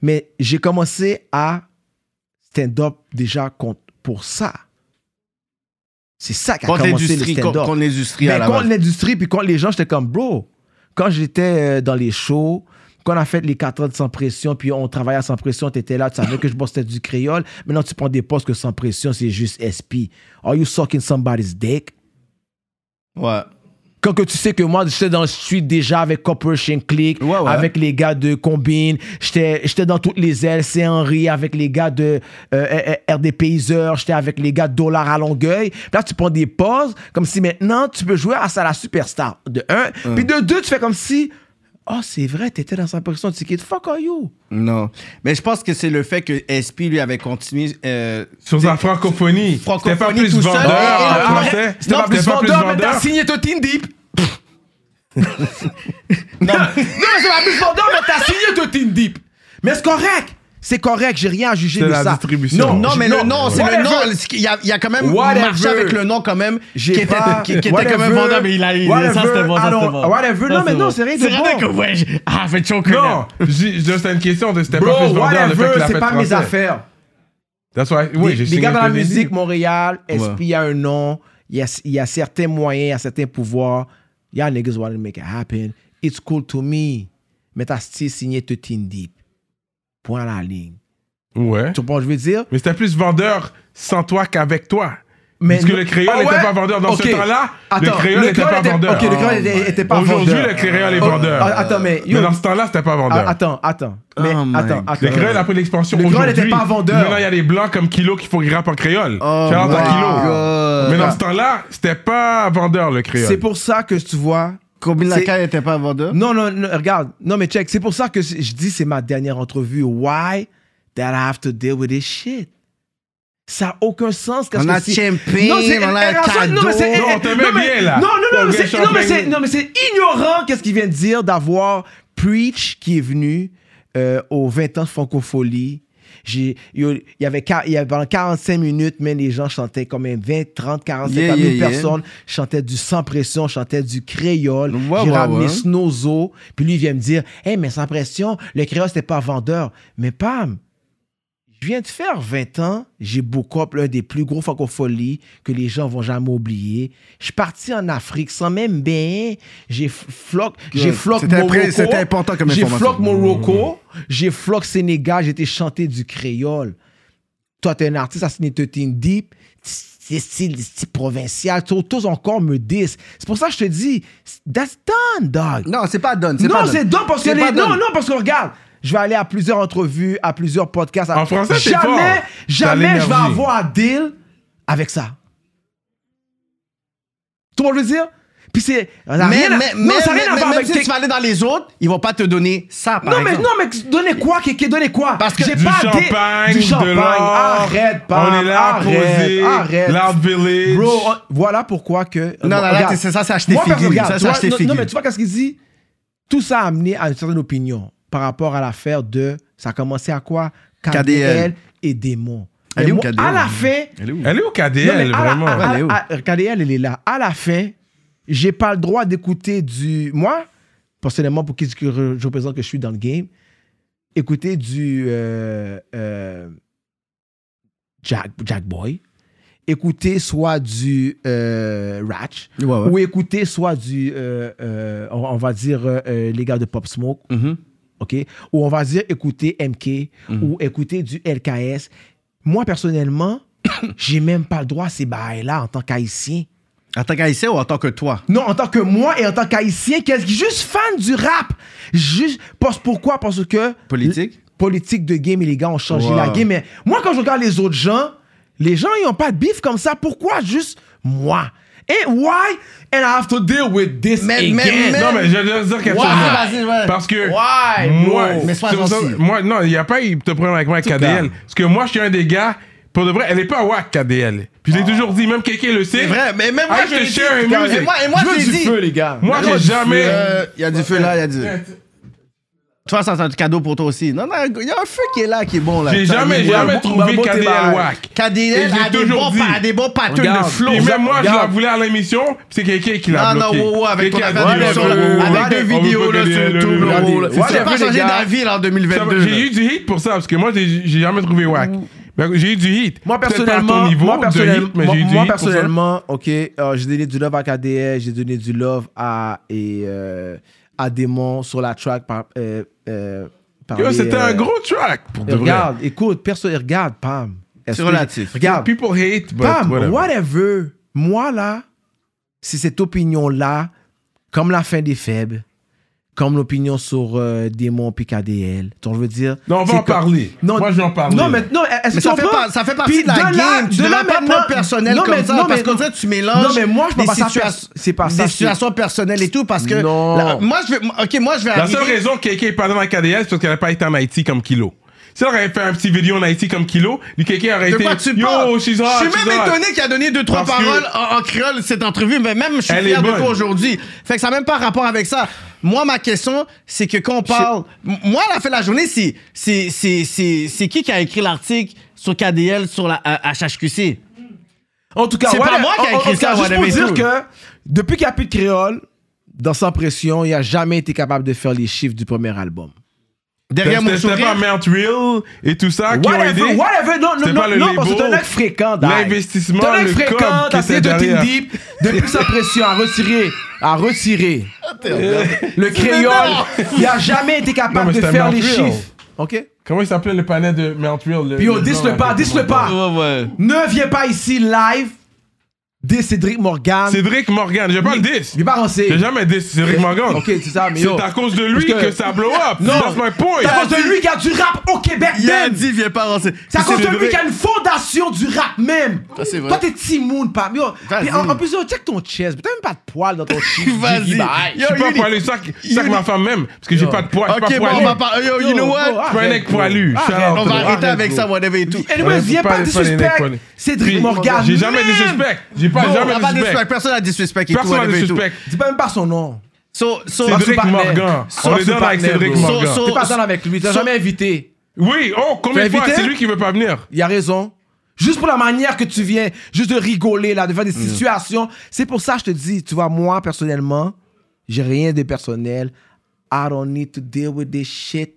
S3: Mais j'ai commencé à stand-up déjà contre- pour ça. C'est ça qui a
S2: Contre
S3: commencé le
S2: l'industrie,
S3: stand-up.
S2: contre- contre l'industrie à
S3: Mais
S2: la
S3: contre
S2: base.
S3: l'industrie, puis contre les gens, j'étais comme, bro, quand j'étais euh, dans les shows, quand on a fait les 4 ans de Sans Pression, puis on travaillait à Sans Pression, t'étais là, tu savais que je bossais du créole. Maintenant, tu prends des postes que Sans Pression, c'est juste SP. Are you sucking somebody's dick?
S2: Ouais.
S3: Quand que tu sais que moi, j'étais dans le street déjà avec Corporation Click,
S2: ouais.
S3: avec les gars de Combine, j'étais j'étais dans toutes les ailes, c'est Henry, avec les gars de euh, euh, euh, RDP heures j'étais avec les gars de Dollar à Longueuil. Puis Là, tu prends des pauses, comme si maintenant, tu peux jouer à ça la superstar, de un.
S1: Hum.
S3: Puis de deux, tu fais comme si, oh, c'est vrai, t'étais dans sa position de ticket, fuck are you?
S2: Non. Mais je pense que c'est le fait que SP, lui, avait continué. euh,
S1: Sur sa francophonie.
S2: francophonie
S1: C'était pas plus
S2: tout seul,
S1: vendeur
S2: et- et
S1: en
S2: le-
S1: français. C'était
S2: Non,
S1: pas plus
S2: plus
S1: vendeur,
S2: vendeur,
S1: mais t'as
S3: signé ton Team Deep.
S2: non,
S3: Non, mais c'est pas plus vendeur, mais t'as signé ton Team Deep. Mais c'est correct. C'est correct, j'ai rien à juger
S2: C'est
S3: de
S2: la
S3: ça.
S2: distribution. Non, mais le nom, c'est le nom.
S3: Whatever.
S2: Il y a- il y a quand même marché avec le nom quand même,
S3: J'ai
S2: qui était-
S3: pas-
S2: qui- qui était quand même
S3: Whatever.
S2: vendeur, mais il a- il- ça,
S3: Whatever.
S2: c'était bon, ça,
S3: Alors,
S2: c'était bon.
S3: Whatever,
S2: Ça,
S3: non, mais
S2: c'est
S3: non,
S2: bon.
S3: c'est rien de
S2: C'est
S3: bon.
S2: rien que, ouais, je- ah, fait choker,
S1: Non,
S2: là.
S1: j'ai- juste une question. C'était pas
S3: Bro,
S1: plus vendeur le fait
S3: whatever,
S1: qu'il l'a
S3: c'est
S1: fait
S3: pas mes
S1: français.
S3: affaires.
S1: That's why- oui,
S3: Des-
S1: j'ai
S3: les
S1: signé
S3: gars dans
S1: un
S3: la
S1: peu des
S3: musique,
S1: deals.
S3: Montréal, SP,
S1: Ouais.
S3: il y a un nom, il y a, il y a certains moyens, il y a certains pouvoirs. Y'all niggas want to make it happen. It's cool to me. Mais t'as still signé 13 Deep. Point à la ligne.
S1: Ouais.
S3: Tu comprends, je veux dire?
S1: Mais c'était plus vendeur sans toi qu'avec toi.
S3: Mais
S1: Parce que
S3: non-
S1: le créole
S3: Ah
S1: n'était
S3: ouais?
S1: pas vendeur dans
S3: Ok.
S1: ce temps-là. Le
S3: Attends,
S1: créole
S3: le
S1: n'était
S3: créole
S1: pas
S3: était-
S1: vendeur. Ah.
S3: ok, le créole était- était pas
S1: Aujourd'hui,
S3: vendeur.
S1: le créole est
S3: Oh,
S1: vendeur.
S3: ah, attends, mais- yo-
S1: dans ce temps-là, c'était pas vendeur.
S3: Ah, attends, attends. Mais,
S1: my
S3: attends,
S1: God.
S3: attends.
S1: Le créole a pris l'expansion
S3: Le
S1: aujourd'hui.
S3: créole n'était pas vendeur.
S1: Maintenant, il y a des blancs comme Kilo qui font grappe en créole.
S3: Oh
S1: Shout out à
S3: my
S1: Kilo.
S3: God.
S1: Mais dans ce temps-là, c'était pas vendeur, le créole.
S3: C'est pour ça que tu vois.
S2: Combien
S3: c'est-
S2: Lacaille n'était pas vendeur?
S3: Non, non, non, regarde. Non, mais check. C'est pour ça que je dis c'est ma dernière entrevue. Why that I have to deal with this shit? Ça n'a aucun sens. qu'est-ce
S2: On
S3: que
S2: a
S3: si-
S2: Champagne,
S3: Non, c'est-
S2: on a
S3: eh, Ransom, Non, mais c'est-
S2: Cadeau.
S3: eh,
S2: Non, t'aimais
S3: non, mais-
S2: bien, là.
S3: Non, non, non,
S2: Ton
S3: mais
S2: gars
S3: c'est- non, mais c'est
S2: Champagne.
S3: non, mais c'est ignorant qu'est-ce qu'il vient de dire d'avoir Preach qui est venu euh, aux 20 ans de Francophonie. J'ai- yo, Il y avait qua- il y avait pendant 45 minutes, mais les gens chantaient quand même 20, 30, 45
S2: Yeah,
S3: 000
S2: yeah, yeah.
S3: personnes chantait du sans pression, chantait du créole. J'ai
S2: ouais,
S3: ramené
S2: ouais.
S3: Snozo. Puis lui, il vient me dire Hey, mais sans pression, le créole, c'était pas vendeur. Mais Pam, je viens de faire 20 ans. J'ai Bocop, l'un des plus gros francopholies que les gens vont jamais oublier. Je suis parti en Afrique sans même bien. J'ai f- floc, j'ai
S2: Ouais,
S3: floc
S2: c'était
S3: Morocco.
S2: pré- c'était important comme
S3: J'ai
S2: information. Mm.
S3: floc Morocco. J'ai floc Sénégal. J'étais chanté du créole toi, t'es un artiste, ça signe 13 Deep, c'est style, style provincial, tous, tous encore me disent. C'est pour ça que je te dis, that's done, dog.
S2: Non, c'est pas done.
S3: Non,
S2: c'est pas
S3: c'est
S2: done.
S3: done parce que
S2: C'est
S3: les-
S2: pas
S3: non,
S2: done.
S3: non, parce que regarde, je vais aller à plusieurs entrevues, à plusieurs podcasts. à-
S1: En français, t'es fort.
S3: Jamais,
S1: T'as
S3: jamais je vais
S1: l'énergie.
S3: avoir à deal avec ça. Tu vois ce que je veux dire? Puis c'est. on a
S2: Mais-
S3: rien à-
S2: mais-
S3: non,
S2: mais-
S3: ça n'a rien
S2: mais-
S3: à voir
S2: même
S3: avec
S2: si
S3: tes-
S2: tu vas aller dans les autres, ils vont pas te donner ça, par
S3: non, mais,
S2: exemple.
S3: non, mais donnez quoi, Kéké, donnez quoi? Parce
S2: que du champagne,
S3: du
S2: de
S3: champagne.
S2: l'or,
S3: arrête, pas.
S2: on est là à
S3: arrête,
S2: poser,
S3: arrête.
S2: l'art village.
S3: Bro, on- voilà pourquoi que. euh,
S2: Non, non, là,
S3: regarde.
S2: c'est ça, c'est acheter
S3: Moi, parce que
S2: figure.
S3: regarde,
S2: Ça, c'est
S3: tu vois,
S2: acheter
S3: non,
S2: figure.
S3: Non, mais tu vois, qu'est-ce qu'il dit? Tout ça a amené à une certaine opinion par rapport à l'affaire de. Ça a commencé à quoi?
S2: KDL.
S3: KDL et Démon.
S1: Elle est
S3: Mais
S1: où,
S3: moi,
S1: KDL?
S3: À la fin,
S1: Elle est où? Elle est où, KDL,
S3: non, mais à la-
S1: vraiment?
S3: à- à-
S1: Elle est où?
S3: à- KDL, elle est là. À la fin, j'ai pas le droit d'écouter du. Moi, personnellement, pour qui que re- je représente que je suis dans le game, écouter du euh, euh, Jack, Jack Boy, écouter soit du euh, Ratch,
S2: ouais.
S3: ou écouter soit du, euh, euh, on, on va dire, euh, euh, les gars de Pop Smoke,
S2: Mm-hmm.
S3: OK? Ou on va dire écouter MK, ou écouter du LKS. Moi, personnellement, j'ai même pas le droit à ces bails-là en tant qu'haïtien.
S2: En tant qu'haïtien ou en tant que toi?
S3: Non, en tant que moi et en tant qu'haïtien, qu'est-ce qui juste fan du rap. Juste, parce, pourquoi? Parce que.
S2: Politique?
S3: Politique de game et les gars ont changé
S2: Wow.
S3: la game. Mais moi, quand je regarde les autres gens, les gens, ils ont pas de bif comme ça. Pourquoi juste moi? Et why? And I have to deal with this again.
S1: non, mais je vais dire quelque
S3: Why?
S1: chose. là.
S3: Vas-y, vas-y.
S1: Parce que.
S3: Why,
S1: moi,
S3: bro? Mais sois
S1: c'est pour ça-
S3: gentil.
S1: moi, non, il n'y a pas eu de problème avec moi, KDL.
S3: calme.
S1: Parce que moi, je suis un des gars. Pour de vrai, elle est pas wack, KDL. Puis je l'ai toujours dit, même quelqu'un le sait. C'est
S2: Ah. vrai, mais même moi, je l'ai dit,
S1: Et
S2: putain, et moi- et moi, je l'ai dit.
S1: Moi,
S2: Mais
S1: j'ai
S2: non, du
S1: jamais.
S2: feu, euh, Il y a du feu là, il y a du. Toi, ça, c'est un cadeau pour toi aussi. Non, non, il y a un feu qui est là, qui est bon là.
S1: J'ai
S2: Putain,
S1: jamais-
S2: il est
S1: j'ai
S2: bon.
S1: jamais
S2: Bon,
S1: trouvé
S2: bon, bon,
S1: KDL
S2: t'es
S1: whack. Et
S2: KDL
S1: j'ai
S2: a des
S1: toujours
S2: bons
S1: dit.
S2: pa- a des bons patterns de
S1: Regarde.
S2: flow.
S1: Et même moi, je la
S2: Regarde.
S1: voulais à l'émission, puis c'est quelqu'un qui l'a
S2: Non, non,
S1: bloqué.
S2: wow, wow, avec ton
S1: Quelqu'un
S2: affaire
S1: a dit,
S2: de
S1: on
S2: sur-
S1: veut-
S2: avec
S1: on
S2: deux
S1: veut
S2: vidéos,
S1: pas
S2: là,
S1: que
S2: sur
S1: les-
S2: YouTube,
S1: le-
S2: là,
S1: regardez.
S2: wow, là.
S1: Ça
S2: J'ai
S1: va,
S2: pas
S1: les
S2: changé
S1: gars.
S2: d'avis, là, en 2022,
S1: Ça va,
S2: là.
S1: J'ai eu du hit pour ça, parce que moi, j'ai j'ai jamais trouvé whack. Mais J'ai eu du hit.
S3: Moi
S1: Peut-être pas à ton
S3: personnellement,
S1: niveau
S3: moi
S1: de
S3: personnellement,
S1: hit, mais
S3: moi,
S1: j'ai eu du
S3: moi
S1: hit pour ça.
S3: personnellement, ok, euh, j'ai donné du love à KDL, j'ai donné du love à et euh, à Démon sur la track par. euh, euh, par
S1: Yo,
S3: les,
S1: c'était
S3: euh,
S1: un gros track, pour de vrai.
S3: Regarde, écoute, perso, regarde, Pam. Est-ce
S1: C'est
S3: que-
S1: relatif.
S3: Regarde.
S1: People hate, but
S3: Pam,
S1: whatever.
S3: whatever. Moi là, c'est cette opinion là, comme la fin des faibles. Comme l'opinion sur euh, Démon puis KDL. Donc, je veux dire.
S1: Non, on va
S3: c'est
S1: en
S3: comme-
S1: parler.
S3: Non,
S1: Moi, je vais en parler.
S3: Non, mais, non, est-ce
S2: Mais
S3: que tu
S2: ça fait,
S3: comprends?
S2: pas- ça fait partie
S3: Puis
S2: de la game. tu
S3: de
S2: devrais
S3: là
S2: pas
S3: maintenant
S2: prendre personnel
S3: Non,
S2: comme
S3: mais-
S2: ça.
S3: non,
S2: parce
S3: mais-
S2: qu'on dirait que tu mélanges
S3: Non, mais moi, je
S2: des,
S3: prends pas ça
S2: situa-
S3: perso- c'est pas ça,
S2: des
S3: c'est-
S2: situations personnelles et tout. Parce que la- moi, je vais, OK, moi, je vais
S1: La
S2: arriver-
S1: seule raison que quelqu'un est pas dans la KDS, c'est parce qu'elle n'a pas été en Haïti comme Kilo. Si elle aurait fait un petit vidéo en Haïti comme Kilo, lui, quelqu'un aurait
S2: De
S1: été.
S2: quoi tu
S1: Yo,
S2: parles?
S1: she's
S2: Je
S1: hot,
S2: suis
S1: she's
S2: même
S1: hot.
S2: étonné qu'il a donné deux, trois
S1: Parce que-
S2: paroles oh, en, en créole cette entrevue, mais même je suis
S1: Elle
S2: fier
S1: est
S2: de
S1: bonne.
S2: toi aujourd'hui. Fait que ça n'a même pas rapport avec ça. Moi, ma question, c'est que quand on parle. M- Moi, à la fin de la journée, c'est, c'est, c'est, c'est, c'est qui qui a écrit l'article sur KDL, sur la euh, à- HHQC?
S3: En tout cas,
S2: Oh, c'est
S3: voilà,
S2: pas moi qui
S3: en-
S2: a
S3: en- en
S2: écrit
S3: tout cas,
S2: ça,
S3: Juste
S2: whatever
S3: pour
S2: et
S3: dire
S2: tout.
S3: que depuis qu'il n'y a plus de créole, dans Sans Pression, il n'a jamais été capable de faire les chiffres du premier album.
S1: C'était- C'était pas Mount Real et tout ça qui ont
S3: Whatever,
S1: aidé.
S3: whatever, non, non,
S1: C'était
S3: non,
S1: pas le
S3: non, parce que
S1: label.
S3: c'est un acte fréquent. Dan.
S1: L'investissement,
S3: C'est un acte
S1: le
S3: fréquent,
S1: cob qui
S3: t'as
S1: était
S3: essayé de Team
S1: derrière.
S3: Deep, depuis Sans Pression, à retirer, à retirer le
S1: C'est
S3: créole,
S1: énorme.
S3: il n'a jamais été
S1: Non, mais
S3: capable de
S1: c'était
S3: faire
S1: Mount
S3: les
S1: Real.
S3: chiffres. OK?
S1: Comment il s'appelait le panel de Mount Real? le-
S3: Puis on
S1: le
S3: dis
S1: blanc,
S3: le
S1: là,
S3: pas,
S1: avec
S3: dis
S1: le
S3: le pas. Ne viens pas ici live. Dis Cédric Morgan.
S1: Cédric Morgan, j'ai pas le 10.
S3: J'ai pas rancé.
S1: J'ai jamais 10, Cédric Morgan.
S3: Ok, c'est ça, mais
S1: C'est
S3: yo.
S1: à cause de lui
S3: Parce
S1: que ça blow up.
S3: Non.
S1: That's my point.
S3: C'est à cause de lui qu'il y a du rap au Québec
S2: Il a
S3: même.
S2: dit, viens pas avancer.
S3: C'est à cause de lui
S2: vrai.
S3: qu'il y a une fondation du rap même.
S2: Ça, c'est vrai.
S3: Toi, t'es Timoun, pas. Yo,
S2: Vas-y.
S3: puis en, en plus, yo, check ton chest. T'as même pas de poils dans ton chien.
S2: Vas-y.
S1: Bah, Je suis pas poilu, ça que ma femme même, parce que j'ai pas de poids, Oh, ah. je suis
S2: Ok,
S1: pas
S2: bon,
S1: poilu.
S2: on va pas. Yo, you know what?
S1: Je suis pas un mec poilu.
S2: Arrête,
S1: Shout out,
S2: on va
S1: bro.
S2: arrêter avec
S1: bro.
S2: ça, whatever et tout.
S3: Anyways, viens pas disrespect Cédric
S1: Puis,
S3: Morgan,
S1: J'ai jamais
S3: même.
S1: disrespect. J'ai pas
S2: Bon,
S1: jamais
S2: on va pas disrespect.
S1: disrespect.
S2: Personne n'a disrespect et tout.
S1: Personne n'a
S2: whatever et tout.
S1: disrespect.
S3: Dis pas même pas son nom.
S2: So, so,
S1: Cédric
S2: so-
S1: Morgan.
S2: so-
S1: On est
S2: so-
S1: dans avec Cédric
S3: So-
S1: Morgan.
S3: so- T'es pas dans avec lui, t'as
S1: so-
S3: jamais invité.
S1: Oui, oh, combien de fois c'est lui qui veut pas venir
S3: Il a raison. Juste pour la manière que tu viens, juste de rigoler, là, de faire des
S1: Mm.
S3: situations. C'est pour ça que je te dis, tu vois, moi, personnellement, j'ai rien de personnel. I don't need to deal with this shit.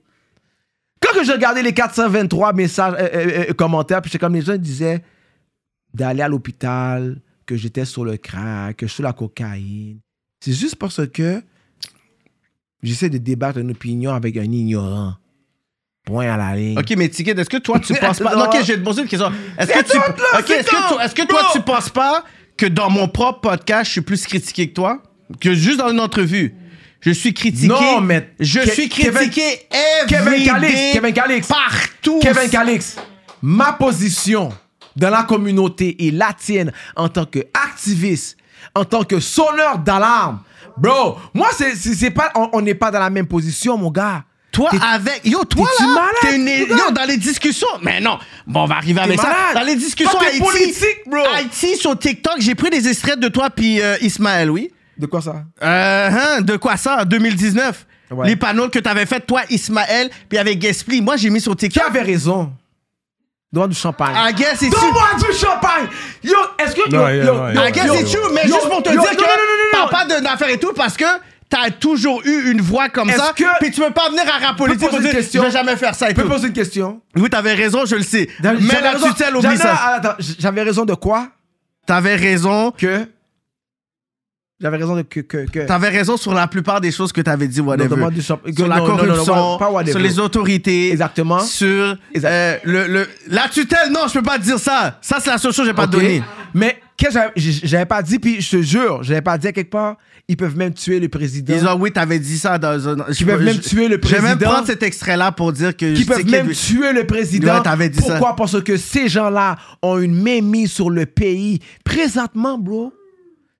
S3: Quand que j'ai regardé les 423 messages, euh, euh, euh, commentaires, puis c'est comme les gens disaient d'aller à l'hôpital, que j'étais sur le crack, que je suis sur la cocaïne. C'est juste parce que j'essaie de débattre une opinion avec un ignorant. Point à la ligne.
S2: Ok, mais Ticket, est-ce que toi, tu penses pas. Non, ok, je vais te poser une question. Est-ce
S3: C'est
S2: que, tu...
S3: tout, hein? là,
S2: Ok,
S3: c'est
S2: est-ce que,
S3: tout.
S2: tu- est-ce que toi,
S3: Bon.
S2: tu penses pas que dans mon propre podcast, je suis plus critiqué que toi Que juste dans une entrevue Je suis critiqué.
S3: Non, mais.
S2: Je
S3: Ke-
S2: suis
S3: Kevin-
S2: critiqué
S3: Kevin
S2: every
S3: Calix,
S2: day.
S3: Kevin Calix.
S2: Partout.
S3: Kevin Calix, ma position dans la communauté et la tienne en tant qu'activiste, en tant que sonneur d'alarme. Bro, moi, c'est, c'est, c'est pas, on on n'est pas dans la même position, mon gars.
S2: Toi, avec. Yo, toi,
S3: t'es-tu
S2: là,
S3: malade,
S2: t'es une-
S3: mon gars?
S2: yo, dans les discussions. Mais non, bon, on va arriver
S3: T'es
S2: avec
S3: malade.
S2: ça. Dans les discussions
S3: Toi, t'es
S2: Haïti,
S3: politique, bro.
S2: Haïti sur TikTok, j'ai pris des extraits de toi puis euh, Ismaël, oui.
S3: De quoi ça
S2: euh, hein, De quoi ça En 2019. Les panneaux que t'avais fait toi, Ismaël, puis avec Gaspli. Moi, j'ai mis sur TikTok.
S3: Qui avait raison Donne-moi du champagne.
S2: I guess it's you.
S3: Donne-moi du champagne. Yo, est-ce que.
S2: Non,
S3: yo,
S2: yeah,
S3: yo,
S2: ouais,
S3: yo,
S2: I guess
S3: yo,
S2: it's you, mais
S3: yo,
S2: juste pour te
S3: yo,
S2: dire
S3: non,
S2: que
S3: non, non, non, non.
S2: parle pas de- d'affaires et tout parce que t'as toujours eu une voix comme
S3: Est-ce
S2: ça.
S3: que-
S2: Puis tu peux pas venir à rap politique
S3: Peux
S2: pour
S3: poser
S2: dire
S3: une question?
S2: je vais jamais faire ça et
S3: Je peux
S2: tout.
S3: poser une question
S2: Oui, t'avais raison, je le sais.
S3: J'avais
S2: Mais la
S3: raison-
S2: tutelle
S3: j'avais-
S2: oublie ça.
S3: attends, J'avais raison de quoi
S2: T'avais raison.
S3: Que. J'avais raison de que. que, que-
S2: T'avais raison sur la plupart des choses que t'avais dit, whatever.
S3: demande du shop-
S2: Sur la
S3: non, non, non, non,
S2: corruption,
S3: what- pas whatever.
S2: sur les autorités.
S3: Exactement.
S2: Sur euh, le, le- la tutelle, non, je peux pas te dire ça. Ça, c'est la seule chose que j'ai pas
S3: Ok.
S2: donnée.
S3: Mais qu'est-ce que j'avais- j'ai- j'avais pas dit, puis je te jure, j'avais pas dit à quelque part, ils peuvent même tuer le président.
S2: Ils ont, oui, t'avais dit ça dans un.
S3: Qui peuvent même tuer le
S2: Je vais même
S3: président.
S2: prendre cet extrait-là pour dire que.
S3: qui peuvent même tuer le président.
S2: Ouais, t'avais dit ça.
S3: Pourquoi Parce que ces gens-là ont une mémise sur le pays. Présentement, bro,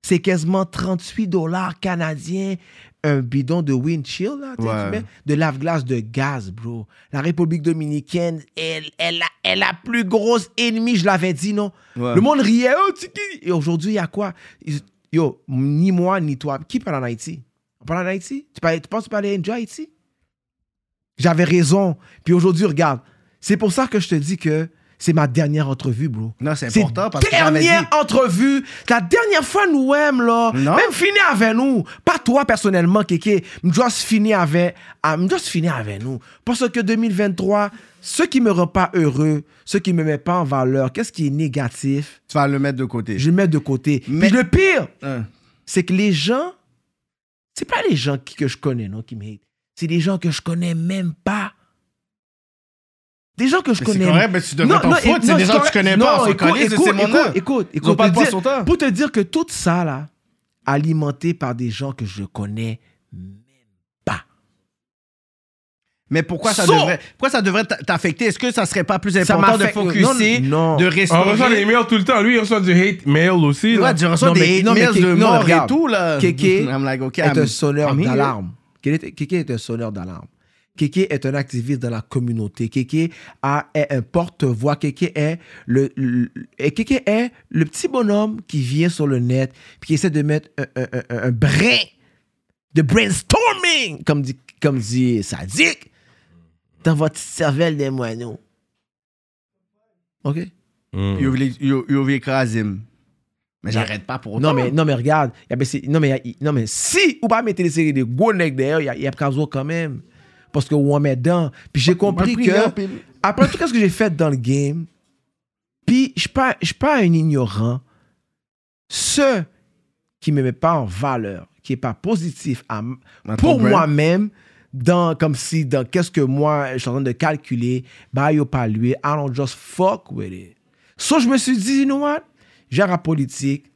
S3: c'est quasiment 38 dollars canadiens un bidon de windshield, là, tu sais,
S2: Ouais.
S3: tu mets de lave-glace de gaz, bro. La République dominicaine, elle, elle, a, elle a plus grosse ennemie, je l'avais dit, non?
S2: Ouais.
S3: Le monde riait. Oh, tu- qui- Et aujourd'hui, il y a quoi? Ils- Yo, ni moi, ni toi. Qui parle en Haïti? On parle en Haïti? Tu, parles- tu penses que tu parles en Haïti? J'avais raison. Puis aujourd'hui, regarde. C'est pour ça que je te dis que c'est ma dernière entrevue, bro.
S2: Non, c'est important parce que j'avais
S3: dernière
S2: dit.
S3: entrevue. La dernière fois, nous aime, là. Même finir avec nous. Pas toi, personnellement, Kéké. M'dois se finir avec... ah, m'dois se finir avec nous. Parce que 2023, ce qui me rend pas heureux, ce qui me met pas en valeur, qu'est-ce qui est négatif?
S2: Tu vas le mettre de côté. Hein.
S3: Je le mets de côté. Mais le pire, c'est que les gens... C'est pas les gens qui- que je connais, non, qui me hate. C'est des gens que je connais même pas. Des gens que je
S2: Mais c'est
S3: connais.
S2: correct, mais tu devrais t'en
S3: et-
S2: foutre, c'est des gens que tu
S3: correct.
S2: connais pas,
S3: Non,
S2: on s'en
S3: écoute,
S2: calisse,
S3: écoute,
S2: c'est mon
S3: écoute,
S2: œuvre.
S3: écoute,
S2: Ils ont
S3: écoute,
S2: pas
S3: pour
S2: de poids
S3: dire-
S2: sur terre.
S3: Pour te dire que tout ça, là, alimenté par des gens que je connais même pas.
S2: Mais pourquoi ça
S3: So-
S2: devrait, pourquoi ça devrait t'a- t'affecter? Est-ce que ça serait pas plus
S1: Ça
S2: important de
S1: m'affecte-
S2: focuser,
S1: non, non.
S3: Ah,
S2: de
S1: On reçoit des
S2: restaurer?
S1: mails tout le temps. Lui, il reçoit du hate mail aussi. là.
S2: Ouais, tu reçois
S1: Non, mais-
S2: des
S1: non, mais
S2: emails
S1: qui-
S2: de
S1: non,
S2: mort et
S1: regarde.
S2: tout, là. Mm-hmm.
S3: Kéké
S2: I'm like, okay,
S3: est un
S2: I'm-
S3: sonneur
S2: I'm here.
S3: d'alarme. Kéké Kéké est un sonneur d'alarme. Kéké est un activiste dans la communauté. Kéké a, est un porte-voix. Kéké est le, le- et Kéké est le petit bonhomme qui vient sur le net puis qui essaie de mettre un, un, un- un brin de brainstorming, comme dit, comme dit Sadik, dans votre cervelle des moineaux. OK?
S2: You will- you- you will crash him. Mais j'arrête pas pour autant.
S3: Non, mais, non, mais regarde. y a- ben, c'est- non, mais, y a- non, mais si ou pas mettre les séries de gros nègres derrière, il y a, y a pas besoin quand même. Parce que on met dedans. Puis j'ai compris
S2: pris,
S3: que,
S2: hein, puis-
S3: après tout ce que j'ai fait dans le game, puis je suis pas- je suis pas un ignorant. Ceux qui me met pas en valeur, qui est pas positif à m- pour
S2: brand.
S3: moi-même, dans, comme si dans qu'est-ce que moi je suis en train de calculer, bah yo pas lui, I don't just fuck with it. So je me suis dit, you know what, j'ai la politique,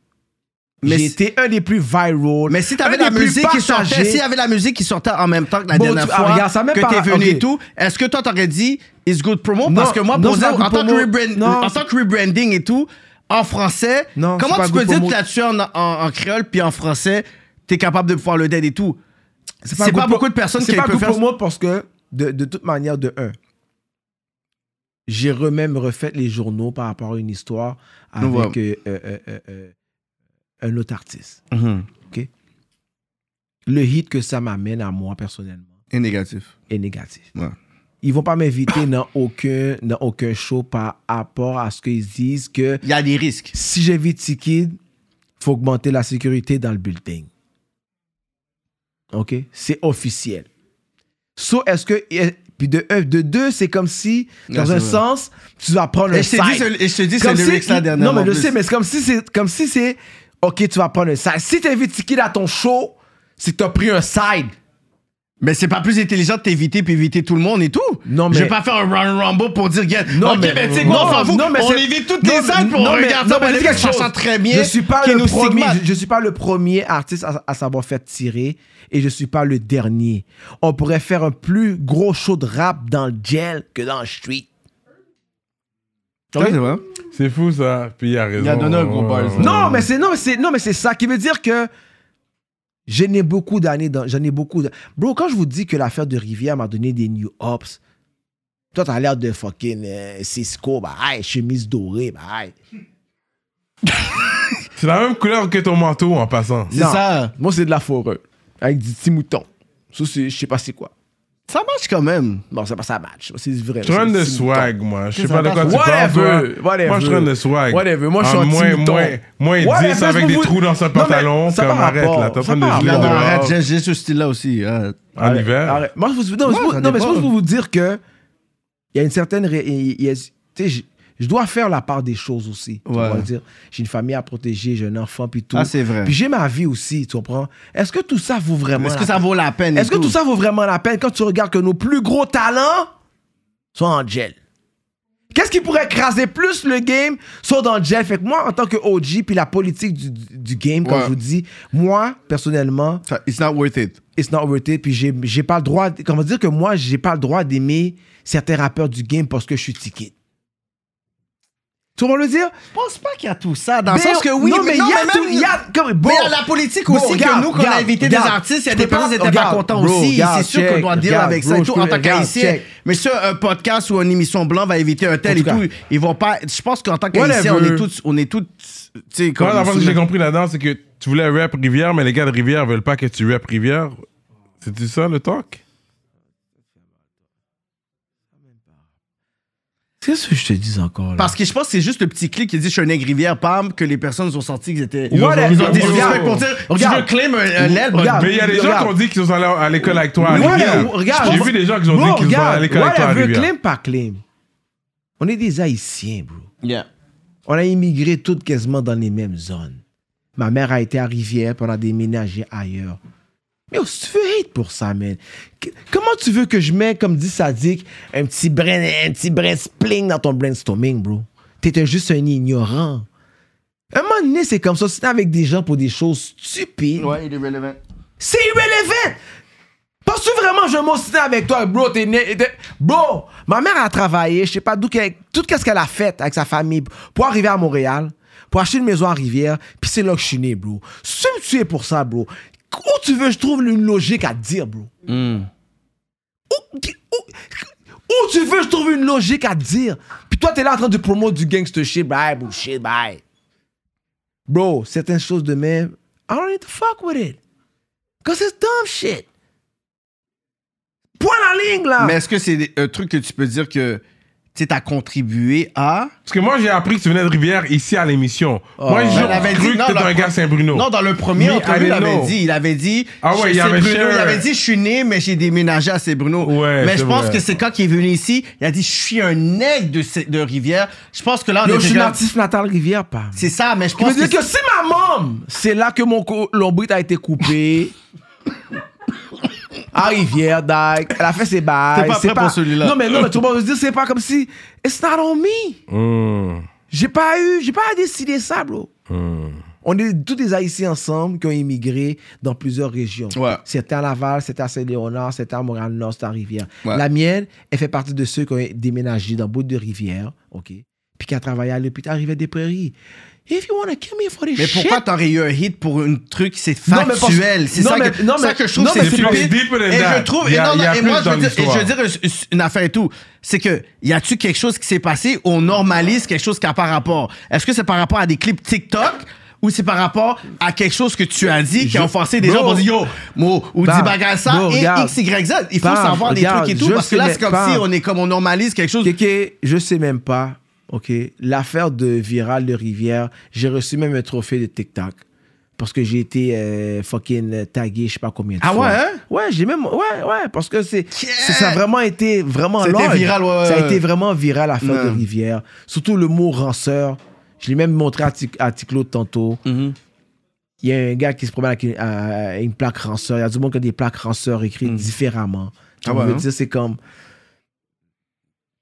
S2: Mais
S3: j'ai
S2: si-
S3: été un des plus viral.
S2: Mais si t'avais
S3: un
S2: la
S3: des plus
S2: musique qui sortait,
S3: partagés.
S2: s'il y avait la musique qui sortait en même temps que la
S3: Bon,
S2: dernière
S3: tu- ah,
S2: fois
S3: regarde, ça a même
S2: que
S3: pas-
S2: t'es venu
S3: ok.
S2: et tout, est-ce que toi t'aurais dit It's good promo
S3: Non,
S2: Parce que moi,
S3: non,
S2: pour
S3: c'est
S2: dire,
S3: pas good
S2: en, tant que
S3: promo.
S2: rebrand-
S3: Non,
S2: en tant que rebranding et tout, en français,
S3: c'est
S2: comment
S3: pas
S2: tu
S3: good
S2: peux dire
S3: promo.
S2: que là-dessus en, en- en créole puis en français, t'es capable de pouvoir le dead et tout C'est pas,
S3: good pour-
S2: beaucoup de personnes qui
S3: C'est pas
S2: peuvent
S3: good
S2: faire
S3: pour moi parce que, de, de toute manière, de un, j'ai re- même refait les journaux par rapport à une histoire avec
S2: Ouais.
S3: euh, euh, euh, euh, euh, un autre artiste.
S2: Mhm.
S3: OK? Le hit que ça m'amène à moi personnellement
S2: est négatif.
S3: Est négatif.
S2: Ouais.
S3: Ils vont pas m'inviter dans aucun, dans aucun show par rapport à ce qu'ils disent que.
S2: Il y a des risques.
S3: Si j'invite Tikid, faut augmenter la sécurité dans le building. OK? C'est officiel. So, est-ce que. et- Puis de, un- de deux, c'est comme si, dans
S2: Ouais,
S3: un
S2: c'est vrai.
S3: sens, tu vas prendre
S2: Et
S3: un
S2: je t'ai
S3: side.
S2: dit ce- et je t'ai dit ce
S3: Comme si-
S2: lyrics-là
S3: Non,
S2: dernièrement
S3: mais je
S2: en plus.
S3: sais, mais c'est comme si c'est. Comme si c'est. OK, tu vas prendre un side. Si t'invites Tikid à ton show, c'est que t'as pris un side.
S2: Mais c'est pas plus intelligent de t'éviter puis éviter tout le monde et tout. Non,
S3: mais-
S2: Je vais pas faire un round rambo pour dire, yeah,
S3: Non,
S2: ok,
S3: mais-
S2: mais tu sais quoi,
S3: non,
S2: on s'en fout.
S3: non, mais
S2: on
S3: c'est-
S2: évite toutes
S3: non,
S2: les
S3: mais-
S2: salles pour
S3: non,
S2: on
S3: mais-
S2: regarde
S3: non,
S2: ça,
S3: mais
S2: on
S3: je dis
S2: est
S3: quelque chose.
S2: sachant très bien.
S3: Je suis pas
S2: qui
S3: le
S2: nous
S3: premier,
S2: stigmate.
S3: je, je suis pas le premier artiste à, à s'avoir fait tirer et je suis pas le dernier. On pourrait faire un plus gros show de rap dans le gel que dans le street.
S2: Ça,
S3: Ok?
S2: c'est vrai.
S1: C'est fou ça. Puis il a raison.
S3: Il a donné un gros
S1: buzz.
S3: Non, mais c'est non, mais c'est non, mais c'est ça qui veut dire que j'en ai beaucoup d'années dans j'en ai beaucoup. De... Bro, quand je vous dis que l'affaire de Rivière m'a donné des new ops, toi t'as l'air de fucking euh, Cisco, bah aïe, chemise dorée, bah aïe.
S1: C'est la même couleur que ton manteau en passant.
S3: Non, Moi c'est de la forêt avec des petits moutons. Ça c'est je sais pas c'est quoi.
S2: Ça marche quand même.
S3: Bon, ça, ça match. C'est vrai.
S1: Je suis
S3: c'est
S1: train
S3: des
S1: de
S3: petits moutons.
S1: swag, moi. Je sais
S3: Qu'est-ce
S1: pas de
S3: que
S1: quoi
S3: ça
S1: tu
S3: passe?
S1: parles. toi.
S3: Whatever, whatever.
S1: Moi, je suis train de swag.
S3: Whatever. Moi, je suis
S1: Ah,
S3: un petit
S1: moins,
S3: mouton.
S1: moins, moins 10
S3: Whatever, c'est
S1: avec
S3: pour
S1: des
S3: vous-
S1: trous dans son
S3: Non, mais
S1: pantalon.
S3: ça
S1: Comme
S3: par
S1: arrête,
S3: rapport-
S1: là. T'es en
S3: ça
S1: train de
S3: par
S1: geler
S3: rapport.
S1: dehors.
S3: Non, non, arrête,
S2: Ah, J'ai j'ai ce style-là aussi. hein.
S1: En hiver?
S3: Arrête. Moi, je vous- non,
S2: Ouais,
S3: c'est pour-
S2: ça
S3: non, mais c'est
S2: dépend.
S3: pour vous dire que il y a une certaine. ré- il- il y a- tu sais, je- je dois faire la part des choses aussi. Tu
S2: Ouais.
S3: vas dire, j'ai une famille à protéger, j'ai un enfant, puis tout.
S2: Ah, c'est vrai.
S3: Puis j'ai ma vie aussi, tu comprends? Est-ce que tout ça vaut vraiment
S2: Est-ce que ça vaut la peine et
S3: Est-ce que
S2: tout?
S3: tout ça vaut vraiment la peine quand tu regardes que nos plus gros talents sont en gel? Qu'est-ce qui pourrait écraser plus le game sont dans le gel? Fait que moi, en tant que OG, puis la politique du, du- du game, comme
S2: Ouais.
S3: je vous dis, moi, personnellement...
S2: It's not worth it.
S3: It's not worth it. Puis j'ai j'ai pas le droit... Comment dire que moi, j'ai pas le droit d'aimer certains rappeurs du game parce que je suis ticket. Tu vas le dire?
S2: Je pense pas qu'il y a tout ça. Dans le
S3: Mais
S2: sens que
S3: on-
S2: oui,
S3: non, mais
S2: non,
S3: il y a
S2: même-
S3: tout, il y a- comme- bon.
S2: mais il y a la politique
S3: Bon,
S2: aussi
S3: regarde,
S2: que nous, quand on a
S3: regarde,
S2: invité des
S3: regards,
S2: artistes, il y a
S3: je
S2: des
S3: peux pas-
S2: personnes qui n'étaient pas
S3: regarde,
S2: contents
S3: bro,
S2: aussi.
S3: regarde,
S2: C'est sûr qu'on
S3: check,
S2: doit deal
S3: regarde,
S2: avec ça
S3: bro,
S2: et
S3: je
S2: tout
S3: peux-
S2: en tant
S3: regarde,
S2: qu'haïtien.
S3: check.
S2: Mais sur un podcast ou une émission blanc va éviter un tel
S3: En
S2: et
S3: tout
S2: tout, ils vont pas. Je pense qu'en tant qu'haïtien, on
S1: Whatever.
S2: est tous. On est tous. Tu sais,
S1: Comment la
S2: comme.
S1: fois que j'ai compris là-dedans, c'est que tu voulais rap Rivière, mais les gars de Rivière veulent pas que tu rap Rivière. C'était ça le talk?
S3: Qu'est-ce que je te dis encore,
S2: Parce que je pense que c'est juste le petit clic qui dit je suis un aigle rivière, pam, que les personnes ont senti qu'ils étaient.
S1: Ils ont-
S2: ils ont des
S1: Regarde.
S2: respects pour dire tu veux claim un- un aile,
S1: Regarde. Mais il y a des gens qui ont dit qu'ils sont allés à l'école avec toi à
S3: Voilà,
S1: Rivière.
S3: ou- regarde.
S1: J'ai vu des gens qui ont
S3: Bro,
S1: dit qu'ils sont allés à
S3: regarde,
S1: l'école avec toi à
S3: whatever,
S1: Rivière.
S3: claim pas claim. On est des Haïtiens, bro.
S2: Yeah.
S3: On a immigré toutes quasiment dans les mêmes zones. Ma mère a été à Rivière, puis on a déménagé ailleurs. Mais oh, si tu veux hate pour ça, man. Qu- Comment tu veux que je mette, comme dit Sadik, un petit brin, un petit brin spling dans ton brainstorming, bro? T'étais juste un ignorant. un moment donné, c'est comme ça. Si t'es avec des gens pour des choses stupides,
S2: Ouais, il est relevant.
S3: c'est irrelevant! Penses-tu vraiment que je vais m'ostiner avec toi, bro? T'es né, t'es- Bro, ma mère a travaillé, je sais pas d'où qu'elle- tout ce qu'elle a fait avec sa famille pour arriver à Montréal, pour acheter une maison à Rivière, puis c'est là que je suis né, bro. Si tu me tuer pour ça, bro, où tu veux que je trouve une logique à te dire, bro? Où tu veux que je trouve une logique à te dire? Puis toi, t'es là en train de promouvoir du gangster shit, bye, bullshit, bye. Bro, certaines choses de même, I don't need to fuck with it. Cause it's dumb shit. Point la ligne, là!
S2: Mais est-ce que c'est des- un truc que tu peux dire que tu sais, t'as contribué à.
S1: Parce que moi, j'ai appris que tu venais de Rivière ici à l'émission. Moi, j'ai
S2: Il
S1: toujours
S2: Ben, avait
S1: cru
S2: dit-
S1: que
S2: non,
S1: t'étais
S2: dans-
S1: un gars Saint-Bruno.
S2: Non, dans le premier
S1: Mais I
S2: entrevue, il
S1: didn't
S2: avait
S1: know.
S2: dit, il avait dit,
S1: Ah
S2: je-
S1: ouais, il
S2: c'est
S1: avait
S2: Bruno,
S1: share.
S2: il avait dit, je suis né, mais j'ai déménagé à C'est Bruno.
S1: Ouais,
S2: mais je
S1: c'est
S2: pense
S1: vrai.
S2: que c'est quand il est venu ici, il a dit, je suis un aigle de, Ce- de Rivière. Je pense que là, on
S3: Yo,
S2: était
S3: je suis
S2: comme-
S3: natif natal Rivière, pas.
S2: C'est ça, mais je
S3: Je
S2: pense
S3: veux dire
S2: que,
S3: que si ma môme, c'est là que mon co- lombrite a été coupé. à Rivière, Dyke, elle a fait ses bails.
S2: T'es pas
S3: c'est
S2: prêt pour celui-là.
S3: Non, mais non, mais tout le monde veut se dire, c'est pas comme si. It's not on me.
S1: Hum,
S3: J'ai pas eu, j'ai pas à décider ça, bro. On est tous des Haïtiens ensemble qui ont immigré dans plusieurs régions. C'était à Laval, c'était à Saint-Léonard, c'était à Montréal-Nord, c'était à Rivière.
S2: Ouais.
S3: La mienne, elle fait partie de ceux qui ont déménagé dans bout de Rivière, OK? Puis qui a travaillé à l'hôpital Rivière-des-Prairies. If you wanna kill me for this
S2: mais
S3: shit...
S2: pourquoi t'aurais eu un hit pour un truc, c'est
S3: Non, mais parce-
S2: factuel. C'est
S3: non,
S2: ça,
S3: mais-
S2: que,
S3: non,
S2: ça
S3: mais-
S2: que je trouve
S3: non,
S2: c'est
S3: mais c'est
S2: stupide.
S3: plus deeper than
S2: Et
S3: that.
S2: je trouve,
S3: Il y
S2: et,
S3: a-
S2: non,
S3: il y a
S2: et
S3: plus
S2: moi, je
S3: dans
S2: veux dire, et je veux
S3: l'histoire.
S2: dire une, une affaire et tout. C'est que, y a-tu quelque chose qui s'est passé ou on normalise quelque chose qui a par rapport? Est-ce que c'est par rapport à des clips TikTok? Ou c'est par rapport à quelque chose que tu as dit qui a offensé des
S3: Bro.
S2: gens pour dire yo, mo, ou
S3: Bam.
S2: dis bagarre ça
S3: Bro,
S2: et
S3: regarde.
S2: x, y, z. Il faut
S3: Bam,
S2: savoir des
S3: regarde,
S2: trucs et tout
S3: je
S2: parce que là,
S3: sais
S2: c'est comme
S3: même
S2: si
S3: pas.
S2: on est comme on normalise quelque chose.
S3: Kéké, je sais même pas. OK. L'affaire de Viral de Rivière, j'ai reçu même un trophée de TikTok. Parce que j'ai été euh, fucking euh, tagué, je sais pas combien de
S2: Ah
S3: fois.
S2: ouais, hein?
S3: Ouais, j'ai même. Ouais, ouais, parce que c'est, c'est- ça a vraiment été vraiment
S2: C'était
S3: large.
S2: viral, ouais, ouais,
S3: Ça a
S2: ouais.
S3: été vraiment viral l'affaire de
S2: Ouais.
S3: Rivière. Surtout le mot ranceur. Je l'ai même montré à, Tic- à Ticlo tantôt.
S2: Mm-hmm.
S3: Il y a un gars qui se promène avec une, à- à une plaque ranceur. Il y a du monde qui a des plaques ranceur écrites différemment.
S2: Mm. Ah
S3: On
S2: ouais,
S3: veut
S2: hein?
S3: dire, c'est comme.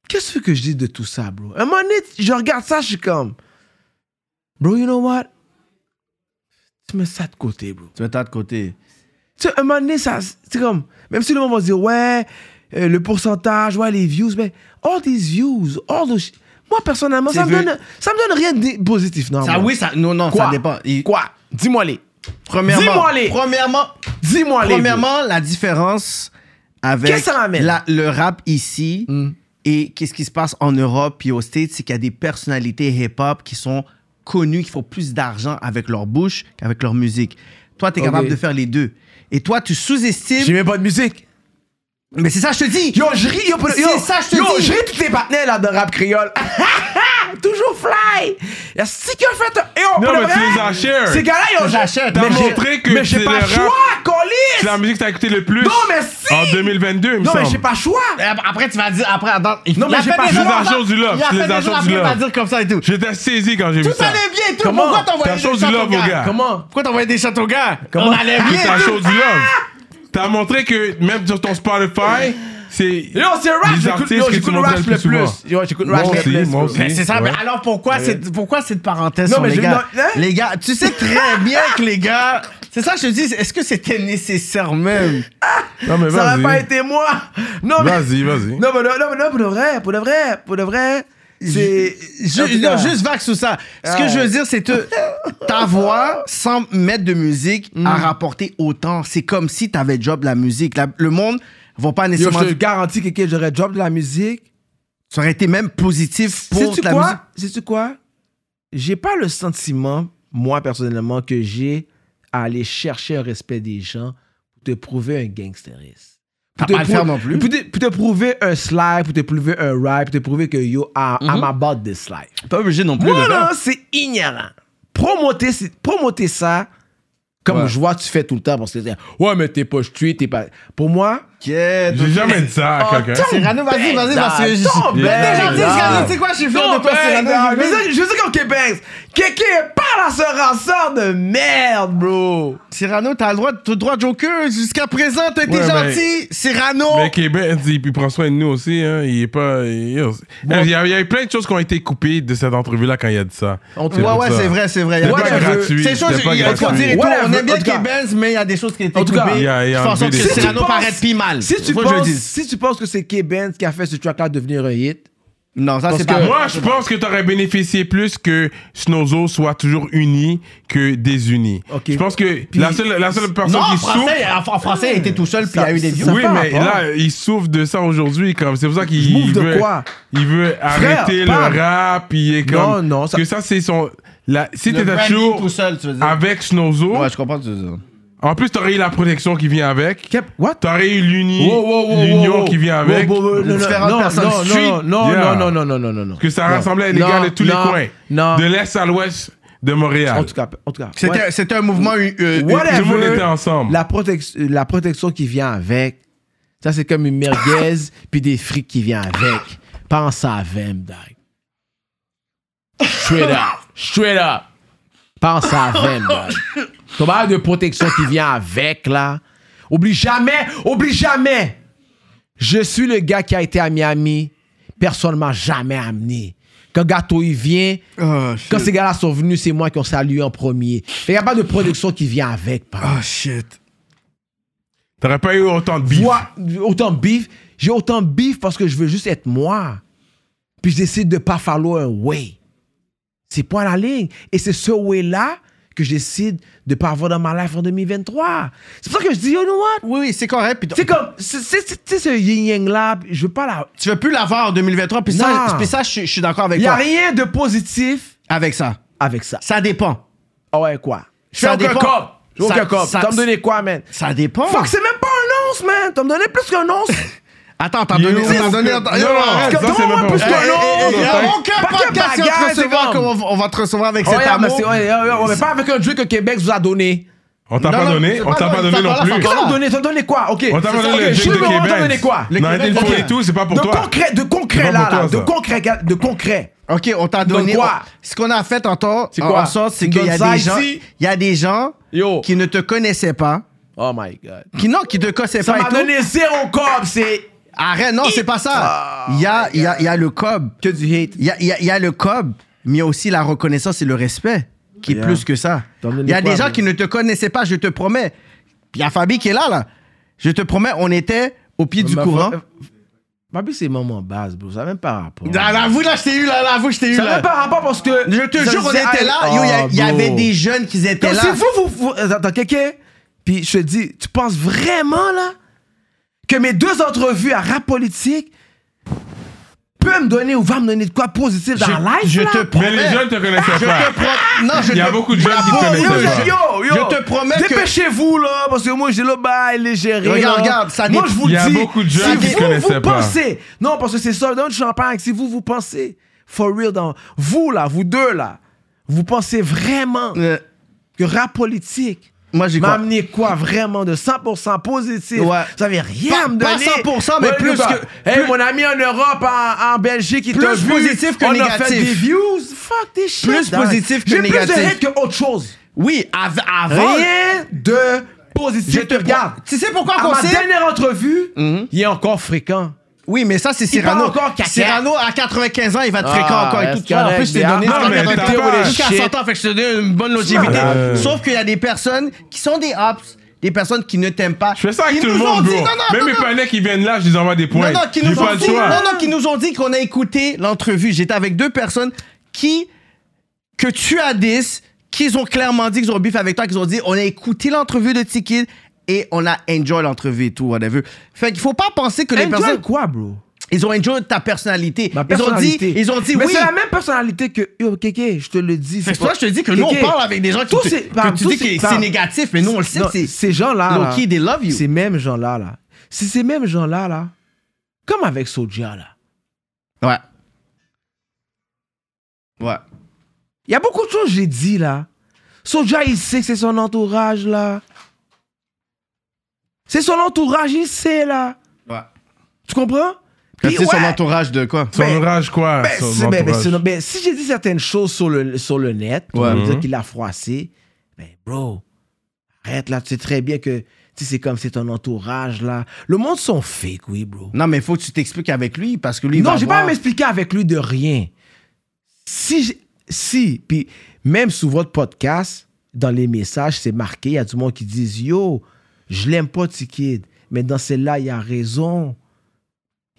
S3: Qu'est-ce que je dis de tout ça, bro? Un moment donné, je regarde ça, je suis comme. Bro, you know what? Tu mets ça de côté, bro.
S2: Tu mets ça de côté.
S3: Tu sais, un moment donné, ça. C'est comme. Même si le monde va dire, ouais, euh, le pourcentage, ouais, les views, mais all these views, all those. sh- Moi, personnellement, ça
S2: C'est
S3: me,
S2: vrai.
S3: donne, ça me donne rien de positif, non.
S2: Ça,
S3: moi.
S2: oui, ça. Non, non,
S3: Quoi?
S2: ça dépend. Il-
S3: Quoi? Dis-moi les.
S2: Premièrement.
S3: Dis-moi les.
S2: Premièrement.
S3: Dis-moi les.
S2: Premièrement, la différence avec
S3: Qu'est-ce que ça Hmm. m'amène?
S2: la- le rap ici et qu'est-ce qui se passe en Europe puis aux States, c'est qu'il y a des personnalités hip-hop qui sont connues, qui font plus d'argent avec leur bouche qu'avec leur musique. Toi, t'es
S3: Ok.
S2: capable de faire les deux. Et toi, tu sous-estimes.
S3: J'ai même pas de musique.
S2: Mais c'est ça, je te dis.
S3: Yo, je ris, yo, pour- yo,
S2: C'est ça, je te
S3: yo,
S2: dis.
S3: je ris tous tes partenaires là de rap créole. Toujours fly. Y'a ce qui a fait. un- Et on
S1: Non,
S3: peut
S1: mais
S3: vrai,
S1: tu les achètes.
S3: Ces gars-là, ils ont-
S1: T'as
S3: Mais j'ai-
S1: montré que
S3: Mais j'ai
S1: c'est
S3: pas
S1: le
S3: le
S1: rap-
S3: choix, colis.
S1: C'est la musique que t'as écouté le plus.
S3: Non, mais si.
S1: En 2022, il me
S3: Non, mais
S1: semble.
S3: j'ai pas le choix.
S2: Eh, Après, tu vas dire. Après, attends.
S1: Non, mais j'ai pas
S2: fait
S1: les
S2: des erreurs,
S1: argents du love.
S2: il a
S1: C'est
S2: fait
S1: les
S2: des
S1: argents
S2: erreurs,
S1: du
S2: après, il va
S1: love.
S2: dire comme ça et tout.
S1: J'étais saisi quand j'ai vu
S2: Tout
S1: ça.
S2: allait bien, tout. Pourquoi t'envoyais
S1: T'as
S2: des
S1: chaud du
S2: shots
S1: love,
S2: au
S1: au
S2: gars?
S1: gars.
S2: Comment? Pourquoi t'envoyais des shots au gars? On allait bien.
S1: T'as
S2: tout.
S1: chaud du love. T'as montré que même sur ton Spotify, c'est.
S3: Yo, c'est rap,
S1: les
S3: j'écoute-
S1: artistes
S3: yo,
S1: que
S3: j'écoute
S1: tu
S3: le
S1: montrais
S3: rap le plus.
S1: souvent.
S3: Yo, j'écoute le
S1: Moi
S3: rap le
S1: aussi,
S3: plus.
S1: Moi aussi.
S2: Mais c'est ça.
S1: Ouais.
S2: Mais alors pourquoi
S1: Ouais.
S2: cette pourquoi cette parenthèse
S3: Non,
S2: sur
S3: mais
S2: les
S3: j'ai-
S2: gars
S3: non, hein?
S2: Les gars, tu sais très bien que les gars, c'est ça je te dis. Est-ce que c'était nécessaire même
S1: Non, mais
S3: Ça
S1: vas-y.
S3: aurait pas été moi. Non, mais-
S1: Vas-y, vas-y.
S3: Non, mais non, non, mais non, pour de vrai, pour de vrai, pour de vrai. C'est.
S2: Ju-
S3: En tout
S2: non,
S3: cas.
S2: juste vague sous ça. Ce que
S3: Ouais.
S2: je veux dire, c'est que ta voix, sans mettre de musique, a rapporté autant. C'est comme si t'avais job la musique. La- le monde va pas
S3: Yo,
S2: nécessairement.
S3: je te garantis que que j'aurais drop de la musique.
S2: Ça aurait été même positif pour
S3: Sais-tu
S2: la musique.
S3: quoi? Sais-tu quoi? J'ai pas le sentiment, moi personnellement, que j'ai à aller chercher un respect des gens pour te prouver un gangsteriste.
S2: T'as
S3: Pour
S2: pas à
S3: te
S2: le
S3: prou-
S2: faire non plus.
S3: Pour te, pour te prouver un slide, pour te prouver un ride, pour te prouver que yo, I-
S2: Mhm.
S3: I'm about this life.
S2: Pas obligé non plus.
S3: Moi,
S2: de
S3: là,
S2: faire.
S3: c'est ignorant. Promoter, c'est- promoter ça, comme je vois, tu fais tout le temps parce que c'est ouais, mais t'es pas tué, t'es pas. Pour moi,
S1: J'ai jamais dit ça à
S3: Oh,
S1: quelqu'un.
S3: tombe
S2: Cyrano, vas-y, vas-y,
S3: dans-
S2: parce que je-
S3: tombe
S2: Mais
S3: dans-
S2: déjà, dis, Cyrano, tu sais quoi, je suis fier de
S3: Tombe
S2: toi, Cyrano,
S3: dans-
S2: je
S3: Mais
S2: veux-
S3: ça, Je veux dire comme Québec, quelqu'un parle à ce ranceur de merde, bro.
S2: Cyrano, t'as le droit, t'as le droit de joker. Jusqu'à présent, t'as été
S1: Ouais, mais-
S2: gentil. Cyrano.
S1: Mais Québec, il, il prend soin de nous aussi. Hein. Il est pas. Il, il- il y a, il y a eu plein de choses qui ont été coupées de cette entrevue-là quand il a dit ça.
S2: On ouais, ouais, c'est vrai, c'est vrai.
S1: Il pas gratuit.
S2: C'est
S1: c'était pas
S2: il y a des choses- on
S1: gratuit.
S2: dirait tout, on aime bien
S3: en tout cas.
S2: Kebenz, mais il y a des choses qui étaient
S3: En tout cas,
S2: coupées.
S1: il y a- il y a
S2: Je pense
S1: enlevé
S2: que
S1: des- Si tu
S2: Cyrano
S3: penses-
S2: paraît pis mal.
S3: Si tu,
S2: Faut que je le
S3: penses,
S2: dise.
S3: si tu penses que c'est Kebenz qui a fait ce track-là devenir un hit,
S2: non, ça
S3: Parce
S2: c'est
S3: que-
S2: pas
S1: Moi, je pense que tu aurais bénéficié plus que Snozo soit toujours uni que désunis. Je pense que la, seule, la seule personne
S2: non, en
S1: qui souffre.
S2: français, en, en français, il était tout seul, puis il y a eu des views.
S1: Oui, mais là, il souffre de ça aujourd'hui. comme C'est pour ça qu'il
S3: Souffre de
S1: veut,
S3: quoi?
S1: il veut
S3: Frère,
S1: arrêter
S3: parle.
S1: le rap. Il est
S3: Non,
S1: comme,
S3: non, ça-
S1: Que ça, c'est son. La, si
S2: Le
S1: t'étais
S2: branding
S1: toujours
S2: tout seul, tu veux dire.
S1: avec Snozo.
S2: Ouais, je comprends ce que tu veux dire.
S1: En plus, t'aurais eu la protection qui vient avec.
S3: What?
S1: T'aurais eu l'uni-
S3: Wow, wow, wow, wow,
S1: l'union
S3: wow.
S1: qui vient avec.
S3: Wow, wow, wow, non, non,
S2: Différentes
S3: non,
S2: personnes
S3: non,
S2: street.
S3: non, non,
S1: Yeah.
S3: non, non, non, non, non, non.
S1: Que ça
S3: Non.
S1: rassemblait les gars de
S3: Non,
S1: tous
S3: non,
S1: les coins.
S3: non.
S1: De l'est à l'ouest de
S3: En
S1: Montréal.
S3: tout cas, en tout cas.
S2: C'était-
S3: ouais.
S2: C'était un mouvement. euh, euh,
S3: Whatever.
S1: Tout le monde était ensemble.
S3: La, protec- la protection qui vient avec, ça c'est comme une merguez puis des frics qui viennent avec. Pense à Vem, dog. Straight up. Straight up. Pense à Vem, dog. Ton bagage de protection qui vient avec, là. Oublie jamais, oublie jamais. Je suis le gars qui a été à Miami. Personne ne m'a jamais amené. Quand Gato il vient, quand ces gars-là sont venus, c'est moi qui ont salué en premier. Il n'y a pas de production qui vient avec. Oh
S2: shit.
S1: T'aurais pas eu autant de beef.
S3: autant de beef. J'ai autant de beef parce que je veux juste être moi. Puis je décide de ne pas follow un way. C'est point à la ligne. Et c'est ce way-là que je décide de ne pas avoir dans ma life en 2023. C'est pour ça que je dis, you know what?
S2: Oui, oui, c'est correct. puis-
S3: C'est comme, c'est c'est- c'est- tu sais, ce yin-yang là, je veux pas la.
S2: Tu veux plus l'avoir en 2023, puis ça,
S3: Non.
S2: puis ça, je je suis d'accord avec
S3: Il n'y a
S2: toi.
S3: rien de positif
S2: Avec ça.
S3: avec ça.
S2: Ça dépend.
S3: Ah ouais, quoi? Je fais
S2: Ça
S3: aucun
S2: dépend.
S3: cop. Je fais
S2: Ça-
S3: aucun cop.
S2: ça-
S3: T'as me donné quoi, man?
S2: Ça dépend.
S3: Fuck, c'est même pas un once, man. T'as me donné plus qu'un once.
S2: Attends, t'as donné,
S3: Dis-
S2: t'as donné,
S3: Non,
S2: attends,
S3: non, arrête, ça, c'est même pas- Eh,
S2: plus
S3: Hey, hey, hey,
S2: Il y a
S3: hey,
S2: aucun
S3: eh, pas que
S2: podcast qui va
S3: bagarre,
S2: te recevoir
S3: c'est
S2: comme
S3: comme-
S2: on va- on va te recevoir avec
S3: Oh,
S2: cet
S3: yeah, mais
S2: amour.
S3: c'est- ouais, ouais, ouais, mais pas avec un jeu que Québec vous a donné.
S1: On t'a
S3: Non,
S1: pas
S3: non,
S1: donné,
S3: c'est
S1: on t'a
S3: vrai,
S1: pas donné
S3: ça
S1: non
S3: parle,
S1: plus.
S3: ça parle. T'as donné, t'as donné quoi? Ok.
S1: On t'a pas
S3: C'est ça,
S1: donné
S3: ok,
S1: le
S3: je suis
S1: jeu de
S3: numéro un, T'as
S1: Québec.
S3: donné quoi?
S1: Le Non, Québec, il faut
S3: Ok.
S1: et tout, c'est pas pour
S3: de
S1: toi.
S3: Concret, de concret
S1: C'est pas
S3: là,
S1: pour toi,
S3: là. De
S1: ça.
S3: concret, gars, de concret.
S2: Ok, on t'a donné.
S3: quoi?
S2: on- ce qu'on a fait en, temps,
S3: C'est
S2: en-
S3: quoi?
S2: en sorte, c'est
S3: Tu
S2: qu'il y a
S3: donnes ça
S2: des gens,
S3: ici?
S2: il y a des gens qui ne te connaissaient pas,
S3: Oh my god.
S2: qui non, qui te connaissaient
S3: Ça
S2: pas. et
S3: m'a
S2: tout.
S3: donné zéro cop, c'est. Ah.
S2: Arrête, non, c'est pas ça. Il y a, il y a, il y a le cob.
S3: Que du hate.
S2: Il y a, il y a- il y a le cob, mais il y a aussi la reconnaissance et le respect, qui est
S3: Yeah.
S2: plus que ça.
S3: T'en donnes
S2: Il y a
S3: quoi,
S2: des gens
S3: bro?
S2: qui ne te connaissaient pas, je te promets. Puis Il y a Fabi qui est là, là. Je te promets, on était au pied du
S3: Euh, Ma-
S2: courant.
S3: Ma bise, c'est maman base, bro. Ça n'a même pas rapport.
S2: Là, là, Ah, vous, là, je t'ai eu, là, là, vous, je t'ai eu,
S3: Ça n'a
S2: là.
S3: même pas rapport parce que.
S2: Je te
S3: ça
S2: jure, on
S3: disait,
S2: était
S3: hey,
S2: là. Yo, il y a-
S3: oh,
S2: il y, avait
S3: bro.
S2: des jeunes qui étaient
S3: Donc,
S2: là.
S3: C'est vous, vous, vous- Attends, quelqu'un. Puis je te dis, tu penses vraiment, là, que mes deux entrevues à rap politique peuvent me donner ou va me donner de quoi positif dans la live,
S2: je
S3: là?
S2: te promets. je Te pro- non, je te-
S3: Bravo, yo,
S2: yo,
S3: Yo, yo,
S2: Je te promets que...
S3: Dépêchez-vous, là, parce que moi, j'ai le bail, les gérer.
S2: Regarde,
S3: là.
S2: regarde, ça
S3: Moi,
S2: dé-
S3: je vous le
S2: Il y a
S3: dis,
S2: beaucoup de gens
S3: si
S2: qui
S3: vous,
S2: connaissaient
S3: vous
S2: pas.
S3: pensez, non, parce que c'est ça, dans le champagne, si vous, vous pensez, for real, dans, vous, là, vous deux, là, vous pensez vraiment
S2: Euh.
S3: que rap politique m'a amené quoi vraiment de 100% positif?
S2: Ouais.
S3: Vous avez rien
S2: Pas-
S3: à me
S2: pas
S3: donner.
S2: 100%, mais plus
S3: bah,
S2: que-
S3: Hey,
S2: plus-
S3: mon ami en Europe, en, en Belgique, il
S2: Plus
S3: t'a vu.
S2: positif que
S3: on a fait
S2: négatif.
S3: des views. Fuck des shit.
S2: Plus
S3: dog.
S2: positif que négatif.
S3: J'ai plus de hate que autre chose.
S2: Oui, av- avant...
S3: Rien de positif.
S2: Je
S3: Je
S2: te
S3: te regarde.
S2: Tu sais pourquoi
S3: À
S2: qu'on
S3: ma
S2: sait- Mhm.
S3: dernière entrevue, il est encore fréquent.
S2: Oui, mais ça, c'est
S3: Il parle
S2: Cyrano.
S3: encore caca.
S2: Cyrano, à 95 ans, il va être fréquent
S3: Ah,
S2: encore et
S3: est-ce
S2: tout. En
S3: correct,
S2: plus, je t'ai
S3: bien.
S2: donné
S3: Ah, mais t'as pas-
S2: jusqu'à 100 ans, fait que je te donne une bonne longévité.
S1: Ah,
S3: Malade.
S2: Sauf qu'il y a des personnes qui sont des hops, des personnes qui ne t'aiment pas. Je fais
S1: ça avec tout le monde, bro. Même mes panneaux qui viennent là, je les envoie des points.
S2: non, non, qui
S1: J'ai
S2: nous ont
S1: pas le
S2: dit,
S1: choix.
S2: non, non, qui nous ont dit qu'on a écouté l'entrevue. J'étais avec deux personnes qui, que tu as 10, qu'ils ont clairement dit qu'ils ont bif avec toi, qu'ils ont dit on a écouté l'entrevue de Tiki et on a enjoy l'entrevue et tout, whatever. Fait qu'il faut pas penser que les
S3: Enjoy
S2: personnes.
S3: quoi, bro?
S2: Ils ont enjoy ta personnalité.
S3: Ma
S2: Ils ont
S3: personnalité.
S2: dit, ils ont dit
S3: Mais
S2: oui.
S3: c'est la même personnalité que Yo, Kéké, je te le dis.
S2: Fait que
S3: pas-
S2: toi, je te dis que nous, on
S3: Kéké,
S2: parle avec des gens qui
S3: tous
S2: te-
S3: ces-
S2: que
S3: par-
S2: tu
S3: tous
S2: dis
S3: ces-
S2: que c'est
S3: par-
S2: négatif, mais nous, on le sait
S3: Non,
S2: que c'est
S3: Ces gens-là. là,
S2: low-key, they love you.
S3: Ces mêmes gens-là, là. C'est ces mêmes gens-là, là. Comme avec Soja, là.
S2: Ouais. Ouais.
S3: Il y a beaucoup de choses que j'ai dit, là. Soja, il sait que c'est son entourage, là. C'est son entourage, il sait, là.
S2: Ouais.
S3: Tu comprends?
S5: Quand
S3: Puis
S5: c'est son
S3: ouais,
S5: entourage de quoi
S3: Son entourage
S1: quoi
S3: Ben, si, ben, ben, si- ben, si j'ai dit certaines choses sur le, sur le net, on
S5: Ouais.
S3: va dire
S5: Mhm.
S3: qu'il a froissé, ben bro, arrête là, tu sais très bien que tu sais, c'est comme c'est ton entourage là. Le monde sont fake, oui, bro.
S2: Non, mais faut que tu t'expliques avec lui parce que lui, il
S3: Non,
S2: va
S3: j'ai pas
S2: voir-
S3: à m'expliquer avec lui de rien. Si, j'ai- si, puis même sous votre podcast, dans les messages, c'est marqué, il y a du monde qui disent Yo, je l'aime pas, T-Kid, mais dans celle-là, il a raison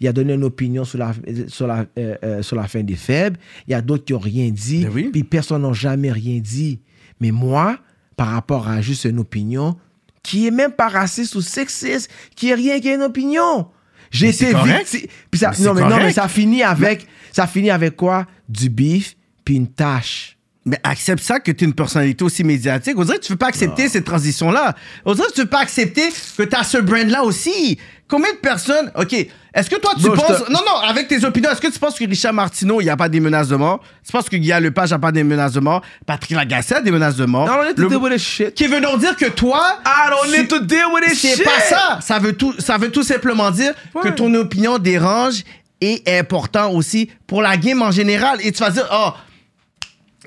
S3: il a donné une opinion sur la, sur la, euh, euh, sur la fin des faibles. Il y a d'autres qui n'ont rien dit. Puis personne n'a jamais rien dit. Mais moi, par rapport à juste une opinion, qui est même pas raciste ou sexiste, qui est rien qui est une opinion. J'ai été
S26: correct.
S3: victime. Puis ça,
S26: Mais c'est
S3: non, mais non,
S26: correct.
S3: mais ça finit avec, ça finit avec quoi? Du bif, puis une tâche.
S2: Mais accepte ça que tu es une personnalité aussi médiatique. On dirait que tu veux pas accepter cette transition-là. On dirait que tu veux pas accepter que tu as ce brand-là aussi. Combien de personnes. OK. Est-ce que toi, tu
S5: Bro, je
S2: penses.
S5: te-
S2: Non, non, avec tes opinions, est-ce que tu penses que Richard Martineau, il n'y a pas des menaces de mort? Tu penses que Guillaume Lepage n'a pas des menaces de mort? Patrick Lagacé a des menaces de mort?
S3: I don't need to deal with this shit.
S2: Qui veut donc dire que toi.
S3: I don't
S2: tu-
S3: need to deal with this
S2: C'est
S3: shit.
S2: pas ça. Ça veut tout, ça veut tout simplement dire que ton opinion dérange et est important aussi pour la game en général. Et tu vas dire, oh,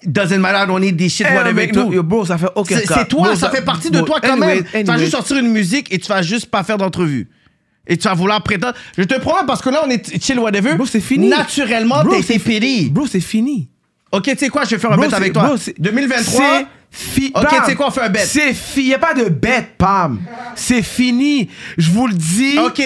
S2: doesn't matter, on est des shit,
S3: Eh,
S2: whatever,
S3: mais
S2: et tout.
S3: non, yo, bro, ça fait aucun
S2: C'est
S3: cas.
S2: c'est toi,
S3: Bro,
S2: ça
S3: ça-
S2: fait partie de
S3: bro,
S2: toi quand
S3: anyway,
S2: même. Tu vas
S3: anyway.
S2: juste sortir une musique et tu vas juste pas faire d'entrevue. Et tu vas vouloir prétendre. Je te promets, parce que là, on est chill, whatever. Bro, c'est
S3: fini.
S2: Naturellement,
S3: Bro,
S2: t'es
S3: c'est
S2: t'es péri.
S3: Bro, c'est fini.
S2: Ok, tu sais quoi, je vais faire un
S3: Bro,
S2: bet
S3: c'est-
S2: avec toi.
S3: bro, c'est-
S2: 2023.
S3: c'est fi-
S2: Ok,
S3: Pam,
S2: tu sais quoi, on fait un bet.
S3: C'est fini. Il n'y a pas de bet, Pam. C'est fini. Je vous le dis.
S2: Ok.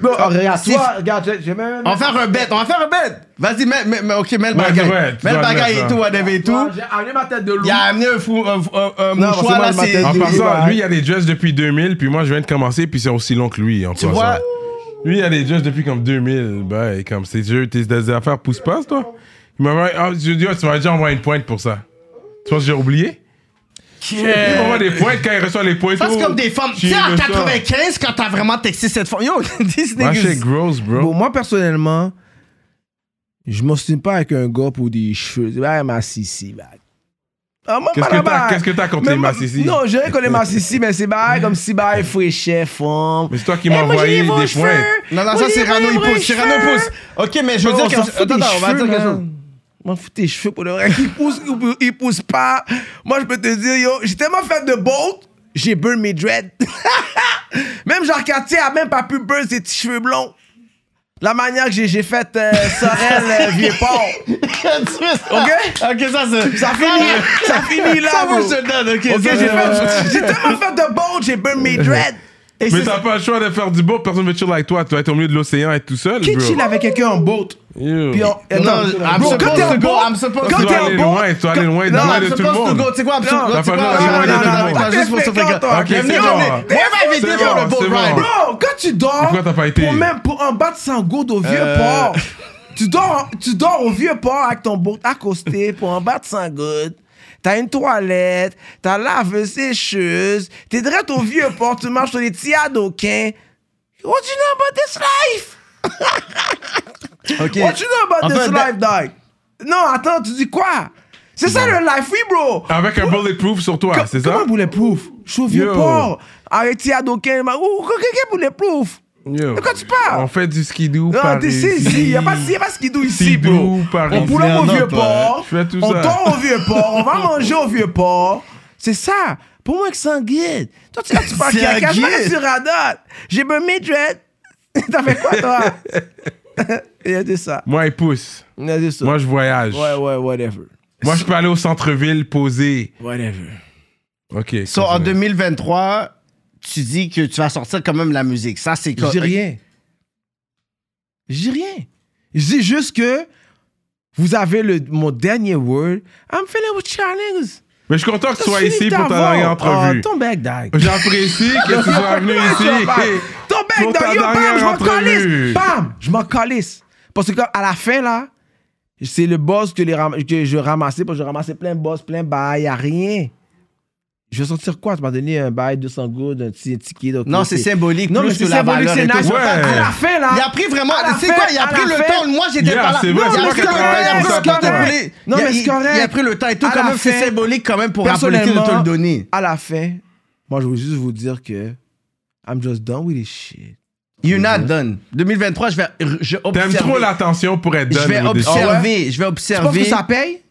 S3: Bon, oh, regarde,
S2: C'est-
S3: toi, regarde, je- je même.
S2: On va faire un bet, on va faire un bet. Vas-y, mets, mets- mets- ok, mets le
S3: Ouais,
S2: bagage.
S3: ouais, ouais, tu
S2: mets le
S3: dois le
S2: bagage
S3: mettre, hein.
S2: et tout,
S3: ça.
S2: whatever et
S3: Ouais,
S2: tout.
S3: J'ai amené ma tête de loup.
S2: Il a amené un fou, un, un- un mouchoir, là, c'est...
S1: En passant, lui, il a des dresses depuis 2000, puis moi, je viens de commencer, puis c'est aussi long que lui. En
S2: Tu
S1: passant.
S2: vois?
S1: Lui, il a des dresses depuis comme 2000. Ben, et comme c'est jeux, tes des affaires poussent pas, toi. Il m'a envoyé- ah, je lui ai dit, Ah, tu m'as déjà envoyé une pointe pour ça. Tu penses que j'ai oublié? Il m'envoie des pointes quand il reçoit les pointes.
S2: Ça, c'est
S1: oh,
S2: comme des femmes. Tu
S1: j'ai
S2: sais, en
S1: aimé ça.
S2: 95, quand t'as vraiment texté cette femme. Yo, this
S3: Moi,
S2: nigga-
S1: gross, bro.
S3: moi, personnellement, je m'ostine pas avec un gars pour des cheveux. C'est pas ma sissi, bah. Ah, moi,
S1: Qu'est-ce
S3: pas
S1: que
S3: là-bas.
S1: t'as- qu'est-ce que t'as contre
S3: Mais
S1: les
S3: moi-
S1: massissis?
S3: Non, je reconnais ma sissi, mais c'est bail comme si bail fouet forme.
S1: Mais c'est toi qui
S3: Eh,
S1: m'as
S3: moi, j'ai
S1: envoyé
S3: les beaux
S1: des
S3: cheveux.
S1: pointes.
S2: Non, non,
S3: Moi,
S2: ça,
S3: j'ai les
S2: Cyrano, il
S3: vrais
S2: pousse. Cyrano
S3: cheveux.
S2: pousse. Ok, mais je veux
S3: Oh,
S2: dire
S3: on
S2: que.
S3: s'en fout
S2: Attends,
S3: des
S2: attends, on va
S3: cheveux,
S2: dire quelque
S3: man.
S2: chose.
S3: M'en fous tes cheveux pour de vrai. Ils poussent, ils pou- ils poussent pas. Moi, je peux te dire, yo, j'ai tellement fait de bolt, j'ai burn mes dreads. même Jean Cartier a même pas pu burn ses petits cheveux blonds. La manière que j'ai j'ai fait euh, Sorel euh, Vieux-Port. OK?
S2: Ok, ça, c'est.
S3: Ça finit, ça finit là,
S2: Ça, moi,
S3: bro.
S2: je te le donne, ok,
S3: OK,
S2: ça,
S3: j'ai
S2: c'est-
S3: fait- j'ai tellement fait de bolt, j'ai burn mes dreads.
S1: Mais t'as pas le choix de faire du beau, personne veut chill avec toi. Tu vas être au milieu de l'océan et tout seul.
S3: Qui
S1: bro.
S3: chill avec quelqu'un en boat?
S1: Yo.
S3: Puis on- attends,
S1: Bro,
S3: I'm supposed
S1: quand t'es en
S3: to go,
S1: boat-
S3: I'm supposed
S1: quand
S3: to
S1: t'es
S3: go.
S1: en boat- loin, tu vas aller loin,
S3: Non,
S1: loin
S3: I'm
S1: de tout le
S3: supposed to
S1: monde.
S3: go. Tu sais quoi, I'm supposed to go.
S1: T'as
S3: Tu sais
S1: pas
S3: quoi,
S1: besoin d'aller loin
S3: non,
S1: de
S3: non,
S1: tout le
S3: non,
S1: monde.
S3: t'as juste pour se faire-
S1: Ok,
S3: Mais
S1: c'est
S3: non,
S1: bon.
S3: mais- mais va éviter
S1: C'est
S3: sur le
S1: bon,
S3: boat
S1: c'est bon.
S3: ride. Bro, quand tu dors,
S1: Pourquoi t'as pas été?
S3: pour même pour en bas de Sangourde au vieux
S1: Euh.
S3: port, tu dors, tu dors au vieux port avec ton boat accosté pour en bas de Sangourde. T'as une toilette, t'as la sécheuse, t'es direct au vieux port, tu marches sur les tiadoquins. What you know about this life?
S7: Ok.
S3: What you know about
S7: En
S3: this
S7: fait,
S3: life, dog? Non, attends, tu dis quoi? C'est ça le life, oui, bro!
S1: Avec un bulletproof sur toi, c'est ça?
S3: Comment bulletproof? Je suis au vieux
S1: Yo.
S3: port, avec tiadoquins. ma- Ouh, quelqu'un bulletproof?
S1: Yo.
S3: De quoi tu parles?
S1: On fait du skidoo
S3: Non,
S1: Paris.
S3: t'es ici, ici. Il n'y a pas, y a pas ce qu'il doit ici, bro.
S1: Paris.
S3: On pourra au
S1: Indiana,
S3: vieux port.
S1: je fais tout
S3: on
S1: ça.
S3: dort au vieux port. On va manger au vieux port. C'est ça. Pour moi, que c'est un guide. Toi, tu, tu parles
S7: C'est un
S3: quelqu'un, je parle
S7: guide.
S3: sur Radot. J'ai me midret. T'as fait quoi, toi? Il a dit ça.
S1: Moi, il pousse. Moi, Ah, je voyage.
S3: Ouais, ouais, whatever.
S1: Moi, je peux aller au centre-ville poser.
S3: Whatever.
S1: OK.
S2: So, en 2023, tu dis que tu vas sortir quand même la musique. Ça, c'est
S3: Je dis rien. Je dis rien. Je dis juste que vous avez le, mon dernier word. I'm feeling with you niggas.
S1: Mais je suis content que tu
S3: Ça
S1: sois
S3: finit
S1: ici pour ta
S3: d'avant.
S1: dernière entrevue.
S3: Oh, ton back dag.
S1: J'apprécie que tu sois venu ici.
S3: Ton
S1: Pour
S3: back
S1: ta
S3: dag. Yo, bam, je m'en
S1: dernière entrevue.
S3: calisse. Bam, je m'en calisse. Parce que quand- à la fin, là, c'est le boss que, les ram- que je ramassais. Parce que je ramassais plein de boss, plein de bail, y a rien. Je vais sortir quoi? Tu m'as donné un bail, 200 gouttes, un petit ticket. donc,
S2: Non,
S3: ok,
S2: c'est symbolique,
S3: Non,
S2: plus
S3: mais c'est
S2: que la
S3: symbolique,
S2: valeur
S3: c'est
S2: et tout.
S3: nice.
S2: Ouais.
S3: À la fin, là.
S2: Il a pris vraiment-
S3: à la
S2: tu sais
S3: fin,
S2: quoi, il a
S3: à
S2: pris
S3: la
S2: le
S3: fin-
S2: temps. Moi, j'étais Yeah, pas là. c'est vrai,
S3: Non,
S2: c'est
S3: mais
S2: moi qui ai travaillé
S3: correct,
S2: pour ça,
S3: c'est
S2: pour te
S3: correct.
S2: brûler.
S3: Non,
S2: Il a-
S3: mais c'est
S2: il- il a
S3: correct.
S2: pris le temps et tout,
S3: À
S2: quand
S3: la
S2: même, c'est
S3: fin,
S2: symbolique quand même pour rappeler de te le
S3: personnellement,
S2: donner.
S3: hein. À la fin, moi, je voulais juste vous dire que I'm just done with this shit.
S2: You're not done. 2023, je vais, je
S1: T'aimes
S2: vais observer.
S1: trop l'attention pour être done.
S2: Je vais
S1: with this shit.
S2: observer. Je vais
S3: Ah Tu penses
S2: observer.
S3: que ça paye?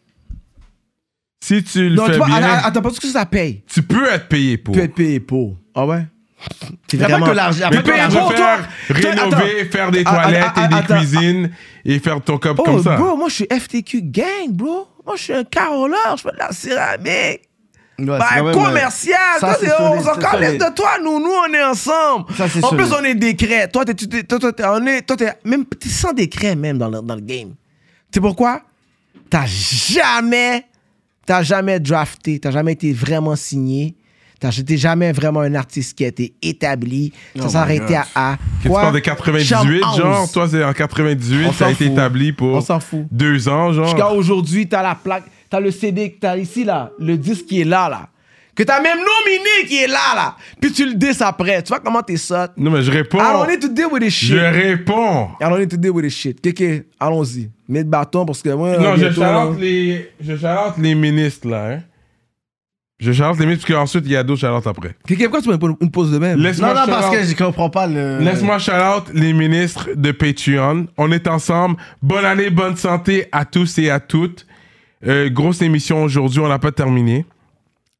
S1: Si tu le
S3: Non,
S1: fais
S3: tu vois,
S1: bien,
S3: attends, attends, penses que ça paye?
S1: tu peux être payé pour. Tu peux être
S3: payé pour. Ah ouais?
S1: C'est
S3: vraiment- Mais
S1: Mais tu
S3: paye pour,
S1: peux
S3: toi.
S1: faire
S3: Toi, attends.
S1: rénover, faire des
S3: Ah, ah,
S1: toilettes
S3: ah,
S1: et des
S3: attends.
S1: cuisines et faire ton cop comme
S3: oh,
S1: ça.
S3: bro, moi, je suis FTQ gang, bro. Moi, je suis un caroleur, je fais de la céramique.
S2: Ouais,
S3: Bah,
S2: c'est quand même,
S3: commercial,
S2: euh, ça,
S3: toi,
S2: c'est
S3: c'est- on
S2: solide,
S3: s'en
S2: c'est
S3: calisse
S2: solide.
S3: de toi, nous, nous, on est ensemble.
S2: Ça, c'est
S3: en plus,
S2: solide.
S3: on est décret. Toi, t'es, tu t'es- toi, toi, t'es- on est, toi, t'es, même, t'es sans décret, même, dans le, dans le game. Tu sais pourquoi? T'as jamais, t'as jamais drafté, t'as jamais été vraiment signé, t'as t'es jamais vraiment un artiste qui a été établi,
S1: Oh
S3: ça
S1: my
S3: s'est arrêté
S1: God.
S3: à, à
S1: Qu'est-ce que tu
S3: quoi?
S1: parles de 98,
S3: Charme
S1: genre,
S3: House.
S1: toi, c'est en 98,
S3: On
S1: ça a
S3: s'en
S1: été
S3: fout.
S1: établi pour
S3: On s'en fout.
S1: deux ans, genre.
S3: Jusqu'à aujourd'hui, t'as la plaque, t'as le CD que t'as ici, là, le disque qui est là, là. Que t'as même nominé qui est là, là. Puis tu le dis après. Tu vois comment t'es sotte?
S1: Non, mais je réponds.
S3: Alors, Ah, on est to deal with this shit.
S1: Je réponds.
S3: Alors, on est to deal with this shit. Kéké, allons-y. Mets le bâton parce que moi.
S1: Non, je
S3: bientôt, là-
S1: chalote les, je chalote les ministres, là, hein. Je chalote les ministres, parce qu'ensuite, il y a d'autres chalotes après.
S3: Kéké, pourquoi tu prends une, une pause de même?
S1: Laisse-moi
S2: non, non, parce
S1: shout-out.
S2: que je comprends pas
S3: Euh,
S2: le.
S1: Laisse-moi shout-out les ministres de Patreon. On est ensemble. Bonne année, bonne santé à tous et à toutes. Euh, grosse émission aujourd'hui, on l'a pas terminée.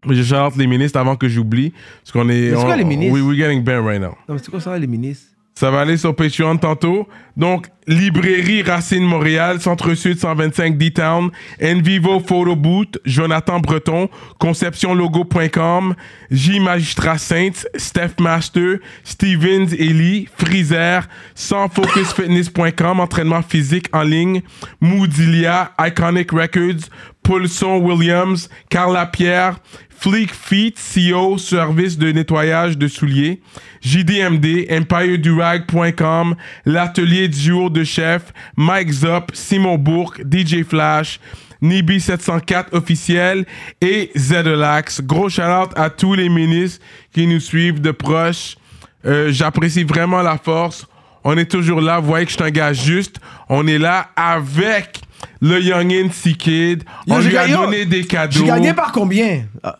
S1: Mais Je shout-out les ministres avant que j'oublie. Parce qu'on est...
S3: Mais c'est quoi,
S1: on-
S3: les ministres?
S1: we- we're getting bent right now.
S3: Non, mais c'est quoi ça, les ministres?
S1: Ça va aller sur Patreon tantôt. Donc, Librairie Racine Montréal, Centre-Sud 125 D-Town, Envivo Photo Boot, Jonathan Breton, ConceptionLogo.com, J Magistrat Saints, Steph Master, Stevens Ellie, Freezer, SansFocusFitness.com, entraînement physique en ligne, Moodilia, Iconic Records, Paulson Williams, Carla Pierre, Fleek Feet, CEO, service de nettoyage de souliers, JDMD, EmpireDurag.com, l'atelier du jour de chef, Mike Zop, Simon Bourque, DJ Flash, Nibi 704 officiel et Zedelax. Gros shout-out à tous les ministres qui nous suivent de proche. Euh, J'apprécie vraiment la force. On est toujours là. Vous voyez que je suis un gars juste. On est là avec le Youngin Sea Kid.
S3: Yo,
S1: On
S3: j'ai
S1: lui a
S3: gagné- yo,
S1: donné des cadeaux.
S3: J'ai gagné par combien? Ah,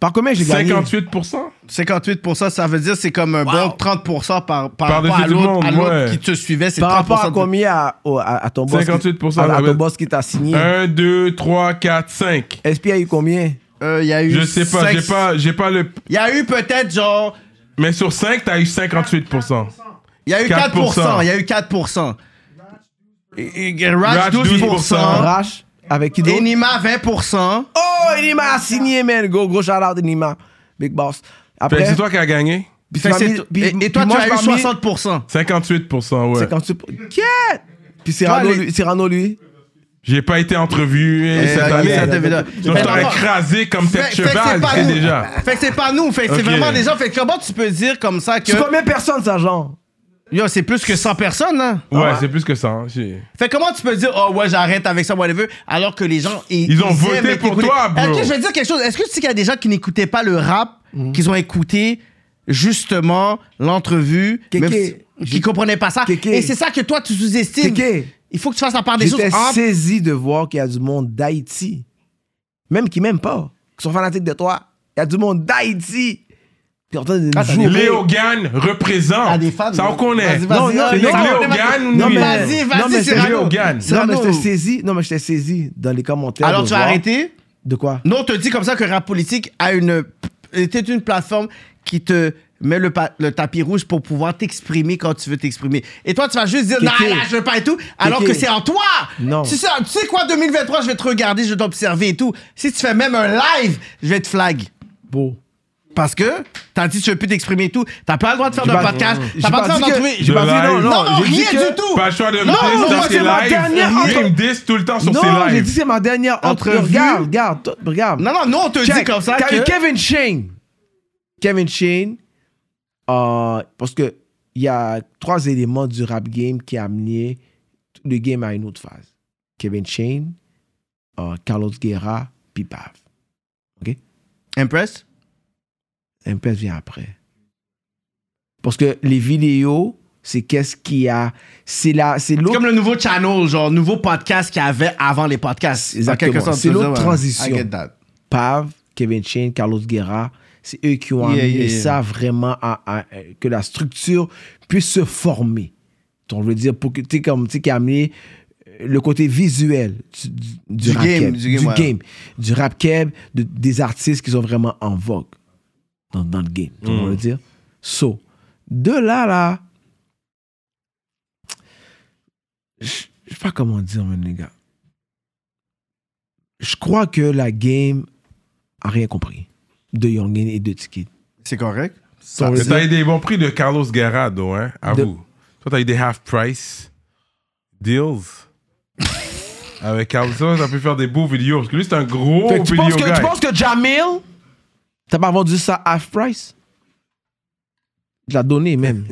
S3: Par combien j'ai gagné?
S1: 58%?
S2: 58%, ça veut dire c'est comme un bon 30% par, par, rapport à
S3: Par-dessus tout le
S2: l'autre à
S3: monde,
S2: l'autre
S3: ouais.
S2: qui te suivait. C'est
S3: Par
S2: 30%
S3: rapport à
S2: de-
S3: combien à, au- à- à ton boss? qui-
S1: 58%,
S3: à- à
S1: ouais.
S3: ton boss qui t'a signé.
S1: 1, 2, 3, 4, 5.
S3: SP a eu combien?
S2: Euh, Il y a eu.
S1: Je sais pas,
S2: cinq-
S1: j'ai pas, j'ai pas le.
S2: Il y a eu peut-être genre.
S1: Mais sur 5, t'as eu 58%.
S2: Il y a eu 4%. Il y a eu 4%. Et- et- Raj,
S1: Raj,
S2: 12%.
S3: Rash, avec qui d'autre?
S2: Enima, 20%.
S3: Oh, Enima a signé, man. Go, gros shout-out, Enima. Big boss.
S1: Fait que
S3: Après,
S1: Ben, c'est toi qui as gagné?
S3: Puis
S2: Fait
S3: tu
S2: que
S3: m'as
S2: c'est
S3: mis-
S2: tout-
S3: puis-
S2: et- et toi,
S3: puis
S2: tu
S3: moi,
S2: as
S3: je
S2: eu
S3: m'as mis-
S2: 60%.
S1: 58%, ouais.
S3: 58%. Qu'est-ce Puis Cyrano,
S1: Ouais, les-
S3: lui- Cyrano, lui.
S1: J'ai pas été entrevu
S3: Eh,
S1: cette
S2: ben,
S3: ok,
S1: année.
S3: ça devait-
S1: Donc, je t'aurais
S3: Mais-
S1: écrasé comme
S2: Fait-
S1: tête
S2: fait que
S1: cheval,
S2: c'est pas
S1: tu sais
S2: nous.
S1: déjà.
S2: Fait que c'est pas nous. Fait que c'est
S1: Ok.
S2: vraiment des gens. Fait que comment tu peux dire comme ça que.
S1: C'est
S3: combien de personnes, ça, genre? Ah
S2: Yo, c'est plus que 100 personnes, hein?
S1: Ouais, c'est plus que ça. hein, c'est-
S2: Fait que comment tu peux dire, oh ouais, j'arrête avec ça, whatever, alors que les gens.
S1: Ils ont voté
S2: aiment être
S1: pour
S2: écoutés.
S1: toi, bro.
S2: Ok, je vais te dire quelque chose. Est-ce que tu sais qu'il y a des gens qui n'écoutaient pas le rap,
S3: Mhm.
S2: qu'ils ont écouté justement l'entrevue, même si- qui comprenaient pas ça? Et c'est ça que toi, tu sous-estimes. Il faut que tu fasses la part des choses.
S3: J'étais
S2: entre-
S3: saisi de voir qu'il y a du monde d'Haïti, même qui m'aime pas, qui sont fanatiques de toi. Il y a du monde d'Haïti. T'es en train de nous jouer.
S1: Ah,
S3: Ah,
S1: Léo Gann représente. ça, on connaît.
S3: Non, non,
S1: C'est
S3: non, non,
S1: Léo
S3: non,
S1: Gann ou
S3: non, mais-
S1: Nino?
S3: non, mais c'est-
S1: Léo Gann.
S3: Non, mais j'étais saisi. Non, mais j'étais saisi dans les commentaires.
S2: Alors,
S3: de
S2: tu as
S3: voir-
S2: arrêté?
S3: De quoi
S2: Non, on te dit comme ça que Rap Politique a une, était une plateforme qui te met le, pa- le tapis rouge pour pouvoir t'exprimer quand tu veux t'exprimer. Et toi, tu vas juste dire, non,
S3: Kéké.
S2: là, je veux pas et tout, alors
S3: Kéké.
S2: que c'est en toi.
S3: Non.
S2: Tu sais, tu sais quoi, 2023, je vais te regarder, je vais t'observer et tout. Si tu fais même un live, je vais te flag.
S3: Beau.
S2: Parce que t'as dit, je veux plus t'exprimer et tout. T'as pas le droit de faire
S3: J'ai
S2: de
S3: pas-
S2: podcast.
S3: j'ai
S2: T'as
S3: pas
S2: pas le droit
S3: dit que-
S2: d'entrer.
S3: j'ai pas dit non, non,
S2: non,
S3: j'ai dit
S2: rien
S3: que-
S2: du tout.
S1: Pas le choix de me
S3: Non,
S1: diss
S3: moi,
S1: dans
S3: c'est
S1: ses
S3: ma
S1: lives.
S3: dernière
S1: Il
S3: entre-
S1: me diss tout le temps sur
S3: non,
S1: ses lives.
S3: j'ai dit c'est ma dernière entrevue.
S1: Entrevue.
S3: Regarde, regarde, toi, regarde.
S2: Non, non, nous, on te
S3: Check.
S2: dit comme ça
S3: T'as eu
S2: que-
S3: Kevin Shane. Kevin Shane, euh, parce que il y a trois éléments du rap game qui a amené le game à une autre phase. Kevin Shane, euh, Carlos Guerra, puis Bav. OK?
S2: Impress?
S3: Impress vient après. Parce que les vidéos, c'est qu'est-ce qu'il y a. C'est la, c'est
S2: C'est
S3: l'autre.
S2: comme le nouveau channel, genre nouveau podcast qu'il y avait avant les podcasts. En quelque
S3: Exactement.
S2: sorte,
S3: C'est
S2: tu veux
S3: l'autre
S2: dire, ouais. I
S3: transition.
S2: get that.
S3: Pav, Kevin Chain, Carlos Guerra, c'est eux qui ont
S2: Yeah,
S3: amené
S2: yeah, yeah.
S3: ça vraiment à, à- que la structure puisse se former. On veut dire pour que tu sais, comme tu sais, qui a amené euh, le côté visuel du, du- du
S2: Du
S3: rap
S2: game,
S3: keb,
S2: du game, ouais.
S3: du rap keb, de- des artistes qui sont vraiment en vogue dans, dans le game. On
S18: Mm.
S3: veut dire. So, de là là, je je sais pas comment dire, mais les gars. Je crois que la game a rien compris de Youngin et de Tiki.
S2: C'est correct.
S1: Mais t'as eu des bons prix de Carlos Garrado, hein, à
S3: De-
S1: vous. Toi, t'as eu des half-price deals avec Carlos. Ça, ça peut faire des beaux vidéos, parce que lui, c'est un gros
S3: Fait que tu,
S1: vidéo
S3: penses que, tu
S1: guy.
S3: penses que Jamil, t'as pas vendu ça half price? Il te l'a donné même.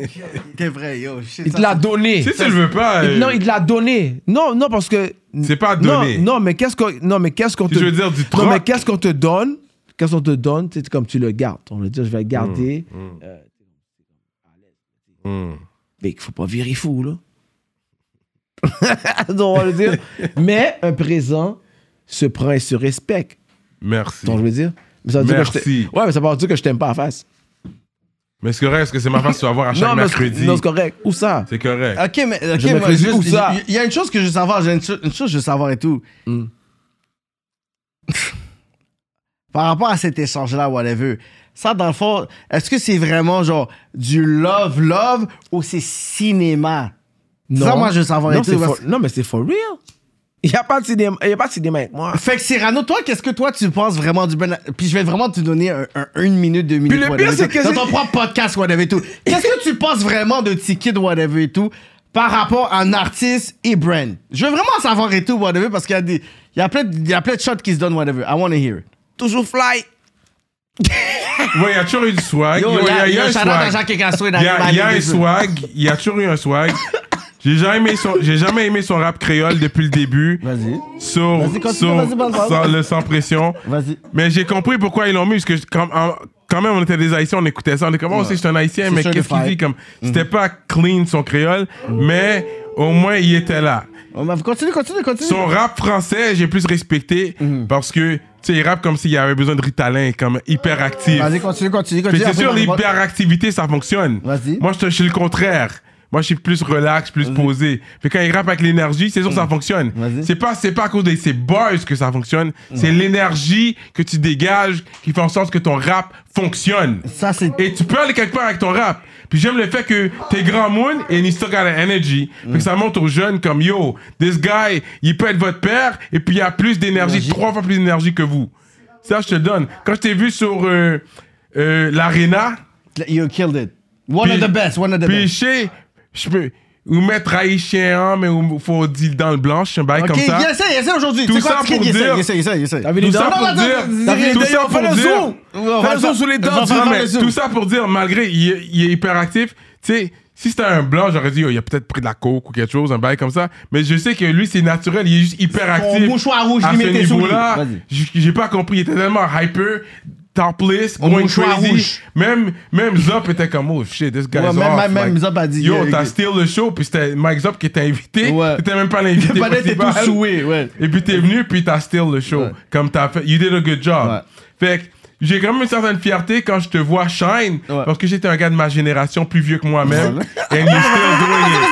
S2: T'es vrai, yo. shit,
S3: Il
S2: ça,
S3: te l'a
S2: c'est-
S3: donné.
S1: Si tu le veux pas,
S3: Il-
S1: euh,
S3: Non, il te l'a donné. Non, non, parce que.
S1: C'est pas donné.
S3: Non, non, mais qu'est-ce qu'on non, mais qu'est-ce qu'on
S1: Si
S3: te.
S1: je veux dire, du
S3: Non,
S1: troc.
S3: mais qu'est-ce qu'on te donne? Qu'est-ce qu'on te donne? C'est comme tu le gardes. On veut dire, je vais le garder.
S8: Mmh,
S1: Mm, mm.
S3: Euh,
S1: Hmm.
S3: Mais il faut pas virer fou, là. Donc, on va le dire. Mais un présent se prend et se respecte.
S1: Merci.
S3: Donc, je veux dire. Mais ça veut dire que je t'ai-
S1: Merci.
S3: ouais, mais ça veut pas dire que je t'aime pas en face.
S1: Mais c'est correct, parce que c'est ma face que tu vas voir à chaque
S3: Non, mais c'est-
S1: mercredi.
S3: non, c'est correct. Où ça?
S1: C'est correct.
S2: Ok, mais. ok,
S3: Je
S2: mais
S3: maîtrise
S2: juste-
S3: où ça?
S2: Il y a une chose que je veux savoir. j'ai Une, cho- une chose que je veux savoir et tout.
S3: Hmm.
S2: Par rapport à cet échange-là, whatever. Ça, dans le fond, est-ce que c'est vraiment genre du love, love ou c'est cinéma? Ça, moi, je veux savoir et
S3: non,
S2: tout,
S3: c'est
S2: parce-
S3: for- non, mais c'est for real. Il n'y a pas de cinéma, il y a pas de cinéma avec moi.
S2: Fait que Cyrano, toi, qu'est-ce que toi tu penses vraiment du bon. Puis je vais vraiment te donner un, un- une minute, deux minutes.
S3: le
S2: whatever
S3: pire,
S2: et
S3: c'est
S2: tout.
S3: que
S2: Dans
S3: j'ai-
S2: ton propre podcast, whatever et tout. Qu'est-ce que tu penses vraiment de Ticket, whatever et tout, par rapport à un artiste et brand? Je veux vraiment savoir et tout, whatever, parce qu'il y a des. Il y a plein de, il y a plein de shots qui se donnent, whatever. I wanna hear it.
S3: Toujours fly.
S1: Ouais, il y a toujours eu du swag.
S2: Yo,
S1: Yo, il y a,
S2: yo,
S1: il y a un
S2: shout out à
S1: swag.
S2: Jacques
S1: Il y
S2: Ecasso et
S1: a, il y a
S2: Daniel
S1: un swag. Il y a toujours eu un swag. J'ai jamais, aimé son- j'ai jamais aimé son rap créole depuis le début. Vas-y. Sur,
S2: Vas-y, continue,
S1: sur-
S2: vas-y, vas-y, vas-y.
S1: sans, le sans pression.
S2: Vas-y.
S1: Mais j'ai compris pourquoi ils l'ont mis, parce que je- quand, en- quand même, on était des Haïtiens, on écoutait ça. On est comme, oh,
S16: Ouais.
S1: c'est juste un Haïtien,
S16: C'est
S1: mais
S16: certified.
S1: qu'est-ce qu'il dit?
S2: Mhm.
S1: Comme, c'était pas clean son créole, mais au moins, il était là.
S2: Continue, continue, continue. Mhm.
S1: Son rap français, j'ai plus respecté parce que, tu sais, il rappe comme s'il avait besoin de Ritalin, comme hyper actif.
S2: Vas-y, continue, continue,
S1: Puis
S2: continue.
S1: c'est
S2: Après,
S1: sûr,
S2: on va-
S1: l'hyperactivité, ça fonctionne. Moi, je te- je suis le contraire. Moi, je suis plus relax, plus posé. Puis quand il rappe avec l'énergie, c'est sûr que ça fonctionne. C'est pas, c'est pas à cause de ses bars que ça fonctionne. C'est l'énergie que tu dégages qui fait en sorte que ton rap fonctionne. Et tu peux aller quelque part avec ton rap. Puis j'aime le fait que t'es grand moon et une histoire à energy. Fait que ça montre aux jeunes comme yo, this guy, il peut être votre père et puis il a plus d'énergie, trois fois plus d'énergie que vous. Ça, je te le donne. Quand je t'ai vu sur euh, euh, l'Arena,
S2: You killed it. One
S1: Puis-
S2: of the best, one of the
S1: puis
S2: best.
S1: chez- je peux ou mettre haïtien, hein, mais ou- faut dire dans le blanc, je suis un bail
S2: Ok,
S1: comme ça.
S2: essaye, essaye aujourd'hui.
S1: Tout
S2: C'est quoi,
S1: ça
S2: tu
S1: pour
S2: kick, essaye,
S1: dire.
S2: essaye, essaye, essaye. T'as vu les
S1: Tout ça
S2: dents? Non,
S1: pour
S2: non,
S1: dire.
S2: non, t'as vu les
S1: Tout
S2: dents,
S1: ça
S2: fais
S1: pour
S2: le
S1: dire.
S2: zoom. Ouais,
S1: Fais
S2: fais
S1: le
S2: ça.
S1: zoom sur les
S2: On
S1: dents.
S2: va
S1: tu
S2: faire
S1: vois,
S2: le
S1: mais
S2: zoom.
S1: Tout ça pour dire, malgré, il est- il est hyperactif. Tu sais, si c'était un blanc, j'aurais dit, oh, il a peut-être pris de la coke ou quelque chose, un bail comme ça. Mais je sais que lui, c'est naturel, il est juste hyperactif.
S2: Son mouchoir rouge,
S1: à
S2: il
S1: ce
S2: mettait sous lui.
S1: niveau-là,
S2: Vas-y.
S1: j- J'ai pas compris, il était tellement hyper. Topless,
S2: Mon
S1: going
S2: mouchoir
S1: crazy.
S2: rouge.
S1: Même, même Zop était comme, oh shit, this guy's
S2: Ouais, même-
S1: off.
S2: même- même Zop a dit,
S1: Yo,
S2: yeah,
S1: t'as
S2: ok.
S1: steal le show, puis c'était Mike Zop qui était invité. T'étais même pas l'invité.
S2: Le panel était
S1: principal.
S2: tout soué, ouais.
S1: Et puis t'es venu, puis t'as steal le show. Comme t'as fait. You did a good job. Fait que j'ai quand même une certaine fierté quand je te vois shine, parce que j'étais un gars de ma génération plus vieux que moi-même. and you still doing it.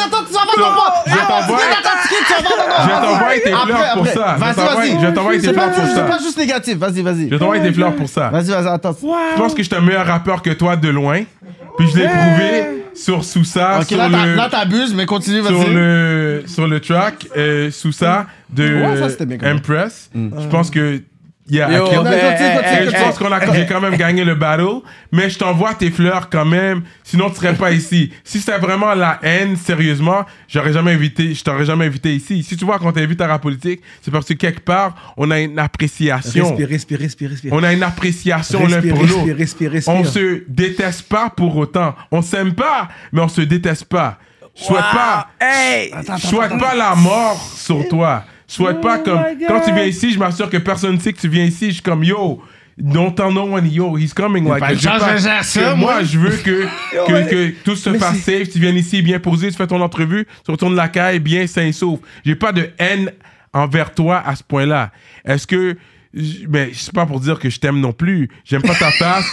S2: Je t'envoie.
S1: Je t'envoie tes
S2: Après,
S1: fleurs pour
S2: après.
S1: ça. Je
S2: Vas-y,
S1: t'envoie-
S2: vas-y.
S1: Je t'envoie tes
S2: C'est
S1: fleurs
S2: pas-
S1: pour
S2: C'est
S1: ça.
S2: pas juste négatif. Vas-y, vas-y.
S1: Je t'envoie tes fleurs pour ça.
S2: Vas-y, vas-y, attends.
S1: Je pense que je suis un meilleur rappeur que toi de loin. Puis je l'ai prouvé sur Sousa.
S2: Ok,
S1: sur
S2: là, t'as-
S1: le-
S2: là, t'abuses, mais continue, vas-y.
S1: sur le sur le track euh, sous ça de
S2: Ouais, ça, c'était bien correct.
S1: Empress.
S15: Mm.
S1: Je pense que yeah,
S2: Yo,
S1: I killed
S2: ben,
S1: it.
S2: continue, continue,
S1: Et je
S2: continue.
S1: pense qu'on a j'ai quand même gagné le battle, mais je t'envoie tes fleurs quand même, sinon tu serais pas ici. Si c'était vraiment la haine sérieusement, j'aurais jamais invité, je t'aurais jamais invité ici. Si tu vois qu'on t'invite à la politique, c'est parce que quelque part, on a une appréciation.
S15: Respire, respire, respire, respire.
S1: On a une appréciation l'un
S15: Respire,
S1: pour
S15: respire,
S1: l'autre.
S15: respire, respire.
S1: On se déteste pas pour autant. On s'aime pas, mais on se déteste pas. Je souhaite
S15: Wow.
S1: pas,
S15: Hey!
S1: je souhaite pas la mort sur toi. Je souhaite pas
S2: Oh
S1: comme
S15: my God.
S1: quand tu viens ici, je m'assure que personne ne sait que tu viens ici. Je suis comme yo. Don't tell no one, yo, he's coming like je
S2: pas de
S1: veux
S2: chance, je gère
S1: que
S2: ça, moi.
S1: moi, je veux que,
S2: Yo,
S1: que,
S2: ouais.
S1: que tout se
S2: Mais
S1: fasse
S2: c'est-
S1: safe. Tu viens ici bien posé, tu fais ton entrevue, tu retournes la caille bien sain et sauf. J'ai pas de haine envers toi à ce point-là. Est-ce que. j- Mais c'est pas pour dire que je t'aime non plus. J'aime pas ta face.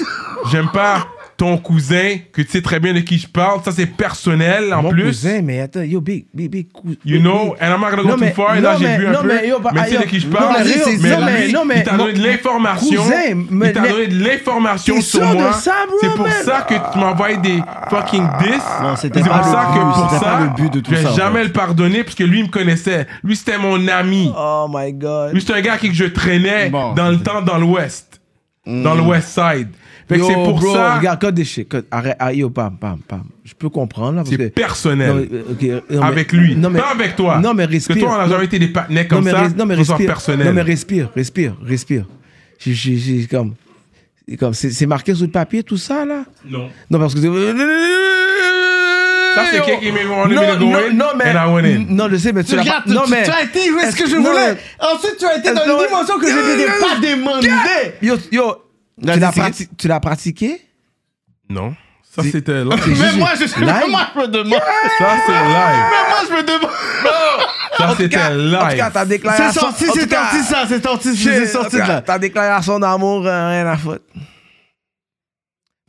S1: J'aime pas ton cousin que tu sais très bien de qui je parle. Ça, c'est personnel en
S3: Mon
S1: plus.
S3: cousin, mais attends, yo, big, big, big cou-
S1: You
S3: big,
S1: know,
S3: big.
S1: and I'm not gonna go
S3: Non,
S1: too
S3: mais-
S1: far,
S3: non,
S1: là j'ai
S3: mais-
S1: vu un
S3: non,
S1: peu,
S3: mais yo, bah,
S1: mais c'est
S3: yo,
S1: de qui je
S3: non,
S1: parle,
S3: mais
S1: mais,
S3: c'est ça, mais-
S1: lui,
S3: non, mais
S1: il t'a donné de
S3: mon-
S1: l'information,
S3: cousin, mais
S1: il t'a
S3: les-
S1: donné de l'information
S3: T'es
S1: sur
S3: sûr de
S1: moi,
S3: ça, bro,
S1: c'est pour
S3: man?
S1: ça que tu m'envoies des fucking diss, c'est
S2: c'était
S1: pour
S2: pas le
S1: ça
S2: but,
S1: que pour
S2: c'était pas
S1: ça,
S2: le but de tout
S1: je vais
S2: ça, en
S1: jamais le pardonner, parce que lui il me connaissait, lui c'était mon ami,
S3: Oh my god.
S1: lui c'est un gars avec qui je traînais dans le temps dans l'ouest, dans le west side, fait que
S3: Mm. Yo,
S1: c'est pour
S3: bro,
S1: ça,
S3: Regarde, code des shit. code- arrête, ah, yo, pam, pam, pam. Je peux comprendre là. parce que-
S1: personnel.
S3: Non, mais, euh, ok, non, mais-
S1: avec lui,
S3: Non, mais,
S1: pas avec toi,
S3: Non, mais respire.
S1: que toi on a
S3: Non.
S1: jamais été des partenaires comme
S3: non, mais,
S1: ça,
S3: res- non, mais
S1: pour soi
S3: respire.
S1: personnel,
S3: Non, mais respire, respire, respire. J'ai- j'ai- j'ai comme. comme c'est, c'est marqué sur le papier tout ça là
S1: Non.
S3: Non, parce que.
S1: Ça, c'est quelqu'un qui m'a dit, on est gonna go in, and I went in.
S3: Non, je sais, mais tu,
S2: Tu
S3: l'as
S2: regardes,
S3: pas- non,
S2: tu-
S3: mais,
S2: tu as été où est-ce que je
S3: non,
S2: voulais.
S3: mais-
S2: Ensuite, tu as été dans
S3: Est-ce
S2: une
S3: que-
S2: dimension que je n'étais pas demandée.
S3: Yo, yo, tu l'as, prati- tu l'as pratiqué
S1: non, ça c'était là.
S2: Mais moi, je
S3: Live?
S2: mais moi, je me demande.
S1: Ça, c'est live.
S2: Mais moi, je me demande.
S1: Ça, c'était live.
S3: En tout cas, ta déclaration.
S2: C'est sorti,
S3: en tout
S2: c'est
S3: cas-
S2: sorti ça, c'est sorti, c'est
S3: Shit,
S2: sorti
S3: en
S2: de
S3: tout cas,
S2: là.
S3: Ta déclaration d'amour, euh, rien à foutre.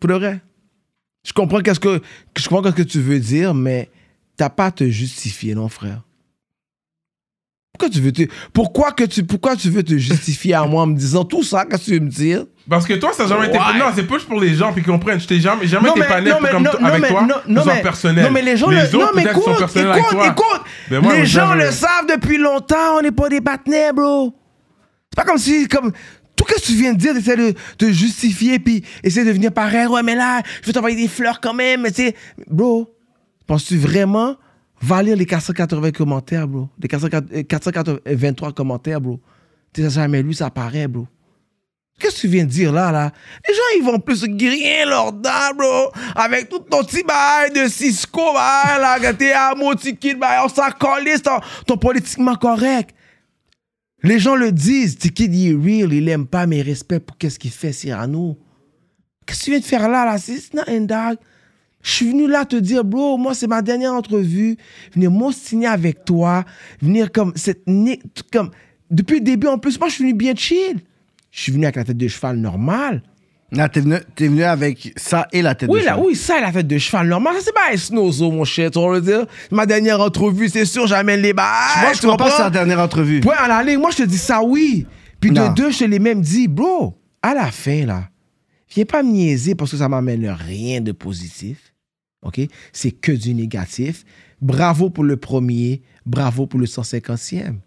S3: Pour de vrai. Je comprends qu'est-ce que, je comprends qu'est-ce que tu veux dire, mais t'as pas à te justifier, non, frère. Pourquoi tu veux te, pourquoi que tu, pourquoi tu veux te justifier à moi en me disant tout ça, qu'est-ce que tu veux me dire?
S1: Parce que toi, ça n'a jamais été.
S3: Ouais.
S1: Non, c'est pas juste pour les gens puis qu'ils comprennent. Je t'ai jamais, jamais
S3: Non,
S1: été
S3: mais-
S1: pas net
S3: non,
S1: pour
S3: mais-
S1: comme
S3: non,
S1: to-
S3: non,
S1: avec
S3: mais-
S1: toi.
S3: non, non,
S1: que ce soit
S3: mais-
S1: personnel.
S3: non, mais les gens
S1: les
S3: le-
S1: autres,
S3: non, mais
S1: peut-être qu'ils sont
S3: écoute,
S1: personnels avec
S3: écoute,
S1: toi.
S3: écoute.
S1: Ben, moi,
S3: les
S1: moi,
S3: gens
S1: jamais-
S3: le savent depuis longtemps, on n'est pas des partenaires, bro. C'est pas comme si, comme, tout ce que tu viens de dire, t'essaies de te justifier, puis essayer de venir pareil, ouais, mais là, je vais t'envoyer des fleurs quand même, mais tu sais, bro, penses-tu vraiment valer les 480 commentaires, bro? Les 423 commentaires, bro. Tu sais, ça jamais lu, ça paraît, bro. Qu'est-ce que tu viens de dire là, là? Les gens, ils vont plus griller leur dents, bro. Avec tout ton petit bail de Cisco, bail, là, que t'es à Motikit, bail, on s'en calisse, ton, ton politiquement correct. Les gens le disent, Tikid, il est real, il aime pas mes respects pour qu'est-ce qu'il fait, Cyrano. Qu'est-ce que tu viens de faire là, là? C'est it's not in dark. Je suis venu là te dire, bro, moi, c'est ma dernière entrevue. Venir m'ostiner avec toi. Venir comme cette. ni- tout Comme, depuis le début, en plus, moi, je suis venu bien chill. Je suis venu avec la tête de cheval normale.
S2: Là, t'es venu, t'es venu avec ça et la tête
S3: Oui,
S2: de
S3: là,
S2: cheval.
S3: oui, ça, la tête de cheval normale. Ça, c'est pas un snozo, mon chien, tu vas le dire. Ma dernière entrevue, c'est sûr, j'amène les bails.
S2: Moi, je
S3: tu
S2: crois pas que
S3: comprends?
S2: c'est la dernière entrevue.
S3: Ouais, à la ligne, moi, je te dis ça, oui. Puis
S2: Non.
S3: de deux, je te l'ai même dit, bro, à la fin, là, viens pas me niaiser parce que ça m'amène rien de positif. OK? C'est que du négatif. Bravo pour le premier, bravo pour le 150e.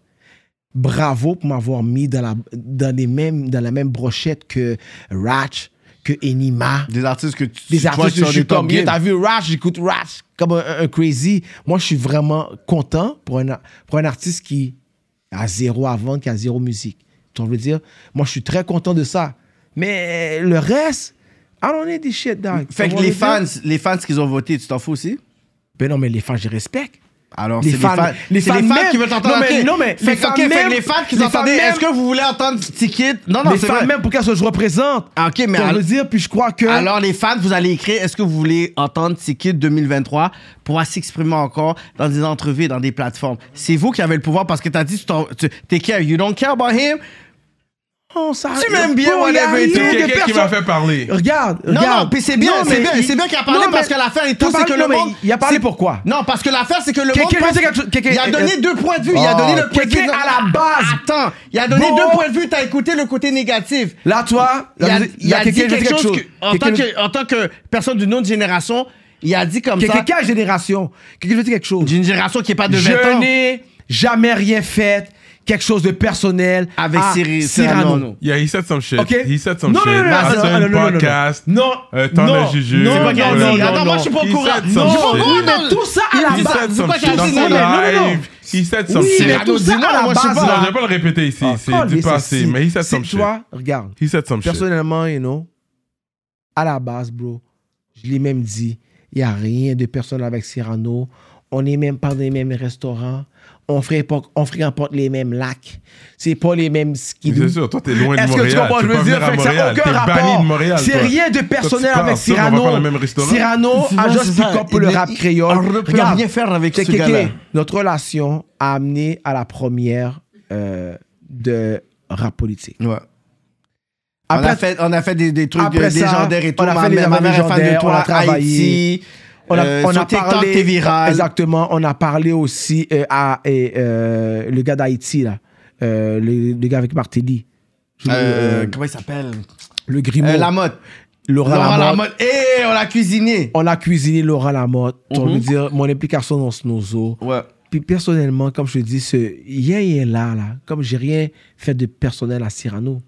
S3: Bravo pour m'avoir mis dans la, dans, les mêmes, dans la même brochette que Ratch, que Enima.
S2: Des artistes que tu
S3: Des
S2: tu vois
S3: artistes
S2: qui
S3: que
S2: sont
S3: je suis
S2: des top
S3: comme, yo,
S2: games.
S3: t'as vu Ratch, j'écoute Ratch comme un, un- un crazy. Moi, je suis vraiment content pour un, a- pour un artiste qui a zéro à vendre, qui a zéro musique. Tu vois, je veux dire, moi, je suis très content de ça. Mais euh, le reste, I don't need this shit, dog.
S2: Fait que
S3: Comment
S2: les
S3: je veux dire?
S2: fans, les fans qu'ils ont voté, tu t'en fous aussi?
S3: Ben non, mais les fans, je les respecte.
S2: Alors,
S3: Les
S2: c'est les
S3: fans-
S2: fans,
S3: les
S2: c'est
S3: fans
S2: les fans
S3: même.
S2: qui veulent t'entendre.
S3: Non, mais-
S2: ok.
S3: non, mais-
S2: Fait
S3: les
S2: que-
S3: fans
S2: ok, fait que
S3: même-
S2: les fans qui
S3: les fans
S2: t'entendaient,
S3: même-
S2: est-ce que vous voulez entendre Ticket? Non, non,
S3: les
S2: c'est
S3: fans
S2: vrai.
S3: même pour qu'elles se je représente.
S2: Ah, Ok, mais
S3: Ça
S2: al-
S3: veut dire, puis je crois que.
S2: Alors, les fans, vous allez écrire est-ce que vous voulez entendre Ticket 2023 pour s'exprimer encore dans des entrevues et dans des plateformes C'est vous qui avez le pouvoir parce que t'as dit tu t'en- tu- t'es care, you don't care about him.
S3: Oh, ça-
S2: Tu m'aimes bien,
S3: Oh, il y a
S2: whatever et
S3: rien
S2: tout.
S3: de
S1: Quelqu'un qui
S3: personne-
S1: m'a fait parler.
S3: Regarde,
S2: Non,
S3: regarde.
S2: non, puis c'est bien,
S3: Non,
S2: c'est
S3: mais
S2: bien,
S3: il-
S2: c'est bien qu'il a parlé
S3: Non,
S2: parce
S3: mais-
S2: que l'affaire et
S3: T'as
S2: tout, c'est
S3: parlé-
S2: que
S3: non,
S2: le
S3: mais
S2: monde.
S3: Il a parlé
S2: c'est-
S3: pourquoi
S2: Non, parce que l'affaire, c'est que le
S3: Quelqu'un
S2: monde.
S3: veut
S2: pense-
S3: dire quelque chose- quelqu'un-
S2: Il a donné
S3: euh,
S2: deux points de vue. Il a
S3: Oh,
S2: donné le point de
S3: quelqu'un
S2: vue.
S3: à la base.
S2: Attends, il a donné
S3: Bon.
S2: deux points de vue, t'as écouté le côté négatif.
S3: Là, toi,
S2: il
S3: là,
S2: a,
S3: vous-
S2: il
S3: là,
S2: a dit
S3: quelqu'un
S2: quelque
S3: dit quelque
S2: chose.
S3: chose.
S2: que- en, tant
S3: Quelqu'un-
S2: que, en tant que personne d'une autre génération, il a dit comme
S3: Quelqu'un
S2: ça.
S3: qui a une génération, quelqu'un veut dire quelque chose.
S2: D'une génération qui est pas de 20
S3: Je
S2: ans.
S3: n'ai jamais rien fait, quelque chose de personnel.
S2: Avec
S3: à
S2: Cyril-
S3: Cyrano.
S1: Yeah, he said some shit.
S3: Ok.
S1: He said some
S3: Non,
S1: shit.
S3: non, non, non,
S1: Hudson
S3: non, non, non, non, non.
S1: podcast.
S3: Non,
S1: Euh, tant
S3: non,
S1: de jugeux.
S3: non, non,
S1: Voilà.
S3: non, non, non. He said some
S1: Je suis
S3: shit.
S1: au courant
S3: Mais
S1: de-
S3: tout ça à la
S1: He
S3: base.
S1: said
S3: C'est
S1: some
S3: pas
S1: shit
S3: qu'à
S1: dans
S3: Cyril,
S1: son
S3: non, non, non.
S1: live. He said
S3: Oui,
S1: some shit.
S3: mais tout ça à la
S1: moi, je sais
S3: base,
S1: pas.
S3: là.
S1: Non, je vais pas le répéter ici. C'est
S3: Caliste,
S1: du passé.
S3: si-
S1: Mais he said
S3: si
S1: some shit.
S3: Toi, regarde.
S1: He said some shit.
S3: Personnellement, you know, à la base, bro, je l'ai même dit, il n'y a rien de personnel avec Cyrano. On n'est même pas dans les mêmes restaurants. On fréquente, on fréquente les mêmes lacs. C'est pas les mêmes skis.
S1: C'est sûr, toi, t'es loin de
S3: Est-ce que tu
S1: Montréal,
S3: comprends
S1: tu
S3: ce que
S1: peux
S3: je veux
S1: pas
S3: dire?
S1: venir à
S3: Fait que ça n'a
S1: Montréal,
S3: aucun
S1: t'es banni
S3: rapport.
S1: de Montréal,
S3: C'est
S1: toi.
S3: rien de
S1: Toi, tu
S3: personnel
S1: parles,
S3: avec
S1: ça, on va
S3: Cyrano.
S1: pas dans le même restaurant.
S3: Cyrano
S1: C'est
S3: a
S1: vrai,
S3: juste
S1: c'est ça.
S3: pick up pour
S1: Il
S3: le
S1: est-
S3: rap créole.
S1: on ne peut
S3: Regarde,
S1: rien faire avec
S3: c'est
S1: ce
S3: que-
S1: gars-là.
S3: Notre relation a amené à la première euh, de rap politique.
S2: Ouais.
S3: Après,
S2: on, a fait, on a fait des, des trucs
S3: après
S2: de-
S3: ça,
S2: légendaires et tout.
S3: On a
S2: ma
S3: fait les
S2: mère, ma mère est fan de
S3: légendaires, on
S2: toi,
S3: a travaillé.
S2: Haïti. euh, sur TikTok, t'es viral.
S3: Exactement. On a parlé aussi euh, à et, euh, le gars d'Haïti, là. Euh, le, le gars avec Martelly. Je-
S2: Euh,
S3: euh,
S2: comment il s'appelle
S3: le Grimaud.
S2: Euh, Lamotte.
S3: Laura,
S2: Laura
S3: Lamotte.
S2: Lamotte. Eh, on l'a cuisiné.
S3: On a cuisiné Laura Lamotte. On
S2: Mhm.
S3: veut dire mon implication dans Snozo.
S2: Ouais.
S3: Puis personnellement, comme je te dis, ce yin yin là, là, comme j'ai rien fait de personnel à Cyrano,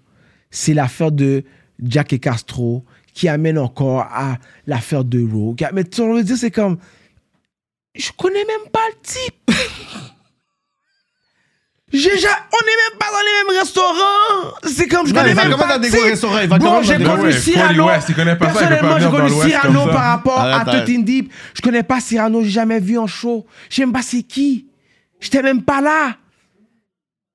S3: c'est l'affaire de Jack et Castro qui amène encore à l'affaire de Rogue. Mais tu vois, je veux dire, c'est comme. Je connais même pas le type. J'ai ja- On n'est même pas dans les mêmes restaurants. C'est comme je
S2: Non,
S3: connais
S2: il va
S3: même
S2: comment
S3: pas
S2: dans des
S3: le type.
S2: gros restaurants, il va
S3: Bon,
S2: comment dans
S3: j'ai
S2: des-
S3: connu
S2: Ouais,
S3: Cyrano.
S2: Paul West, il connaît pas ça, il peut pas
S3: Personnellement, j'ai
S2: venir dans
S3: connu
S2: l'Ouest
S3: Cyrano
S2: comme ça.
S3: par rapport
S2: Arrête,
S3: à
S2: arrête.
S3: Tutting Deep. Je connais pas Cyrano, j'ai jamais vu en show. Je sais même pas c'est qui. J'étais même pas là.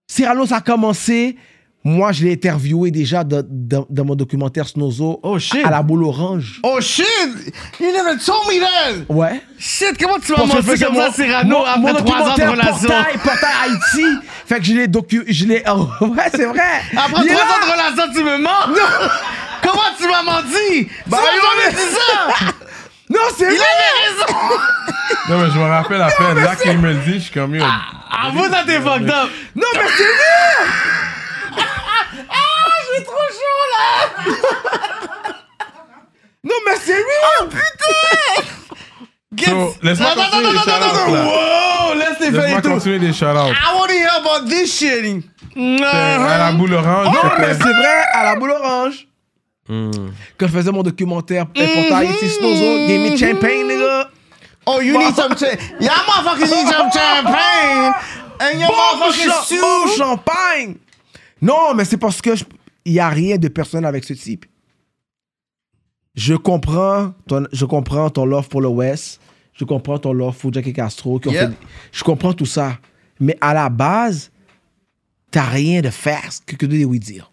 S3: Cyrano, ça a commencé. Moi, je l'ai interviewé déjà dans, dans- dans mon documentaire Snozo. À la boule orange.
S2: Oh shit! You never told me that!
S3: Ouais.
S2: Shit, comment tu vas
S3: Parce que
S2: montrer
S3: c'est
S2: comme
S3: mon-
S2: ça, Cyrano,
S3: mon-
S2: après
S3: mon
S2: trois ans de
S3: documentaire
S2: relation?
S3: Portail, portail Haïti. Fait que je l'ai docu... Je l'ai... oh, ouais, c'est vrai.
S2: Après
S3: Il est
S2: trois
S3: là.
S2: ans de relation, tu me mens? Comment tu m'as menti? tu
S3: Bah, non,
S2: m'as jamais
S3: mais-
S2: dit ça!
S3: Non, c'est
S2: Il
S3: vrai.
S2: avait raison!
S1: Non, mais je me rappelle à peine.
S2: mais
S1: Là,
S2: c'est-
S1: quand il me le dit, je suis comme yo.
S2: Ah, vous, ça, t'es fucked up!
S3: Non, mais c'est vrai!
S2: Ah, j'ai trop chaud, là!
S3: Non, mais c'est vrai!
S2: Oh, putain!
S1: So, laisse-moi
S2: Attends,
S1: continuer les
S2: attends, attends,
S1: shout-outs, là.
S2: attends. Wow, laisse les faire
S1: Laisse-moi
S2: ah, et tout. Ah,
S1: continuer les shout-outs.
S2: I wanna hear about this shit!
S1: À
S2: Euh,
S1: la boule orange.
S3: Oh, mais
S1: c'était- Hmm.
S3: c'est vrai, à la boule orange. Quand je faisais mon documentaire pour Tahiti Snozo, give me champagne, nigga.
S2: Mm-hmm. Oh, you need some champagne. Y'all motherfuckers need some champagne. And your
S3: Bon,
S2: motherfuckers
S3: cha-
S2: shoot.
S3: bon champagne! Non, mais c'est parce que je- il n'y a rien de personnel avec ce type. Je comprends ton, je comprends ton love pour le West. Je comprends ton love pour Jackie Castro. qui ont
S2: Yeah.
S3: fait- je comprends tout ça. Mais à la base, t'as rien de faire que, que de oui dire.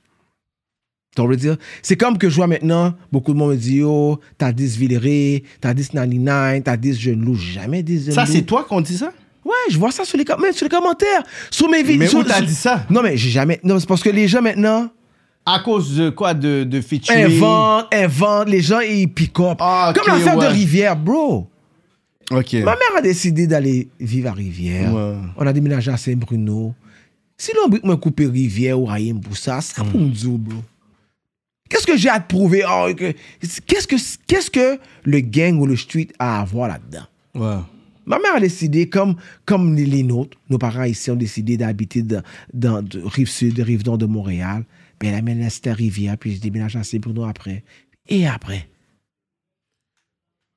S3: Tu veux dire? C'est comme que je vois maintenant, beaucoup de monde me dit Yo, t'as 10 Villeray, t'as 10 99, t'as 10 Jeune Loup. Jamais 10 Jeune
S2: Ça,
S3: Loup.
S2: c'est toi qu'on dit ça?
S3: Ouais, je vois ça sur les, com- mais sur les commentaires, sur mes vidéos.
S2: Mais où
S3: sur-
S2: t'as
S3: sur-
S2: dit ça?
S3: Non, mais j'ai jamais. Non, c'est parce que les gens maintenant
S2: À cause de quoi? De, de featuring?
S3: inventent, inventent, les gens ils pick up.
S2: Ah, ok,
S3: Comme l'affaire
S2: ouais.
S3: de Rivière, bro.
S2: Ok.
S3: Ma mère a décidé d'aller vivre à Rivière.
S2: Ouais.
S3: On a déménagé à Saint-Bruno. Si l'on brique m'a coupé Rivière ou rien pour ça, ça pour me dire, bro. Qu'est-ce que j'ai à te prouver? Oh, que- Qu'est-ce que, qu'est-ce que le gang ou le street a à voir là-dedans?
S2: Ouais.
S3: Ma mère a décidé, comme, comme les- les nôtres, nos parents ici ont décidé d'habiter dans, dans Ben, de rive sud, de rive nord de Montréal. Puis elle amène à Rivière, puis je déménage à Saint-Bruno après.
S27: et après.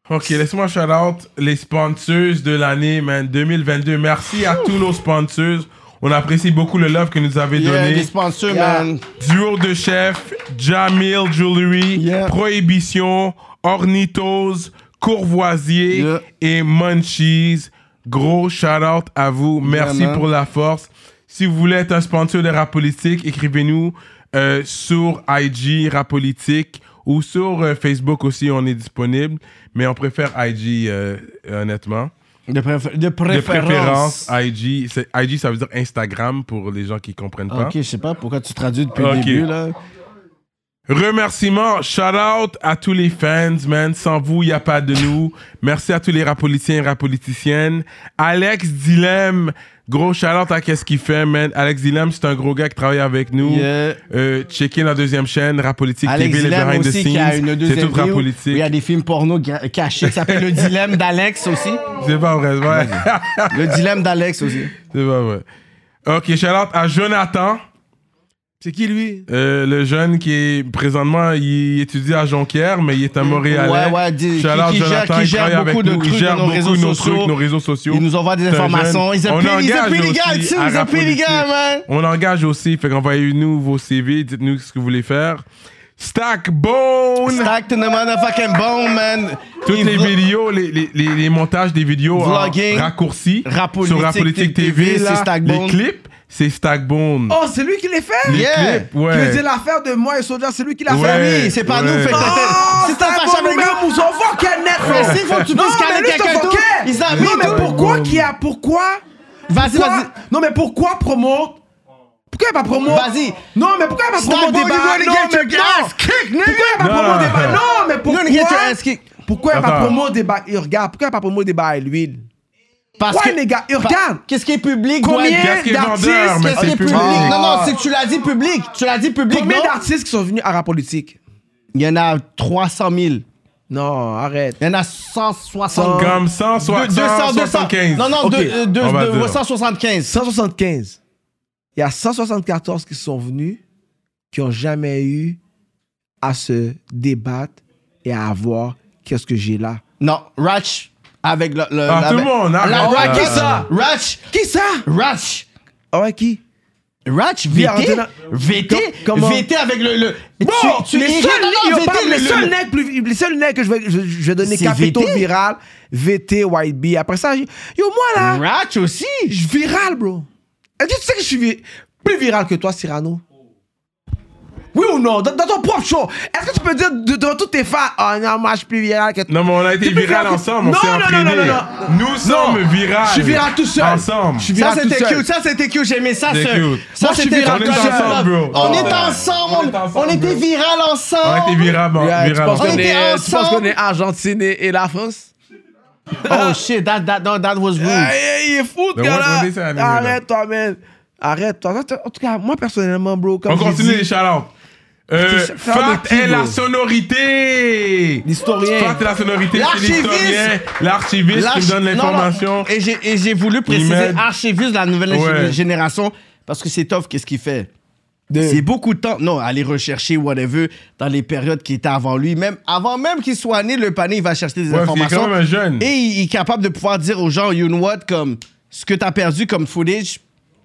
S1: Ok, laisse-moi shout out les sponsors de l'année, man, 2022. Merci à tous nos sponsors. On apprécie beaucoup le love que nous avez
S2: Yeah,
S1: donné.
S2: les sponsors, man.
S1: Duo de chef, Jamil Jewelry, Prohibition, Ornitos, Courvoisier et Munchies. Gros shout out à vous. Merci
S2: man.
S1: pour la force. Si vous voulez être un sponsor de Rap Politique, écrivez-nous euh, sur IG Rap Politique ou sur euh, Facebook aussi, on est disponible. Mais on préfère IG, euh, honnêtement.
S2: De, préf- de
S1: De
S2: préférence.
S1: préférence, IG. C'est- IG, ça veut dire Instagram pour les gens qui comprennent pas.
S2: Ok, je sais pas pourquoi tu traduis depuis le
S1: Ok.
S2: début, là.
S1: Remerciements, shout out à tous les fans, man. Sans vous, il n'y a pas de nous. Merci à tous les rapoliticiens et rapoliticiennes. Alex Dilem, gros shout out à qu'est-ce qu'il fait, man. Alex Dilem, c'est un gros gars qui travaille avec nous.
S2: Yeah.
S1: Euh, checkez la deuxième chaîne, Rapolitique
S2: Alex
S1: TV, les
S2: Dilemme
S1: behind the
S2: aussi, qui a une
S1: scenes. C'est
S2: deuxième
S1: tout
S2: vidéo.
S1: Rapolitique.
S2: Il y a des films porno gra- cachés qui s'appellent Le Dilemme d'Alex aussi.
S1: C'est pas vrai, c'est vrai.
S2: Le Dilemme d'Alex aussi.
S1: C'est pas vrai. Ok, shout out à Jonathan.
S2: C'est qui lui
S1: Euh, le jeune qui est présentement, il étudie à Jonquière, mais il est à Montréal.
S2: Ouais, ouais, dis- qui,
S1: Shout-out
S2: qui gère,
S1: Jonathan,
S2: qui
S1: il
S2: gère
S1: travaille avec
S2: beaucoup de
S1: nous, il
S2: trucs
S1: gère
S2: de nos
S1: beaucoup
S2: réseaux
S1: nos
S2: sociaux.
S1: trucs, nos réseaux sociaux.
S2: Il nous envoie des
S1: C'est un
S2: informations.
S1: jeune.
S2: Ils
S1: On
S2: appellent ils
S1: engage
S2: appellent les gars,
S1: aussi
S2: tu sais,
S1: à
S2: ils appellent les gars,
S1: Rapolitique. On
S2: man.
S1: engage aussi, fait qu'envoyez-nous vos CV, dites-nous ce que vous voulez faire. Stack Bone!
S2: Stack to the motherfucking bone, man!
S1: Toutes
S2: Il
S1: les
S2: vlo-
S1: vidéos, les, les, les, les montages des vidéos
S2: Vlogging,
S1: en raccourci
S2: Rapolitique
S1: sur Rapolitique
S2: TV,
S1: TV, là,
S2: c'est Stack
S1: les
S2: Bone.
S1: clips, c'est Stackbone.
S3: Oh, c'est lui qui l'a fait
S1: Les Yeah. clips, ouais.
S3: Je veux dire, l'affaire de moi et Soja, c'est lui qui l'a
S1: Ouais,
S3: fait.
S1: Oui, c'est pas nous, ouais. fait que
S3: Oh,
S1: t'as-
S3: c'est un bon
S2: avec
S3: nous-mêmes, on s'en fout qu'il y a net.
S2: Mais s'il faut que tu
S3: Non,
S2: puisses
S3: mais
S2: caler
S3: lui, je te
S2: quelqu'un d'autre,
S3: fuckais.
S2: ils s'en
S3: Non,
S2: mis
S3: mais
S2: tout.
S3: pourquoi qu'il y a... Pourquoi
S2: Vas-y,
S3: Pourquoi-
S2: vas-y.
S3: Non, mais pourquoi promo Pourquoi il va promo
S2: Vas-y.
S3: Non, mais pourquoi il va
S2: Stop
S3: promo
S2: débat,
S3: You gonna
S2: non,
S3: get your
S2: mais ass kick, nigga.
S3: Pourquoi il va
S2: Non,
S3: promo
S2: non,
S3: débat
S2: non.
S3: Non, mais
S2: You gonna
S3: pourquoi
S2: get your ass kick.
S3: Pourquoi il va
S2: Attends.
S3: promo débat Et Regarde, pourquoi il va promo débat à l'huile
S2: Parce
S3: ouais,
S2: que-
S3: les gars, et
S2: Par-
S3: regarde.
S2: Qu'est-ce qui est public? doit être-
S3: Combien d'artistes
S2: Qu'est-ce qui est public? Non, non, c'est que tu l'as dit public. Tu l'as dit public.
S3: Combien
S2: non?
S3: d'artistes qui sont venus à Rap Politique
S2: Il y en a 300 000.
S3: Non, arrête.
S2: Il y en a 160.
S1: Comme 160,
S2: Deux- 200,
S1: 275.
S2: Non, non,
S1: Ok.
S2: deux- euh, deux-
S1: On va
S2: deux-
S1: dire. Ah,
S2: 175.
S3: 175. Il y a 174 qui sont venus qui n'ont jamais eu à se débattre et à avoir qu'est-ce que j'ai là.
S2: Non, Ratch avec le. le-
S3: Ah,
S2: Euh, la-
S3: tout le monde,
S1: hein?
S2: la-
S3: arrête.
S1: Ah,
S2: Ratch, qui
S3: Euh,
S2: ça? Ratch.
S3: Qui ça?
S2: Ratch.
S3: Ah ouais, qui?
S2: Ratch,
S3: Lui,
S2: VT.
S3: Argentina-
S2: VT.
S3: Comment?
S2: VT avec le. le
S3: Bon, les
S2: non,
S3: seuls
S2: non,
S3: yo,
S2: VT,
S3: parle,
S2: le-
S3: les
S2: le-
S3: seuls
S2: le-
S3: necks plus- les seuls necks que je vais, je, je vais donner
S2: C'est
S3: capitaux
S2: VT?
S3: viral, VT, White B. Après ça, j- yo, moi là.
S2: Ratch aussi.
S3: Je viral, bro. Est-ce que tu sais que je suis vi- plus viral que toi, Cyrano? Oui ou non? Dans, dans ton propre show, est-ce que tu peux dire de- devant tous tes fans, oh non, moi je suis plus viral que toi?
S1: Non, mais on a été
S3: Tu peux
S1: viral
S3: faire-
S1: ensemble, on
S3: Non,
S1: s'est
S3: non, non,
S1: entraîné.
S3: non, non, non.
S1: Nous sommes viral.
S3: Je suis viral tout seul.
S1: Ensemble.
S3: Je suis
S2: Ça,
S3: viral tout
S2: c'était
S3: seul.
S2: cute. Ça, c'était cute. J'aimais ça.
S1: C'est
S2: ce-
S1: cute.
S2: Ça,
S3: Moi, je suis
S2: c'était
S3: viral
S2: tout
S3: tout
S2: seul.
S3: ensemble, bro.
S2: On
S3: Oh.
S2: est ensemble. On était viral ensemble.
S1: On était viral, bon,
S3: Yeah,
S1: viral.
S3: Tu penses
S2: On
S3: qu'on
S2: était
S3: est, tu penses qu'on
S2: ensemble.
S3: est Argentine et, et la France?
S2: Oh shit, that, that, no, that was rude.
S3: Ah, il est fou, ce
S2: Donc,
S3: gars-là.
S2: on dit ça à nous,
S3: Arrête-toi, man. Arrête-toi. En tout cas, En tout cas, moi, personnellement, bro, comme
S1: On
S3: j'ai
S1: continue
S3: dit-
S1: les shout-outs. Euh,
S3: T'es fan
S1: Fat
S3: de qui,
S1: est la
S3: bro?
S1: sonorité.
S3: L'historien.
S1: Fat est la sonorité, c'est
S2: L'archiviste.
S1: l'historien, l'archiviste qui me
S2: L'archi-
S1: donne
S2: non, non.
S1: l'information.
S2: Et j'ai- Et j'ai voulu
S1: Il
S2: préciser
S1: m'aide.
S2: archiviste de la nouvelle
S1: Ouais.
S2: génération parce que c'est tough, qu'est-ce qu'il fait? C'est beaucoup de temps, non, aller rechercher whatever dans les périodes qui étaient avant lui, même avant même qu'il soit né, le panier, il va chercher des
S1: Ouais, parce qu'il est
S2: informations.
S1: quand même un jeune.
S2: Et il, il est capable de pouvoir dire aux gens, you know what, comme ce que t'as perdu comme footage,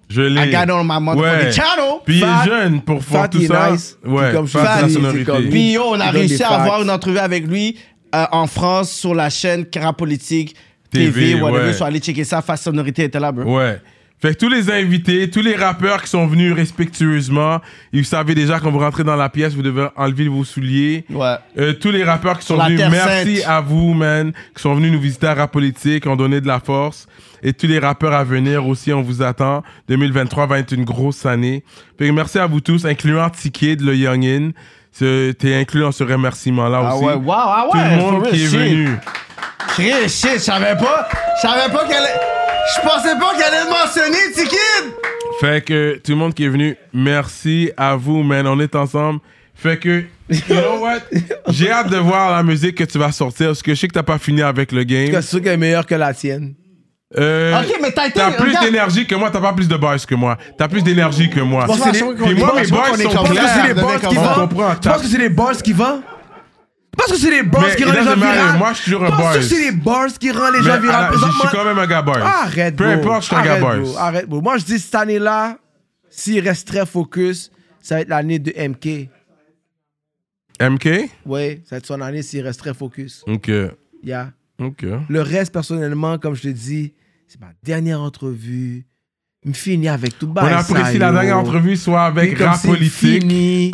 S1: Je l'ai.
S2: I got on my motherfucking
S1: Ouais.
S2: channel.
S1: Puis il
S2: Fat.
S1: est jeune pour faire
S2: Fat,
S1: tout
S2: il est
S1: ça.
S2: nice.
S1: hein? Ouais,
S2: Puis comme
S1: Fat
S2: je
S1: est
S2: dis,
S1: la
S2: c'est
S1: sonorité.
S2: Puis yo, on a
S1: Il donne
S2: réussi
S1: des
S2: à
S1: facts.
S2: avoir une entrevue avec lui euh, en France sur la chaîne Cara Politique TV,
S1: TV,
S2: whatever.
S1: ouais.
S2: So, allez checker ça. Face Sonorité était là, bro.
S1: Ouais. Fait que tous les invités, tous les rappeurs qui sont venus respectueusement, ils savaient déjà quand vous rentrez dans la pièce, vous devez enlever vos souliers.
S2: Ouais.
S1: Euh, tous les rappeurs qui sont
S2: Sur la
S1: venus,
S2: Terre
S1: merci
S2: Sainte.
S1: à vous, man, qui sont venus nous visiter à Rap Politique, qui ont donné de la force. Et tous les rappeurs à venir aussi, on vous attend. 2023 va être une grosse année. Fait que merci à vous tous, incluant T-Kid, le Youngin. Ce- T'es inclus dans ce remerciement-là
S2: Ah
S1: aussi.
S2: ouais, wow, ah
S1: Tout
S2: ouais,
S1: le monde
S2: for
S1: qui est
S2: real shit.
S1: venu.
S2: Chris, shit, je savais pas. Je savais pas qu'elle. Je pensais pas qu'elle allait le mentionner, Tikid.
S1: Fait que tout le monde qui est venu, merci à vous, man. On est ensemble. Fait que, you know what? J'ai hâte de voir la musique que tu vas sortir parce que je sais que t'as pas fini avec le game.
S3: C'est sûr qu'elle est meilleure que la tienne.
S1: Euh,
S3: Ok, mais t'as été-
S1: plus
S3: regarde.
S1: d'énergie que moi, t'as pas plus de boys que moi. T'as plus d'énergie que moi.
S3: Tu penses que c'est les-
S1: Puis moi, mes
S3: tu penses
S1: boys
S3: qu'on est
S1: sont
S3: comme- tu penses que c'est
S1: clairs.
S3: les boys qui
S1: On
S3: vendent?
S1: comprend.
S3: Tu penses que c'est les boys qui vendent? Parce que c'est les bars
S1: Mais
S3: qui
S1: it
S3: rendent les gens
S1: doesn't matter.
S3: virales.
S1: Moi, je suis toujours un
S3: Parce que
S1: bars.
S3: c'est les bars qui rendent les
S1: Mais
S3: gens
S1: à la-
S3: virales.
S1: je suis
S3: Présentement-
S1: quand même un gars bars.
S3: Arrête,
S1: Peu
S3: bro.
S1: importe, je suis un gars
S3: Arrête,
S1: bars.
S3: bro. Arrête, bro. Moi, je dis cette année-là, s'il reste très focus, ça va être l'année de MK.
S1: MK?
S3: Ouais, ça va être son année s'il reste très focus.
S1: Ok.
S3: Yeah.
S1: Ok.
S3: Le reste, personnellement, comme je te dis, c'est ma dernière entrevue. Je me finis avec tout bas.
S1: On apprécie la dernière entrevue, soit avec rap politique.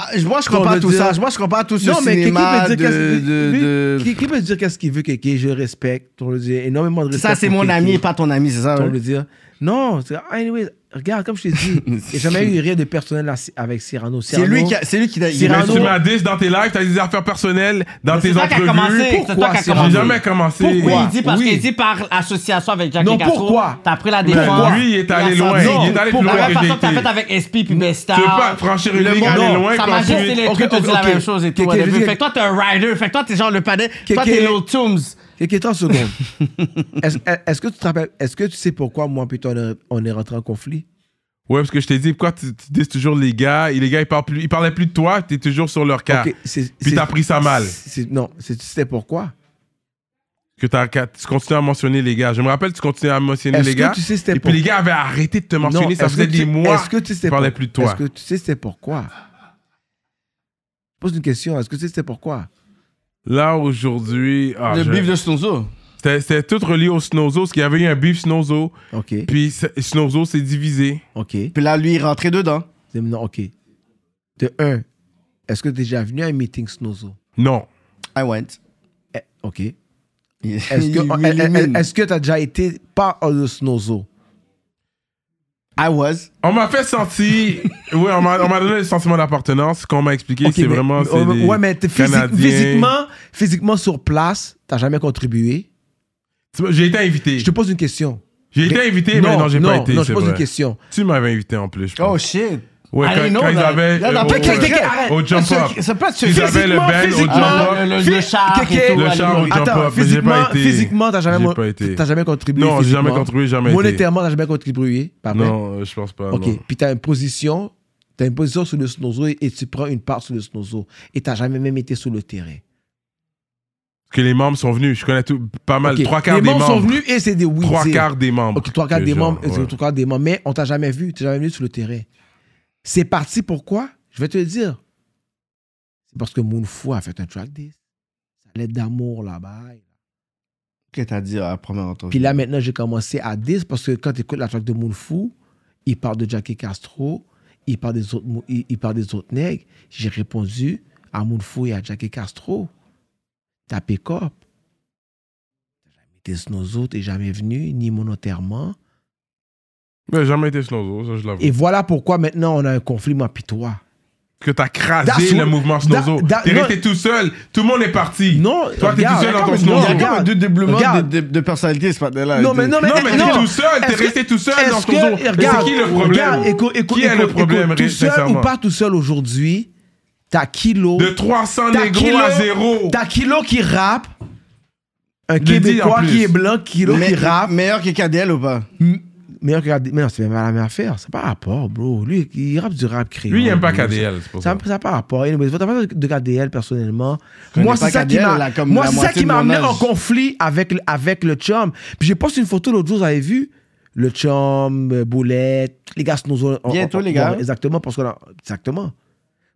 S3: Ah, je- moi, je
S2: Qu'on
S3: comprends
S2: veut
S3: tout
S2: dire-
S3: ça. Je- Moi, je comprends tout ce
S2: Non, mais
S3: cinéma
S2: Kéké peut dire
S3: de-
S2: qu'est-ce- lui-
S3: de- de-
S2: lui-
S3: Kéké peut dire qu'est-ce qu'il veut, Kéké. Je respecte. On le dit énormément de respect.
S2: Ça, c'est
S3: pour
S2: mon
S3: Kéké.
S2: ami, pas ton ami, c'est ça,
S3: On
S2: ouais?
S3: le dit. Non, c'est- anyway, regarde, comme je t'ai dit, j'ai jamais eu rien de personnel à- avec Cyrano. Cyrano-
S2: lui qui a- c'est lui qui a- il-
S1: Mais
S3: Cyrano-
S1: tu m'as dit dans tes lives, t'as des affaires personnelles dans
S3: Mais
S1: tes
S3: c'est toi qui as commencé,
S1: entrevues.
S3: c'est toi qui as
S1: J'ai
S3: commencé.
S1: jamais commencé.
S3: Pourquoi?
S1: Oui,
S3: Il dit
S1: parce
S3: Oui.
S1: qu'il
S3: dit
S28: par association avec
S3: Jackie Non, Gasso, pourquoi
S28: T'as pris la
S1: Mais défense. lui, il est allé loin. Il est allé plus loin que j'ai été.
S28: avec SP puis Besta.
S1: Tu veux pas franchir une ligne, aller loin,
S28: Ça
S1: puis
S28: m'a
S1: ensuite-
S28: juste les
S1: Ok,
S28: trucs, t'as
S1: ok,
S28: dit la
S1: ok.
S28: même chose et tout.
S1: Ok,
S28: whatever.
S1: je dis-
S28: Fait que toi, t'es un rider. Fait que toi, t'es genre le panel. Toi, t'es l'autre.
S3: Tooms. Kéké, 30 secondes. Est-ce est-ce que tu te rappelles, est-ce que tu sais pourquoi moi et toi on est- on est rentré en conflit?
S1: Ouais, parce que je t'ai dit, pourquoi tu, tu dises toujours les gars, et les gars, ils, parlent plus, ils parlaient plus de toi, t'es toujours sur leur cas.
S3: Ok, c'est-
S1: Puis
S3: c'est-
S1: t'as pris ça mal.
S3: c'est- Non, c'est- tu sais pourquoi?
S1: Que t'as- que tu continues à mentionner les gars. Je me rappelle, tu continuais à mentionner
S3: Est-ce
S1: les
S3: que
S1: gars.
S3: tu sais c'était
S1: et
S3: pour-
S1: puis les gars avaient arrêté de te
S3: Non,
S1: mentionner, ça
S3: est-ce
S1: faisait
S3: que
S1: des
S3: tu-
S1: mois.
S3: Est-ce que tu sais
S1: ils parlaient
S3: pour-
S1: plus de toi.
S3: Est-ce que tu sais c'est pourquoi? Je pose une question, est-ce que tu sais c'est pourquoi?
S1: Là, aujourd'hui. ah,
S2: Le
S1: je-
S2: beef de Snowzo.
S1: C'était c'était tout relié au Snowzo, parce qu'il y avait eu un beef Snowzo. Puis c'est- Snowzo s'est divisé.
S3: Puis là, lui, il rentrait dedans. Non, OK. De un, est-ce que tu es déjà venu à un meeting Snowzo?
S1: Non. eh,
S3: I went. OK. Est-ce
S2: Eh, il m'élimine.
S3: que est-ce que tu as déjà été par le Snowzo? I was.
S1: On m'a fait sentir. oui, on m'a on m'a donné le sentiment d'appartenance. Qu'on m'a expliqué,
S3: Ok,
S1: c'est
S3: mais- euh,
S1: vraiment. c'est
S3: ouais,
S1: des
S3: ouais, mais t'es physique-
S1: Canadiens.
S3: physiquement, physiquement sur place, t'as jamais contribué.
S1: J'ai été invité.
S3: Je te pose une question.
S1: J'ai été
S3: Mais-
S1: invité, mais non, j'ai pas été.
S3: Non, je
S1: c'est
S3: pose
S1: vrai.
S3: une question.
S1: Tu m'avais invité en plus. je pense.
S3: Oh shit.
S1: Ouais,
S3: I
S1: quand,
S3: didn't know
S1: quand ils
S3: that.
S1: avaient.
S3: Là,
S1: euh,
S3: dans
S1: au-
S3: pas quelqu'un qui-
S1: au,
S3: arrête.
S1: jump
S3: Ça,
S1: up.
S3: c'est pas-
S1: Ils avaient le band au jump up.
S3: physiquement, euh, physiquement,
S1: Le char au
S3: Attends,
S1: jump up. mais j'ai
S3: physiquement,
S1: pas été.
S3: physiquement, t'as jamais,
S1: J'ai pas été.
S3: t'as jamais contribué.
S1: Non, j'ai jamais
S3: physiquement.
S1: contribué, jamais été.
S3: Monétairement, t'as jamais contribué. pas vrai?
S1: Non, euh, je pense pas.
S3: Ok.
S1: non.
S3: Puis t'as une position, t'as une position sur le snozo et, et tu prends une part sur le snozo et t'as jamais même été sur le terrain.
S1: que les membres sont venus. Je connais tout, pas mal.
S3: Ok.
S1: Trois quarts
S3: les
S1: des membres.
S3: sont venus et c'est des oui
S1: Trois
S3: dire.
S1: quarts des membres.
S3: Ok, trois quarts
S1: Que
S3: des
S1: genre,
S3: membres, et c'est
S1: ouais.
S3: trois quarts des membres, mais on t'a jamais vu, t'es jamais venu sur le terrain. C'est parti pourquoi Je vais te le dire. C'est parce que Moonfou a fait un track diss. Ça allait d'amour là-bas.
S2: Qu'est-ce que t'as dit à la première
S3: Puis
S2: entrevue?
S3: là maintenant j'ai commencé à diss parce que quand tu écoutes la track de Moonfou, il parle de Jackie Castro, il parle des autres, mou- il, il parle des autres nègres. J'ai répondu à Moonfou et à Jackie Castro. T'as pick up. T'as jamais été sur nos autres, t'es jamais venu, ni monétairement.
S1: Mais jamais été Snowzo, ça je l'avoue.
S3: Et voilà pourquoi maintenant on a un conflit, moi pis toi.
S1: Que t'as
S3: That's
S1: crasé le
S3: what-
S1: mouvement
S3: that-
S1: Snowzo.
S3: that-
S1: T'es
S3: non.
S1: resté tout seul. Tout le monde est parti.
S3: Non,
S1: Toi, t'es tout
S2: Regarde,
S1: seul dans ton
S2: il y a
S1: Snowzo.
S2: comme un dédoublement
S1: Regarde.
S2: de, de, de personnalité, ce matin-là.
S1: Non, mais- non, mais- Non, mais t'es non. tout seul, t'es
S3: Est-ce que-
S1: resté tout seul dans
S3: est-ce
S1: ton
S3: que-
S1: zoo. Mais c'est
S3: regarde,
S1: qui le problème?
S3: regarde, écoute,
S1: Qui
S3: écoute,
S1: est le
S3: écoute,
S1: problème,
S3: écoute, Tout seul
S1: sincèrement?
S3: ou pas tout seul aujourd'hui, t'as Kilo.
S1: De 300
S3: t'as
S1: négros à zéro.
S3: T'as Kilo qui rappe. Un
S2: dit en
S3: Québécois
S2: plus.
S3: qui est blanc, Kilo
S2: Mais-
S3: qui rappe.
S2: Meilleur que KDL ou pas?
S3: Meilleur que KDL. Mais non, c'est même pas la même affaire. C'est pas rapport, bro. Lui, il rappe du rap créole.
S1: Lui, il aime pas
S3: bro.
S1: KDL, c'est pour
S3: ça. Ça n'a pas rapport. Anyways, faut parler de KDL, personnellement.
S2: connais
S3: Moi,
S2: pas
S3: c'est ça qui
S2: KDL,
S3: m'a
S2: là, comme
S3: moi,
S2: la
S3: c'est ça
S2: moitié
S3: qui
S2: de
S3: m'a
S2: mon
S3: amené
S2: âge.
S3: en conflit avec, le- avec le chum. Puis j'ai posté une photo l'autre jour, vous avez vu? Le chum, euh, Boulette, les gars, nous ont. on-
S2: Bientôt,
S3: on-
S2: les gars.
S3: on- Exactement, parce qu'on a- exactement.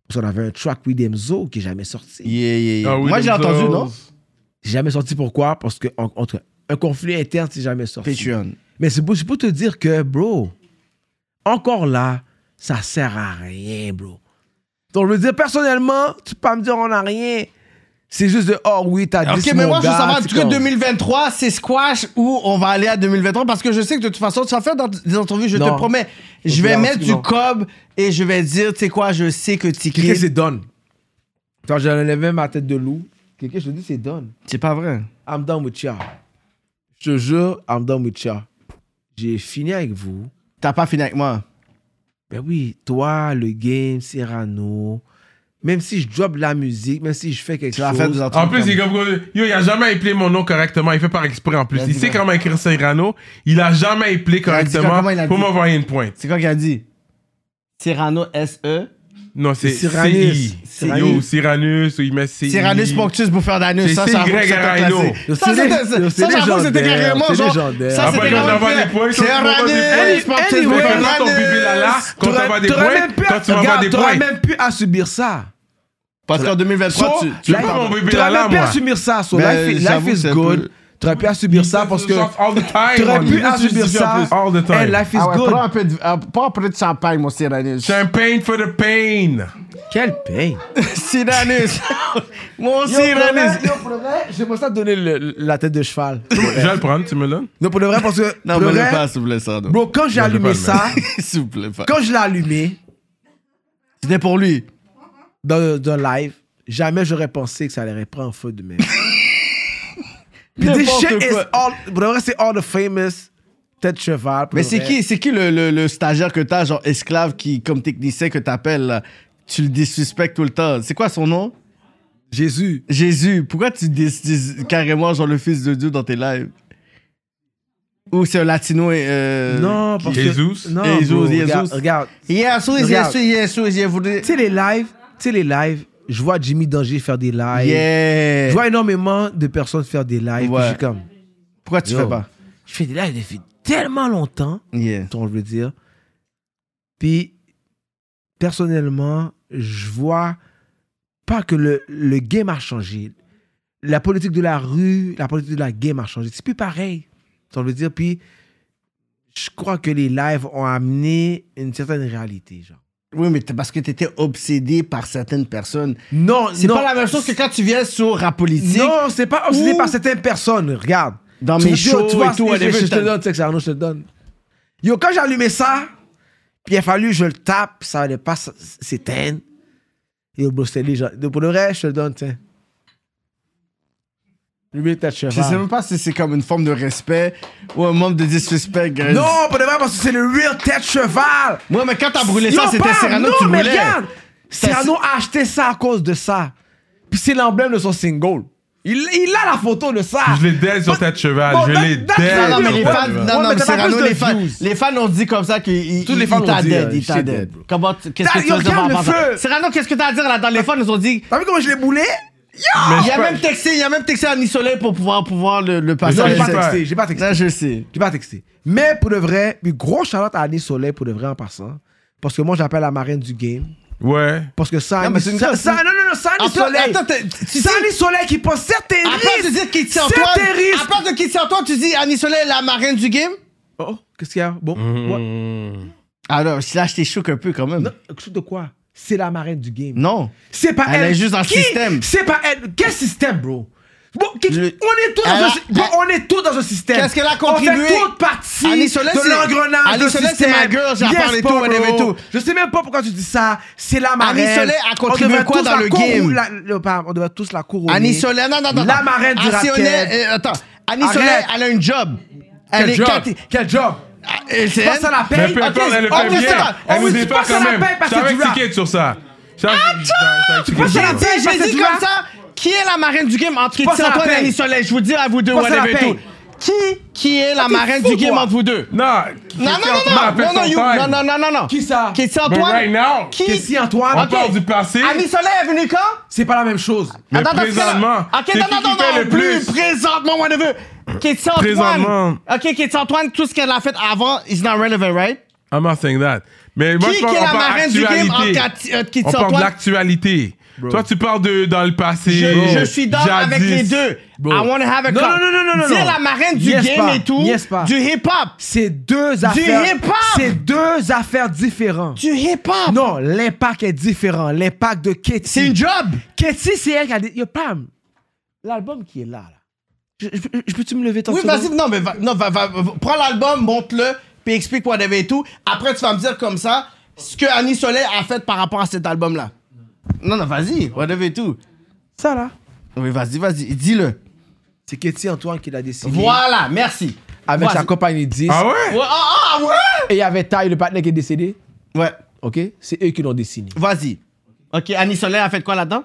S3: Parce qu'on avait un track with Demzo qui est jamais sorti.
S2: yeah. Ah, With Moi, j'ai Demzo.
S1: euh,
S2: entendu, non?
S3: C'est Jamais sorti, pourquoi? Parce que, en- entre un conflit interne, c'est jamais sorti.
S2: Patreon.
S3: Mais c'est pour, c'est pour te dire que, bro, encore là, ça sert à rien, bro. Donc, je veux dire, personnellement, tu peux pas me dire on n'a rien. C'est juste de, oh oui, t'as dit
S2: Ok, mais moi, je veux savoir, est-ce que 2023, c'est squash ou on va aller à 2023? Parce que je sais que de toute façon, tu vas faire dans- des entrevues, je
S3: Non.
S2: te promets.
S3: Ok,
S2: Je vais
S3: alors,
S2: mettre du
S3: non.
S2: cob et je vais dire, tu sais quoi, je sais que Tiki.
S3: Quelqu'un, c'est done. Quand j'ai levé ma tête de loup, quelqu'un, je te dis, c'est done.
S2: C'est pas vrai.
S3: I'm done with ya. Je te jure, I'm done with ya. J'ai fini avec vous.
S2: T'as pas fini avec moi?
S3: Ben oui, toi, le game, Serrano. Même si je drop la musique, même si je fais quelque chose.
S1: En plus, il est comme yo, il a jamais appelé mon nom correctement. Il fait par exprès en plus.
S3: Il a
S1: Il
S3: dit
S1: sait
S3: quoi?
S1: comment écrire Cyrano. Il a jamais appelé
S2: Il a dit quoi?
S1: correctement
S2: Comment il a
S1: pour
S2: dit?
S1: m'envoyer une pointe.
S2: C'est quoi qu'il a dit? Cyrano SE.
S1: Non, c'est
S29: C'est Cyranus.
S1: CI.
S29: Cyranus.
S1: Yo, Cyranus, ou il met CI.
S29: Cyranus
S2: Pontus, bouffeur d'anus, ça, ça a
S1: C'est
S2: rapport que
S1: CY
S2: ça t'a
S1: Rhino.
S2: classé. Ça, c'était- ça, ça a rapport que c'était carrément genre- ça, c'était
S1: Après, quand
S2: carrément
S1: t'envoies
S2: fait.
S1: des points,
S2: C'est Cyranus, Pontus,
S3: anyway,
S2: bouffeur
S3: Cyranus.
S1: Quand ton bibi là là, quand
S3: T'aurais-
S1: t'envoies des
S3: t'aurais
S1: points,
S3: même pu-
S1: quand tu vas avoir
S3: regarde,
S1: des
S3: t'aurais
S1: points.
S3: même plus à subir ça.
S2: Parce qu'en 2023, tu- tu
S3: Là,
S2: veux pas mon bébé
S3: T'aurais
S2: là-là,
S3: même pu
S2: moi.
S3: à subir ça. So
S2: Ben,
S3: life, is-
S2: j'avoue,
S3: life
S2: c'est
S3: is
S2: un
S3: good.
S2: peu-
S3: T'aurais pu à subir ça parce que. T'aurais pu à subir ça. And life is
S2: Ah ouais,
S3: good.
S2: prends un peu de- euh, Prends un peu de champagne, mon Cyranus.
S1: Champagne for the pain.
S3: Quel pain?
S2: Cyranus. Mon
S3: Yo, pour le vrai,
S2: Cyranus.
S3: yo, pour le vrai, J'aimerais ça te donner le- la tête de cheval.
S1: Je vais le prendre, tu me le donnes.
S3: Non, pour le vrai, parce que.
S2: Non,
S3: pour le
S2: mais le
S3: vrai,
S2: pas, s'il vous plaît, ça. non.
S3: Bro, quand j'ai
S2: Non, je veux
S3: allumé
S2: pas le
S3: ça,
S2: mettre. S'il vous plaît, pas.
S3: quand je l'ai allumé,
S2: c'était pour lui.
S3: Dans, dans live, jamais j'aurais pensé que ça allait prendre feu de même. Puis this
S2: N'importe
S3: shit is
S2: quoi.
S3: all. Pour le vrai, c'est all the famous tête de cheval. pour
S2: Mais
S3: le
S2: c'est
S3: vrai.
S2: qui, c'est qui le, le- le stagiaire que t'as, genre esclave, qui, comme technicien que t'appelles, là, tu le dissuspectes tout le temps? C'est quoi son nom?
S3: Jésus.
S2: Jésus. Pourquoi tu dis, dis carrément, genre, le fils de Dieu dans tes lives? Ou c'est un latino et. euh,
S3: Non,
S2: qui-
S3: parce que.
S2: Jesus?
S3: Non,
S2: Jesus,
S3: bro,
S2: Jesus.
S3: Regarde. regarde.
S2: Jesus,
S3: Regarde.
S2: Jesus, Jesus, Jesus.
S3: Tu sais, les lives, tu sais, les lives, je vois Jimmy Danger faire des lives.
S2: Yeah.
S3: Je vois énormément de personnes faire des lives. puis
S2: Ouais.
S3: Je suis comme.
S2: Pourquoi tu
S3: yo,
S2: fais pas?
S3: Je fais des lives depuis tellement longtemps. dont je veux dire. Puis, personnellement, je vois pas que le, le game a changé. La politique de la rue, la politique de la game a changé. C'est plus pareil. Ça veut dire. Puis, je crois que les lives ont amené une certaine réalité, genre.
S2: Oui, mais t'es- parce que t'étais obsédé par certaines personnes.
S3: Non,
S2: C'est
S3: non.
S2: pas la même chose que quand tu viens sur rap politique.
S3: Non, c'est pas obsédé
S2: Ou-
S3: par certaines personnes. Regarde.
S2: Dans
S3: Tu
S2: mes
S3: veux dire,
S2: shows
S3: tu vois,
S2: et tout,
S3: je-
S2: whatever,
S3: je, je te
S2: t'as-
S3: donne, tu sais que c'est Arnaud, je te le donne. Yo, quand j'ai allumé ça, puis il a fallu que je le tape, ça allait pas s- s'éteindre. Yo, bro, c'était léger. Donc, Pour le reste, je te le donne, tiens. Lui, t'as cheval.
S2: Je sais même pas si c'est comme une forme de respect ou un membre de disrespect. guys.
S3: Non, pour de vrai, parce que c'est le real tête cheval.
S2: Ouais, mais quand t'as brûlé
S3: Yo,
S2: ça, c'était
S3: Pam,
S2: Serrano
S3: non,
S2: que tu
S3: mais
S2: brûlais.
S3: regarde,
S2: Ça,
S3: Serrano a acheté ça à cause de ça. Puis c'est l'emblème de son single. Il, il a la photo de ça.
S1: Je l'ai dead sur ta cheval.
S3: Bon,
S1: Je
S3: that-
S1: l'ai
S3: that's-
S1: dead.
S2: Non, non, mais
S1: sur
S2: les
S1: ta
S2: fans,
S1: cheval.
S2: non, non,
S3: Ouais,
S2: mais
S3: mais t'as pas
S2: Serrano,
S3: plus de
S2: les fans, les fans ont dit comme ça qu'il
S3: Tous les
S2: il-
S3: fans
S2: il t'a
S3: l'ont dit,
S2: dead,
S3: euh,
S2: il t'a
S3: shit
S2: dead.
S3: dead, bro.
S2: Comment, tu- qu'est-ce que
S3: T'as-
S2: tu veux
S3: yo,
S2: dire par
S3: regarde
S2: rapport
S3: le
S2: à ça?
S3: feu.
S2: Serrano, qu'est-ce que t'as à dire là? Dans les fans, ils ont dit.
S3: T'as vu comment je l'ai boulé?
S1: Mais
S2: Il
S1: je
S2: a
S1: peux-
S2: même texté, il a même texté à Annie Soleil pour pouvoir, pouvoir le, le
S3: Non,
S2: passer.
S3: j'ai pas texté, j'ai pas texté.
S2: Là, je sais.
S3: J'ai pas texté. Mais pour de vrai, puis gros charlotte à Annie Soleil pour de vrai en passant. Parce que moi, j'appelle la marraine du game.
S1: Ouais.
S3: Parce que ça,
S2: Non, mais c'est une
S3: ça,
S2: chose-
S3: ça- non, non, non, ça, Annie
S2: Attends,
S3: Soleil.
S2: attends, t'es- tu
S3: ça,
S2: sais-
S3: Annie Soleil qui pense, c'est
S2: À place de dire Kitty Antoine, à place de Kitty Antoine, tu dis Annie Soleil, la marraine du game?
S3: Oh, qu'est-ce qu'il y a? Bon,
S2: Alors, là, Mm. Ah je t'ai choqué un peu quand même.
S3: Chou de quoi? C'est la marraine du game.
S2: Non.
S3: C'est pas elle.
S2: Elle est juste dans le
S3: Qui-
S2: système.
S3: C'est pas elle. Quel système, bro? Bon, qui- on est tous dans
S2: Elle
S3: un
S2: a-
S3: sy- bro, on est tous dans un système.
S2: Qu'est-ce qu'elle a
S3: On
S2: contribué?
S3: fait toute partie
S2: Annie Soleil,
S3: de
S2: c'est-
S3: l'engrenage
S2: Annie
S3: de
S2: Soleil, c'est
S3: système.
S2: ma girl, j'en
S3: Yes,
S2: parle et
S3: pas,
S2: tout, whatever et
S3: bro.
S2: tout.
S3: Je sais même pas pourquoi tu dis ça. C'est la marraine.
S2: Soleil a
S3: On
S2: contribué
S3: devrait
S2: quoi
S3: tous
S2: dans
S3: la
S2: le
S3: couronner-
S2: game?
S3: la- le- pardon, On devrait tous la couronner.
S2: Annie Soleil, non, non, non.
S3: La
S2: non.
S3: marraine du
S2: Ah, si
S3: rap.
S2: on est- euh, Attends, Annie
S3: Arrête.
S2: Soleil, elle a un job. Elle
S3: Quel
S2: est
S3: job?
S2: quand t'es-
S3: Quel job?
S2: Ah, euh, c'est
S3: Passe
S2: elle?
S3: à la paye.
S1: Mais peu
S3: Ok,
S1: importe, elle le
S3: on
S1: fait
S3: dit
S1: bien.
S3: ça.
S1: Elle
S3: On
S1: nous
S3: dit,
S1: dépasse
S3: passe à
S1: quand
S3: la
S1: même.
S3: paye parce
S1: J'étais
S3: que
S1: avec
S3: tu rap.
S1: ticket sur ça. J'étais avec- j'étais avec ticket
S2: Moi,
S1: sur
S2: j'ai
S1: ça.
S2: dit, j'ai
S3: Parce que
S2: dit
S3: tu
S2: comme
S3: vois-
S2: ça, qui est la marraine du game entre
S3: Passe à la
S2: Antoine et
S3: paye.
S2: Annie Soleil? Je vous dis à vous deux,
S3: Passe à la
S2: whatever et
S3: paye.
S2: tout. Qui, qui est la
S3: Ah, t'es
S2: marraine
S3: fou,
S2: du game
S3: toi.
S2: entre vous deux?
S1: Non,
S2: non, non, non,
S1: Antoine a fait
S2: non, non,
S1: son
S2: you-
S1: time.
S2: non, non, non, non, non.
S3: Qui ça?
S2: Qui c'est
S1: But
S2: Antoine?
S1: right now,
S2: Qui?
S3: Qu'est-ce qu'il y a, Antoine?
S1: on
S3: Ok.
S1: parle du passé.
S2: Annie Soleil est venue quand?
S3: C'est pas la même chose.
S1: Mais
S2: Attends, attends,
S1: présentement,
S2: parce que
S1: c'est
S2: là-
S1: qui
S2: Ok, non, non,
S1: qui fait
S2: non,
S1: le
S2: non,
S1: plus?
S2: plus présentement, mon neveu. Katie Antoine.
S1: Présentement.
S2: Ok, Katie Antoine, tout ce qu'elle a fait avant, is not relevant, right?
S1: I'm not saying that. Mais moi,
S2: Qui-
S1: je pense
S2: qui est
S1: qu'on
S2: la
S1: parle
S2: marraine du game
S1: actualité.
S2: en quatre- euh, qui
S1: On
S2: sort,
S1: parle de
S2: toi?
S1: l'actualité. Toi, tu parles de dans le passé.
S2: Je, je suis dans
S1: jadis.
S2: avec les deux. I wanna have a
S3: Non,
S2: cup.
S3: non, non, non, non, non.
S2: Dire la marraine du
S3: Yes,
S2: game
S3: pas.
S2: et tout.
S3: Yes, pas.
S2: Du hip-hop.
S3: C'est deux affaires.
S2: hip-hop!
S3: C'est deux affaires différentes.
S2: Du hip-hop.
S3: Non, l'impact est différent. L'impact de Katie.
S2: C'est une job.
S3: Katie, c'est elle qui a dit. Yo, Pam, l'album qui est là, là. Je, je- je peux-tu me lever ton
S2: Oui, vas-y, non, mais va, non, va, va- va- prends l'album, monte-le, puis explique whatever et tout. Après, tu vas me dire comme ça ce que Annie Soleil a fait par rapport à cet album-là. Non, non, vas-y, whatever et tout.
S3: Ça, là.
S2: Oui, vas-y, vas-y, dis-le.
S3: C'est Katie Antoine qui l'a décidé.
S2: Voilà, merci.
S3: Avec
S2: Vas-y.
S3: sa compagnie 10.
S1: Ah ouais?
S2: Ouais, ah, ah, ouais!
S3: Et il y avait Ty, le partenaire qui est décédé.
S2: Ouais.
S3: OK? C'est eux qui l'ont dessiné.
S2: Vas-y. Ok, Annie Soleil a fait quoi là-dedans?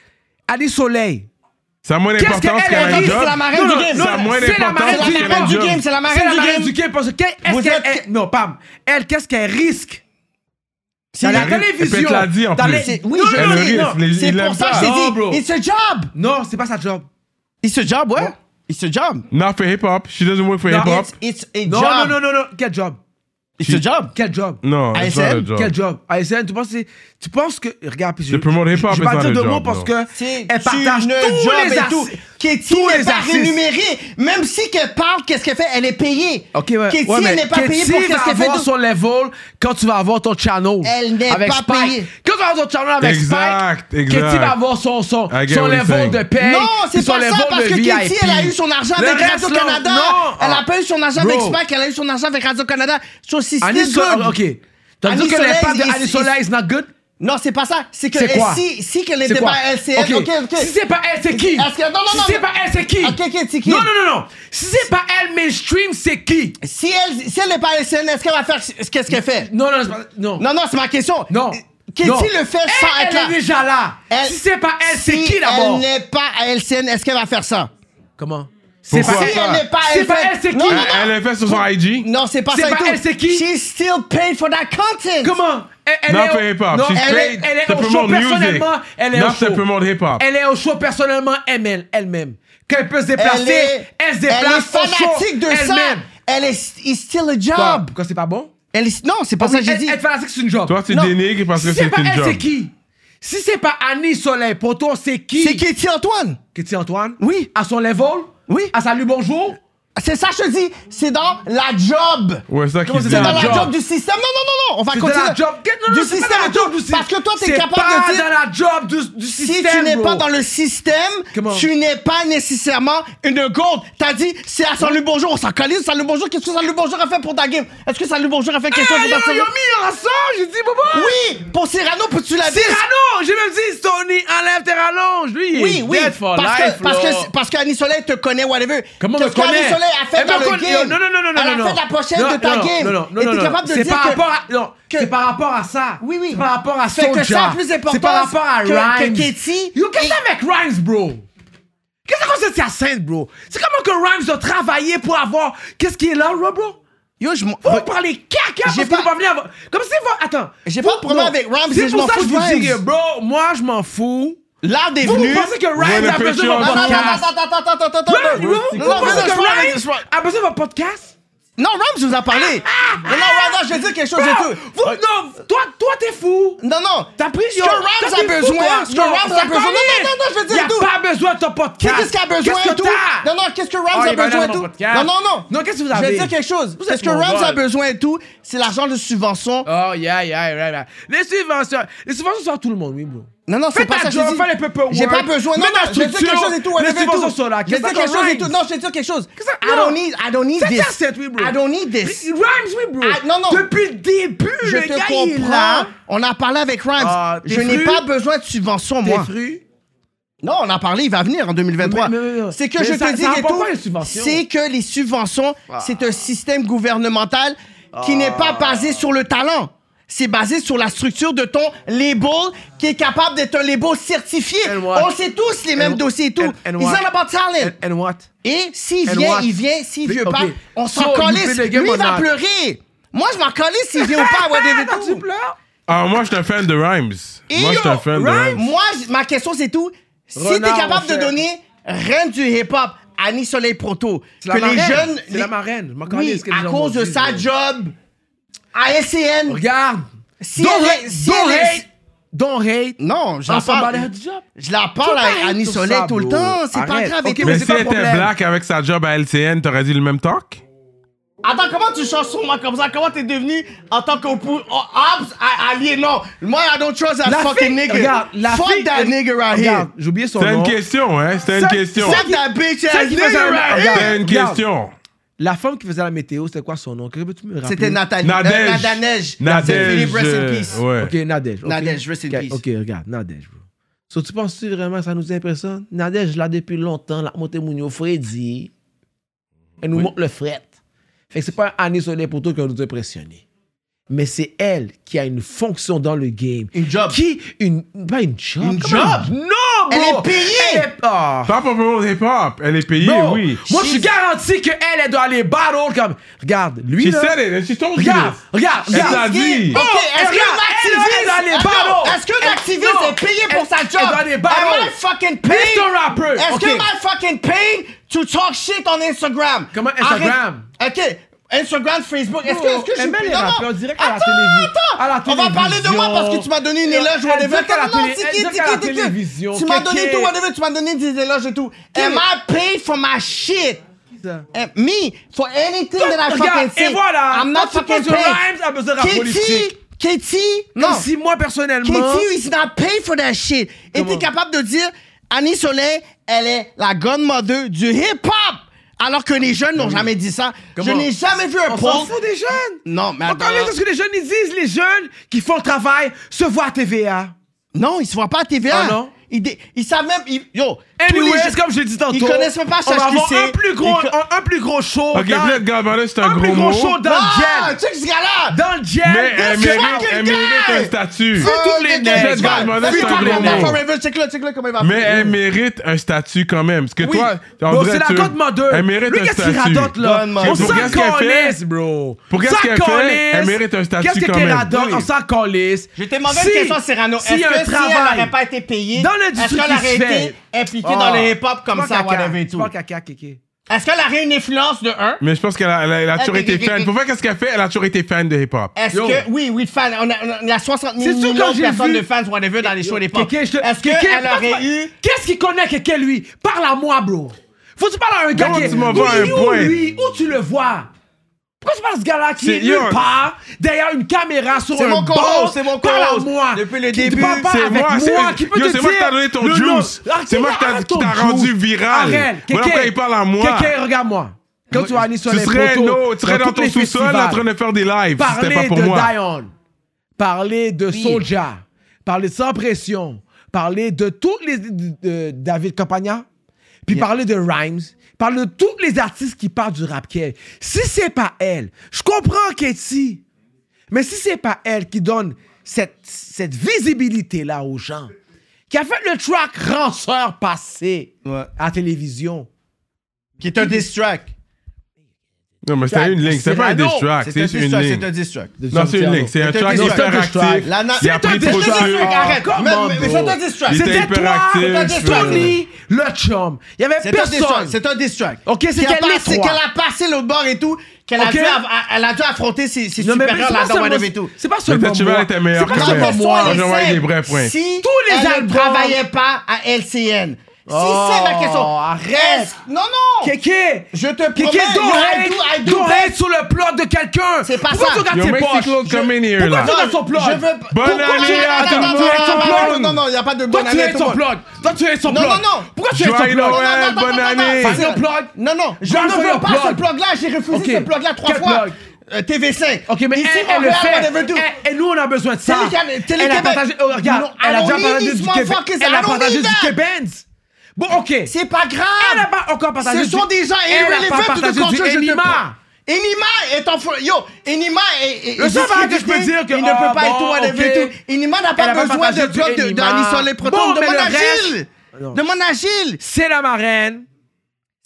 S3: Annie Soleil.
S1: Ça a moins
S3: Qu'est-ce
S1: d'importance
S3: qu'elle
S1: qu'elle a
S3: a
S1: un
S3: dit?
S1: job.
S3: C'est la marraine
S1: Non,
S3: du
S1: non,
S3: game.
S1: Ça a moins
S3: C'est la marraine
S1: d'importance
S3: du
S1: qu'elle a un
S3: game.
S1: job.
S3: C'est la marraine C'est la du marraine game. du game parce que est-ce Vous qu'elle êtes- est- non Pam elle qu'est-ce qu'elle risque C'est dans la le risque. télévision
S1: Elle l'a dit, en
S3: dans
S1: plus.
S3: les-
S1: C'est-
S3: oui
S1: Non,
S3: je
S1: elle
S3: le
S1: le
S3: dis,
S1: risque,
S3: non.
S1: mais
S3: c'est
S1: il
S3: pour
S1: l'aime
S3: ça que
S1: pas.
S3: j'ai
S1: Non,
S3: dit
S1: bro.
S3: it's a job non c'est pas sa job
S2: it's a job ouais it's a job
S1: Not for hip hop. She doesn't work for hip hop.
S2: it's a
S3: non,
S2: job.
S3: non non non non quel job
S2: It's a job.
S3: Quel job?
S1: Non, Ah, it's not a
S3: ASN?
S1: job.
S3: Quel job? ASN, tu penses, que c'est- tu penses que. Regarde, puis je.
S1: De promote hip-hop,
S3: je
S1: it's
S3: vais pas
S1: not
S3: dire
S1: a
S3: de
S1: job,
S3: mots parce
S1: non.
S3: que.
S2: C'est
S3: Elle partage
S2: une
S3: tous
S2: job
S3: les
S2: et
S3: assi-
S2: tout. Katie
S3: tous
S2: n'est
S3: les
S2: pas
S3: assises.
S2: rémunérée. Même si qu'elle parle, qu'est-ce qu'elle fait? Elle est payée.
S3: Ok, ouais.
S2: Katie
S3: ouais, mais
S2: n'est pas payée
S3: Katie
S2: pour qu'est-ce
S3: va
S2: qu'elle fait.
S3: avoir
S2: d'autre.
S3: son level quand tu vas avoir ton channel.
S2: Elle n'est
S3: Oh. avec
S2: pas
S3: Spike.
S2: payée.
S3: Quand tu vas avoir ton channel avec
S1: Exact,
S3: Spike,
S1: exact.
S3: Katie va avoir son, son,
S1: I get
S3: son
S1: what you're
S3: level
S1: saying.
S3: de paye.
S2: Non,
S3: puis
S2: c'est
S3: son
S2: pas ça,
S3: level
S2: parce
S3: de
S2: que Katie,
S3: VIP.
S2: elle a eu son argent
S3: Le
S2: avec
S3: reste,
S2: Radio-Canada.
S3: non.
S2: Elle a pas eu son argent avec
S3: Bro.
S2: Spike, elle a eu son argent avec Radio-Canada. So, si
S3: Annie
S2: c'est
S3: Soleil,
S2: good.
S3: ok. T'as dit
S2: Annie
S3: que les
S2: Soleil,
S3: pas de
S2: is-
S3: Annie Soleil
S2: is-
S3: is not good?
S2: Non, c'est pas ça. C'est que
S3: C'est
S2: elle-
S3: quoi?
S2: si, si qu'elle
S3: C'est
S2: n'était
S3: quoi?
S2: pas elle, c'est elle.
S3: Ok.
S2: Ok, ok.
S3: Si c'est pas elle, c'est qui?
S2: Est-ce que- Non, non,
S3: Si
S2: non.
S3: c'est
S2: mais-
S3: pas elle, c'est qui?
S2: Ok, ok, c'est qui?
S3: Non, non, non, non. Si c'est pas elle mainstream, c'est qui?
S2: Si elle si elle n'est pas SN, est-ce qu'elle va faire ce qu'est-ce qu'elle fait
S3: Non, non, c'est pas- non.
S2: Non, non, c'est ma question. Non. Qu'est-ce
S3: Non.
S2: le fait
S3: Elle,
S2: sans
S3: elle
S2: être là
S3: est déjà là. Si c'est pas elle, c'est
S2: si
S3: qui d'abord
S2: Elle n'est pas à LCN, est-ce qu'elle va faire ça
S3: Comment
S2: C'est
S3: Pourquoi?
S2: pas si elle n'est pas à
S3: C'est pas
S2: LCN.
S3: elle, c'est qui?
S2: Non, non, non.
S1: Elle l'a fait sur son IG.
S2: Non, c'est pas
S3: C'est
S2: ça
S3: pas
S2: du tout.
S3: elle, c'est qui?
S2: She's still paid for that content.
S3: Comment elle
S1: Not
S3: est
S1: for
S3: au-
S1: hip-hop.
S3: Non,
S1: She's
S3: elle est-
S1: paid
S3: elle est
S1: to
S3: au show
S1: promote music.
S3: personnellement, elle est au
S1: Not to
S3: show.
S1: promote hip-hop.
S3: Elle est au show personnellement elle-même. Elle-même. Qu'elle peut se déplacer,
S2: Elle est-
S3: elle se déplace
S2: elle est
S3: au show
S2: fanatique de ça.
S3: elle-même.
S2: Elle est it's still a job.
S3: Quoi? Pourquoi c'est pas bon?
S2: Elle est- non, c'est pas
S3: Ah
S2: ça
S3: oui,
S2: que j'ai
S3: être-
S2: dit.
S3: Être fanatique, c'est une job.
S1: Toi, tu
S3: Non.
S1: dénigres parce que
S3: Si c'est
S1: c'est
S3: pas
S1: une
S3: elle,
S1: job.
S3: c'est qui? Si c'est pas Annie Soleil, pour toi, c'est qui?
S2: C'est Katie Antoine.
S3: Katie Antoine?
S2: Oui.
S3: À son level?
S2: Oui.
S3: À salut bonjour?
S2: C'est ça que je te dis. C'est dans la job.
S1: Ouais, c'est ça qu'il
S3: Comment
S1: dit.
S3: c'est
S2: C'est dans
S3: la
S2: la
S3: job.
S2: job du système. Non, non, non, non. On va
S3: C'est dans
S2: continuer.
S3: la job. Non, non,
S2: du
S3: c'est pas
S2: système.
S3: dans la job du
S2: Parce que toi, t'es
S3: C'est
S2: capable
S3: pas
S2: de dire.
S3: dans la job du, du
S2: Si
S3: système,
S2: tu n'es pas
S3: bro.
S2: dans le système,
S3: Comment?
S2: tu n'es pas nécessairement une gold. T'as dit, c'est à Salut Bonjour, on s'en calise, Salut Bonjour, qu'est-ce que Salut Bonjour a fait pour ta game? Est-ce que Salut Bonjour a fait quelque chose
S3: Ah,
S2: pour
S3: yo,
S2: ta saison?
S3: yo, mis ensemble, j'ai dit, bobo!
S2: Oui, pour Cyrano, pour tu l'as dit.
S3: Cyrano! J'ai même dit, Tony, enlève tes rallonges! Lui, il
S2: Oui,
S3: est
S2: oui,
S3: dead for
S2: parce
S3: life,
S2: que, parce
S3: là.
S2: que, parce qu'Annie Soleil te connaît, whatever.
S3: Comment
S2: Qu'est-ce
S3: me connaît?
S2: qu'Annie Soleil a fait
S3: Elle
S2: dans
S3: me
S2: le
S3: connaît-
S2: game?
S3: Non, non, non, non,
S2: Elle
S3: non,
S2: a
S3: non.
S2: fait la pochette
S3: Non,
S2: de ta
S3: non,
S2: game.
S3: non, non, non,
S2: Et
S3: non,
S2: t'es
S3: non.
S2: capable de
S3: C'est
S2: dire
S3: par
S2: que-
S3: rapport à- non, c'est par rapport à ça.
S2: Oui, oui.
S3: C'est par rapport à
S2: Fait que
S3: Soulja.
S2: ça a plus d'importance
S3: C'est par rapport à
S2: que- que
S3: Rhymes.
S2: Katie.
S3: Yo, qu'est-ce que t'as avec Rhymes, bro? Qu'est-ce qu'on s'est dit à Sainte, bro? C'est comment que Rhymes a travaillé pour avoir. Qu'est-ce qui est là, là, bro?
S2: Yo, je m'en.
S3: Vous parlez caca parce
S2: J'ai
S3: que vous
S2: pas-
S3: parlez avant. Comme si. vous- Attends.
S2: J'ai pas de
S3: Vous-
S2: problème
S3: non.
S2: avec Rhymes,
S3: C'est
S2: je m'en
S3: pour ça que
S2: fous
S3: je
S2: de
S3: vous dis
S2: Rhymes.
S3: que, bro, moi, je m'en fous.
S2: L'art est
S3: Vous,
S2: venu.
S3: Vous pensez que
S2: Ouais,
S3: Rhymes
S2: le
S3: a besoin de
S2: pécho,
S3: votre
S2: attends,
S3: podcast?
S2: attends, attends, attends, attends, attends,
S3: Rhymes,
S2: attends.
S3: bro?
S2: Non,
S3: Vous
S2: non,
S3: pensez
S2: laisse-moi,
S3: que
S2: laisse-moi.
S3: Rhymes a besoin de votre podcast? Ah,
S2: Non, Rams vous a parlé. Non, non, Rams, je vais dire quelque chose
S3: Bro,
S2: de tout. Euh,
S3: vous- Non, toi, toi, t'es fou.
S2: Non, non.
S3: T'as pris
S2: Ce que Rams a besoin, ce que Rams a besoin. Non, non, non, non, je vais dire tout.
S3: Il a pas besoin de ton podcast.
S2: Qu'est-ce qu'il a besoin
S3: Qu'est-ce que
S2: tout?
S3: t'as?
S2: Non, non, qu'est-ce que Rams
S3: Ah,
S2: a
S3: il va
S2: besoin
S3: dans mon
S2: tout?
S3: podcast.
S2: Non, non, non.
S3: Non, qu'est-ce que vous
S2: Je vais
S3: avez?
S2: dire quelque chose.
S3: Vous êtes
S2: Qu'est-ce que
S3: mongol.
S2: Rams a besoin et tout? C'est l'argent de subvention.
S3: Oh, yeah, yeah, yeah, yeah. Les subventions, les subventions sont à tout le monde, oui, bro.
S2: Non, non, c'est
S3: Fais
S2: pas
S3: ta
S2: ça que
S3: job,
S2: je dis.
S3: fais les paperwork,
S2: J'ai pas besoin. Non,
S3: mets ta
S2: non, je vais dire
S3: structure,
S2: quelque chose et tout.
S3: les
S2: whatever et
S3: subventions
S2: tout.
S3: sont là.
S2: Je vais dire
S3: Qu'est-ce
S2: quelque
S3: que
S2: chose et
S3: Rhymes?
S2: tout. Non, je vais dire quelque chose.
S3: Qu'est-ce que-
S2: I
S3: Non.
S2: don't need, I don't need
S3: C'est
S2: this.
S3: ta set, oui, bro.
S2: I don't need this.
S3: Rhymes, oui, bro.
S2: Ah, non, non.
S3: Depuis le début,
S2: Je
S3: le
S2: te
S3: gars, il est
S2: comprends.
S3: là.
S2: On a parlé avec Rams.
S3: Ah, t'es
S2: je n'ai
S3: fru?
S2: pas besoin de subvention,
S3: T'es
S2: moi.
S3: fru?
S2: Non, on a parlé, il va venir en 2023.
S3: Mais- mais- mais-
S2: c'est que
S3: mais
S2: je
S3: ça-
S2: te dis
S3: ça
S2: et
S3: rapporte
S2: tout,
S3: quoi, les subventions?
S2: c'est que les subventions,
S3: Ah.
S2: c'est un système gouvernemental qui n'est pas basé sur le talent. C'est basé sur la structure de ton label qui est capable d'être un label certifié.
S3: And what?
S2: On sait tous les mêmes
S3: And-
S2: dossiers et tout.
S3: and- and
S2: Ils
S3: what?
S2: en about talent.
S3: And what?
S2: Et s'il
S3: And
S2: vient,
S3: what?
S2: il vient. S'il
S3: Mais-
S2: vient
S3: ok.
S2: pas, on
S3: So,
S2: s'en
S3: you
S2: calisse.
S3: play the game
S2: Lui,
S3: or
S2: il va
S3: not?
S2: pleurer. Moi, je m'en calisse s'il vient ou pas. whatever et tout.
S3: Tu pleures?
S1: Ah, moi, je suis un fan de Rhymes.
S2: Et
S1: Moi, je suis
S2: yo,
S1: un fan de
S2: Rhyme,
S1: Rhymes.
S2: Moi, j- ma question, c'est tout. Si t'es
S3: Renard,
S2: capable
S3: mon
S2: de
S3: cher.
S2: donner rien du hip-hop, Annie Soleil Proto,
S3: C'est
S2: que
S3: la
S2: les
S3: marraine,
S2: jeunes...
S3: c'est
S2: les-
S3: la marraine, je m'en calisse
S2: Oui,
S3: ce que les
S2: à
S3: gens
S2: cause
S3: vont
S2: de
S3: dire,
S2: sa
S3: ouais.
S2: job à SCN.
S3: Regarde.
S2: Si
S3: Don't
S2: elle
S3: hate-
S2: est- si
S3: don't
S2: elle est-
S3: hate. Don't hate.
S2: Non, je
S3: On
S2: la
S3: s'en
S2: parle.
S3: bat du job.
S2: Je la parle
S3: Faut pas
S2: à Annie
S3: hate sur
S2: Soleil
S3: ça,
S2: tout le
S3: bro.
S2: temps. C'est pas
S3: Arrête.
S2: grave.
S3: Ok,
S2: et tout.
S1: Mais
S3: c'est
S1: si
S3: quoi
S1: elle
S3: le
S1: était
S3: problème?
S1: black avec sa job à LCN, t'aurais dit le même talk?
S2: Attends, comment tu changes sur moi comme ça? Comment t'es devenu en tant qu'opposé? Oh, Hobbs, à- allié, non. Moi, I don't trust that
S3: La
S2: fucking
S3: fille-
S2: nigga.
S3: regarde, la
S2: Fuck
S3: fille-
S2: that nigga right here.
S3: Regarde, j'ai oublié son
S1: C'était
S3: nom.
S1: une question, hein? C'était une
S3: Ça-
S1: question.
S2: Fuck that bitch ass
S3: Celle qui
S2: nigga
S3: faisait la-
S2: right here.
S3: regarde,
S1: C'était une
S3: regarde.
S1: question.
S3: La femme qui faisait la météo, c'était quoi son nom? Que peux-tu me rappeler?
S2: C'était Nathalie.
S1: Nadège.
S2: Euh, Nadanège.
S1: Nadège,
S2: Philippe, rest in peace.
S1: euh, ouais.
S3: Ok, Nadège. ok.
S2: Nadège, rest in
S3: Ok,
S2: peace.
S3: Ok, regarde, Nadège, bro. So, tu penses-tu vraiment que ça nous impressionne? Nadège, là, depuis longtemps, la montée Mounio Freddy, elle nous montre le fret. Fait que c'est pas Annie Soleil pour toi qui va nous impressionner. Mais c'est elle qui a une fonction dans le game. Une job. Qui, une, pas une job.
S1: Une
S3: comment-
S1: job.
S3: Non,
S1: Elle
S3: bro!
S1: est payée.
S3: Elle est- Ah.
S1: Top of World Hip Hop, elle est payée,
S3: Bro,
S1: oui.
S3: Moi, je suis garanti qu'elle, elle doit aller battle comme. Regarde, lui.
S1: She
S3: là,
S1: said it, and she told you
S3: Regarde,
S1: this.
S3: regarde,
S1: Elle
S3: regarde.
S1: l'a dit.
S3: Oh,
S1: Ok,
S2: est-ce
S3: regarde,
S2: qu'un
S3: elle,
S2: activiste-
S3: elle doit aller
S2: Attends,
S3: battle.
S2: est-ce qu'un
S3: Elle-
S2: activiste
S3: non,
S2: est payé pour
S3: elle-
S2: sa job?
S3: Elle doit aller battle.
S2: Am I fucking paid?
S3: Mr. Rapper.
S2: Est-ce
S3: Ok.
S2: que am I fucking paid to talk shit on Instagram? Comment
S3: Instagram?
S2: OK. Instagram, Facebook. Est-ce que, est-ce que je
S3: elle
S2: suis
S3: met
S2: payé?
S3: les
S2: Non, non.
S3: rappeurs direct à la
S2: Attends,
S3: télévi-
S2: attends.
S3: à la
S2: On va parler de moi
S3: télévision.
S2: parce que tu m'as donné une éloge,
S3: Elle-
S2: whatever.
S3: elle dit à la
S2: Non, non,
S3: télé-
S2: tiki,
S3: elle dit
S2: tiki,
S3: à la
S2: tiki.
S3: télévision.
S2: Tu m'as
S3: Kéké.
S2: donné tout, whatever. Tu m'as donné des éloges et tout. Am I paid for my shit? Eh, me, for anything
S3: Toi,
S2: that I
S3: regarde,
S2: fucking say.
S3: et voilà,
S2: I'm not
S3: quand tu
S2: fucking
S3: poses
S2: paid.
S3: le rhyme, t'as besoin de rap
S2: Katie,
S3: politique.
S2: Katie,
S3: Comme
S2: non.
S3: si moi, personnellement-
S2: Katie, is not paid for that shit. Et t'es capable de dire, Annie Soleil, elle est la godmother du hip-hop. Alors que les jeunes n'ont jamais dit ça. Je
S3: Comment?
S2: n'ai jamais vu un
S3: Ah, On
S2: post.
S3: s'en fout des jeunes.
S2: Non, mais
S3: Encore mieux,
S2: attends.
S3: c'est ce que les jeunes ils disent. Les jeunes qui font le travail se voient à TVA.
S2: Non, ils se voient pas à TVA.
S3: Ah non?
S2: Ils, dé- ils savent même. Ils, yo, tous les
S3: Anyways,
S2: jeunes-
S3: comme j'ai dit tantôt,
S2: Ils connaissent même pas
S3: on va avoir
S2: HHQC.
S3: un plus gros,
S2: Ils co-
S3: un, un plus gros show.
S1: Ok,
S3: dans-
S1: peut-être Godmother, c'est un
S3: un plus
S1: gros
S3: gros
S1: mot.
S3: show dans
S2: Ah,
S3: le
S2: tu
S3: gel.
S2: sais que ce gars-là!
S3: Dans le gel.
S1: Mais elle
S3: This
S1: mérite,
S3: fucking
S1: elle mérite
S3: guy.
S1: un statut.
S3: Fais tous les nègres.
S1: Peut-être Godmother,
S3: Fais
S1: c'est
S3: tous
S1: un
S3: les euh,
S1: gros
S3: nègres.
S1: mot.
S2: Forever, check-le, check-le comment il va
S1: Mais
S2: faire.
S1: elle mérite un statut quand même. Parce que
S3: Oui.
S1: toi, en
S3: Bro,
S1: vrai,
S3: c'est la
S1: tu-
S3: godmother.
S1: Elle mérite
S3: Lui,
S1: un
S3: qu'est-ce qu'il
S1: statut.
S3: radote, là?
S1: Godmother.
S3: On
S1: Pour
S3: s'en
S1: qu'est-ce qu'elle fait,
S3: calisse, bro.
S1: Pour qu'est-ce
S3: S'en
S1: qu'elle fait, elle
S3: calisse.
S1: mérite un statut
S3: Qu'est-ce que
S1: quand même.
S3: Kéradon,
S1: Oui.
S3: on s'en calisse.
S2: J'ai été mauvaise
S3: Si-
S2: question à Cyrano.
S3: s'il y
S2: Est-ce
S3: a
S2: que si
S3: un
S2: elle
S3: travail
S2: n'aurait pas été payée,
S3: dans
S2: est-ce
S3: l'industrie
S2: qu'elle
S3: qui se
S2: aurait été
S3: fait
S2: impliquée dans le hip-hop comme ça, whatever et
S3: Tu
S2: tout?
S3: parles caca, Kéké.
S2: Est-ce qu'elle aurait une influence de un?
S1: Mais je pense qu'elle a, elle a- elle a toujours
S2: Ok,
S1: été
S2: ok,
S1: fan.
S2: ok.
S1: Pour faire qu'est-ce qu'elle fait, elle a toujours été fan de hip-hop.
S2: Est-ce que, oui, oui, fan, on a, on a 60 000
S3: C'est sûr,
S2: millions
S3: quand
S2: de
S3: j'ai
S2: personnes
S3: vu-
S2: de fans, whatever, dans les shows à l'époque.
S3: Kéké, je te-
S2: Est-ce
S3: Kéké,
S2: qu'elle aurait
S3: passe-moi-
S2: eu...
S3: Qu'est-ce qu'il connaît Kéké, lui? Parle à moi, bro. Faut que tu parles à un gars
S1: Non,
S3: qui est...
S1: tu m'en
S3: Lui,
S1: vas à un
S3: lui,
S1: point.
S3: lui, où tu le vois? Pourquoi tu parles à ce gars-là qui
S1: C'est-
S3: est nulle
S1: yo.
S3: part, derrière une caméra, sur
S2: C'est
S3: un
S2: mon
S3: banc,
S2: co-host, c'est mon
S3: parle à
S2: co-host.
S3: moi.
S2: Depuis le
S3: Qui-
S2: début,
S3: parle pas
S1: c'est
S3: avec
S1: moi, c'est-
S3: qui peut
S1: yo,
S3: te
S1: c'est moi qui
S3: dire
S1: t'a donné ton
S3: le nom.
S1: juice.
S3: Arrête,
S1: C'est moi qui t'a-
S3: arrête
S1: qui
S3: ton
S1: t'a rendu
S3: juice.
S1: viral.
S3: Arrête,
S1: Voilà
S3: Kéké.
S1: pourquoi il parle à moi.
S3: Kéké, regarde-moi. Quand tu vas aller sur
S1: tu
S3: les
S1: serais,
S3: poteaux,
S1: no, tu serais dans,
S3: tous
S1: ton
S3: les
S1: sous-sol en
S3: festivals,
S1: train de faire des lives. si
S3: Parler
S1: C'était pas pour
S3: de
S1: moi.
S3: Dion, parler de Soja, parler de Sans Pression, parler de tous les de- de David Campagna, puis parler de Rhymes, parler de tous les artistes qui parlent du rap qu'elle. Si c'est pas elle, je comprends Katie, mais si c'est pas elle qui donne cette, cette visibilité-là aux gens, qui a fait le track Ranceur passé à la télévision.
S2: Qui est un diss track.
S1: Non, mais c'était une ligne. C'était pas un diss track.
S2: C'est un
S1: C'est
S2: diss
S1: une
S2: track,
S1: ligne.
S2: c'est un diss track.
S1: Non, c'est une ligne. C'est un
S2: C'est un
S1: track
S2: diss track.
S1: hyperactif.
S2: La
S1: Il
S2: na-
S1: a
S2: C'est un
S1: pris
S2: diss
S1: trop de
S2: track,
S1: sucre.
S2: arrête.
S3: Comment,
S2: Mais- mais- mais
S3: bro?
S2: c'est un diss track.
S1: Il était
S3: C'était toi,
S1: hyperactif.
S3: Tony, le chum. Il y avait
S2: C'est un diss track,
S3: personne.
S2: C'est un diss track.
S3: Ok, c'est
S2: Qui a
S3: qu'elle
S2: passé-
S3: est trois.
S2: Qu'elle a passé l'autre bord et tout, qu'elle a
S3: Ok.
S2: dû av- elle a dû affronter ses ses
S3: Non, mais
S2: supérieurs
S3: c'est pas
S2: là-dedans,
S3: seulement-
S2: whatever et tout.
S3: c'est pas
S1: Mais
S3: seulement
S1: Tachival
S3: moi.
S1: était meilleur
S3: C'est
S1: que
S3: pas seulement
S1: moi.
S3: moi.
S1: Moi, j'envoyais des vrais points.
S2: Si
S3: Tous les
S2: elle
S3: albums-
S2: ne travaillait pas à LCN. Si
S3: Oh,
S2: c'est ma question.
S3: arrête.
S2: Est-ce- Non, non.
S3: Kéké!
S2: Je te
S3: Kéké,
S2: promets,
S3: don't
S2: yo, I
S3: hate,
S2: do- I do
S3: don't
S2: best.
S3: hate sur le plot de quelqu'un!
S2: C'est pas
S3: Pourquoi
S2: ça.
S3: tu regardes
S1: Yo,
S3: ses
S1: Mexico,
S3: poches?
S1: come in here,
S3: Pourquoi
S1: là.
S3: tu regardes son plot?
S2: Je veux-
S1: Bonne
S2: Pourquoi
S1: année
S2: tu-
S1: à
S2: Attends,
S1: tout le
S2: attends,
S1: monde.
S2: attends,
S1: Bonne
S2: attends,
S1: année.
S2: Non, non, il n'y a pas de
S3: Toi,
S2: bonne
S3: tu
S2: année à
S3: es
S2: tout
S3: son
S2: le monde.
S3: plot! Toi, tu es son
S2: Non,
S3: plot!
S2: non, non.
S3: Pourquoi tu es son plot?
S1: Joyeux Noël,
S2: attends,
S1: bonne
S2: attends,
S1: année.
S2: attends,
S3: Fais-le
S2: attends.
S3: plug.
S2: Non, non, je
S3: Fais-le
S2: ne veux
S3: plug.
S2: pas ce plug-là. J'ai refusé
S3: Ok. Ah,
S2: ce plug-là trois
S3: Quel
S2: fois.
S3: plug?
S2: Euh, TV5.
S3: Ok, mais elle, elle le fait. Elle- et nous, on a besoin de ça.
S2: Télé- Télé-
S3: elle a
S2: Québec.
S3: partagé. oh, regarde,
S2: Non,
S3: elle a
S2: I
S3: déjà
S2: don't need
S3: partagé
S2: these
S3: du Québec.
S2: motherfuckers,
S3: Elle
S2: I
S3: a
S2: don't
S3: partagé
S2: need
S3: du
S2: that.
S3: Québec. Bon, ok.
S2: C'est pas grave.
S3: Elle a pas encore partagé
S2: Ce sont
S3: du-
S2: des gens
S3: Elle a pas
S2: irrelevant tout
S3: partagé
S2: de
S3: du
S2: culture. je te
S3: Enima.
S2: prends. Enima est en fou- Yo, Enima est. est-
S3: Le
S2: est
S3: seul
S2: discrédité,
S3: que je peux dire que,
S2: Il ne
S3: ah,
S2: peut pas être
S3: bon,
S2: tout, whatever
S3: ok.
S2: et tout. Enima n'a
S3: Elle a
S2: pas
S3: pas
S2: besoin
S3: partagé
S2: de
S3: du
S2: plug de-
S3: Enima.
S2: d'Annie Soleil Proton.
S3: Bon, mais
S2: Demande
S3: le
S2: à
S3: reste- Ah,
S2: Gilles.
S3: Non.
S2: Demande à Gilles.
S3: C'est la marraine.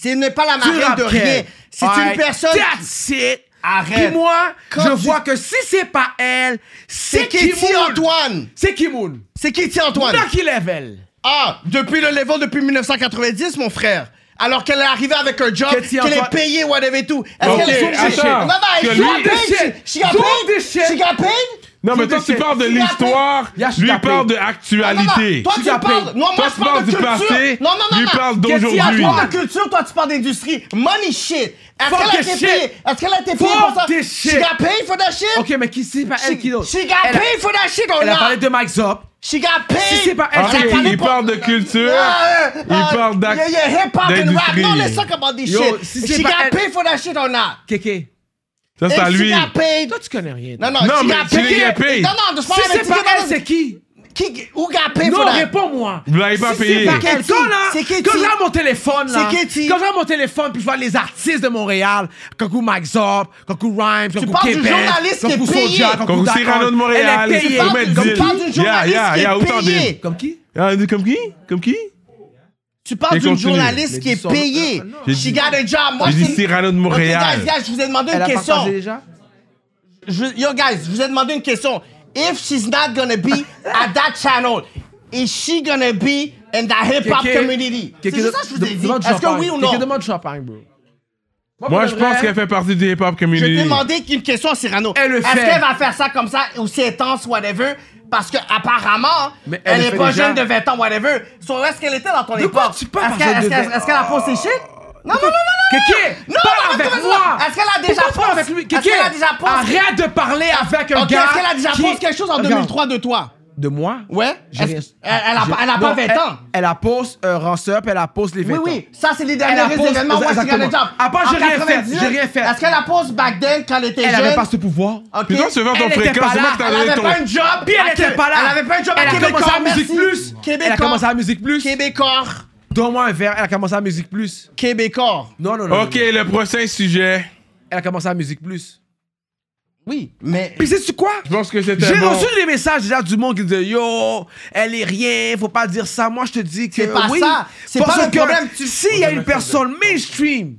S2: Ce n'est pas la
S3: du
S2: marraine de
S3: rap-ken.
S2: rien. C'est une
S3: Alright,
S2: personne.
S3: That's it.
S2: Arrête.
S3: Puis moi,
S2: Quand
S3: je
S2: tu-
S3: vois que si c'est pas elle,
S2: C'est
S3: c'est
S2: Kitty
S3: Kimoun.
S2: Antoine.
S3: C'est Kimoun.
S2: C'est Kitty Antoine.
S3: Knocky level.
S2: Ah, depuis le level depuis 1990, mon frère. Alors qu'elle est arrivée avec un job,
S3: Qu'est-ce qu'il y a
S2: qu'elle est
S3: encore-
S2: payée, whatever et tout. Est-ce
S1: Ok,
S2: qu'elle est
S1: attends.
S2: Non, non, elle
S1: Que
S2: she got
S1: lui-
S2: paid. She she got paid. She got paid.
S1: Non, mais toi, tu parles de l'histoire. Lui, il parle de actualité.
S2: Toi, tu parles. Non, moi,
S1: Toi,
S2: je parle de
S1: du
S2: culture.
S1: passé.
S2: Non, non, non.
S1: Lui,
S2: non.
S1: il parle
S2: Qu'est-ce qu'il y a? Tu
S1: d'aujourd'hui.
S2: parles de culture, toi, tu parles d'industrie. Money shit. Est-ce
S3: Fuck
S2: qu'elle a
S3: this
S2: été payée?
S3: shit.
S2: Est-ce qu'elle a été payée
S3: Fuck
S2: pour ça?
S3: this
S2: She
S3: shit.
S2: got paid for that shit?
S3: Ok, mais qui c'est pas elle qui d'autre?
S2: She got
S3: Elle a-
S2: paid for that shit or
S3: Elle a parlé
S2: not?
S3: de Mike Zop.
S2: She got paid.
S3: Si c'est pas elle,
S1: Ok,
S3: elle a parlé
S1: il
S3: pour-
S1: parle de culture.
S2: Ah,
S1: Il
S2: ah,
S1: parle d'ac-
S2: Yeah, yeah, hip hop and rap.
S1: d'industrie.
S2: No, let's talk about this
S1: Yo,
S2: shit.
S1: si
S2: If
S1: c'est
S2: she
S1: pas
S2: got
S1: elle-
S2: paid for that shit or not?
S3: Kéké.
S1: Ça, c'est
S2: If
S1: à
S2: she
S1: lui.
S2: got paid.
S3: Toi, tu connais rien.
S2: Non, non,
S1: Non,
S2: she
S1: mais
S2: got
S1: tu les
S2: paid.
S1: as payés.
S2: Non, non, je
S3: Si
S2: parle
S3: c'est
S2: avec-
S3: pas
S2: non, non,
S3: elle, c'est qui?
S2: Qui, who got paid for
S3: Non,
S2: that?
S3: réponds-moi.
S1: Vous l'avez pas
S3: Si c'est
S1: payé.
S3: pas quel-
S2: C'est
S3: Quand là,
S2: qui? C'est qui,
S3: quand
S2: qui?
S3: j'ai mon téléphone là,
S2: C'est qui, qui?
S3: quand j'ai mon téléphone puis je vois les artistes de Montréal, Coucou Mike Zop, Coucou Rhymes, Coucou
S2: parles du
S3: Québec,
S2: journaliste qui est
S3: Coucou
S2: payé.
S3: Soulja, Coucou
S1: Coucou
S3: Dakar.
S1: Cyrano de Montréel,
S3: elle est
S1: c'est
S3: payée.
S1: pas du- Comme parle d'une Yeah, yeah, journaliste qui yeah, est autant payée. dire.
S3: Comme qui?
S1: Ah, Comme qui Comme qui
S2: Tu parles
S1: Et
S2: d'une
S1: continue.
S2: journaliste qui est payée.
S3: Ah,
S1: J'ai
S2: She
S1: dit-
S2: got a job. Ah, Moi,
S1: j'ai dit
S2: c'est-
S1: Cyrano de
S2: Ok,
S1: Montréal.
S2: guys, guys, je vous ai demandé
S3: Elle
S2: une
S3: a
S2: question.
S3: partagé déjà?
S2: Je- yo, guys, je vous ai demandé une question. If she's not gonna be at that channel, is she gonna be in the hip-hop
S3: Kéké.
S2: community? C'est
S3: Kéké,
S2: juste ça que je vous ai
S3: de-
S2: dit.
S3: demande
S2: Est-ce que
S3: Champagne.
S2: oui ou
S3: Kéké,
S2: non?
S3: demande Champagne, bro.
S1: Moi, je pense qu'elle fait partie du hip-hop
S2: Je t'ai
S1: community.
S2: demandé une question à Cyrano. Est-ce
S1: fait.
S2: qu'elle va faire ça comme ça, aussi intense, whatever? Parce que apparemment,
S3: Mais elle
S2: elle
S3: le
S2: n'est
S3: fait
S2: pas
S3: déjà.
S2: jeune de 20 ans, whatever. So, est-ce qu'elle était dans ton époque? Est-ce qu'elle
S3: jeune de
S2: est-ce qu'elle-
S3: 20?
S2: est-ce qu'elle a posé shit? Non, non, non, non, non!
S3: Kéké,
S2: Non,
S3: parle
S2: non, non,
S3: avec
S2: non, non.
S3: moi.
S2: Est-ce qu'elle a déjà
S3: Pourquoi tu parles
S2: posé-
S3: avec lui?
S2: Est-ce
S3: Kéké,
S2: qu'elle a déjà posé-
S3: arrête de parler avec un
S2: Ok,
S3: gars
S2: Est-ce qu'elle a déjà
S3: qui-
S2: posé quelque chose en
S3: Regarde.
S2: 2003 de toi?
S3: De moi?
S2: Ouais?
S3: J'ai
S2: Est-ce-
S3: rien-
S2: Elle elle a
S3: j'ai-
S2: pas- elle a pas
S3: Non,
S2: 20
S3: elle-
S2: ans.
S3: Elle a pose euh, Rince Up, elle a pose les
S2: Oui,
S3: 20 ans.
S2: oui, ça c'est les derniers
S3: Elle a posé-
S2: événements. Moi, c'est
S3: exactement.
S2: le job.
S3: À part,
S2: En
S3: j'ai rien fait,
S2: 98,
S3: j'ai rien fait.
S2: Est-ce qu'elle a posé back then quand elle était
S3: Elle
S2: jeune?
S3: avait pas ce pouvoir.
S2: Ok.
S3: Puis toi, tu veux voir ton
S2: Elle était
S3: fréquence,
S2: pas
S3: c'est
S2: là.
S3: moi qui t'ai
S2: Elle
S3: donné
S2: avait
S3: ton-
S2: pas un job.
S3: Puis elle était pas là.
S2: Elle avait pas un job. à
S3: Elle a
S2: Québécois,
S3: commencé à
S2: merci.
S3: Musique Plus.
S2: Québécois.
S3: Elle a commencé à Musique Plus.
S2: Québécois.
S3: Donne-moi un verre, elle a commencé à Musique Plus.
S2: Québécois.
S3: Non, non, non.
S1: Ok, le prochain sujet.
S3: Elle a commencé à Musique Plus.
S2: Oui, mais.
S3: Puis sais-tu quoi?
S1: Je pense que c'était.
S3: J'ai
S1: bon.
S3: reçu des messages déjà du monde qui disait Yo, elle est rien, faut pas dire ça. Moi, je te dis que.
S2: C'est pas
S3: oui,
S2: ça. C'est
S3: parce
S2: pas le
S3: que
S2: problème, tu-
S3: S'il y a une personne mainstream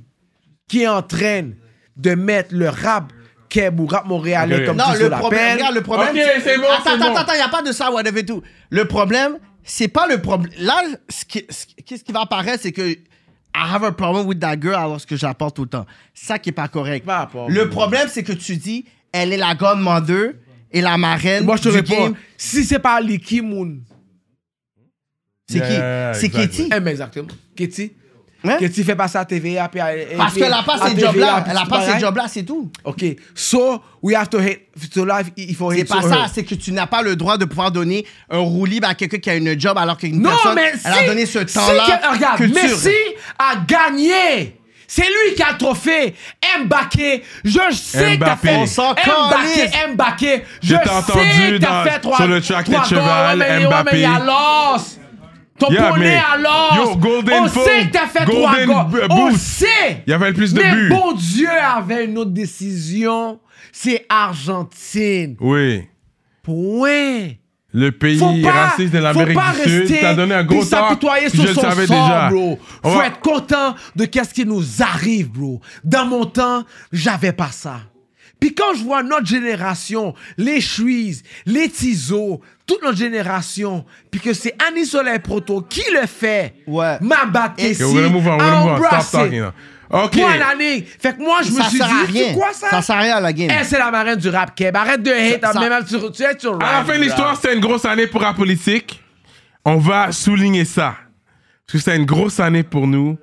S3: qui est en train de mettre le rap keb ou rap montréalais comme
S2: non,
S3: tu
S2: le
S3: l'appelles-
S2: problème, regarde, le problème. tu- attends, attends, attends, il n'y a pas de ça, whatever, tout. Le problème, c'est pas le problème. Là, ce qui, ce qui- qu'est-ce qui va apparaître, c'est que I have a problem with that girl alors ce que j'apporte tout le temps. Ça qui est pas correct. le problème, c'est que tu dis, elle est la godmother et la marraine.
S3: Moi, je te
S2: du
S3: réponds.
S2: game.
S3: Si c'est pas Licky Moon,
S2: C'est qui? C'est Kitty?
S3: Eh, mais exactement. Kitty. Kitty fait passer à TVA. Puis à,
S2: Hein? Parce
S3: puis
S2: qu'elle a
S3: à
S2: pas ces
S3: TVA,
S2: jobs-là.
S3: puis hein.
S2: Elle a
S3: tout
S2: pas ces
S3: pareil.
S2: jobs-là, c'est tout.
S3: OK. So, we have to hate. So, life, il faut hate.
S2: C'est pas
S3: sur
S2: ça,
S3: her.
S2: c'est que tu n'as pas le droit de pouvoir donner un roue libre à quelqu'un qui a une job alors qu'une
S3: Non,
S2: personne
S3: mais
S2: elle
S3: si,
S2: a donné ce
S3: si
S2: temps-là.
S3: que- regarde,
S2: que tu-
S3: Messi a gagné. C'est lui qui a le trophée. Mbappé, je sais que t'as
S1: Mbappé.
S3: fait.
S1: On s'en
S3: Mbappé,
S1: calisse.
S3: Mbappé, je
S1: Je
S3: sais
S1: t'ai entendu
S3: que t'as
S1: dans-
S3: fait trois.
S1: sur le track des
S3: trois goals.
S1: Cheval,
S3: Ouais, mais- ouais,
S1: Mbappé.
S3: mais il y a l'os. Ton
S1: Yeah,
S3: poney
S1: mais-
S3: à l'os.
S1: Yo, Golden
S3: On
S1: Phone,
S3: sait que t'as fait
S1: Golden
S3: trois
S1: B-
S3: goals. On
S1: Boost.
S3: sait.
S1: Il y avait le plus de
S3: mais
S1: buts.
S3: bon Dieu avait une autre décision. C'est Argentine.
S1: Oui.
S3: Point.
S1: Le pays
S3: Faut pas-
S1: raciste de l'Amérique
S3: faut pas
S1: du Sud.
S3: rester
S1: T'as donné un gros
S3: puis
S1: tort.
S3: s'apitoyer
S1: puis
S3: sur
S1: je
S3: son
S1: le savais
S3: sort,
S1: déjà.
S3: bro.
S1: On
S3: Faut
S1: va-
S3: être content de qu'est-ce qui nous arrive, bro. Dans mon temps, j'avais pas ça. Puis quand je vois notre génération, les Chuis, les Tizo, toute notre génération, puis que c'est Annie Soleil Proto qui le fait, ouais. ma bâtisse,
S1: Okay, we're gonna move on, we're gonna move on. Stop
S3: embrasse it.
S1: talking now. Ok.
S3: Point la ligne. Fait que moi, je me
S2: Ça
S3: suis
S2: sert à
S3: dit,
S2: rien.
S3: c'est quoi ça?
S2: Ça sert à rien à la game.
S3: Elle, c'est la marraine du rap keb. Arrête de hate,
S2: Ça- ça-
S3: même tu, tu es sur
S1: À la fin de l'histoire, c'était une grosse année pour la politique. On va souligner ça. Parce que c'était une grosse année pour nous.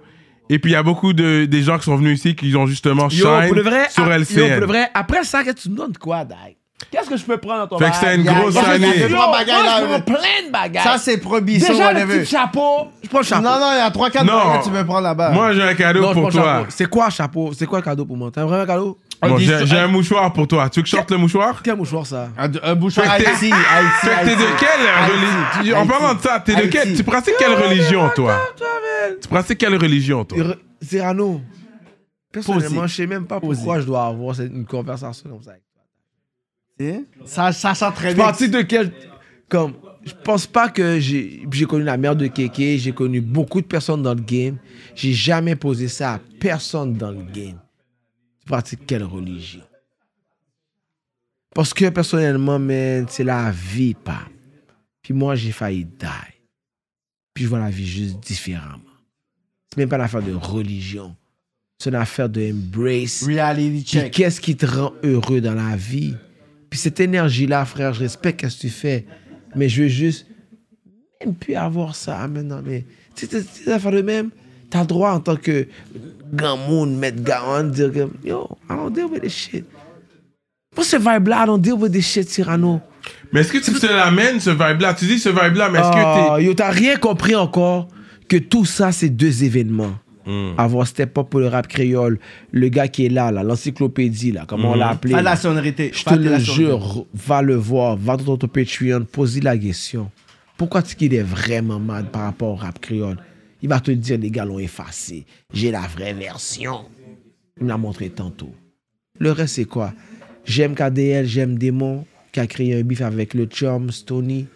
S1: Et puis, il y a beaucoup de, des gens qui sont venus ici qui ont justement
S3: Yo,
S1: shine
S3: pour le vrai,
S1: sur
S3: ah,
S1: LCN.
S3: yo, pour le vrai, après ça, qu'est-ce que tu me donnes de quoi, Dai? Qu'est-ce que je peux prendre dans ton
S1: Fait que c'était une
S3: bag?
S1: grosse
S3: Yo,
S1: année.
S3: Yo,
S1: Yo,
S3: moi,
S2: bagaille, là,
S3: je prends
S2: là.
S3: plein de bagages.
S2: Ça, c'est prohibition,
S3: Déjà, le
S2: whatever.
S3: petit chapeau, je prends le chapeau.
S2: Non, non, il y a 3-4
S1: Non.
S2: que tu peux prendre là-bas.
S1: Moi, j'ai un cadeau
S3: Non, je
S1: pour
S3: prends le
S1: toi.
S3: chapeau. C'est quoi, chapeau? C'est quoi le cadeau pour moi? T'as vraiment un cadeau?
S1: Bon,
S3: Des
S1: j'ai
S3: chou-
S1: j'ai un mouchoir pour toi. Tu veux que je sorte le mouchoir
S3: Quel mouchoir, ça?
S2: Un, bouchon
S1: Fait que t'es- Fait que t'es de quelle religion En parlant de ça, t'es de quelle Tu pratiques quelle religion, toi Tu pratiques quelle religion, toi
S3: Cyrano, personnellement,
S1: Posez.
S3: je sais même pas pourquoi je dois avoir cette- une conversation comme ça.
S2: Ça, ça sent très
S3: Je
S2: bien.
S3: partis de quel. Comme. Je pense pas que j'ai j'ai connu la mère de Kéké, j'ai connu beaucoup de personnes dans le game. J'ai jamais posé ça à personne dans le game. Tu pratiques quelle religion? Parce que personnellement, man, c'est la vie, pas. Puis moi, j'ai failli die. Puis je vois la vie juste différemment. C'est même pas une affaire de religion. C'est une affaire de embrace.
S2: Reality
S3: Puis qu'est-ce qui te rend heureux dans la vie? Puis cette énergie-là, frère, je respecte qu'est-ce que tu fais. Mais je veux juste même plus avoir ça maintenant. Mais tu sais, ces affaires de même, t'as le droit en tant que grand monde, mettre gaon, dire que yo, I don't deal with this shit. Moi, ce vibe-là, I don't deal with this shit, Cyrano.
S1: Mais est-ce que tu te l'amènes, ce vibe-là Tu dis ce vibe-là, mais est-ce
S3: Ah,
S1: que t'es.
S3: yo, t'as rien compris encore que tout ça, c'est deux événements.
S1: Hmm.
S3: Avoir Step Up pour le rap créole, le gars qui est là, là, l'encyclopédie, là, comment on
S2: Mhm.
S1: Hmm.
S3: l'a appelé.
S2: Fais de la
S3: là.
S2: sonorité.
S3: Je te
S2: Fais de
S3: le
S2: la sonorité.
S3: jure, va le voir, va dans ton Patreon, pose la question. Pourquoi est-ce qu'il est vraiment mad par rapport au rap créole? Il va te dire, les gars l'ont effacé. J'ai la vraie version. Il me l'a montré tantôt. Le reste, c'est quoi? J'aime KDL, j'aime Démon, qui a créé un bif avec le chum, Stony.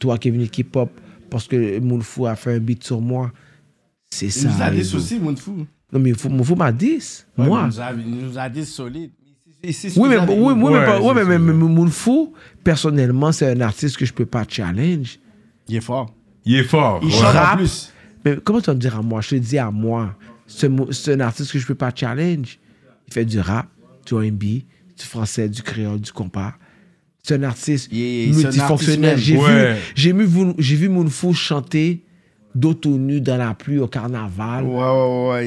S3: Toi qui es venu K-pop, parce que Moulfou a fait un beat sur moi. C'est
S16: Il
S3: ça.
S16: nous a
S3: les
S16: dit
S3: gars.
S16: aussi, Mounfou.
S3: Non, mais Moulfou Moulfou m'a dit.
S16: Ouais, mais
S3: moi.
S16: Il nous a- il nous a dit solide. Ici,
S3: Oui, mais,
S16: Suzanne-
S3: oui, oui, mais, pas-
S16: Ouais,
S3: oui, mais, mais- mais Moulfou, personnellement, c'est un artiste que je peux pas challenge.
S2: Il est fort.
S1: Il est fort.
S3: Il
S1: ouais.
S3: rappe. Mais comment tu vas me dire à moi Je te dis à moi. C'est mo- c'est un artiste que je peux pas challenge. Il fait du rap, du R&B, du français, du créole, du compas. C'est un artiste
S2: il- c'est un
S3: multifonctionnel.
S2: artiste
S3: J'ai
S2: même. Ouais.
S3: vu, j'ai vu, Moon- j'ai vu Moonfou chanter d'auto nu dans la pluie au carnaval.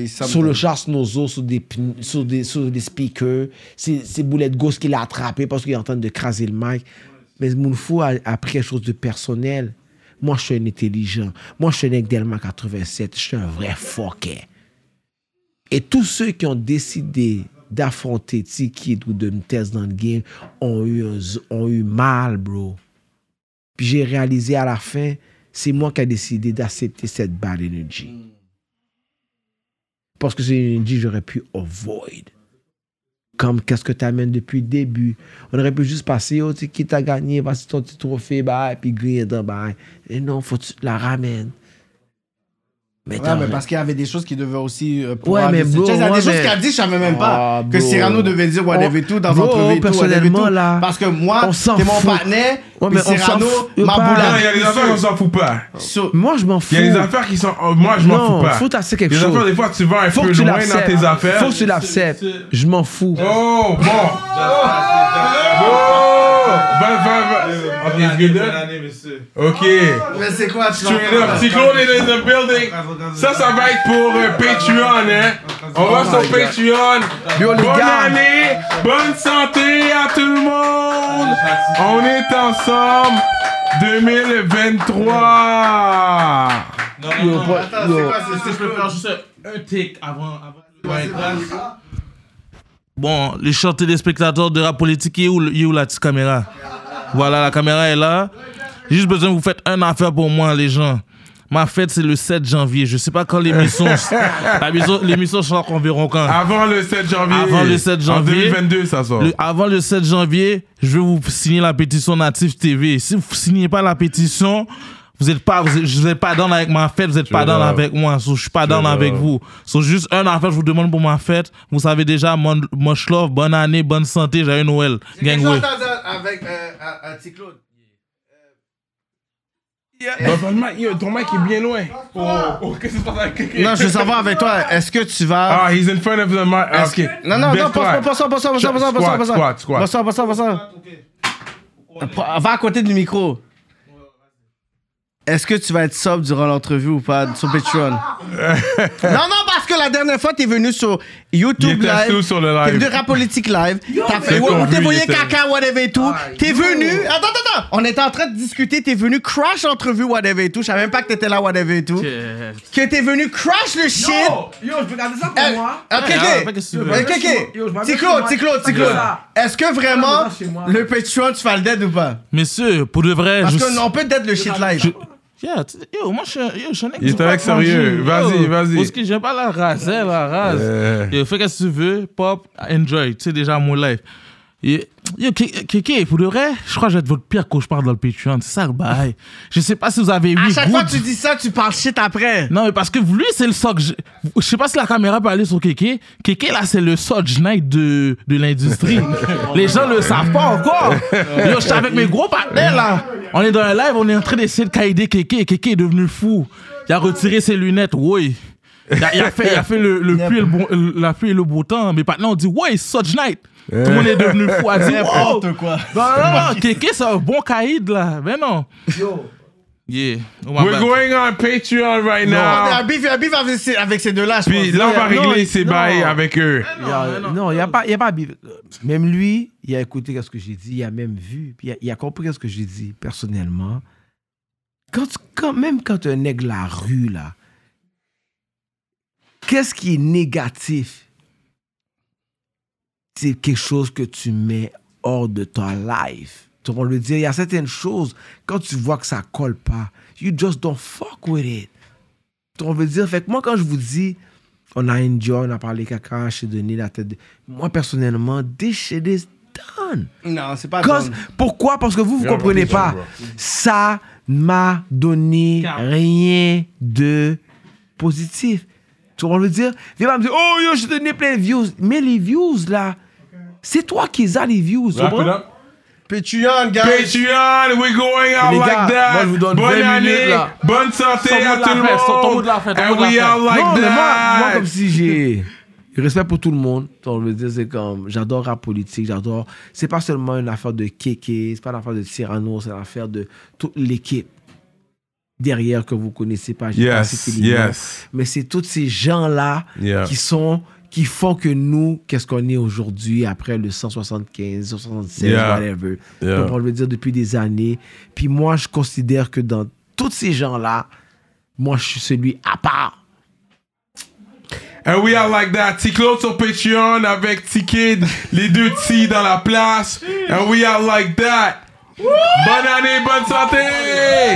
S3: sur le char Snozo, sur des, pn- sur des, sur des speakers. C'est c'est Boulette Ghost qui l'a attrapé parce qu'il est en train de craser le mic. Mais Mounfou a, a pris quelque chose de personnel. Moi, je suis un intelligent. Moi, je suis un nec d'Elma 87. Je suis un vrai fucker. Et tous ceux qui ont décidé d'affronter T-Kid ou de me tester dans le game ont eu, un z- ont eu mal, bro. Puis j'ai réalisé à la fin, c'est moi qui ai décidé d'accepter cette bad energy. Parce que c'est une énergie que j'aurais pu avoid. Comme qu'est-ce que tu amènes depuis le début. On aurait pu juste passer, oh, tu sais, qui t'a gagné, vas-y ton petit trophée, bah, puis griller dedans, bah. Et non, faut que tu la ramènes. Mais
S2: Ouais,
S3: t'as-
S2: mais parce qu'il y avait des choses qui devaient aussi. euh,
S3: Ouais,
S2: pouvoir les-
S3: mais bro,
S2: Tu sais, Il y a des
S3: ouais,
S2: choses
S3: mais-
S2: qu'il a dit, je savais même
S3: Ah,
S2: pas que
S3: bro.
S2: Cyrano devait dire whatever
S3: On-
S2: tout dans
S3: bro,
S2: l'entrevue. et tout, whatever
S3: personnellement,
S2: tout.
S3: là,
S2: Parce que moi,
S3: on s'en
S2: c'est mon
S3: fout.
S2: partenaire,
S3: Ouais,
S2: puis
S3: mais on s'en
S2: Cyrano
S3: fout
S2: m'a
S3: pas. Oh,
S2: boulé.
S3: Non,
S1: Il y a des affaires qu'on s'en fout pas.
S3: Moi, je m'en fous.
S1: Il y a des affaires qui sont. oh, moi, je m'en
S3: Non,
S1: fous pas.
S3: faut tasser quelque
S1: des
S3: chose.
S1: Affaires, des fois, tu vas un
S3: Faut
S1: peu
S3: que tu
S1: loin dans
S3: l'acceptes.
S1: tes affaires.
S3: Faut que tu l'acceptes. Je m'en fous.
S1: Oh, bon. Oh, va, va, va. Ok, it's good hein? Ok.
S2: Mais c'est quoi, tu
S1: Straight
S2: l'entends,
S1: up.
S2: là?
S1: Cyclone est in the building. Ça, ça va être pour euh, Patreon, hein. On va sur Patreon.
S3: Oh Yo, les
S1: bonne
S3: gars.
S1: année, bonne santé à tout le monde. On est ensemble 2023.
S16: Non, non, non. Attends, c'est quoi c'est- c'est- Je peux faire juste un take avant. avant- Ouais, grâce. Bon, les chers téléspectateurs de Rap Politique, il est où, le- il est où la petite caméra Voilà, la caméra est là. J'ai juste besoin que vous faites un affaire pour moi, les gens. Ma fête, c'est le 7 janvier. Je sais pas quand l'émission... la maison- l'émission sort environ quand
S1: Avant le 7 janvier.
S16: Avant le 7 janvier.
S1: En 2022, ça sort.
S16: Le- avant le 7 janvier, je vais vous signer la pétition Natif TV. Si vous signez pas la pétition, vous êtes pas, vous êtes, vous êtes pas dans avec ma fête, vous êtes pas dans
S30: là.
S16: avec moi. So, je suis pas dans
S30: là.
S16: avec vous. So, juste un affaire, je vous demande pour ma fête. Vous savez déjà, mon, much love, bonne année, bonne santé, j'ai Noël. Gang
S2: J'ai
S16: way.
S2: entendu avec euh, à- à Cyclone.
S1: ton mec est bien loin. qu'est-ce qui se passe avec
S2: Non, je veux savoir avec toi, est-ce que tu vas.
S1: Ah, he's in front of the mic. Ah,
S2: Est-ce que-
S1: ok.
S2: Non, non, non,
S1: Baisse-toi.
S2: passe pas, passe pas, passe pas, passe pas, passe pas, passe pas,
S1: Squat,
S2: passe
S1: squat,
S2: pas.
S1: squat.
S2: Passe pas, passe pas, passe pas. Pa- Va à côté du micro. Est-ce que tu vas être sobre durant l'entrevue ou pas sur Patreon? non, non, parce que la dernière fois, t'es venu sur
S1: Il
S2: YouTube
S1: était
S2: Live.
S1: sous sur le live.
S2: T'es venu Rap Politique Live. T'as
S1: mais- Ah,
S2: fait,
S1: C'est
S2: ouais,
S1: qu'on
S2: où t'es
S1: vit,
S2: voyé
S1: il était-
S2: caca, whatever et tout. T'es
S1: yo.
S2: venu. Attends, attends, attends. On était en train de discuter. T'es venu crash l'entrevue, whatever et tout. Je savais même pas que t'étais là, whatever et tout. Que t'es venu crash le shit.
S31: Yo, je peux garder ça
S2: Eh,
S3: Ah,
S1: Ah,
S2: Ok, ok. Ok, ok. C'est Claude, c'est Claude, c'est Claude. Est-ce que vraiment le Patreon, tu vas le dead ou pas?
S16: Messieurs, pour de vrai,
S2: Parce
S16: Eh, je-
S2: qu'on peut dead le shit live.
S16: Yeah, tu- yo, moi, je suis un- yo, je suis un
S1: Il est
S16: ex-
S1: avec sérieux.
S16: Yo,
S1: Vas-y, vas-y.
S16: Parce que j'ai pas la race, hein, la race.
S1: Euh.
S16: Yo, fais qu'est-ce que tu veux, pop, enjoy. Tu sais déjà mon life. Yo, yo, K- Kéké, pour de vrai, je crois que je vais être votre pire cauchemar dans le Patreon. C'est ça le bail. Je sais pas si vous avez
S2: À
S16: huit
S2: chaque fois que
S16: gouttes.
S2: tu dis ça, tu parles shit après.
S16: Non, mais parce que lui, c'est le soc. Je je sais pas si la caméra peut aller sur Kéké. Kéké, là, c'est le soc night de, de l'industrie. Les gens le savent pas encore. Yo, je suis avec mes gros partenaires, là. On est dans un live, on est en train d'essayer de caïder Kéké. Kéké est devenu fou. Il a retiré ses lunettes, oui. Il a, il a fait, il a fait le, le pluie et le bon- la pluie et le beau temps. Mais maintenant, on dit, ouais, Sodge Night. Tout le monde est devenu fou. A dit, wow. Bah,
S2: N'importe quoi.
S16: Non, non, non, Kéké, c'est un bon caïd, là. Mais non.
S31: Yo.
S16: Yeah. Oh, my
S1: We're
S16: bad.
S1: going on Patreon right
S2: Non, mais
S1: now.
S2: un beef, un beef avec ces- avec ces deux-là, je pense.
S1: Puis là, on va
S2: Non,
S1: régler
S2: il-
S1: ses
S2: non.
S1: bails avec eux.
S3: Il y a- non, il n'y a pas, il y a pas. à vivre. Même lui, il a écouté ce que j'ai dit, il a même vu, puis il a, il a compris ce que j'ai dit personnellement. Quand, tu- quand même quand un aigle la rue là, qu'est-ce qui est négatif C'est quelque chose que tu mets hors de ton life. Tout le monde le dit. Il y a certaines choses, quand tu vois que ça colle pas, you just don't fuck with it. Tu veut dire, fait que moi, quand je vous dis, on a enjoy, on a parlé caca, je t'ai donné la tête. de- Moi, personnellement, this shit is done.
S2: Ah, Non, c'est pas
S3: Cause-
S2: done.
S3: pourquoi Parce que vous, vous
S2: You're
S3: comprenez
S2: religion,
S3: pas.
S2: bro.
S3: Ça m'a donné rien de positif. Tu comprends ce que je veux dire Viens pas me dire, oh yo, je te donné plein de views. Mais les views, là, c'est toi qui les as, les views. tu
S1: Wrap
S3: comprends?
S1: it up.
S7: Patreon,
S3: guys.
S1: Patreon, we're going out
S3: Les
S1: like
S3: gars,
S1: that.
S3: moi, je vous donne
S1: bonne
S3: 20
S1: année,
S3: minutes, là.
S1: bonne santé
S3: Son mot
S1: à
S3: de
S1: tout le
S3: la fête, son- ton mot
S1: monde.
S3: de la fête, ton
S1: And
S3: mot de la
S1: we
S3: fête.
S1: out like
S3: Non, mais
S1: that.
S3: moi, moi, comme si j'ai respect pour tout le monde. Tu vois, Je veux dire, c'est comme, j'adore la politique, j'adore. C'est pas seulement une affaire de Kéké, c'est pas une affaire de Cyrano, c'est une affaire de toute l'équipe derrière que vous connaissez pas. j'ai pas
S1: Yes,
S3: cité les noms.
S1: yes.
S3: Mais c'est tous ces gens-là
S1: Yeah.
S3: qui sont qui font que nous, qu'est-ce qu'on est aujourd'hui après le 175, 176,
S1: Yeah.
S3: whatever.
S1: Yeah.
S3: Donc, on le dire depuis des années. Puis moi, je considère que dans tous ces gens-là, moi, je suis celui à part.
S1: And we are like that. T-Claude sur Patreon avec T-Kid, les deux T dans la place. And we are
S16: Bah,
S1: like that. Bonne année, bonne santé.